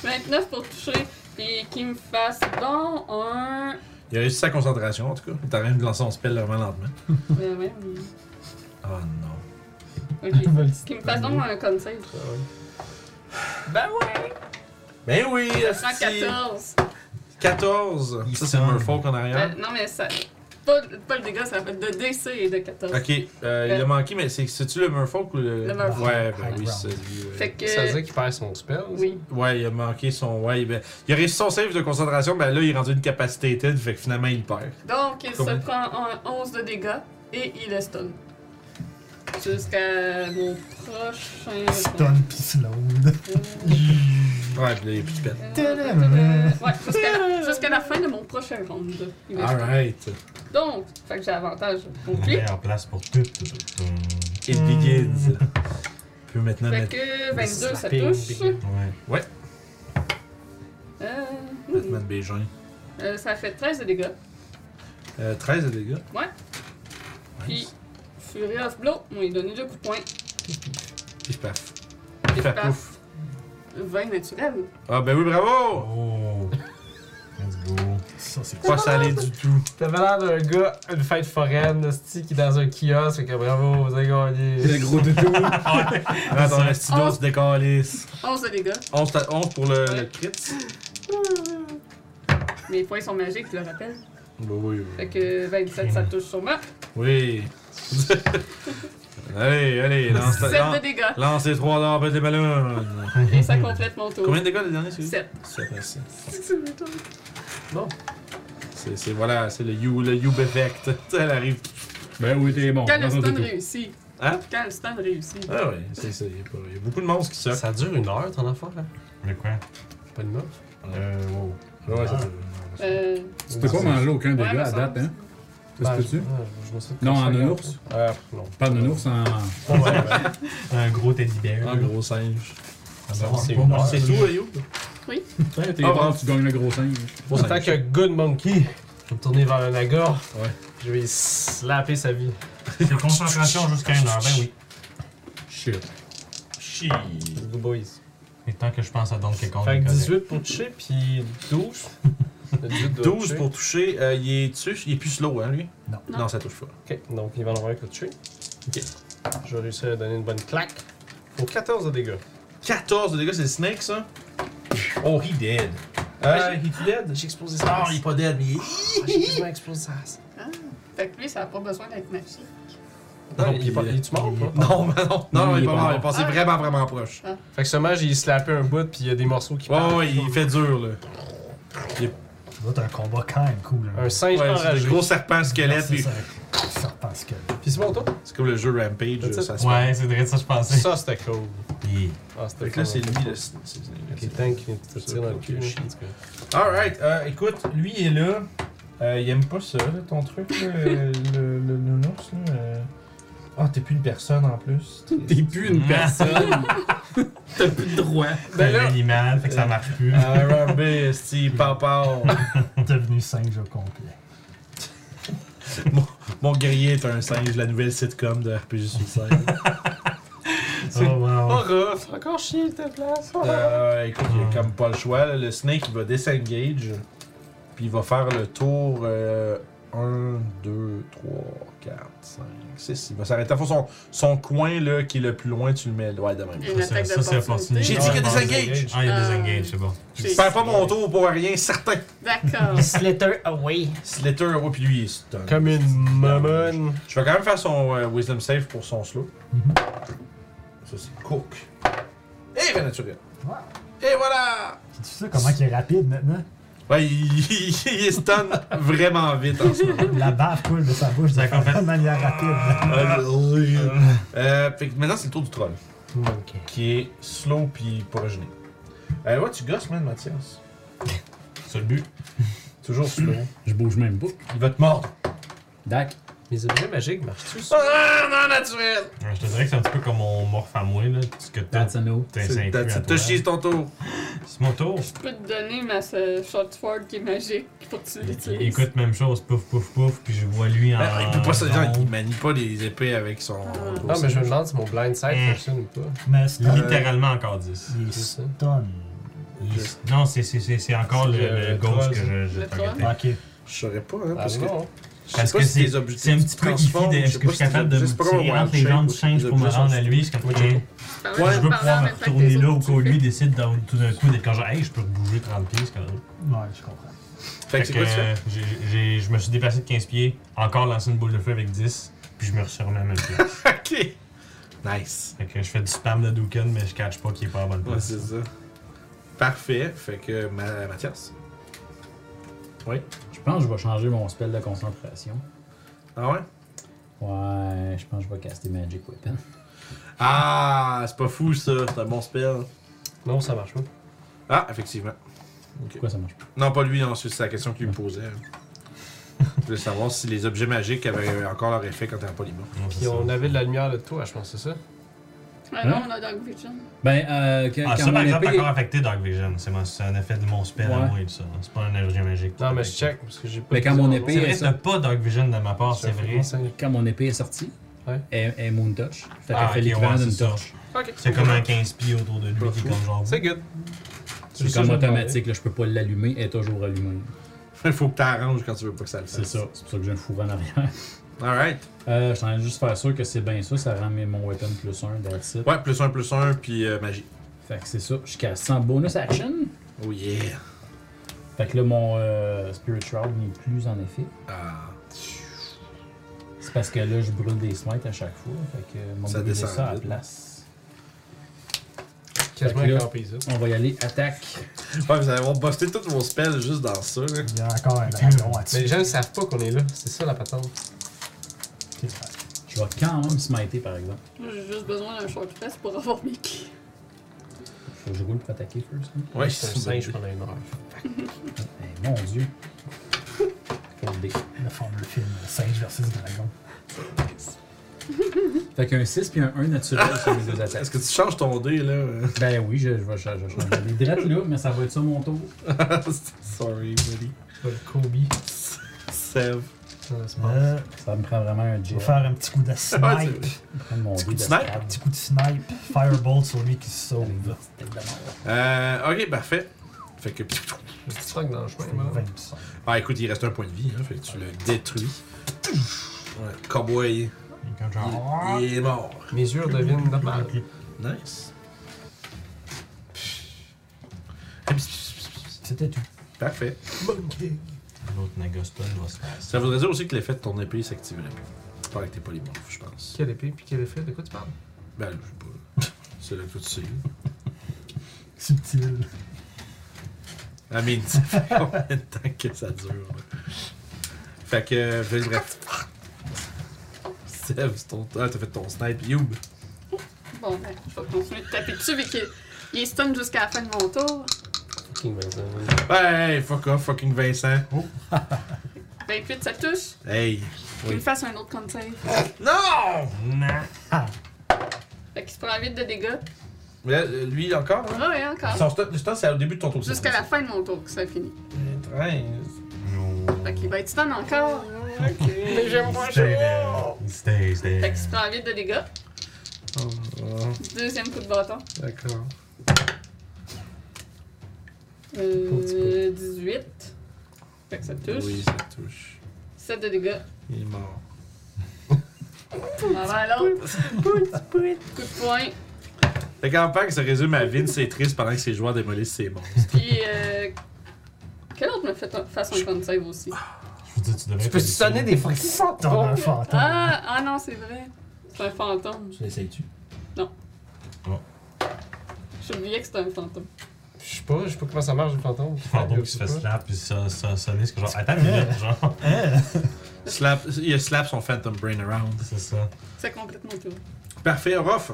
S3: 29 pour toucher. Puis qu'il me fasse donc un.
S1: Il a réussi sa concentration en tout cas. Il est en train de lancer son spell vraiment lentement.
S3: Ben ouais, mais-
S1: Oh non.
S3: Ok. Qu'il me fasse donc un con save. Ben ouais!
S1: Ben oui, asti.
S3: 114.
S1: 14. Ça, c'est
S4: sonne.
S1: Murfolk en arrière.
S3: Ben, non, mais ça. Pas, pas le dégât, ça fait de DC et de 14.
S1: Ok, euh, il a manqué, mais c'est- c'est-tu le Murfolk ou le.
S3: ben. Le Murfolk.
S1: Ouais, ben oui,
S7: Ground.
S1: c'est lui. ouais.
S3: Fait que.
S2: Ça veut dire qu'il perd son spell. ça?
S3: Oui.
S1: Ouais, il a manqué son. Ouais, il- ben, il a réussi son save de concentration, ben là, il est rendu une capacité TED, fait que finalement, il perd.
S3: Donc, il
S1: Combien?
S3: se prend un 11 de dégâts et il est stun. Jusqu'à mon prochain.
S7: Stun pis slowed.
S1: Ouais, puis là, il n'y a plus de peine.
S3: Euh, Ouais, jusqu'à jusqu'à la fin de mon prochain round. Il
S1: Ah
S3: est stun.
S1: Alright.
S3: Donc, fait que j'ai avantage
S4: La
S3: contre lui.
S4: meilleure place pour tout. tout, tout, tout.
S1: It begins. peut maintenant
S3: Fait
S1: mettre
S3: que 22, ça
S2: Slapping,
S3: touche.
S2: big.
S4: Ouais.
S3: Euh,
S1: Batman Bégin.
S3: euh, ça fait 13 de dégâts.
S1: Euh, 13 de dégâts.
S3: Puis, Fury of Blow, on lui donne deux coups de poing.
S1: Pif paf.
S3: Pif
S1: Pif paf
S3: paf.
S1: pouf.
S3: 20 naturels.
S1: Ah, ben oui, bravo!
S4: Oh! Let's go.
S7: Ça, c'est
S1: Pas salé du tout.
S2: T'avais l'air d'un gars, une fête foraine, sti, qui est dans un kiosque, fait que bravo, vous avez gagné.
S5: gros toutou.
S1: Ah, ton astidos
S3: Onze.
S1: se décalisse.
S3: 11 de dégâts.
S1: 11, ta- 11 pour le, le crit.
S3: Mes points sont magiques, je le rappelle.
S1: Bah Oui, oui,
S3: Fait
S1: oui.
S3: que 27, ça touche sûrement.
S1: Oui. allez, allez, lance,
S3: 7
S1: lance,
S3: de dégâts.
S1: lance les trois d'or, pète les ballons.
S3: Et ça complète mon tour.
S1: Combien de dégâts le dernier, celui
S3: 7.
S1: Sept, merci.
S3: C'est
S1: C'est, c'est, voilà, c'est le You, le You Effect. Elle arrive.
S5: Ben oui, t'es bon.
S3: Quand le
S5: Dans ton
S3: stun
S5: tuto.
S3: réussit.
S1: Hein?
S3: Quand le stun réussit.
S1: Ah oui, c'est ça. Il y a pas- il y a beaucoup de monstres qui sortent.
S2: Ça dure une heure, ton affaire, là.
S4: Mais quoi?
S2: Pas de meuf.
S4: Euh, wow.
S1: Ouais, ouais, ça, ça-
S3: Euh,
S5: Tu peux pas manger aucun
S3: Ouais,
S5: dégât
S3: me
S5: à date,
S3: semble.
S5: hein?
S2: Ben,
S5: Ça se peut-tu? Non, en un ours.
S1: Ah,
S2: Non.
S5: Pas d'un ours en.
S1: ouais, ouais.
S4: Euh,
S8: Un gros teddy bear.
S1: Un gros singe.
S2: C'est
S8: bon.
S1: C'est tout, You?
S5: Ouais, t'es
S1: Ah,
S5: bon,
S1: bravo.
S5: tu gagnes le gros singe.
S2: En tant que good monkey, je vais me tourner vers le Nagor.
S1: Ouais.
S2: Je vais slapper sa vie.
S8: C'est concentration jusqu'à une heure, ben oui.
S5: Shit.
S4: Chi.
S2: Good boys.
S4: Et tant que je pense à Donkey Kong.
S2: Fait que
S4: correct.
S2: 18 pour toucher, puis 12. Le 18 doit
S1: 12
S2: toucher.
S1: pour toucher. Euh, il est dessus, il est plus slow, hein, lui?
S7: Non.
S1: Non,
S3: Non.
S1: ça touche pas.
S2: Ok, donc il va en avoir un que toucher. Ok. Je vais réussir à donner une bonne claque. Pour 14 de dégâts.
S1: 14 de dégâts, c'est le snake, ça? Oh, he dead. Euh, he dead?
S2: J'ai explosé
S1: Non,
S2: ça.
S1: il est pas dead, mais il
S2: J'ai quasiment explosé ça.
S3: Fait que lui, ça n'a pas besoin d'être magique.
S2: Non, il est pas. Il est mort ou pas?
S1: Non, mais non, non, non, il est pas mort, il est passé
S3: Ah.
S1: vraiment, vraiment proche.
S2: Fait que ce mage, il slappait un bout, puis il y a des morceaux qui
S1: Ouais,
S2: partent.
S1: ouais, il fait dur, là.
S7: Ça doit être un combat quand même cool. hein.
S2: Un singe
S1: Ouais, c'est
S2: enragé.
S1: le gros serpent squelette,
S7: C'est
S1: puis
S7: ça. Serpent squelette.
S2: Puis c'est mon tour.
S1: c'est comme le jeu Rampage,
S2: That's it.
S1: ça se
S4: Ouais, c'est vrai, ça je pensais.
S2: Ça, c'était cool.
S4: Yeah.
S2: Ah, c'était
S1: Fait que
S2: cool.
S1: là, c'est lui, le sn- c'est- c'est-
S2: Ok, tank, il vient de te tirer dans le cul. hein. là. En tout cas.
S1: Alright, euh, écoute, lui il est là. Euh, il aime pas ça, là, ton truc, là, le, le, le nounours. là, euh. Ah, t'es plus une personne en plus.
S5: T'es plus une
S2: Ah,
S5: personne. T'as plus de droit.
S4: Ah, C'est
S1: là-
S4: un animal, fait que ça marche plus.
S1: Ah, Rambé, esti, papa.
S7: Devenu 5 jeux complet.
S1: Mon guerrier est un singe, la nouvelle sitcom de RPG Suicide.
S7: Oh wow.
S2: Oh, Ruff, encore chier ta place.
S1: Euh, écoute, il a comme pas le choix. là. Le snake, il va disengage. Puis il va faire le tour euh, 1, 2, 3, 4, 5, 6. Il va s'arrêter. À fond, son, son coin là, qui est le plus loin, tu le mets ouais, de même.
S3: Une
S4: Ça,
S3: attaque
S4: ça, c'est
S3: d'opportunité.
S4: opportunité.
S1: J'ai dit que désengage.
S4: Ah, il y a
S3: Ah.
S4: désengage, c'est bon.
S1: Je perds pas mon tour pour rien, certain.
S3: D'accord.
S6: Slater away.
S1: Slater, ouais, oh, puis lui, il est stun.
S2: Comme une maman.
S1: Je vais quand même faire son euh, Wisdom Save pour son slow.
S7: Mhm.
S1: Ça, c'est Cook. Et bien naturel.
S7: Wow.
S1: Et voilà!
S7: Tu sais comment il est rapide maintenant?
S1: Ouais, il, il est stun vraiment vite en ce moment.
S7: La bave coule de sa bouche de
S4: D'accord, en fait.
S7: de manière rapide.
S1: Euh, fait que maintenant, c'est le tour du troll. Qui est slow puis porigné. Euh, ouais, tu gosses, man, Mathias.
S4: C'est le but.
S1: Toujours slow.
S5: Je bouge même pas.
S1: Il va te mordre.
S5: Dac.
S2: Les objets magiques marchent-tu ça?
S1: Ah, non, naturel!
S4: Ouais, Je te dirais que c'est un petit peu comme mon morph à moi, là. Ce que t'as.
S5: That's a no.
S4: t'as
S1: C'est-
S4: inclus
S1: t'as-
S4: à toi.
S1: T'as chié c'est ton tour.
S4: C'est mon tour.
S3: Je peux te donner ma euh, short sword qui est magique pour que tu l'utilises.
S4: Écoute, même chose, pouf, pouf, pouf, puis je vois lui en.
S1: Ah, il peut pas se
S4: en-
S1: genre, il manie pas les épées avec son.
S2: Non, mais je me demande si mon blind sight
S4: Hmm.
S2: fonctionne ou pas.
S1: Ah,
S7: Mais c'est
S1: Euh,
S7: un-
S4: Littéralement encore 10.
S7: Il est
S2: C'est ça.
S7: stun.
S4: Il- Non, c'est- c'est c'est- c'est encore le,
S2: C'est
S4: le,
S2: le
S4: ghost
S2: troll,
S4: que je-
S3: Le
S4: j'ai
S3: troll.
S4: targeté.
S7: Ok.
S1: Je saurais pas, hein, parce
S2: Ah
S1: que.
S2: non.
S1: Je sais
S4: Parce
S1: pas
S4: que
S1: si
S4: c'est
S1: les objets
S4: c'est un petit peu iffy de est-ce que je suis capable de me tirer entre les jambes du change pour me rendre à lui. C'est comme, hein,
S3: Parle-
S4: je veux
S3: parle en
S4: pouvoir me
S3: même temps que
S4: retourner
S3: les
S4: là ou
S3: autres,
S4: qu'au
S3: tu
S4: lui
S3: fais.
S4: décide d'un- tout d'un coup d'être quand genre, hey, je peux bouger 30 pieds, c'est quand même.
S7: Ouais, je comprends.
S1: Fait que c'est quoi ça?
S4: euh, j'ai- j'ai- je me suis déplacé de 15 pieds, encore lancé une boule de feu avec 10, puis je me suis remis à la même place.
S1: Ok! Nice.
S4: fait que je fais du spam de Duken, mais je catch pas qu'il est pas à la bonne
S1: Ouais,
S4: place.
S1: c'est ça. Parfait. Fait que Ma- Mathias.
S5: Je pense que je vais changer mon spell de concentration.
S1: Ah ouais?
S5: Ouais, je pense que je vais caster Magic Weapon.
S1: Ah, c'est pas fou ça. C'est un bon spell.
S2: Non, ça marche pas.
S1: Ah, effectivement.
S5: Pourquoi ça marche pas?
S1: Non, pas lui, ensuite, c'est la question que tu me posais. Je voulais savoir si les objets magiques avaient encore leur effet quand t'avais pas les bons.
S4: Non, c'est
S2: Puis
S4: ça. Ah,
S2: on avait de la lumière de toi, je pense, c'est ça?
S3: Ah non, on a Dark Vision.
S5: Ben, euh, quand,
S4: Ah,
S5: quand
S4: ça
S5: mon
S4: par exemple,
S5: épée-
S4: encore affecté Dark Vision. C'est mon- C'est un effet de mon spell
S5: Ouais.
S4: à moi et tout ça. C'est pas un objet magique.
S2: Non, mais je check parce que j'ai pas.
S5: Mais quand
S2: dit
S5: mon
S2: nom.
S5: épée
S4: C'est vrai,
S5: est-
S4: t'as pas Dark Vision de ma part, c'est vrai.
S5: quand mon épée est sortie,
S2: Ouais.
S5: elle, elle moon touch. Fait qu'elle
S4: Ah,
S5: fait
S4: ok,
S5: l'équivalent
S4: ouais,
S5: d'une
S4: c'est ça.
S5: torche.
S3: Ok.
S4: C'est comme un 15 pieds autour de lui qui est comme genre.
S2: C'est good.
S5: C'est comme automatique, là, je peux pas l'allumer, elle est toujours allumée.
S1: Il faut que t'arranges quand tu veux pas que ça le
S5: C'est
S1: fasse.
S5: ça, c'est pour ça que j'ai un four en arrière.
S1: Alright.
S5: Euh, je t'en ai juste faire sûr que c'est bien ça, ça rend mes- mon weapon plus 1 that's it.
S1: Ouais, plus un, plus un, puis euh, magie.
S5: Fait que c'est ça, je casse sans bonus action.
S1: Oh yeah.
S5: Fait que là, mon euh, Spirit Shroud n'est plus en effet.
S1: Ah,
S5: C'est parce que là, je brûle des smites à chaque fois. Fait que mon
S1: Ça
S5: brûler
S1: descend
S5: ça à la
S1: vite.
S5: place.
S2: Quasiment
S5: Fait que là-
S2: un paysan.
S5: On va y aller attaque.
S1: Ouais, vous allez avoir busté tous vos spells juste dans ça. là.
S7: Il y a encore un dragon
S2: Mais les
S7: là-dessus.
S2: gens ne savent pas qu'on est là. C'est ça la patente.
S5: Je vais quand même smiter, par exemple.
S3: Moi, j'ai juste besoin d'un short rest pour avoir mes clés.
S5: Faut que je roule pour attaquer first. hein?
S1: Ouais,
S2: c'est un
S1: c'est
S2: singe pendant une heure.
S5: Eh, mon dieu. Foldé.
S7: Le fameux film Singe versus Dragon.
S5: Fait qu'un 6 puis un 1 naturel sur les deux attaques.
S1: Est-ce que tu changes ton dé, là?
S5: Ben oui, je, je vais changer. Je vais changer. Les drettes là, mais ça va être ça mon tour.
S1: Sorry, buddy.
S2: Pas le Kobe.
S1: Save.
S2: dans l'espace.
S7: Euh,
S5: Ça me prend vraiment un
S7: je
S5: jet.
S7: vais faire un petit coup de
S1: Ouais,
S7: snipe.
S5: Prendre mon dé de
S1: Snipe.
S5: stab.
S7: petit coup de snipe. Firebolt sur lui qui se
S5: Avec
S7: sauve.
S5: une petite tête de mort.
S1: Euh, ok, parfait. Fait que.
S2: Un petit truc dans le chemin,
S7: Fait
S2: là.
S7: 25.
S1: Ah, écoute, il reste un point de vie, hein. Fait que tu le détruis. Ouais, cowboy.
S4: Et Quand
S1: Il,
S4: genre.
S1: il est mort.
S2: Mesure deviennent normales.
S1: Nice. Ah, pss, pss, pss, pss.
S7: C'était tout.
S1: Parfait.
S4: Un autre Nagoston va se faire.
S1: Ça voudrait dire aussi que l'effet de ton épée s'activerait plus. J'espère que t'es pas les morphes, je pense.
S2: Quelle épée, puis quel effet, de quoi tu parles?
S1: Ben, je sais pas. C'est là que tu sais.
S7: Subtil.
S1: I mean, ça fait combien de temps que ça dure? là? Fait que, euh, fait, bref. Seb, c'est ton... Ah, t'as fait ton snipe. Youb.
S3: Bon, ben, je vais continuer de taper dessus, vu qu'il il est stun jusqu'à la fin de mon tour.
S2: Fucking Vincent.
S1: Hey, fuck off, fucking Vincent.
S3: 28, ça touche.
S1: Hey.
S3: Qu'il me
S1: Oui.
S3: fasse un autre con save.
S1: Non!
S3: Fait qu'il se prend 8 de dégâts.
S9: Mais là, euh, lui, encore, hein?
S3: Ah ouais, encore.
S9: Son stun, le stun, c'est au début de ton tour.
S3: Jusqu'à la fin de mon tour que ça finit. Fait qu'il va être stun encore. Mais j'aime moins
S4: Stay there. He stays
S3: Fait
S4: there.
S3: qu'il se prend 8 de dégâts. Deuxième coup de bâton.
S1: Oh, D'accord.
S3: Euh, 18. Fait que ça touche.
S1: Oui, ça touche.
S3: 7 de dégâts.
S1: Il est mort.
S3: On va vers l'autre. Coup de poing.
S1: La campagne se résume à Vince est triste pendant que ses joueurs démolissent ses monstres.
S3: Puis, euh, quel autre me fait un- fasse un con save aussi?
S4: Je veux dire, tu devrais.
S10: Tu peux
S4: te
S10: sonner des fois.
S7: T'en as un fantôme.
S3: Ah, ah non, c'est vrai. C'est un fantôme.
S10: Tu l'essayes-tu?
S3: J'oubliais que c'était un fantôme.
S2: Je sais pas, je sais pas comment ça marche, le fantôme.
S4: Fantôme qui se fait slap, puis ça, ça sonner, c'est que genre. Attends une minute, genre.
S1: Slap, il a slap son Phantom Brain around.
S4: C'est ça.
S3: C'est complètement tout.
S1: Parfait, Ruff.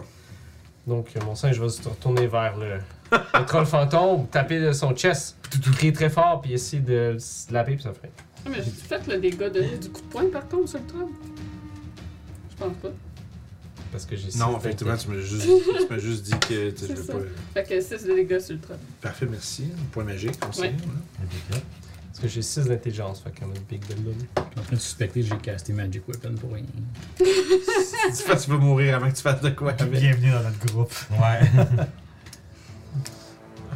S2: Donc, euh, mon singe va se retourner vers le, le troll fantôme, taper de son chest, crier très fort, puis essayer de le slapper, puis ça fait.
S3: Ah, mais j'ai fait le dégât de- du coup de poing par contre sur le troll? Je pense pas.
S2: Parce que j'ai
S1: Non,
S2: six
S1: effectivement,
S2: tentatives.
S1: tu m'as juste, tu m'as juste dit que tu sais, je
S3: C'est
S1: veux
S3: ça.
S1: pas.
S3: Fait que 6 de dégâts sur le troll.
S1: Parfait, merci. Point magique, on sait.
S3: Ouais.
S1: hein.
S2: Parce que j'ai 6 d'intelligence, fait quand même big dumb
S5: Je suis en train de suspecter que j'ai casté Magic Weapon pour rien.
S1: Tu fais- tu vas mourir avant que tu fasses de quoi avec.
S7: Bienvenue dans notre groupe.
S4: Ouais.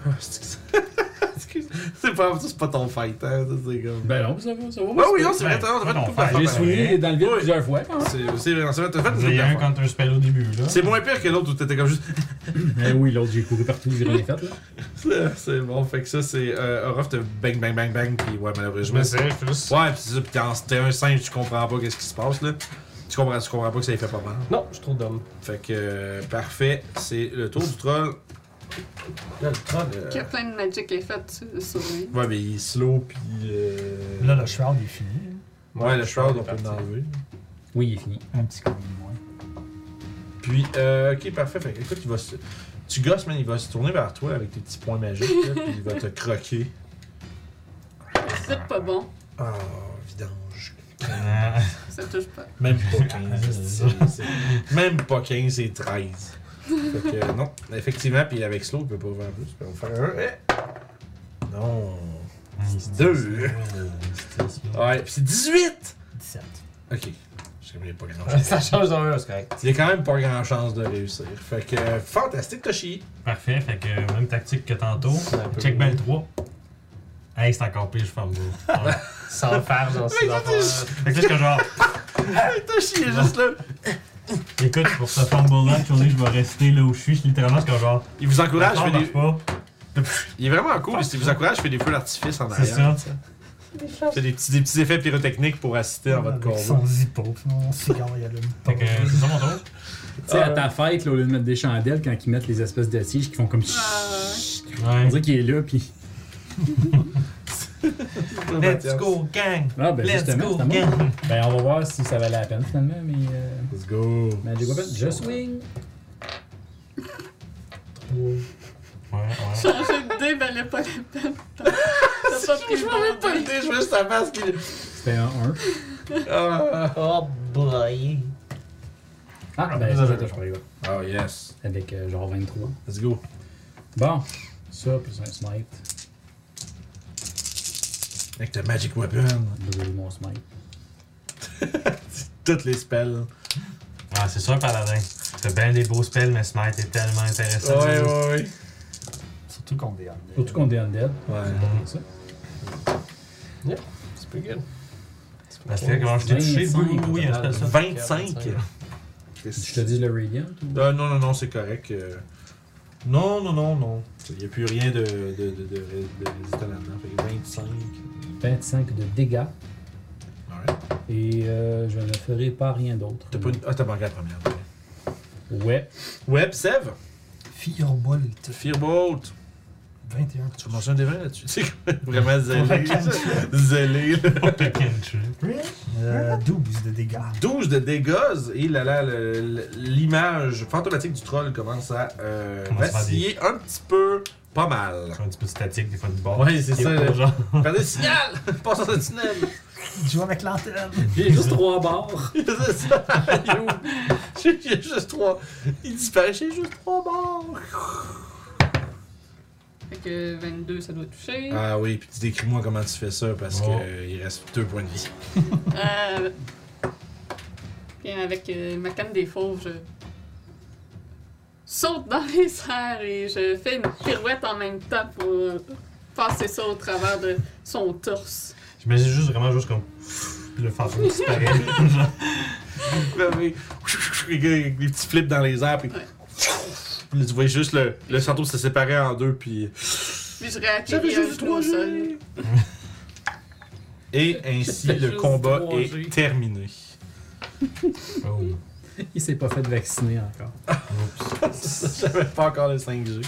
S1: Ah, excuse- excuse- c'est pas, c'est pas ton fight, hein. ça, C'est comme.
S5: Ben non, ça va, ça va.
S1: Ouais, oui, non, c'est vrai,
S4: Ouais,
S1: t'as t'as fait
S4: non,
S1: une couple d'affaires
S5: J'ai
S4: ouais.
S1: pareilles.
S5: souillé dans le vide
S1: Oui.
S5: plusieurs fois.
S1: C'est c'est vrai, c'est vrai, t'as fait une
S4: Vous
S1: couple
S4: avez un
S1: d'affaires.
S4: counter spell au début, là.
S1: C'est moins pire que l'autre où t'étais comme juste.
S5: Eh oui, l'autre, j'ai couru partout, j'ai rien fait. Là.
S1: C'est c'est bon, fait que ça, c'est. Euh, Ruff, t'as bang, bang, bang, bang, pis ouais,
S2: Je
S1: malheureusement.
S2: m'essaye plus.
S1: Ouais, pis c'est ça, pis t'es en- t'es un singe, tu comprends pas qu'est-ce qui se passe, là. Tu comprends, tu comprends pas que ça lui fait pas mal.
S2: Non, je suis trop dumb.
S1: Fait que, euh, parfait, c'est le tour du troll.
S2: Là, le troll.
S1: Euh,
S3: Qu'il y a plein de magic est fait sur- sur lui.
S1: Ouais, mais il est slow, puis. euh,
S7: Là, le shroud est fini.
S1: Ouais, le shroud, on peut
S2: parti.
S1: l'enlever.
S5: Oui, il est fini.
S7: Un petit coup de moins.
S1: Puis, euh, ok, parfait. Fait que, écoute, il va se... Tu gosses, man, il va se tourner vers toi avec tes petits points magiques, là, puis il va te croquer.
S3: C'est pas bon.
S1: Ah, vidange.
S4: Ah,
S3: Ça touche pas.
S1: Même pas 15. c'est- c'est- Même pas 15, c'est 13. Fait que, euh, non. Effectivement, puis avec slow, il peut pas faire plus. Puis on va faire un. eh. Non.
S4: il se
S1: Deux.
S4: tire, euh, il se tire, là.
S1: Ouais, puis c'est 18!
S7: 17.
S1: Ok. J'aimerais pas grand
S2: Ça change dans un, c'est correct.
S1: Il y a quand même pas grand chance de réussir. Fait que, euh, fantastique, Toshi.
S4: Parfait, fait que euh, même tactique que tantôt.
S2: C'est un peu
S4: Check
S2: mieux.
S4: belle 3. Hey, c'est encore pire, je ferme gros. Ouais.
S2: Sans faire dans ses affaires.
S4: Fait que là, je suis genre,
S1: Toshi est juste là.
S4: écoute, pour ce fumble-là, tourner, je vais rester là où je suis. Littéralement, c'est comme genre,
S1: Il vous encourage,
S4: je
S1: mais
S4: marche
S1: les,
S4: pas.
S1: Il est vraiment cool. Si vous encourage, je fais des feux d'artifice en
S8: C'est
S1: arrière.
S8: ça.
S1: C'est des petits, des petits effets pyrotechniques pour assister à votre
S7: Avec
S1: combat.
S7: son zippo, son cigare, il allume.
S8: Fait que
S4: euh,
S8: c'est ça mon tour.
S5: Tu sais, à ta fête, là, au lieu de mettre des chandelles, quand ils mettent les espèces d'assises qui font comme. On
S8: Ah, Ouais.
S5: dirait qu'il est là, puis.
S1: Let's go.
S8: gang!
S5: Ah, ben
S8: Let's
S5: justement,
S8: go,
S5: c'est à moi. Ben, on va voir si ça valait la peine finalement, mais. euh,
S1: Let's go.
S5: Magic Weapon, Just Wing.
S8: Ouais, ouais.
S3: Changer de dé valait pas la peine. T'as t'as pas pris
S1: Je vois même pas
S3: le
S1: le
S3: bon
S1: dé, je veux juste la face qui.
S5: C'était un 1.
S1: Ah,
S6: Oh boy.
S5: Ah, ben, ça, ça touche par exemple.
S1: Oh, yes.
S5: Avec euh, genre 23.
S1: Let's go.
S5: Bon, ça, plus un smite.
S1: Avec ta magic weapon.
S5: Désolé, mon smite.
S1: Toutes les spells.
S8: Ah, c'est ça, Paladin. T'as bien des beaux spells, mais Smite est tellement intéressant.
S1: ouais.
S7: Surtout qu'on est en
S5: Surtout qu'on est undead.
S1: Ouais.
S8: Mm.
S5: C'est ça.
S2: C'est pas good.
S8: Parce que là, quand je t'ai touché,
S5: 25
S8: oui, oui, oui, on appelle ça.
S1: 25.
S5: Je te dis le radiant. ou-
S1: Euh, non, non, non, c'est correct. euh, Non, non, non, non. Il n'y a plus rien de, de, de, de, de résistant là-dedans. Fait que 25.
S5: 25 de dégâts.
S1: Alright.
S5: Et euh, je ne ferai pas rien d'autre.
S1: T'as pas une- Ah, t'as manqué la première.
S5: Ouais.
S1: Ouais, pis Sev.
S7: Firebolt
S1: Firebolt.
S7: 21.
S1: Tu vas manger un des vins là-dessus. C'est vraiment zélé. zélé. là.
S7: Euh, 12 de dégâts.
S1: 12 de dégâts. Et là, là, le- le- l'image fantomatique du troll commence à euh,
S8: Commence à faire
S1: vaciller un petit peu. Pas mal.
S8: C'est un petit peu statique, des fois, du bord.
S1: Ouais, c'est ça. là.
S8: Genre,
S1: Perdez le signal. Passe dans le tunnel.
S7: Il joue avec l'antenne.
S5: J'ai juste trois barres.
S1: C'est ça. Il y a juste trois. Il disparaît, j'ai juste trois morts.
S3: Fait que 22, ça doit toucher.
S1: Ah oui, puis tu décris-moi comment tu fais ça parce
S8: Oh.
S1: que euh, il reste deux points de vie.
S3: Euh, puis avec euh, ma canne des fauves, je saute dans les airs et je fais une pirouette en même temps pour euh, passer ça au travers de son torse.
S8: J'imagine juste vraiment juste comme. Puis le fantôme disparaît. Genre,
S1: Avec avec des petits flips dans les airs, puis.
S3: Ouais.
S1: Puis là, tu vois juste le, le santo se séparer en deux, puis.
S3: Puis je réatterris un genou au sol.
S1: Et ainsi,
S5: J'avais
S1: le
S5: juste
S1: combat
S5: trois G.
S1: est terminé.
S8: boom.
S5: Il s'est pas fait vacciner encore.
S1: J'avais pas encore le 5G.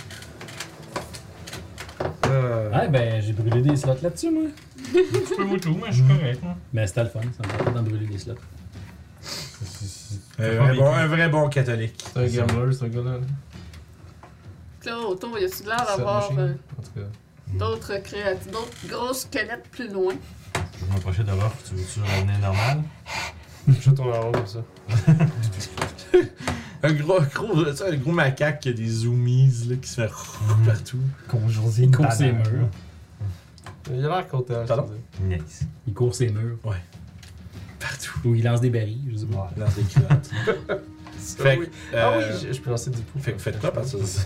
S1: Euh,
S2: Ah,
S5: Ouais, ben, j'ai brûlé des slots là-dessus, moi.
S8: Un petit peu moutou, mais je suis correct. hein.
S5: Mais c'était le fun. Ça me fait pas d'en brûler des slots.
S1: Euh, un vrai bon- un vrai bon catholique.
S2: C'est un gambler, ce gars-là.
S3: Puis là, autour, il y a-tu de l'air
S2: Cette
S3: d'avoir
S2: machine.
S3: euh,
S2: En tout cas.
S3: d'autres créatures, d'autres gros squelettes plus loin?
S8: Je vais m'approcher de Ruff, tu veux-tu revenir normal?
S2: Je tourne en rond comme ça.
S1: Un gros, gros, tu sais, un gros macaque qui a des zoomies là, qui se fait partout.
S7: Qu'on joue une
S5: court ses
S7: banane.
S5: murs.
S2: Il a l'air content. je
S1: Pardon?
S2: te dis.
S8: Nice.
S5: Il court ses murs.
S1: Ouais. Partout.
S5: Ou il lance des barils, je sais pas.
S7: Ouais.
S1: Dans des culottes. fait, que,
S2: oui. Ah oui,
S1: euh,
S2: je, je peux lancer du pouls.
S1: fait que faites quoi à partir de ça?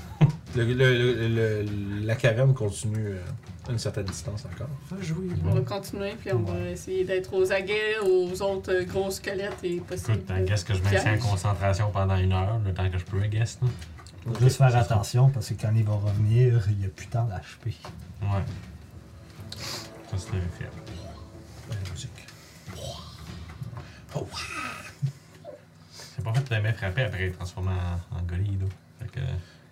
S1: Le- le- le- le- la caverne continue euh, à une certaine distance encore.
S2: Va jouer.
S3: On va continuer, puis on va essayer d'être aux aguets, aux autres euh, gros squelettes et possible.
S8: Écoute, I guess que je maintiens en concentration pendant une heure, le temps que je peux, I guess. Là.
S7: Faut Juste faire attention parce que quand il va revenir, il n'y a plus tant d'HP.
S8: Ouais. Ça, c'est un fait.
S1: La musique.
S8: C'est pas fait de m'être frappé après être transformé en, en Goli, là. Fait que.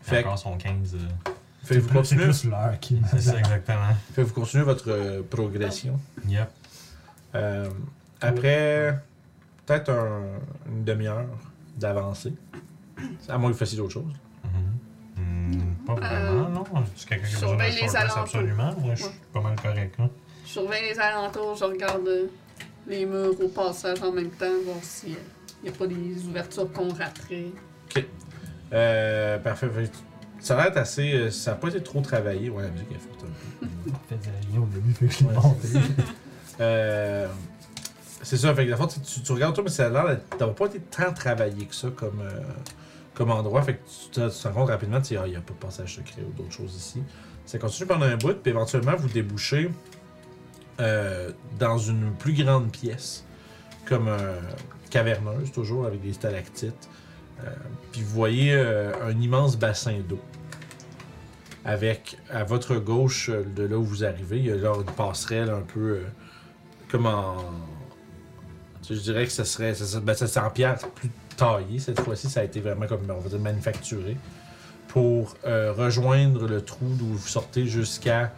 S1: Fait
S8: Fait
S1: que-
S8: encore son 15. euh,
S1: Fait que vous
S7: C'est
S1: continuez,
S7: plus l'heure qui
S8: c'est ça, exactement.
S1: fait que vous continuez votre euh, progression.
S8: Yep.
S1: Euh, après peut-être un- une demi-heure d'avancée, à moins que vous fassiez d'autres choses.
S8: Mhm. Hmm, pas vraiment,
S3: Euh,
S8: non. Je suis quelqu'un qui a besoin d'un
S3: surveille les
S8: short rest
S3: alentours.
S8: absolument. Moi, je suis pas mal correct, là.
S3: Je surveille les alentours, je regarde euh, les murs au passage en même temps, voir s'il n'y a pas des ouvertures qu'on raterait.
S1: Euh, parfait. Fait que Ça a l'air assez. euh, Ça n'a pas été trop travaillé. Ouais, la musique est forte.
S7: faisait rien au début, fait que je l'ai monté.
S1: Euh, c'est ça, fait que la fois, tu, tu- tu regardes toi, mais ça a l'air d'être- d'avoir pas été tant travaillé que ça comme, euh, comme endroit. Fait que tu te, tu te rends compte rapidement, tu dis, ah, il n'y a pas de passage secret ou d'autres choses ici. Ça continue pendant un bout, puis éventuellement, vous débouchez euh, dans une plus grande pièce, comme euh, caverneuse, toujours avec des stalactites. Euh, puis vous voyez euh, un immense bassin d'eau. avec, à votre gauche, euh, de là où vous arrivez, il y a là une passerelle un peu euh, comme en... tu sais, je dirais que ça serait... Ça, serait- ben, ça serait en pierre plus taillée. Cette fois-ci, ça a été vraiment comme, on va dire, manufacturé pour euh, rejoindre le trou d'où vous sortez jusqu'à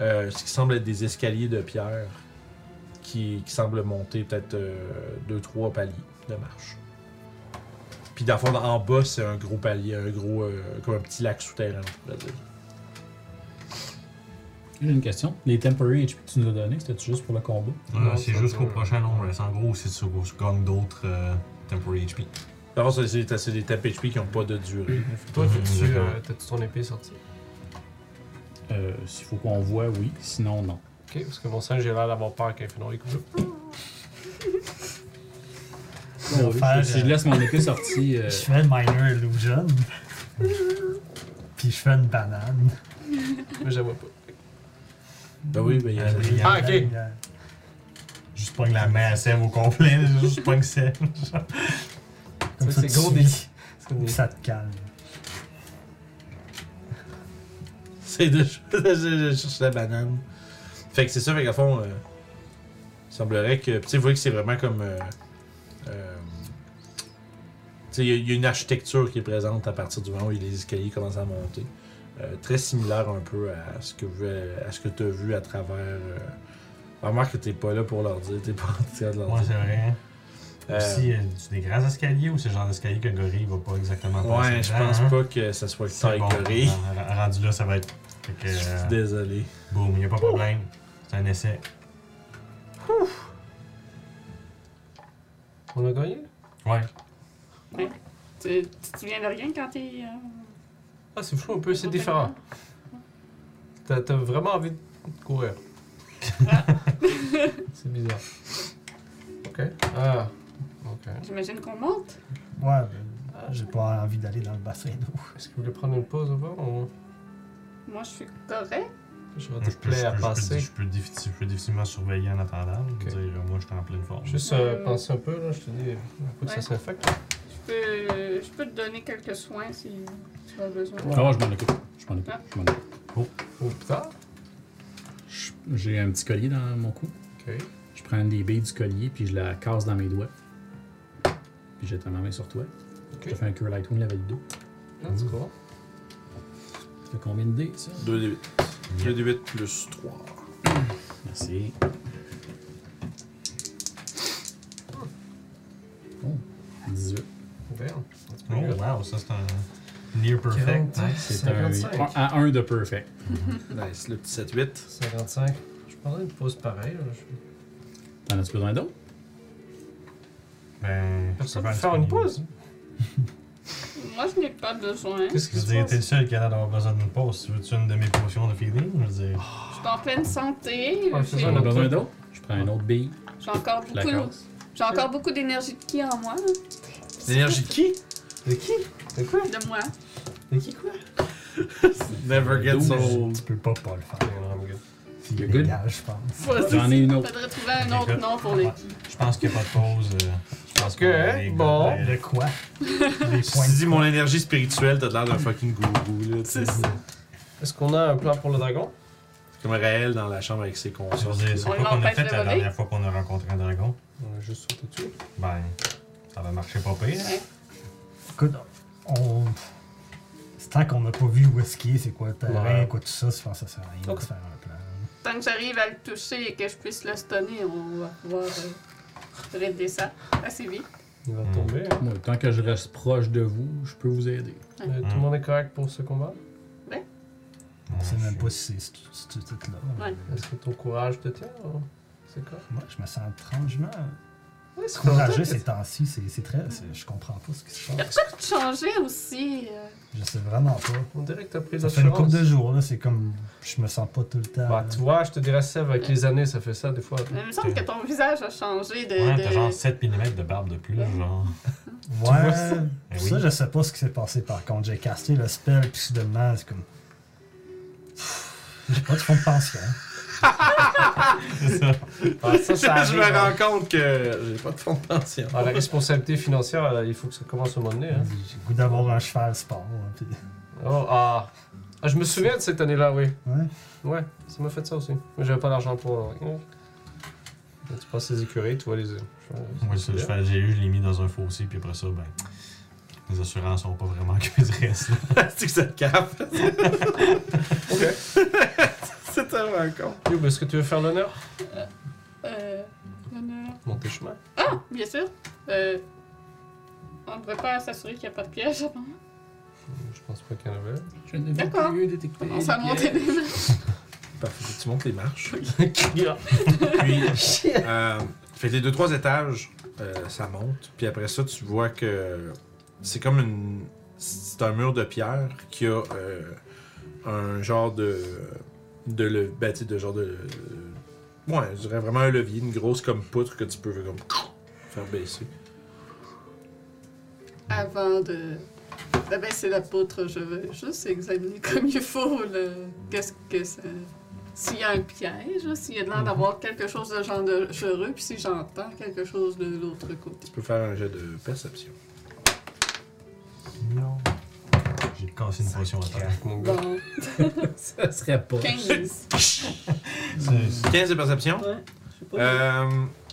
S1: euh, ce qui semble être des escaliers de pierre qui, qui semblent monter peut-être euh, deux, trois paliers de marche. Puis dans le fond, en bas, c'est un gros palier, un gros, euh, comme un petit lac souterrain, on pourrait dire.
S5: J'ai une question. Les temporary HP que tu nous as donnés, c'était juste pour le combat?
S8: Ouais, c'est jusqu'au prochain long
S1: euh,
S8: rest. En gros, c'est sur gagnes d'autres euh, temporary HP.
S1: Dans le fond, c'est- c'est c'est des tapes HP qui n'ont pas de
S8: Mhm.
S1: durée.
S2: Toi, t'as-tu
S8: Exactement.
S2: euh, t'as-tu ton épée sortie?
S5: Euh, S'il faut qu'on voit, oui. Sinon, non.
S2: Ok, parce que mon singe, j'ai l'air d'avoir peur quand il fait non les coups.
S7: On va faire,
S5: si je
S7: euh,
S5: laisse mon épée sortie, euh,
S7: Je fais Minor Illusion. Puis je fais une banane.
S2: Mais je la vois pas.
S1: Ben oui, ben il y a-
S2: Ah, ok.
S7: Euh,
S4: Juste pogne la main à Sèvres au complet, là, juste pogne Sèvres.
S7: Comme
S2: Ça, c'est
S7: ça, tu
S2: gros des-
S7: suis,
S2: C'est une-
S7: puis ça te calme.
S1: C'est de je cherche la banane. Fait que c'est ça, fait qu'à fond, euh, il semblerait que. Tu sais, vous voyez que c'est vraiment comme. euh, euh, tu sais, il y a- il y, a une architecture qui est présente à partir du moment où les escaliers commencent à monter. Euh, très similaire un peu à ce que vous- à ce que tu as vu à travers. euh, remarque que t'es pas là pour leur dire, t'es pas en train de leur
S8: Ouais, c'est
S1: dire.
S8: vrai.
S1: Euh,
S8: Si euh, c'est des grands escaliers ou c'est le genre d'escalier que Gorille va pas exactement passer.
S1: ouais, je
S8: dedans,
S1: pense
S8: hein?
S1: pas que ça soit le
S8: C'est
S1: taille
S8: bon.
S1: gorille.
S8: Euh, Rendu là, ça va être. Fait que,
S1: Je suis
S8: euh,
S1: désolé.
S8: boum, y a pas de problème. C'est un essai.
S2: On a gagné?
S8: Ouais.
S3: Tu tu te souviens de rien quand t'es. euh,
S2: Ah, c'est fou un peu, c'est
S3: au
S2: différent.
S3: téléphone?
S2: T'as t'as vraiment envie de courir. c'est bizarre. Ok. Ah. Ok.
S3: J'imagine qu'on monte.
S7: Ouais, ben, j'ai pas envie d'aller dans le bassin d'eau.
S2: Est-ce que vous voulez prendre une pause avant ou
S3: Moi, je suis correct.
S2: je
S8: Moi,
S2: vais te
S8: je peux- je
S2: plaît à
S8: peux- je peux-
S2: passer?
S8: Je peux difficile- je peux difficilement surveiller en attendant. Je veux dire, euh, moi, je suis en pleine forme.
S2: Juste euh,
S3: Euh,
S2: penser un peu, là, je te dis, faut que ça
S3: ouais.
S2: s'infecte.
S3: Je peux, je peux te donner quelques soins si tu as besoin.
S5: Ah ouais, je m'en occupe. Je m'en occupe. je m'en occupe.
S2: Ou plus tard.
S5: Ah. Je- J'ai un petit collier dans mon cou.
S2: Ok.
S5: Je prends une des billes du collier, puis je la casse dans mes doigts. Puis j'étends ma main sur toi. Je te fais un Cure Light Wound level 2.
S2: That's cool.
S5: Ça fait combien de dés, ça?
S1: 2d8. 2d8 plus 3.
S5: Merci. Oh, 18.
S2: Damn. That's
S8: Oh,
S2: pretty good.
S8: wow, ça, c'est un near perfect. hein.
S2: 45.
S5: C'est un
S2: 55.
S5: à 1 de perfect.
S1: Nice, le petit 7-8.
S2: 55. Je prendrais une pause pareille. là, je-
S5: T'en as-tu besoin d'autres?
S8: Ben, je
S2: Personne
S8: peux
S2: veut faire une
S8: petit peu-
S2: pause.
S3: Moi, je n'ai pas besoin.
S2: Qu'est-ce que
S8: Je veux
S2: tu
S8: dire, t'es le
S2: dis?
S8: seul qui a l'air d'avoir besoin d'une pause. Tu veux-tu une de mes potions de feeling? Je veux
S2: Ah,
S8: dire.
S3: Je suis en pleine santé.
S2: Ouais, c'est
S3: J'ai
S2: ça,
S5: T'en as
S2: non.
S5: besoin d'autres? Je prends une autre bille.
S3: j'ai encore
S5: Je la
S3: beaucoup,
S5: casse.
S3: j'ai encore beaucoup d'énergie de qui en moi, hein?
S1: L'énergie de qui?
S2: De qui De quoi
S3: de moi.
S2: De qui quoi
S1: Never gets old.
S7: Tu peux pas pas le faire.
S2: Non, non, good.
S7: C'est
S5: You're
S7: illégal, je pense.
S5: J'en ai une autre.
S3: Faudrait trouver un autre nom pour les qui.
S8: Je pense qu'il n'y a pas de pause. euh, Je pense
S2: Ok,
S8: que.
S2: bon.
S7: De quoi?
S1: Les points. dis mon énergie spirituelle, t'as l'air d'un fucking gourou, là. tu sais.
S2: Est-ce qu'on a un plan pour le dragon
S1: C'est Comme Raël dans la chambre avec ses
S8: Je veux
S1: consciences.
S8: dire, c'est
S3: On
S8: quoi qu'on a
S3: l'empêche
S8: fait
S3: de
S8: la
S3: voler?
S8: dernière fois qu'on a rencontré un dragon?
S2: On a juste sauté dessus.
S8: Ben, ça va marcher pas pire. hein.
S3: Ouais.
S7: Écoute, on. C'est tant qu'on n'a pas vu où est-ce qu'il est, c'est quoi le terrain,
S2: Ouais.
S7: quoi tout ça, je pense que ça sert à rien
S2: Ok.
S7: de faire un plan.
S3: Tant que j'arrive à le toucher et que je puisse le stunner, on va pouvoir euh, raider ça assez vite.
S2: Il va
S8: Hmm.
S2: tomber. hein.
S5: Moi, tant que je reste proche de vous, je peux vous aider.
S3: Ouais.
S2: Euh, Tout le monde est correct pour ce combat
S7: On sait
S8: Ouais,
S7: même
S8: je-
S7: pas si c'est tout- c'est tout tout là.
S3: Ouais.
S2: Est-ce que ton courage te tient ou- C'est quoi
S7: Moi, je me sens étrangement
S2: Ouais, c'est
S7: courageux ces temps-ci. c'est- C'est très. c'est- Je comprends pas ce qui se passe.
S3: Changer aussi. euh,
S7: Je sais vraiment pas.
S2: On dirait que t'as pris
S7: Ça fait une couple
S2: l'assurance.
S7: de jours, là. C'est comme. Je me sens pas tout le temps.
S2: Bah, tu vois, je te dirais ça avec les années, ça fait ça des fois.
S3: mais il me semble que ton visage a changé de.
S8: Ouais,
S3: de-
S8: t'as genre 7 mm de barbe de plus, genre.
S7: ouais.
S2: ça?
S8: Eh
S7: Ça, je sais pas ce qui s'est passé par contre. J'ai casté le spell, puis soudainement, c'est comme. J'ai pas de fond de pension.
S8: C'est ça.
S2: Ah, ça, ça
S1: je
S2: arrive,
S1: me
S2: hein.
S1: rends compte que j'ai pas de fonds de pension.
S2: Ah, la responsabilité financière, euh, il faut que ça commence à un moment donné. Hein.
S7: J'ai le goût d'avoir un cheval sport. hein, puis-
S2: Oh, ah. Ah, Ah, je me souviens de cette année-là, oui.
S7: Ouais.
S2: Ouais, ça m'a fait ça aussi. Mais j'avais pas l'argent pour. Tu passes les écuries, tu vois les. euh,
S4: Moi, ça, je fais- j'ai eu, je l'ai mis dans un fossé, puis après ça, ben. Les assurances sont pas vraiment occupées du reste.
S1: C'est que ça cap.
S2: Ok.
S1: C'est tellement con.
S2: Youb, est-ce que tu veux faire l'honneur
S3: Euh, l'honneur.
S2: Monter chemin.
S3: Ah, bien sûr. Euh, on devrait pas s'assurer qu'il n'y a pas de piège avant.
S2: Je pense pas qu'il y en avait.
S5: Je ne veux
S3: D'accord.
S5: plus détecter.
S3: On s'est monté des
S1: euh, Parfait, tu montes les marches.
S2: Kia.
S1: Puis, euh, fait les deux, trois étages, euh, ça monte. Puis après ça, tu vois que c'est comme une. C'est un mur de pierre qui a euh, un genre de. de le, ben, tu sais, de genre de. Ouais, je dirais vraiment un levier, une grosse comme poutre que tu peux comme faire baisser.
S3: Avant de, de baisser la poutre, je veux juste examiner comme il faut le... qu'est-ce que ça... S'il y a un piège, s'il y a de l'air
S1: Mhm.
S3: d'avoir quelque chose de genre dangereux, puis si j'entends quelque chose de l'autre côté.
S1: Tu peux faire un jet de perception.
S4: Non. J'ai cassé une potion à terre.
S2: Mon gars.
S3: Bon,
S5: Ça serait pas.
S3: 15.
S1: 15 de perception. Euh,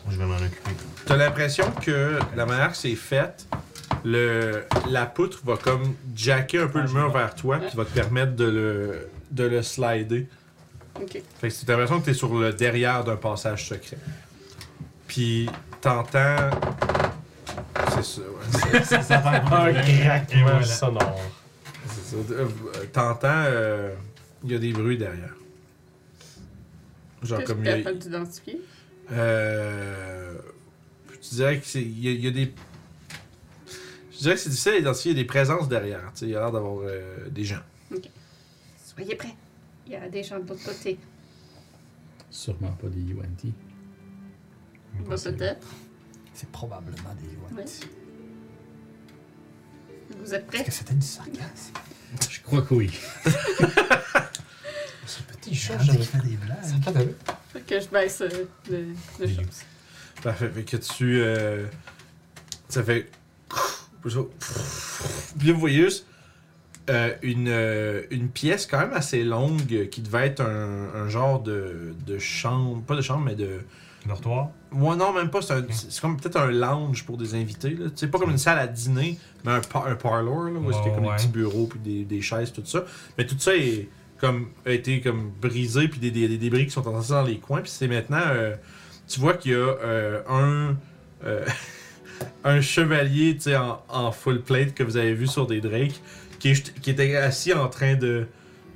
S4: Je vais m'en occuper.
S1: T'as l'impression que la manière que c'est faite, le, la poutre va comme jacker un peu le mur vers toi, puis va te permettre de le, de le slider.
S3: Ok.
S1: Fait que t'as l'impression que t'es sur le derrière d'un passage secret. Puis t'entends. C'est ça, ouais.
S2: Un craquement
S4: voilà.
S2: sonore.
S1: c'est ça. Euh, T'entends. euh, Il y a des bruits derrière. Genre
S3: Que je
S1: comme
S3: suis
S1: il y a-
S3: capable d'identifier.
S1: Euh, je dirais que c'est. Il y, a- il y a des. Je dirais que c'est difficile d'identifier il y a des présences derrière. tu sais, Il y a l'air d'avoir euh, des gens.
S3: Soyez prêts. Il y a des gens de l'autre côté.
S5: Sûrement pas des Yuan-Ti.
S3: Bah, peut-être.
S6: C'est probablement des lois.
S3: Ouais.
S6: Est-ce
S3: Vous êtes prêts?
S6: que c'était du sarcasme?
S5: Je crois que oui.
S2: Ce petit
S6: Il
S2: chat,
S6: change
S2: j'avais
S6: de des blagues.
S2: Ça a pas d'allure.
S3: Fait que je baisse euh, le, le
S4: Des
S3: choc.
S1: Parfait. Fait que tu. euh, ça fait. Puis là, vous voyez juste euh, une, euh, une pièce quand même assez longue euh, qui devait être un, un genre de, de chambre. Pas de chambre, mais de.
S4: Dortoir.
S1: Ouais, non, même pas. C'est un- c'est comme peut-être un lounge pour des invités. là. Tu sais, pas comme une salle à dîner, mais un, par- un parlour, là, où est-ce qu'il y a comme
S4: Ouais.
S1: des petits bureaux, puis des, des chaises, tout ça. Mais tout ça est, comme, a été comme brisé, puis des, des, des débris qui sont enfoncés dans les coins. Puis c'est maintenant. euh, tu vois qu'il y a euh, un. euh, un chevalier, tu sais, en, en full plate que vous avez vu sur des drakes, qui, est juste- qui était assis en train de,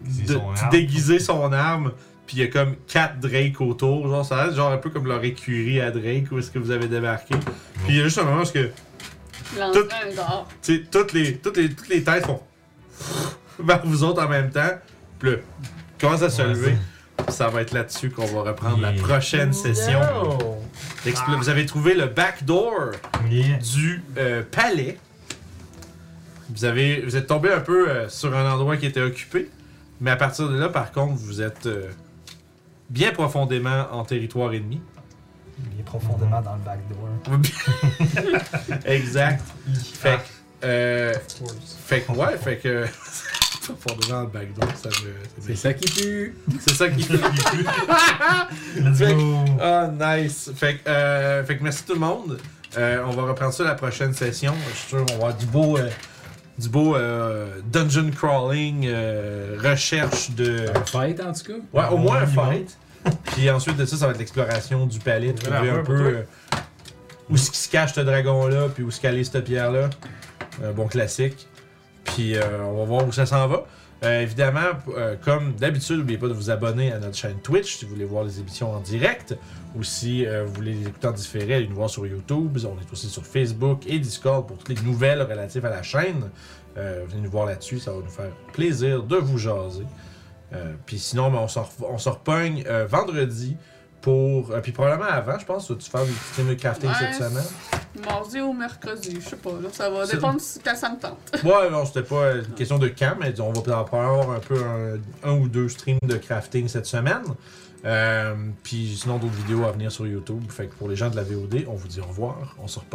S4: Déguiser
S1: de-
S4: son arme.
S1: déguiser son arme. Puis il y a comme quatre drakes autour, genre ça reste genre un peu comme leur écurie à Drake où est-ce que vous avez débarqué. Puis il y a juste un moment où est-ce que
S3: Lancer un dehors.
S1: tu sais, toutes les, toutes les, toutes les têtes font vers vous autres en même temps. Puis là, commence à se
S4: Ouais,
S1: lever. Puis Ça va être là-dessus qu'on va reprendre la
S4: Yeah.
S1: prochaine session.
S2: No.
S1: Explo- Vous avez trouvé le backdoor
S4: Yeah.
S1: du euh, palais. Vous, avez, vous êtes tombé un peu euh, sur un endroit qui était occupé, mais à partir de là, par contre, vous êtes euh, bien profondément en territoire ennemi.
S6: Il est profondément dans le backdoor.
S1: Exact. Fait que, euh, fait que, ouais, fait que. profondément en backdoor, ça me.
S5: C'est ça qui pue.
S1: C'est ça qui.
S4: Let's
S1: Fait que-
S4: go.
S1: Ah, nice! Fait que, euh, fait que merci tout le monde. Euh, on va reprendre ça la prochaine session. Je suis sûr qu'on va avoir du beau, euh, du beau euh, dungeon crawling, euh, recherche de.
S5: Fête en tout cas.
S1: Ouais, au moins un
S4: minimum.
S1: fight. Puis ensuite de ça, ça va être l'exploration du palais,
S2: la
S1: trouver un
S2: peur pour
S1: peu
S2: toi.
S1: euh, où ce qui se cache ce dragon-là, puis où se caler cette pierre-là. Un bon classique. Puis euh, on va voir où ça s'en va. Euh, évidemment, p- euh, comme d'habitude, n'oubliez pas de vous abonner à notre chaîne Twitch si vous voulez voir les émissions en direct ou si euh, vous voulez les écouter en différé, allez nous voir sur YouTube. On est aussi sur Facebook et Discord pour toutes les nouvelles relatives à la chaîne. Euh, venez nous voir là-dessus, ça va nous faire plaisir de vous jaser. Euh, puis sinon, ben, on s'en re- on se repogne euh, vendredi pour. euh, puis probablement avant, je pense, tu faire des petits streams de crafting
S3: Ouais.
S1: cette semaine.
S3: Mardi ou mercredi, je sais pas. Là, ça va
S1: C'est-
S3: dépendre si- quand ça me tente.
S1: Ouais, non, c'était pas euh, une question de quand, mais on va peut-être avoir un peu un, un ou deux streams de crafting cette semaine. Euh, puis sinon, d'autres vidéos à venir sur YouTube. Fait que pour les gens de la VOD, on vous dit au revoir. On se reparle.